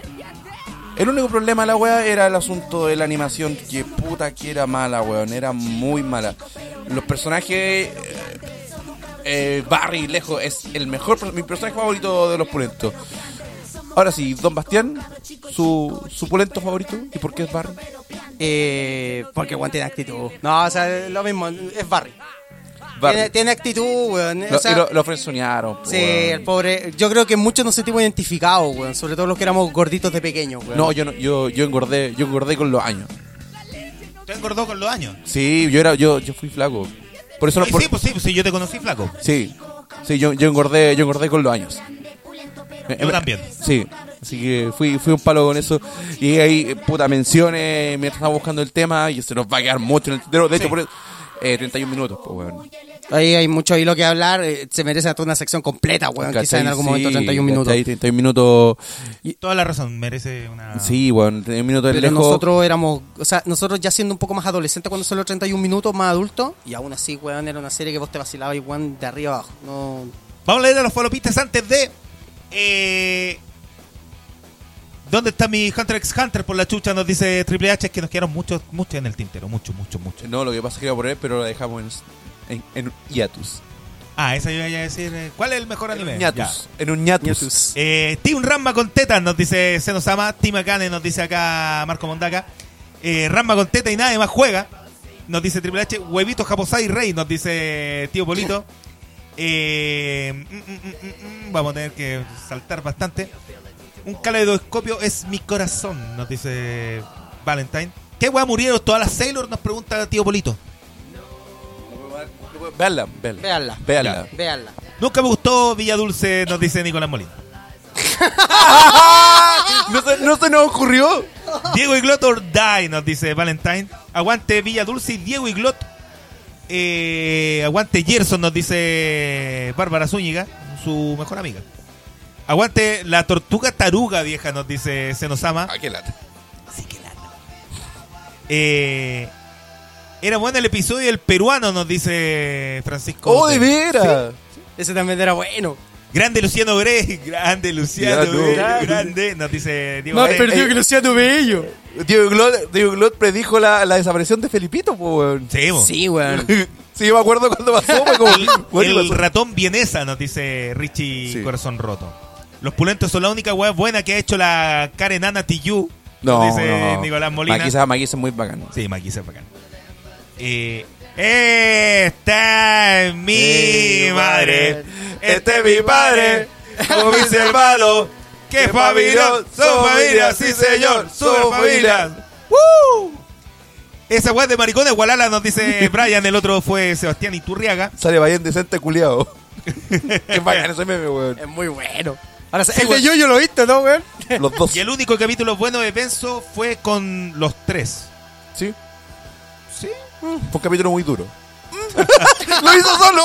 S2: El único problema de la weá era el asunto de la animación. Que puta que era mala, weón. Era muy mala. Los personajes. eh, eh, Barry, lejos, es el mejor. per- Mi personaje favorito de los pulentos. Ahora sí, Don Bastián, su, su pulento favorito. ¿Y por qué es Barry?
S4: Eh, porque Juan tiene actitud. No, o sea, es lo mismo, es Barry.
S2: Barry.
S4: Tiene, tiene actitud, weón. o
S2: Lo,
S4: sea,
S2: y lo, lo frenzonearon, po,
S4: sí,
S2: weón.
S4: el pobre. Yo creo que muchos nos sentimos identificados, weón. Sobre todo los que éramos gorditos de pequeños, weón.
S2: No, yo, no- yo, yo engordé, yo engordé con los años.
S1: Te engordó con los años.
S2: Sí, yo era, yo, yo fui flaco. Por eso no,
S1: Y
S2: por-
S1: sí, pues sí, pues sí, yo te conocí flaco.
S2: sí, sí, yo, yo engordé, yo engordé con los años. Em,
S1: Yo también.
S2: Sí, así que fui, fui un palo con eso. Y ahí, eh, puta, menciones mientras estaba buscando el tema y se nos va a quedar mucho en el tintero. De hecho, por eso, eh, 31 minutos, pues, weón.
S4: Ahí hay mucho hilo que hablar. eh, Se merece hasta una sección completa, weón. Quizás Ah, en
S2: ¿Cachai?
S4: algún momento
S2: Sí,
S4: 31 minutos.
S2: ¿cachai? 31 minutos.
S1: Toda la razón, merece una.
S2: Sí, weón, 31 minutos de
S4: Pero
S2: lejos.
S4: nosotros éramos, o sea, nosotros ya siendo un poco más adolescentes cuando solo 31 minutos, más adultos, y aún así, weón, era una serie que vos te vacilabas igual de arriba abajo. No,
S1: Vamos a leer a los falopistas antes de. eh, ¿Dónde está mi Hunter x Hunter por la chucha? Nos dice Triple H, es que nos quedaron muchos, muchos en el tintero, mucho, mucho, mucho.
S2: No, lo que pasa es que iba a poner, pero la dejamos en, en, en hiatus.
S1: Ah, esa yo iba a decir. eh, ¿Cuál es el mejor anime?
S2: Ñatus. En un ñatus.
S1: Ya. Eh, Team Ramba con tetas, nos dice Senosama. Team Akane, nos dice acá Marco Mondaca. Eh, Ramba con teta y nadie más juega. Nos dice Triple H. Huevito Japosai Rey, nos dice Tío Polito. Eh, mm, mm, mm, mm, mm, vamos a tener que saltar bastante. Un caleidoscopio es mi corazón, nos dice Valentine. ¿Qué weá murieron todas las Sailor? Nos pregunta Tío Polito.
S2: Veanla, veanla.
S4: Veanla.
S2: Veanla.
S4: véanla.
S1: Nunca me gustó Villa Dulce, nos dice Nicolás Molina.
S2: no, se, no se nos ocurrió.
S1: Diego y Glot or die, nos dice Valentine. Aguante Villa Dulce y Diego y Glot. Eh, aguante Gerson, nos dice Bárbara Zúñiga, su mejor amiga. Aguante la tortuga taruga vieja, nos dice Senosama.
S2: Ah, qué lata.
S1: Eh, era bueno el episodio del peruano, nos dice Francisco.
S2: ¡Oh, de veras!
S4: Ese también era bueno.
S1: Grande Luciano Grey, grande Luciano
S2: Grande.
S1: Grey, grande, nos dice Diego.
S4: Más
S1: Grey.
S4: perdido que Luciano Bello.
S2: eh, Diego Glot, Diego Glot predijo la, la desaparición de Felipito, po, weón.
S1: Sí, bo.
S4: Sí, weón.
S2: Sí, me acuerdo cuando pasó, fue como, weón,
S1: El
S2: pasó.
S1: ratón vienesa, nos dice Richie
S2: Sí.
S1: Corazón Roto. Los pulentos son la única weá buena que ha hecho la Karen Ana Tiyu,
S2: No,
S1: nos dice
S2: no.
S1: Nicolás Molina.
S2: Maquisa, Maquisa es muy bacán.
S1: Sí, Maquisa es bacán. Eh, esta es mi madre. Este es mi padre. Como mis hermanos. ¡Qué familia! ¡Son familia! ¡Sí, señor! ¡Son familia! ¡Woo! Esa weá de maricones, Walala nos dice Brian. El otro fue Sebastián Iturriaga.
S2: Sale Bayern decente culiado. es bacán ese meme, weón.
S4: Es muy bueno. Ahora, el de Yuyo lo viste, ¿no, weón?
S2: Los dos.
S1: Y el único capítulo bueno de Benzo fue con los tres.
S2: Sí. Sí. Fue un capítulo muy duro. ¡Lo hizo solo!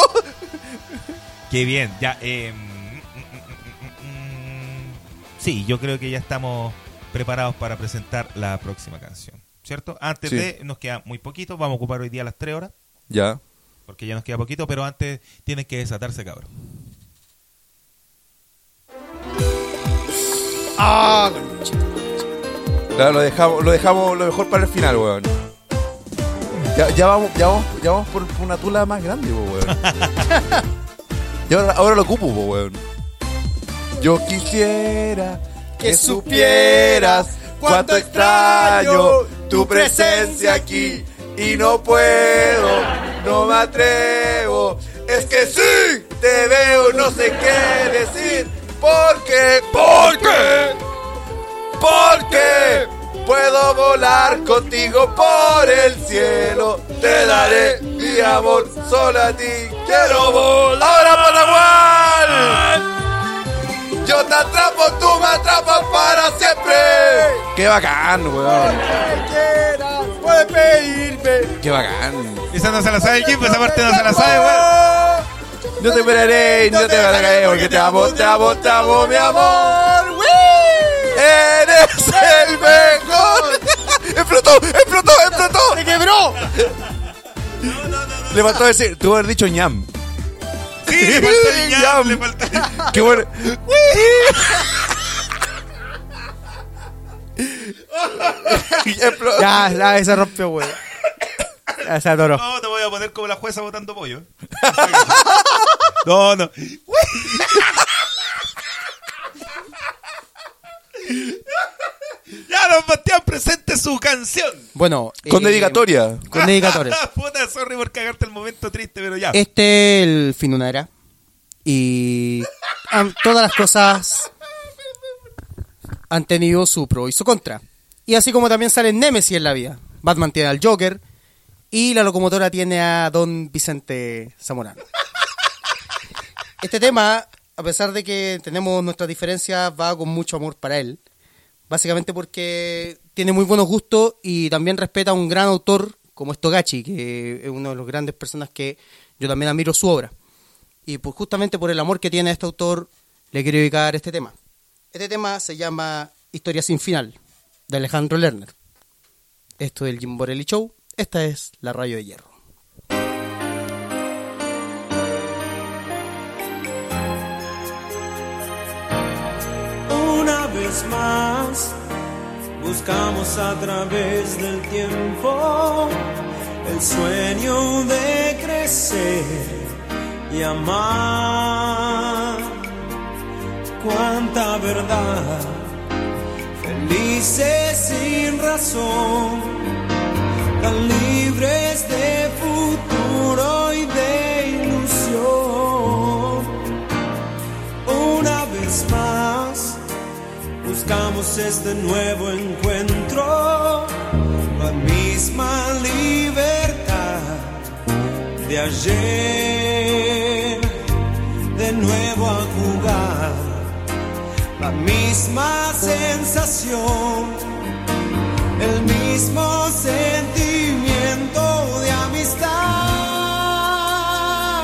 S1: Qué bien, ya. eh, mm, mm, mm, mm, mm. sí, yo creo que ya estamos preparados para presentar la próxima canción, ¿cierto? Antes
S2: Sí.
S1: de, nos queda muy poquito, vamos a ocupar hoy día las tres horas,
S2: Ya.
S1: porque ya nos queda poquito, pero antes tienen que desatarse, cabrón.
S4: Ah,
S2: Claro, lo dejamos, lo dejamos lo mejor para el final, weón. Ya, ya vamos, ya vamos, ya vamos por, por una tula más grande, po, weón. Y ahora, ahora lo ocupo, po, weón. Yo quisiera que supieras cuánto extraño tu presencia aquí y no puedo, no me atrevo. Es que sí, te veo, no sé qué decir. Porque, porque, porque puedo volar contigo por el cielo. Te daré mi amor solo a ti. Quiero volar ahora Panagual. Yo te atrapo, tú me atrapas para siempre. Qué bacán, weón.
S4: Puedes pedirme.
S2: Qué bacán.
S1: Esa no se la sabe el Jeep, esa parte no se la sabe, weón.
S2: No te esperaré, y no te esperaré, porque te amo, te amo, te amo, mi amor. ¡Wii! Eres el mejor. explotó, explotó, explotó.
S4: ¡Se quebró!
S2: Le faltó decir, tú haber dicho ñam.
S1: Sí, le faltó el ñam, le faltó el-
S2: Qué bueno. Explo-
S4: Ya, la, se rompió, weón. Ya se atoró.
S1: No, te voy a poner como la jueza votando pollo. No, no. Ya, don Bastián, presente su canción. Ah,
S4: Bueno.
S2: Con
S4: eh,
S2: dedicatoria.
S4: Con dedicatoria.
S1: Puta, sorry por cagarte el momento triste, pero ya.
S4: Este el Finunera. Y am- todas las cosas han tenido su pro y su contra. Y así como también sale Nemesis en la vida. Batman tiene al Joker. Y la locomotora tiene a Don Vicente Zamorano. Este tema, a pesar de que tenemos nuestras diferencias, va con mucho amor para él. Básicamente porque tiene muy buenos gustos y también respeta a un gran autor como es Togachi, que es una de las grandes personas que yo también admiro su obra. Y pues justamente por el amor que tiene a este autor, le quiero dedicar este tema. Este tema se llama Historia sin final, de Alejandro Lerner. Esto es el Jim Borelli Show. Esta es La Rayo de Hierro.
S3: Una vez más, buscamos a través del tiempo el sueño de crecer y amar. Cuánta verdad, felices sin razón, tan libres de futuro y de ilusión una vez más. Buscamos este nuevo encuentro, la misma libertad de ayer. De nuevo a jugar, la misma sensación, el mismo sentimiento de amistad.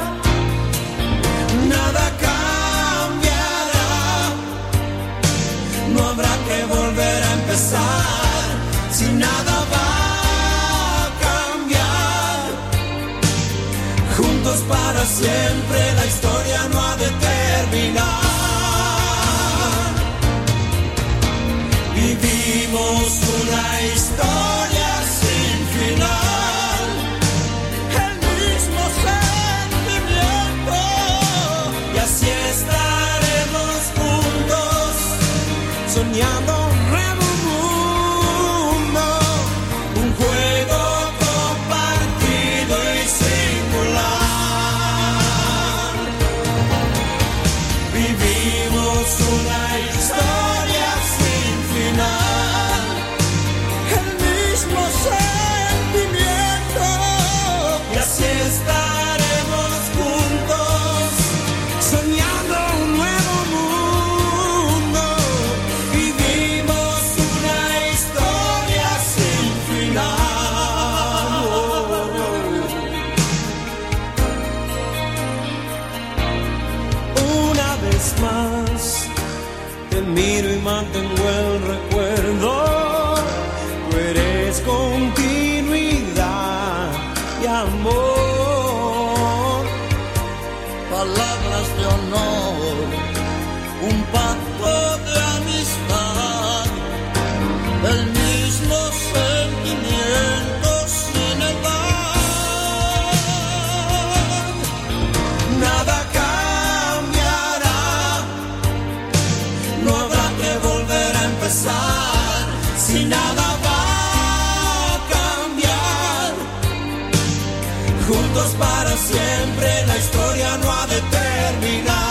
S3: Nada cambiará, no habrá que volver a empezar. Si nada va a cambiar, juntos para siempre la historia no ha de terminar. Vivimos una historia sin final el mismo sentimiento y así estaremos juntos soñando un nuevo mundo, un juego compartido.
S8: te miro y mantengo el recuerdo. Tú eres continuidad y amor. Palabras de honor, un pacto de amistad, el mismo sentimiento sin edad. Nada cambiará no habrá que volver a empezar. Si nada va a cambiar, juntos para siempre la historia no ha de terminar.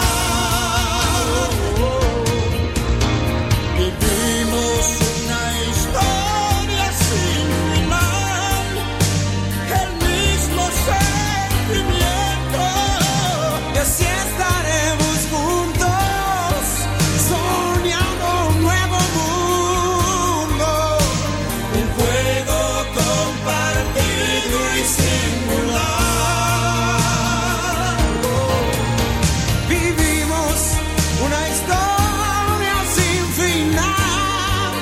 S8: Vivimos una historia sin final, el mismo sentimiento. Y así estaremos juntos soñando un nuevo mundo, un juego compartido y singular. Vivimos una historia sin final,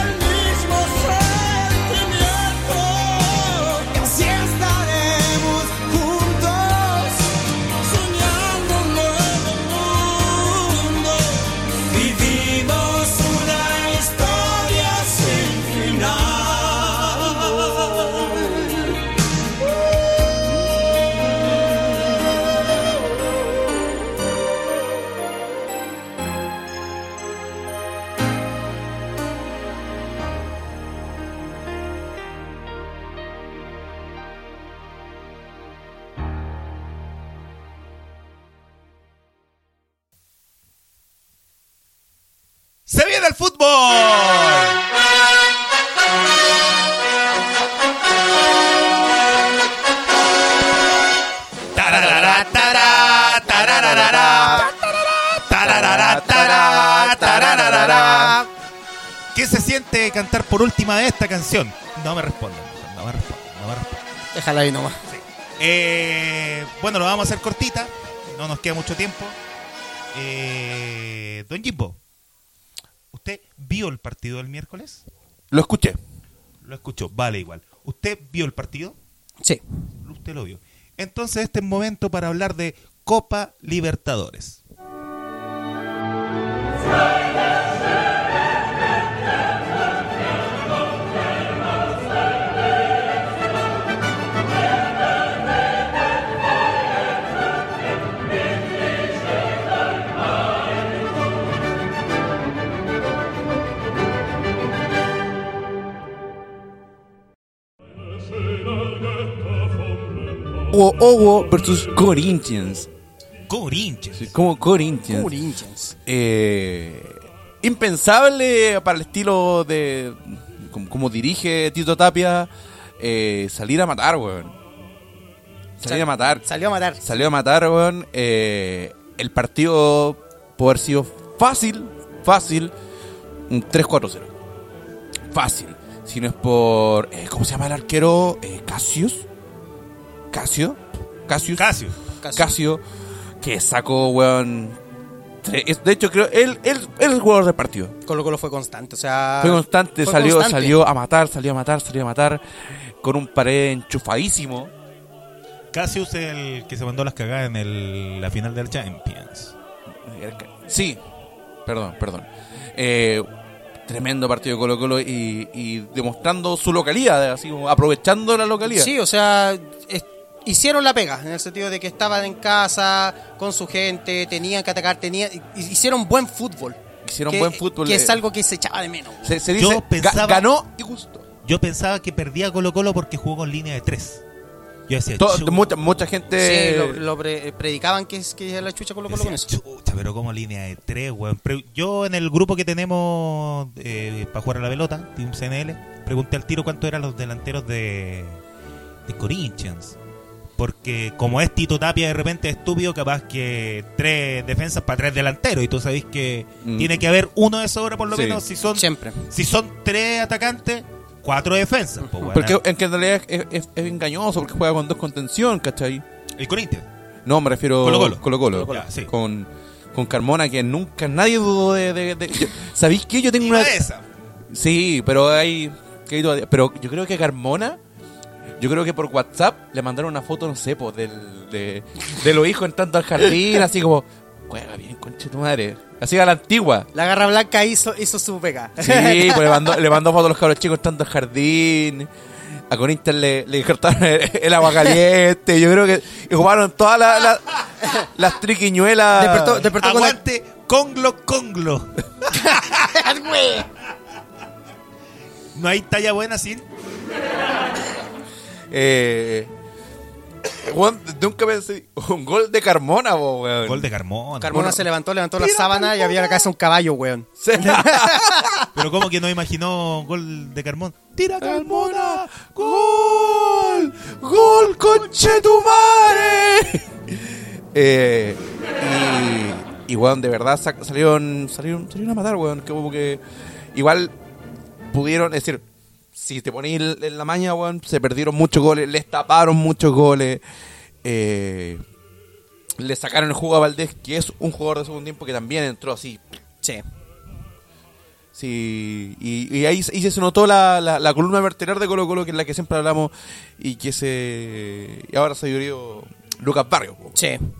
S8: el mismo sentimiento, y así estaremos juntos soñando un nuevo mundo. Vivimos una historia sin final.
S1: ¡Se viene el fútbol! Tararara, tará, tarararara. Tararara, tará, tarararara. ¿Qué se siente cantar por última vez esta canción? No me responden, no me responden, no me responden.
S4: Déjala ahí nomás.
S1: Eh, bueno, lo vamos a hacer cortita, no nos queda mucho tiempo. Eh, don Jimbo, ¿usted vio el partido del miércoles?
S2: Lo escuché.
S1: Lo escuchó, vale igual. ¿Usted vio el partido?
S4: Sí.
S1: Usted lo vio. Entonces este es momento para hablar de Copa Libertadores.
S2: Hugo, Hugo versus Corinthians.
S1: Corinthians.
S2: Sí, como Corinthians.
S4: Corinthians.
S2: Eh, impensable para el estilo de. Como, como dirige Tito Tapia. eh, salir a matar, weón. Salir a matar.
S4: Salió a matar.
S2: Salió a matar, weón. Eh, el partido puede haber sido fácil, fácil. Un 3-4-0. Fácil. Si no es por. eh, ¿Cómo se llama el arquero? Eh, Casius. Casio. Casius.
S1: Casio.
S2: Casio. Que sacó, weón. tre- es- De hecho, creo. Él, él, él es el jugador del partido.
S4: Colo Colo fue constante, o sea.
S2: Fue constante,
S4: Ah, fue
S2: salió,
S4: constante.
S2: salió a matar, salió a matar, salió a matar. Con un pared enchufadísimo.
S1: Casius el que se mandó las cagadas en el- la final del Champions.
S2: Sí, perdón, perdón. Eh, tremendo partido de Colo Colo y, y demostrando su localidad, eh, así como aprovechando la localidad.
S4: Sí, o sea, es- hicieron la pega, en el sentido de que estaban en casa, con su gente, tenían que atacar, tenían, hicieron buen fútbol.
S2: Hicieron
S4: que-
S2: buen fútbol.
S4: Que
S2: eh,
S4: es algo que se echaba de menos.
S2: se, se
S1: Yo
S2: dice, ga-
S1: pensaba-
S2: ganó y gustó.
S1: Yo pensaba que perdía Colo Colo porque jugó con línea de tres. Yo decía,
S2: To-
S1: "Chu-
S2: mucha, mucha gente...
S4: Sí, lo, lo pre- predicaban que es que es la chucha Colo Colo con
S1: decía,
S4: eso.
S1: "Chucha, pero como línea de tres, weón. Pre- Yo en el grupo que tenemos para jugar a la pelota, Team CNL, pregunté al tiro cuánto eran los delanteros de, de Corinthians. Porque como es Tito Tapia de repente estúpido, capaz que tres defensas para tres delanteros. Y tú sabés que
S2: Mm.
S1: tiene que haber uno de sobra por lo
S2: Sí.
S1: menos. Si son,
S4: Siempre.
S1: si son tres atacantes, cuatro defensas. pues, weón.
S2: Porque en que en realidad es, es- es engañoso porque juega con dos contención, ¿cachai?
S1: El Corinthians.
S2: No, me refiero
S1: Colo-Colo.
S2: Colo-Colo.
S1: Colo-Colo, sí.
S2: Con, con Carmona, que nunca nadie dudó de... de- de- yo- ¿Sabéis qué? Yo tengo una... Sí, pero hay... que hay duda- Pero yo creo que Carmona... Yo creo que por WhatsApp le mandaron una foto, no sé, po, del, de, de los hijos entrando al jardín, así como... Juega bien, conche tu madre. Así a la antigua.
S4: La garra blanca hizo, hizo su pega.
S2: Sí, pues le mandó, le mandó fotos a los cabros chicos entrando al jardín. A Corintias le, le cortaron el, el agua caliente. Yo creo que jugaron todas las- las- las triquiñuelas.
S1: Despertó- despertó con la- Aguante Conglo Conglo. No hay talla buena sin.
S2: Eh, weón, nunca pensé. Un gol de Carmona, po, weón.
S1: Gol de Carmona.
S4: Carmona se levantó, levantó la sábana y había la cabeza de un caballo, weón.
S1: Pero como que no imaginó gol de Carmón. ¡Tira Carmona!
S2: ¡Gol! ¡Gol, conchetumare! Eh, y, y, weón, de verdad sa- salieron, salieron, salieron a matar, weón. Que como que igual pudieron, es decir, si te ponís l- en la maña, weón, se perdieron muchos goles, les taparon muchos goles. eh, le sacaron el juego a Valdés, que es un jugador de segundo tiempo que también entró así.
S4: Sí.
S2: Sí, y, y ahí, se- ahí se notó la, la- la columna vertebral de Colo Colo, que es la que siempre hablamos, y que se... Y ahora se dio Lucas Barrio. po.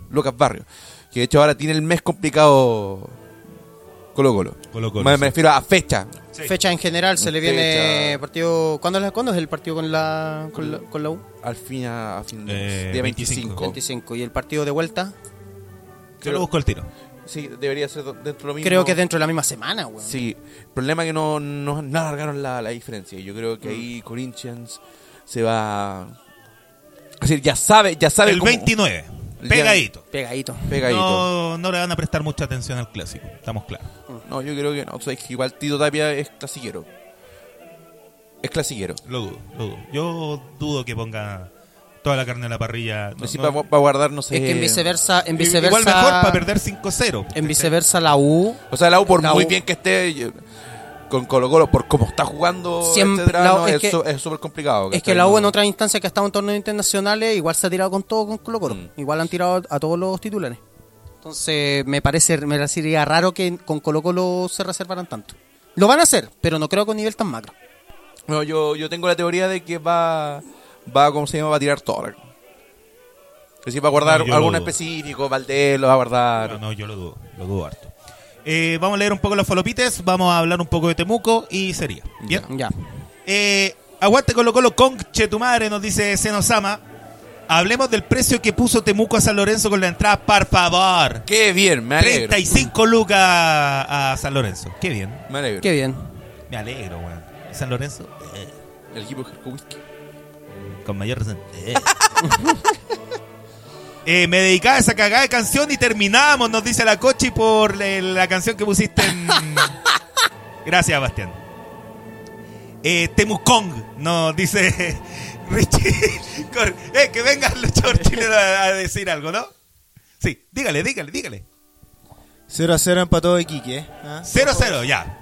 S2: Lucas Barrio. Que de hecho ahora tiene el mes complicado Colo Colo.
S1: Colo,
S2: me,
S1: sí.
S2: me refiero a fecha.
S4: Fecha en general, se le viene
S2: Fecha.
S4: partido. ¿cuándo, es la- cuándo es el partido con la, con la, con la U?
S2: Al fin, a, a fin de
S1: Eh,
S2: mes, día 25.
S4: 25. ¿Y el partido de vuelta?
S1: Yo lo busco el tiro.
S2: Sí, debería ser do- dentro de lo mismo.
S4: Creo que es dentro de la misma semana, weón.
S2: Sí, problema que no, no, no alargaron la, la diferencia. Yo creo
S1: Mm.
S2: que ahí Corinthians se va... Es decir, ya sabe, ya sabe
S1: El
S2: cómo-
S1: 29.
S2: El día-
S1: Pegadito.
S4: Pegadito.
S2: Pegadito.
S1: No, no le van a prestar mucha atención al clásico. Estamos claros.
S2: No, yo creo que no. O sea, es que igual Tito Tapia es clasiquero. Es clasiquero.
S1: Lo dudo, lo dudo. Yo dudo que ponga toda la carne en la parrilla. No,
S2: Sí,
S1: no.
S2: va, va a guardar, no sé.
S4: Es que en viceversa. En
S1: Igual
S4: viceversa
S1: mejor para perder 5-0.
S4: En viceversa, la U.
S2: O sea, la U, por
S4: La
S2: muy
S4: U-
S2: bien que esté yo- con Colo Colo, por cómo está jugando,
S4: Siempre-
S2: etcétera,
S4: la U-
S2: no,
S4: es
S2: es
S4: que-
S2: su- es súper complicado.
S4: Es que la U en otra instancia que ha estado en torneos internacionales igual se ha tirado con todo con Colo Colo.
S1: Mm.
S4: Igual han tirado a todos los titulares. Entonces me parece, me parecería raro que con Colo Colo se reservaran tanto. Lo van a hacer, pero no creo con nivel tan macro.
S2: No, yo, yo tengo la teoría de que va, va ¿cómo se llama? Va a tirar todo. Es decir, va a guardar
S1: No, yo lo
S2: alguno
S1: dudo.
S2: específico, Valdés lo va a guardar.
S1: No, no, yo lo dudo, lo dudo harto. Eh, vamos a leer un poco los falopites, vamos a hablar un poco de Temuco y sería. Bien.
S4: Ya.
S1: Eh, aguante Colo Colo, conche tu madre, nos dice Senosama. Hablemos del precio que puso Temuco a San Lorenzo con la entrada, por favor.
S2: Qué bien, me alegro.
S1: 35 lucas a San Lorenzo. Qué bien.
S2: Me alegro.
S4: Qué bien.
S1: Me alegro, weón. San Lorenzo, eh,
S2: El equipo de Jerkowiski.
S1: con mayor razón. Eh. Eh, me dedicaba a esa cagada de canción y terminamos, nos dice la Cochi por le- la canción que pusiste en... Gracias, Bastián. Eh, Temucong, nos dice Richie. Cor- eh, que venga el luchador chileno a, a decir algo, ¿no? Sí, dígale, dígale, dígale.
S12: 0 a 0 empató de
S4: ¿eh?
S12: Quique.
S4: ¿Ah?
S1: 0-0, ya.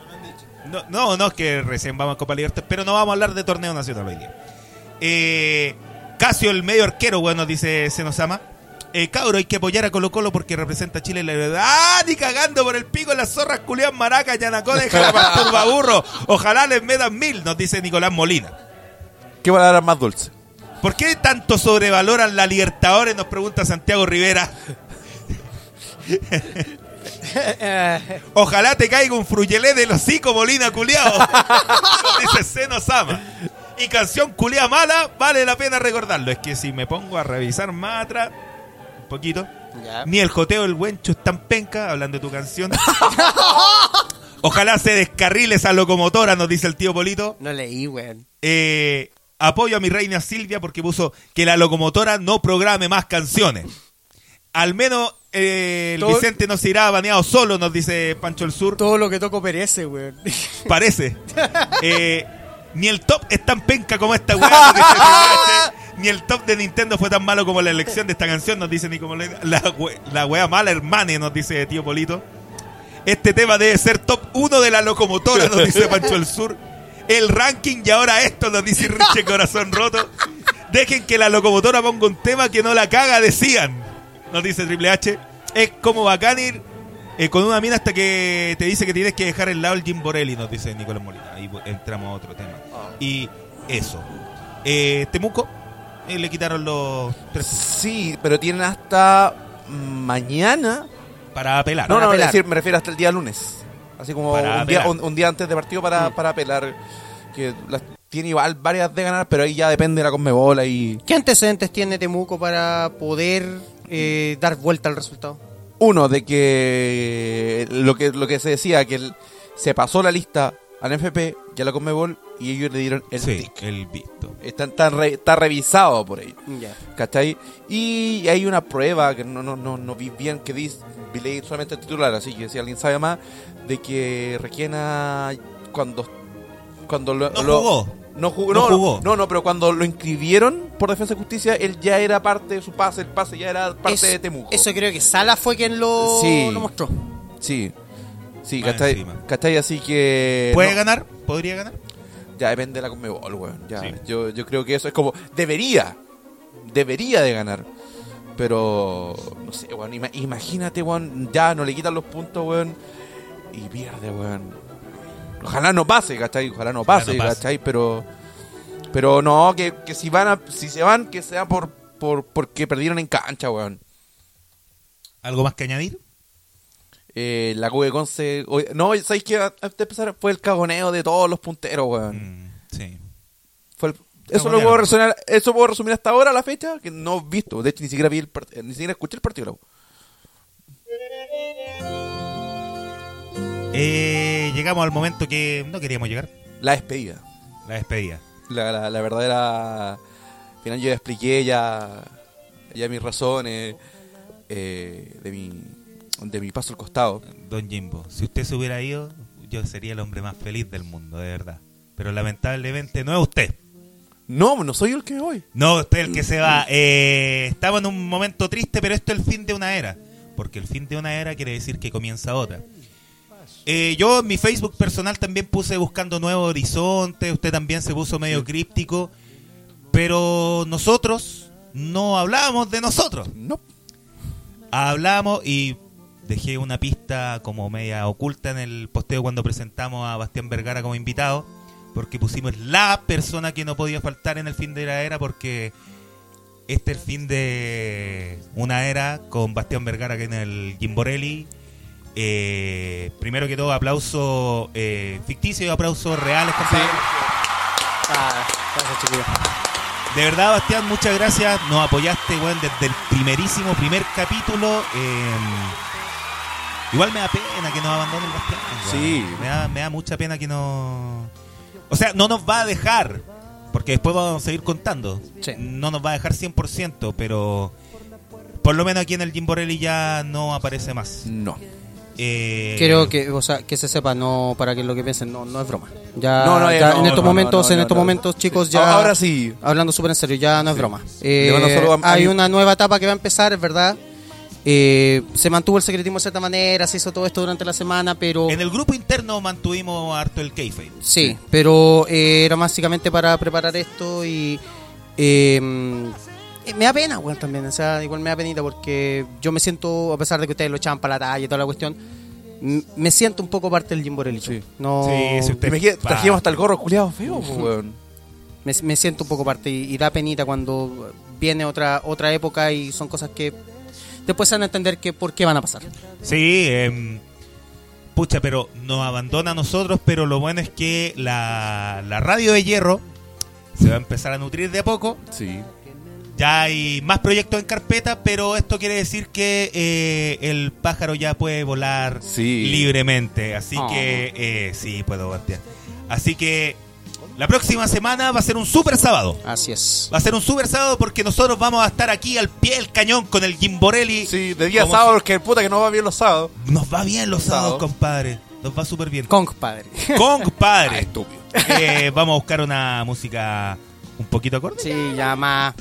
S1: No, no, no, es que recién vamos a Copa Libertadores, pero no vamos a hablar de torneo nacional hoy día. Eh, Casio, el medio arquero, bueno, dice Senosama. Eh, cabro, hay que apoyar a Colo Colo porque representa a Chile en la verdad. ¡Ah! Ni cagando por el pico las zorras Julián Maracas, Yanacón, Turbaburro. Ojalá les medan mil, nos dice Nicolás Molina.
S2: ¿Qué palabra más dulce?
S1: ¿Por qué tanto sobrevaloran la Libertadores? Nos pregunta Santiago Rivera. Ojalá te caiga un fruyelé del hocico, Molina culiao. Dice Seno Sama. Y canción culia mala, vale la pena recordarlo. Es que si me pongo a revisar más atrás, un poquito. Ni el joteo del buencho es tan penca, hablando de tu canción. Ojalá se descarrile esa locomotora, nos dice el tío Polito.
S4: No leí, weón.
S1: Eh, apoyo a mi reina Silvia porque puso que la locomotora no programe más canciones. Al menos eh, el
S4: Todo-
S1: Vicente no se irá baneado solo, nos dice Pancho el Sur.
S4: Todo lo que toco perece, weón.
S1: Parece. Eh, ni el top es tan penca como esta weá, nos dice TVH. Ni el top de Nintendo fue tan malo como la elección de esta canción, nos dice Nico Molina. La, we- la weá mala, hermane, nos dice tío Polito. Este tema debe ser top 1 de la locomotora, nos dice Pancho el Sur. El ranking y ahora esto, nos dice Richie Corazón Roto. Dejen que la locomotora ponga un tema que no la caga, decían, nos dice Triple H. Es como Bacanir eh, con una mina hasta que te dice que tienes que dejar el lado el Jim Borelli, nos dice Nicolás Molina. Ahí vo- entramos a otro tema.
S2: Ah.
S1: Y eso. Eh, Temuco, eh, le quitaron los tres
S2: Sí, pero tienen hasta mañana
S1: para apelar.
S2: No, no, es
S1: Para
S2: decir, me refiero hasta el día lunes. Así como
S1: Para
S2: un día,
S1: apelar. Mm.
S2: un- un día antes de partido para, para apelar. Que las tiene igual varias de ganar, pero ahí ya depende de la Conmebol y
S4: ¿Qué antecedentes tiene Temuco para poder eh, dar vuelta al resultado?
S2: Uno, de que lo que, lo que se decía, que el- se pasó la lista al FP y a la Conmebol y ellos le dieron el
S1: Sí,
S2: tic.
S1: el visto.
S2: Está, está re- está revisado por ellos.
S4: Ya.
S2: ¿Cachai? Y hay una prueba que no, no, no, no vi bien, que dice, vi leí solamente el titular, así que si alguien sabe más, de que Requena cuando, cuando lo,
S1: No
S2: lo-
S1: jugó.
S2: No jugó,
S1: No
S2: no,
S1: jugó.
S2: no, no, pero cuando lo inscribieron por Defensa y Justicia, él ya era parte de su pase, el pase ya era parte
S4: Eso-
S2: de Temuco.
S4: Eso creo que Sala fue quien lo,
S2: Sí.
S4: lo mostró.
S2: Sí. Sí,
S1: Más
S2: ¿cachai?
S1: encima.
S2: ¿Cachai? Así que...
S1: ¿Puede
S2: eh, no.
S1: ganar? ¿Podría ganar?
S2: Ya depende de la Conmebol, weón. Ya,
S1: Sí.
S2: yo, yo creo que eso es como... Debería. Debería de ganar. Pero... No sé, weón. ima- imagínate, weón. Ya, no le quitan los puntos, weón. Y pierde, weón. Ojalá no pase, ¿cachai? Ojalá no
S1: Ojalá
S2: pase,
S1: no pase.
S2: ¿cachai? Pero... Pero no, que, que si van a, si se van, que sea por, por porque perdieron en cancha, weón.
S1: ¿Algo más que añadir?
S2: Eh, la Cube Conce. hoy- No, ¿sabéis que antes de empezar fue el cagoneo de todos los punteros,
S1: Mm.
S2: weón?
S1: Sí.
S2: Fue el- eso lo
S1: Cagonearon.
S2: puedo resumir, eso puedo resumir hasta ahora la fecha que no he visto, de hecho ni siquiera vi el part- eh, ni siquiera escuché el partido. de la U.
S1: Eh, llegamos al momento que no queríamos llegar.
S2: La despedida,
S1: La despedida.
S2: la, la, la verdadera al final yo ya expliqué ya ya mis razones eh, de mi de mi paso al costado.
S1: Don Jimbo, si usted se hubiera ido, yo sería el hombre más feliz del mundo, de verdad. Pero lamentablemente no es usted.
S2: No, no soy el que me voy.
S1: No, usted es el que se va. Eh, estaba en un momento triste, pero esto es el fin de una era. Porque el fin de una era quiere decir que comienza otra. Eh, yo en mi Facebook personal también puse buscando nuevos horizontes. Usted también se puso medio críptico. Pero nosotros no hablábamos de nosotros.
S2: No.
S1: Hablamos y dejé una pista como media oculta en el posteo cuando presentamos a Bastián Vergara como invitado. Porque pusimos la persona que no podía faltar en el fin de la era. Porque este es el fin de una era con Bastián Vergara que en el Gimborelli. Eh, primero que todo, aplauso eh, ficticio y aplausos reales, compadre.
S4: gracias, chiquillos.
S1: De verdad, Bastián, muchas gracias. Nos apoyaste, weón, desde el primerísimo, primer capítulo. Eh, igual me da pena que nos abandone el Bastián. weón.
S2: Sí.
S1: Me da, me da mucha pena que no... O sea, no nos va a dejar, porque después vamos a seguir contando.
S4: Sí.
S1: No nos va a dejar 100%, pero por lo menos aquí en el Jim Borelli ya no aparece más.
S2: No.
S1: Eh,
S4: Quiero que, o sea, que se sepa, no para que lo que piensen, no, no es broma. Ya,
S2: No, no,
S4: ya
S2: ya no,
S4: en estos
S2: no,
S4: momentos,
S2: no, no,
S4: en estos
S2: no.
S4: momentos, chicos,
S2: Sí.
S4: ya
S2: Ahora sí.
S4: hablando súper en serio, ya no es
S2: Sí.
S4: broma.
S2: Le mando
S4: Eh,
S2: saludos a- a
S4: hay
S2: mi-
S4: una nueva etapa que va a empezar, es verdad. Eh, se mantuvo el secretismo de cierta manera, se hizo todo esto durante la semana, pero
S1: En el grupo interno mantuvimos harto el kayfabe.
S4: sí, pero eh, era básicamente para preparar esto y eh, eh, me da pena, bueno, también, o sea, igual me da penita porque yo me siento, a pesar de que ustedes lo echaban para la talla y toda la cuestión, m- me siento un poco parte del Jim Borelli.
S2: Sí.
S4: No,
S1: Sí, si usted-
S2: Imagínate,
S1: pa-
S2: trajimos hasta el gorro culiado feo, po, weón.
S4: me, me siento un poco parte y, y da penita cuando viene otra otra época y son cosas que después se van a entender que por qué van a pasar.
S1: Sí, em, pucha, pero nos abandona a nosotros, pero lo bueno es que la, la radio de hierro se va a empezar a nutrir de a poco.
S2: Sí.
S1: Ya hay más proyectos en carpeta, pero esto quiere decir que eh, el pájaro ya puede volar
S2: Sí.
S1: libremente. Así
S4: Oh.
S1: que eh, sí, puedo, Bastián. Así que la próxima semana va a ser un super sábado.
S4: Así es.
S1: Va a ser un super sábado porque nosotros vamos a estar aquí al pie del cañón con el Gimborelli.
S2: Sí, de día
S1: Como
S2: sábado, que puta que no va bien los sábados.
S1: Nos va bien los sábados,
S2: Sábado.
S1: compadre. Nos va súper bien.
S4: Kong padre.
S2: Ah,
S1: Compadre.
S2: estúpido.
S1: Eh, vamos a buscar una música un poquito acorde.
S4: Sí, llama.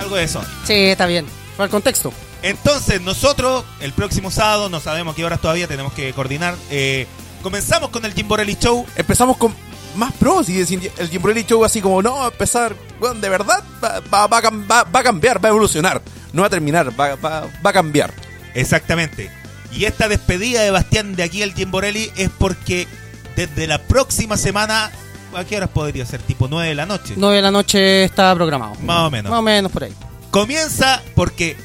S1: Algo de eso.
S4: Sí, está bien. Para el contexto.
S1: Entonces, nosotros el próximo sábado, no sabemos qué horas todavía, tenemos que coordinar. eh, comenzamos con el Jim Borelli Show.
S2: empezamos con más pros y decir, el Gimbrelli Show así como, no, va a empezar, weón, de verdad va, va- va a cam- va- va a cambiar, va a evolucionar, no va a terminar, va, va- va a cambiar.
S1: Exactamente. Y esta despedida de Bastián de aquí el Timborelli es porque desde la próxima semana, ¿a qué horas podría ser? Tipo 9 de la noche.
S4: 9 de la noche está programado.
S1: Más o menos.
S4: Más o menos por ahí.
S1: Comienza porque.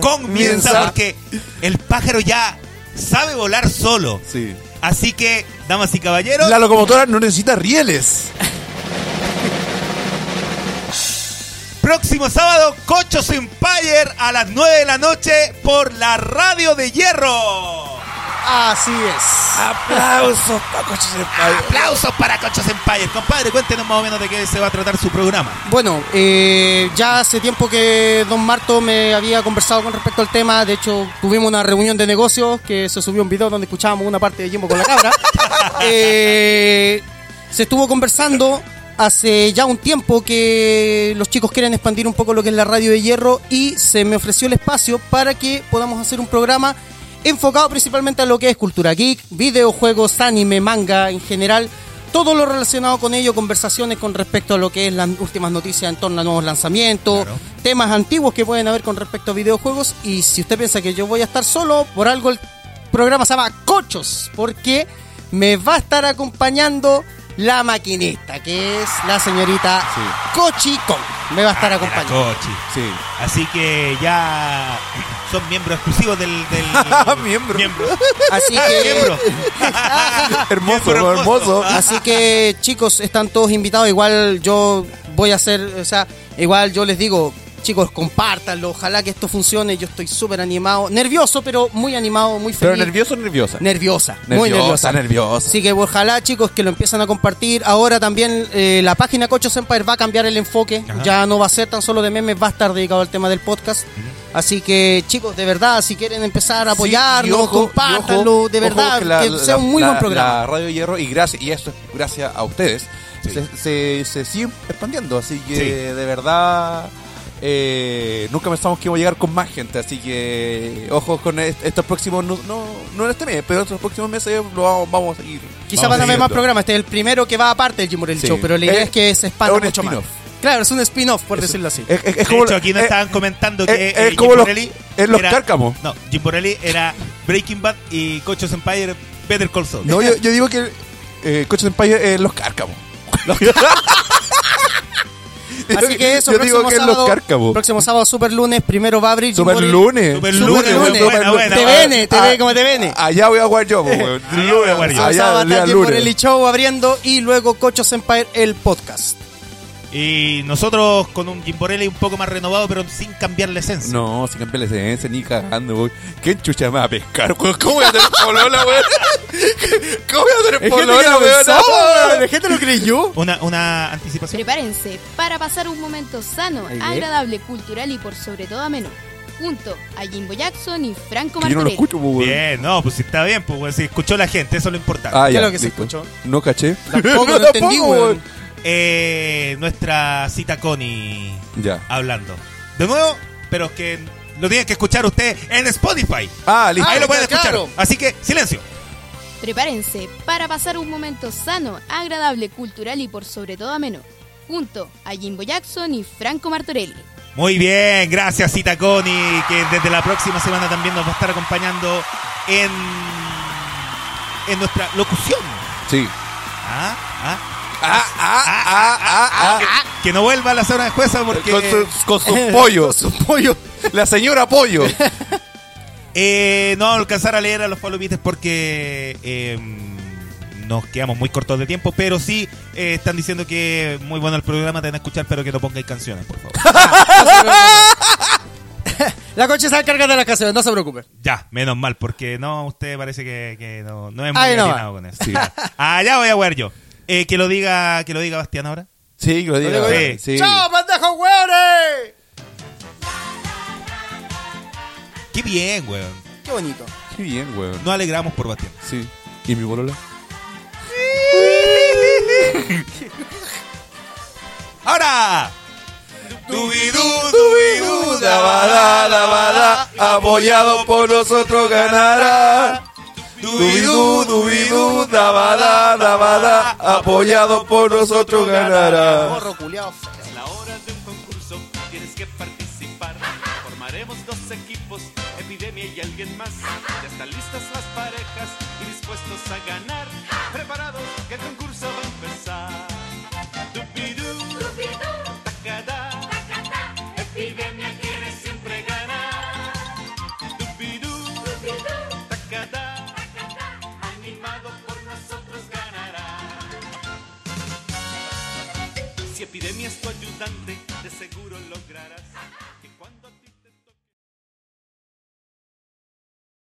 S1: Comienza
S2: Comienza.
S1: porque el pájaro ya sabe volar solo.
S2: Sí.
S1: Así que, damas y caballeros.
S2: La locomotora no necesita rieles.
S1: Próximo sábado, Cocho Empire a las 9 de la noche por la Radio de Hierro.
S4: Así es.
S1: Aplausos para Cocho Empire. Aplausos para Cocho Empire. Compadre, cuéntenos más o menos de qué se va a tratar su programa.
S4: Bueno, eh, ya hace tiempo que Don Marto me había conversado con respecto al tema. De hecho, tuvimos una reunión de negocios que se subió un video donde escuchábamos una parte de Jimbo con la cabra. Eh, se estuvo conversando hace ya un tiempo que los chicos quieren expandir un poco lo que es la radio de hierro y se me ofreció el espacio para que podamos hacer un programa enfocado principalmente a lo que es cultura geek, videojuegos, anime, manga en general, todo lo relacionado con ello, conversaciones con respecto a lo que es las últimas noticias en torno a nuevos lanzamientos, temas antiguos que pueden haber con respecto a videojuegos y si usted piensa que yo voy a estar solo, por algo el programa se llama Cochos, porque me va a estar acompañando la maquinista, que es la señorita Cochi Kong. Me va a estar acompañando.
S1: Cochi.
S2: Sí.
S1: Así que ya son miembros exclusivos del. del
S2: miembro.
S4: Así que-
S1: Miembro.
S2: hermoso, hermoso.
S4: Así que chicos, están todos invitados. Igual yo voy a hacer, o sea, igual yo les digo, chicos, compártanlo. Ojalá que esto funcione. Yo estoy súper animado, nervioso, pero muy animado, muy feliz.
S2: Pero nervioso o nerviosa.
S4: Nerviosa, muy
S2: Nerviosa,
S4: nerviosa.
S2: nerviosa.
S4: Así que ojalá chicos que lo empiezan a compartir. Ahora también eh, la página Cochos Empire va a cambiar el enfoque.
S2: Ajá.
S4: Ya no va a ser tan solo de memes, va a estar dedicado al tema del podcast. Así que chicos, de verdad, si quieren empezar a
S2: Sí, y
S4: apoyarnos,
S2: ojo, y
S4: compártanlo,
S2: ojo,
S4: de
S2: ojo
S4: verdad, que,
S2: la-
S4: sea un muy
S2: la-
S4: buen programa.
S2: La Radio Hierro, y gracias, y esto es gracias a ustedes, se, se, se sigue expandiendo, así que
S12: Sí.
S2: de verdad eh, nunca pensamos que iba a llegar con más gente, así que ojo con est- estos próximos, no, no, no en este mes, pero estos próximos meses lo vamos, vamos a seguir.
S4: Quizá
S2: Vamos
S4: van a haber más
S2: siguiendo.
S4: programas. Este es el primero que va aparte del Jim Morel
S2: Sí.
S4: Show, pero la idea
S2: Es-
S4: es que se expanda
S2: es un
S4: mucho más.
S2: spin-off.
S4: Claro, es un spin-off, por decirlo así.
S2: es- es eh,
S1: de hecho, aquí nos estaban comentando que
S2: es- es
S1: eh,
S2: como
S1: Jim
S2: los-
S1: Borelli
S2: es los cárcamos.
S1: No, Jim Borelli era Breaking Bad y Cocho Empire Better Call Saul.
S2: No, yo, yo digo que eh, Coche Empire es los cárcamos.
S4: Así que eso,
S2: yo
S4: próximo
S2: digo que es
S4: sábado,
S2: los cárcamos.
S4: Próximo sábado, super lunes, primero va a abrir. Jim
S2: Super
S4: Morel.
S2: lunes.
S4: Super
S2: Super
S4: lunes.
S2: lunes, buena, buena.
S4: TVN,
S2: Ah,
S4: TV como TVN.
S2: Allá voy a jugar yo, po, weón.
S4: Próximo
S2: Allá,
S4: sábado va a estar
S2: día
S4: Jim
S2: lunes.
S4: Morel Show abriendo y luego Cochos Empire, el podcast.
S1: Y nosotros con un Jim Borelli un poco más renovado, pero sin cambiar la esencia.
S2: No, sin cambiar la esencia, ni cagando, weón. ¿Qué chucha me va a pescar, weón? ¿Cómo voy a tener polola, weón? ¿Cómo voy a tener
S4: Hay gente que
S2: polola,
S4: lo
S2: weón?
S4: pensaba,
S2: Ah,
S4: weón. La gente lo creyó.
S1: Una, una anticipación.
S13: Prepárense para pasar un momento sano,
S1: Ahí, eh.
S13: agradable, cultural y por sobre todo ameno. Junto a Jimbo Jackson y Franco
S1: Que yo
S13: Martorell.
S1: Bien, no, pues si está bien, pues weón, si escuchó la gente, eso es lo importante.
S2: Ah, ya. listo. No caché.
S1: Tampoco,
S2: No,
S1: no entendí,
S2: tampoco,
S1: weón. Eh, nuestra cita Connie
S2: Ya.
S1: hablando. De nuevo, pero que lo tienen que escuchar usted en Spotify.
S2: Ah, listo.
S1: Ahí
S13: Ah,
S1: lo pueden escuchar.
S13: claro.
S1: Así que, silencio.
S13: Prepárense para pasar un momento sano, agradable, cultural y por sobre todo ameno. Junto a Jimbo Jackson y Franco Martorelli.
S1: Muy bien, gracias Cita Connie, que desde la próxima semana también nos va a estar acompañando en, en nuestra locución.
S2: Sí.
S1: Ah, ah. Que- Que no vuelva a la zona de jueza porque...
S2: Con sus- con sus pollos.
S1: Con sus pollos.
S2: La señora pollo.
S1: Eh, no vamos a alcanzar a leer a los palomites porque eh, nos quedamos muy cortos de tiempo, pero sí eh, están diciendo que muy bueno el programa, te van a escuchar, pero que no pongáis canciones, por favor.
S4: La coche se va a encargar de las canciones, no se preocupe.
S1: Ya, menos mal, porque no, usted parece que, que no, no es muy
S4: Ahí no va.
S1: atinado con eso. Allá voy a jugar yo. Eh, que lo diga, que lo diga Bastián ahora.
S2: Sí, que lo diga.
S1: Sí.
S2: Sí.
S4: ¡Chao, pendejos hueones!
S1: Qué bien, weón.
S4: Qué bonito.
S2: Qué bien, weón.
S1: Nos alegramos por Bastián.
S2: Sí. ¿Y mi polola?
S1: ¡Ahora!
S2: Dabada, dabada, apoyado por nosotros ganará. Dubidú, dubidú, dabada, dabada, apoyado por nosotros ganará.
S4: Borro culiao.
S14: Es la hora de un concurso, tienes que participar. Formaremos dos
S3: los equipos, epidemia y alguien más. Ya están listas las parejas y dispuestos a ganar. Preparados que el concurso va a empezar. Dupidú, tacadá, epidemia quiere siempre ganar. Dupidú, tacadá, animado por nosotros ganará. Si epidemia es tu ayudante, de seguro lograrás.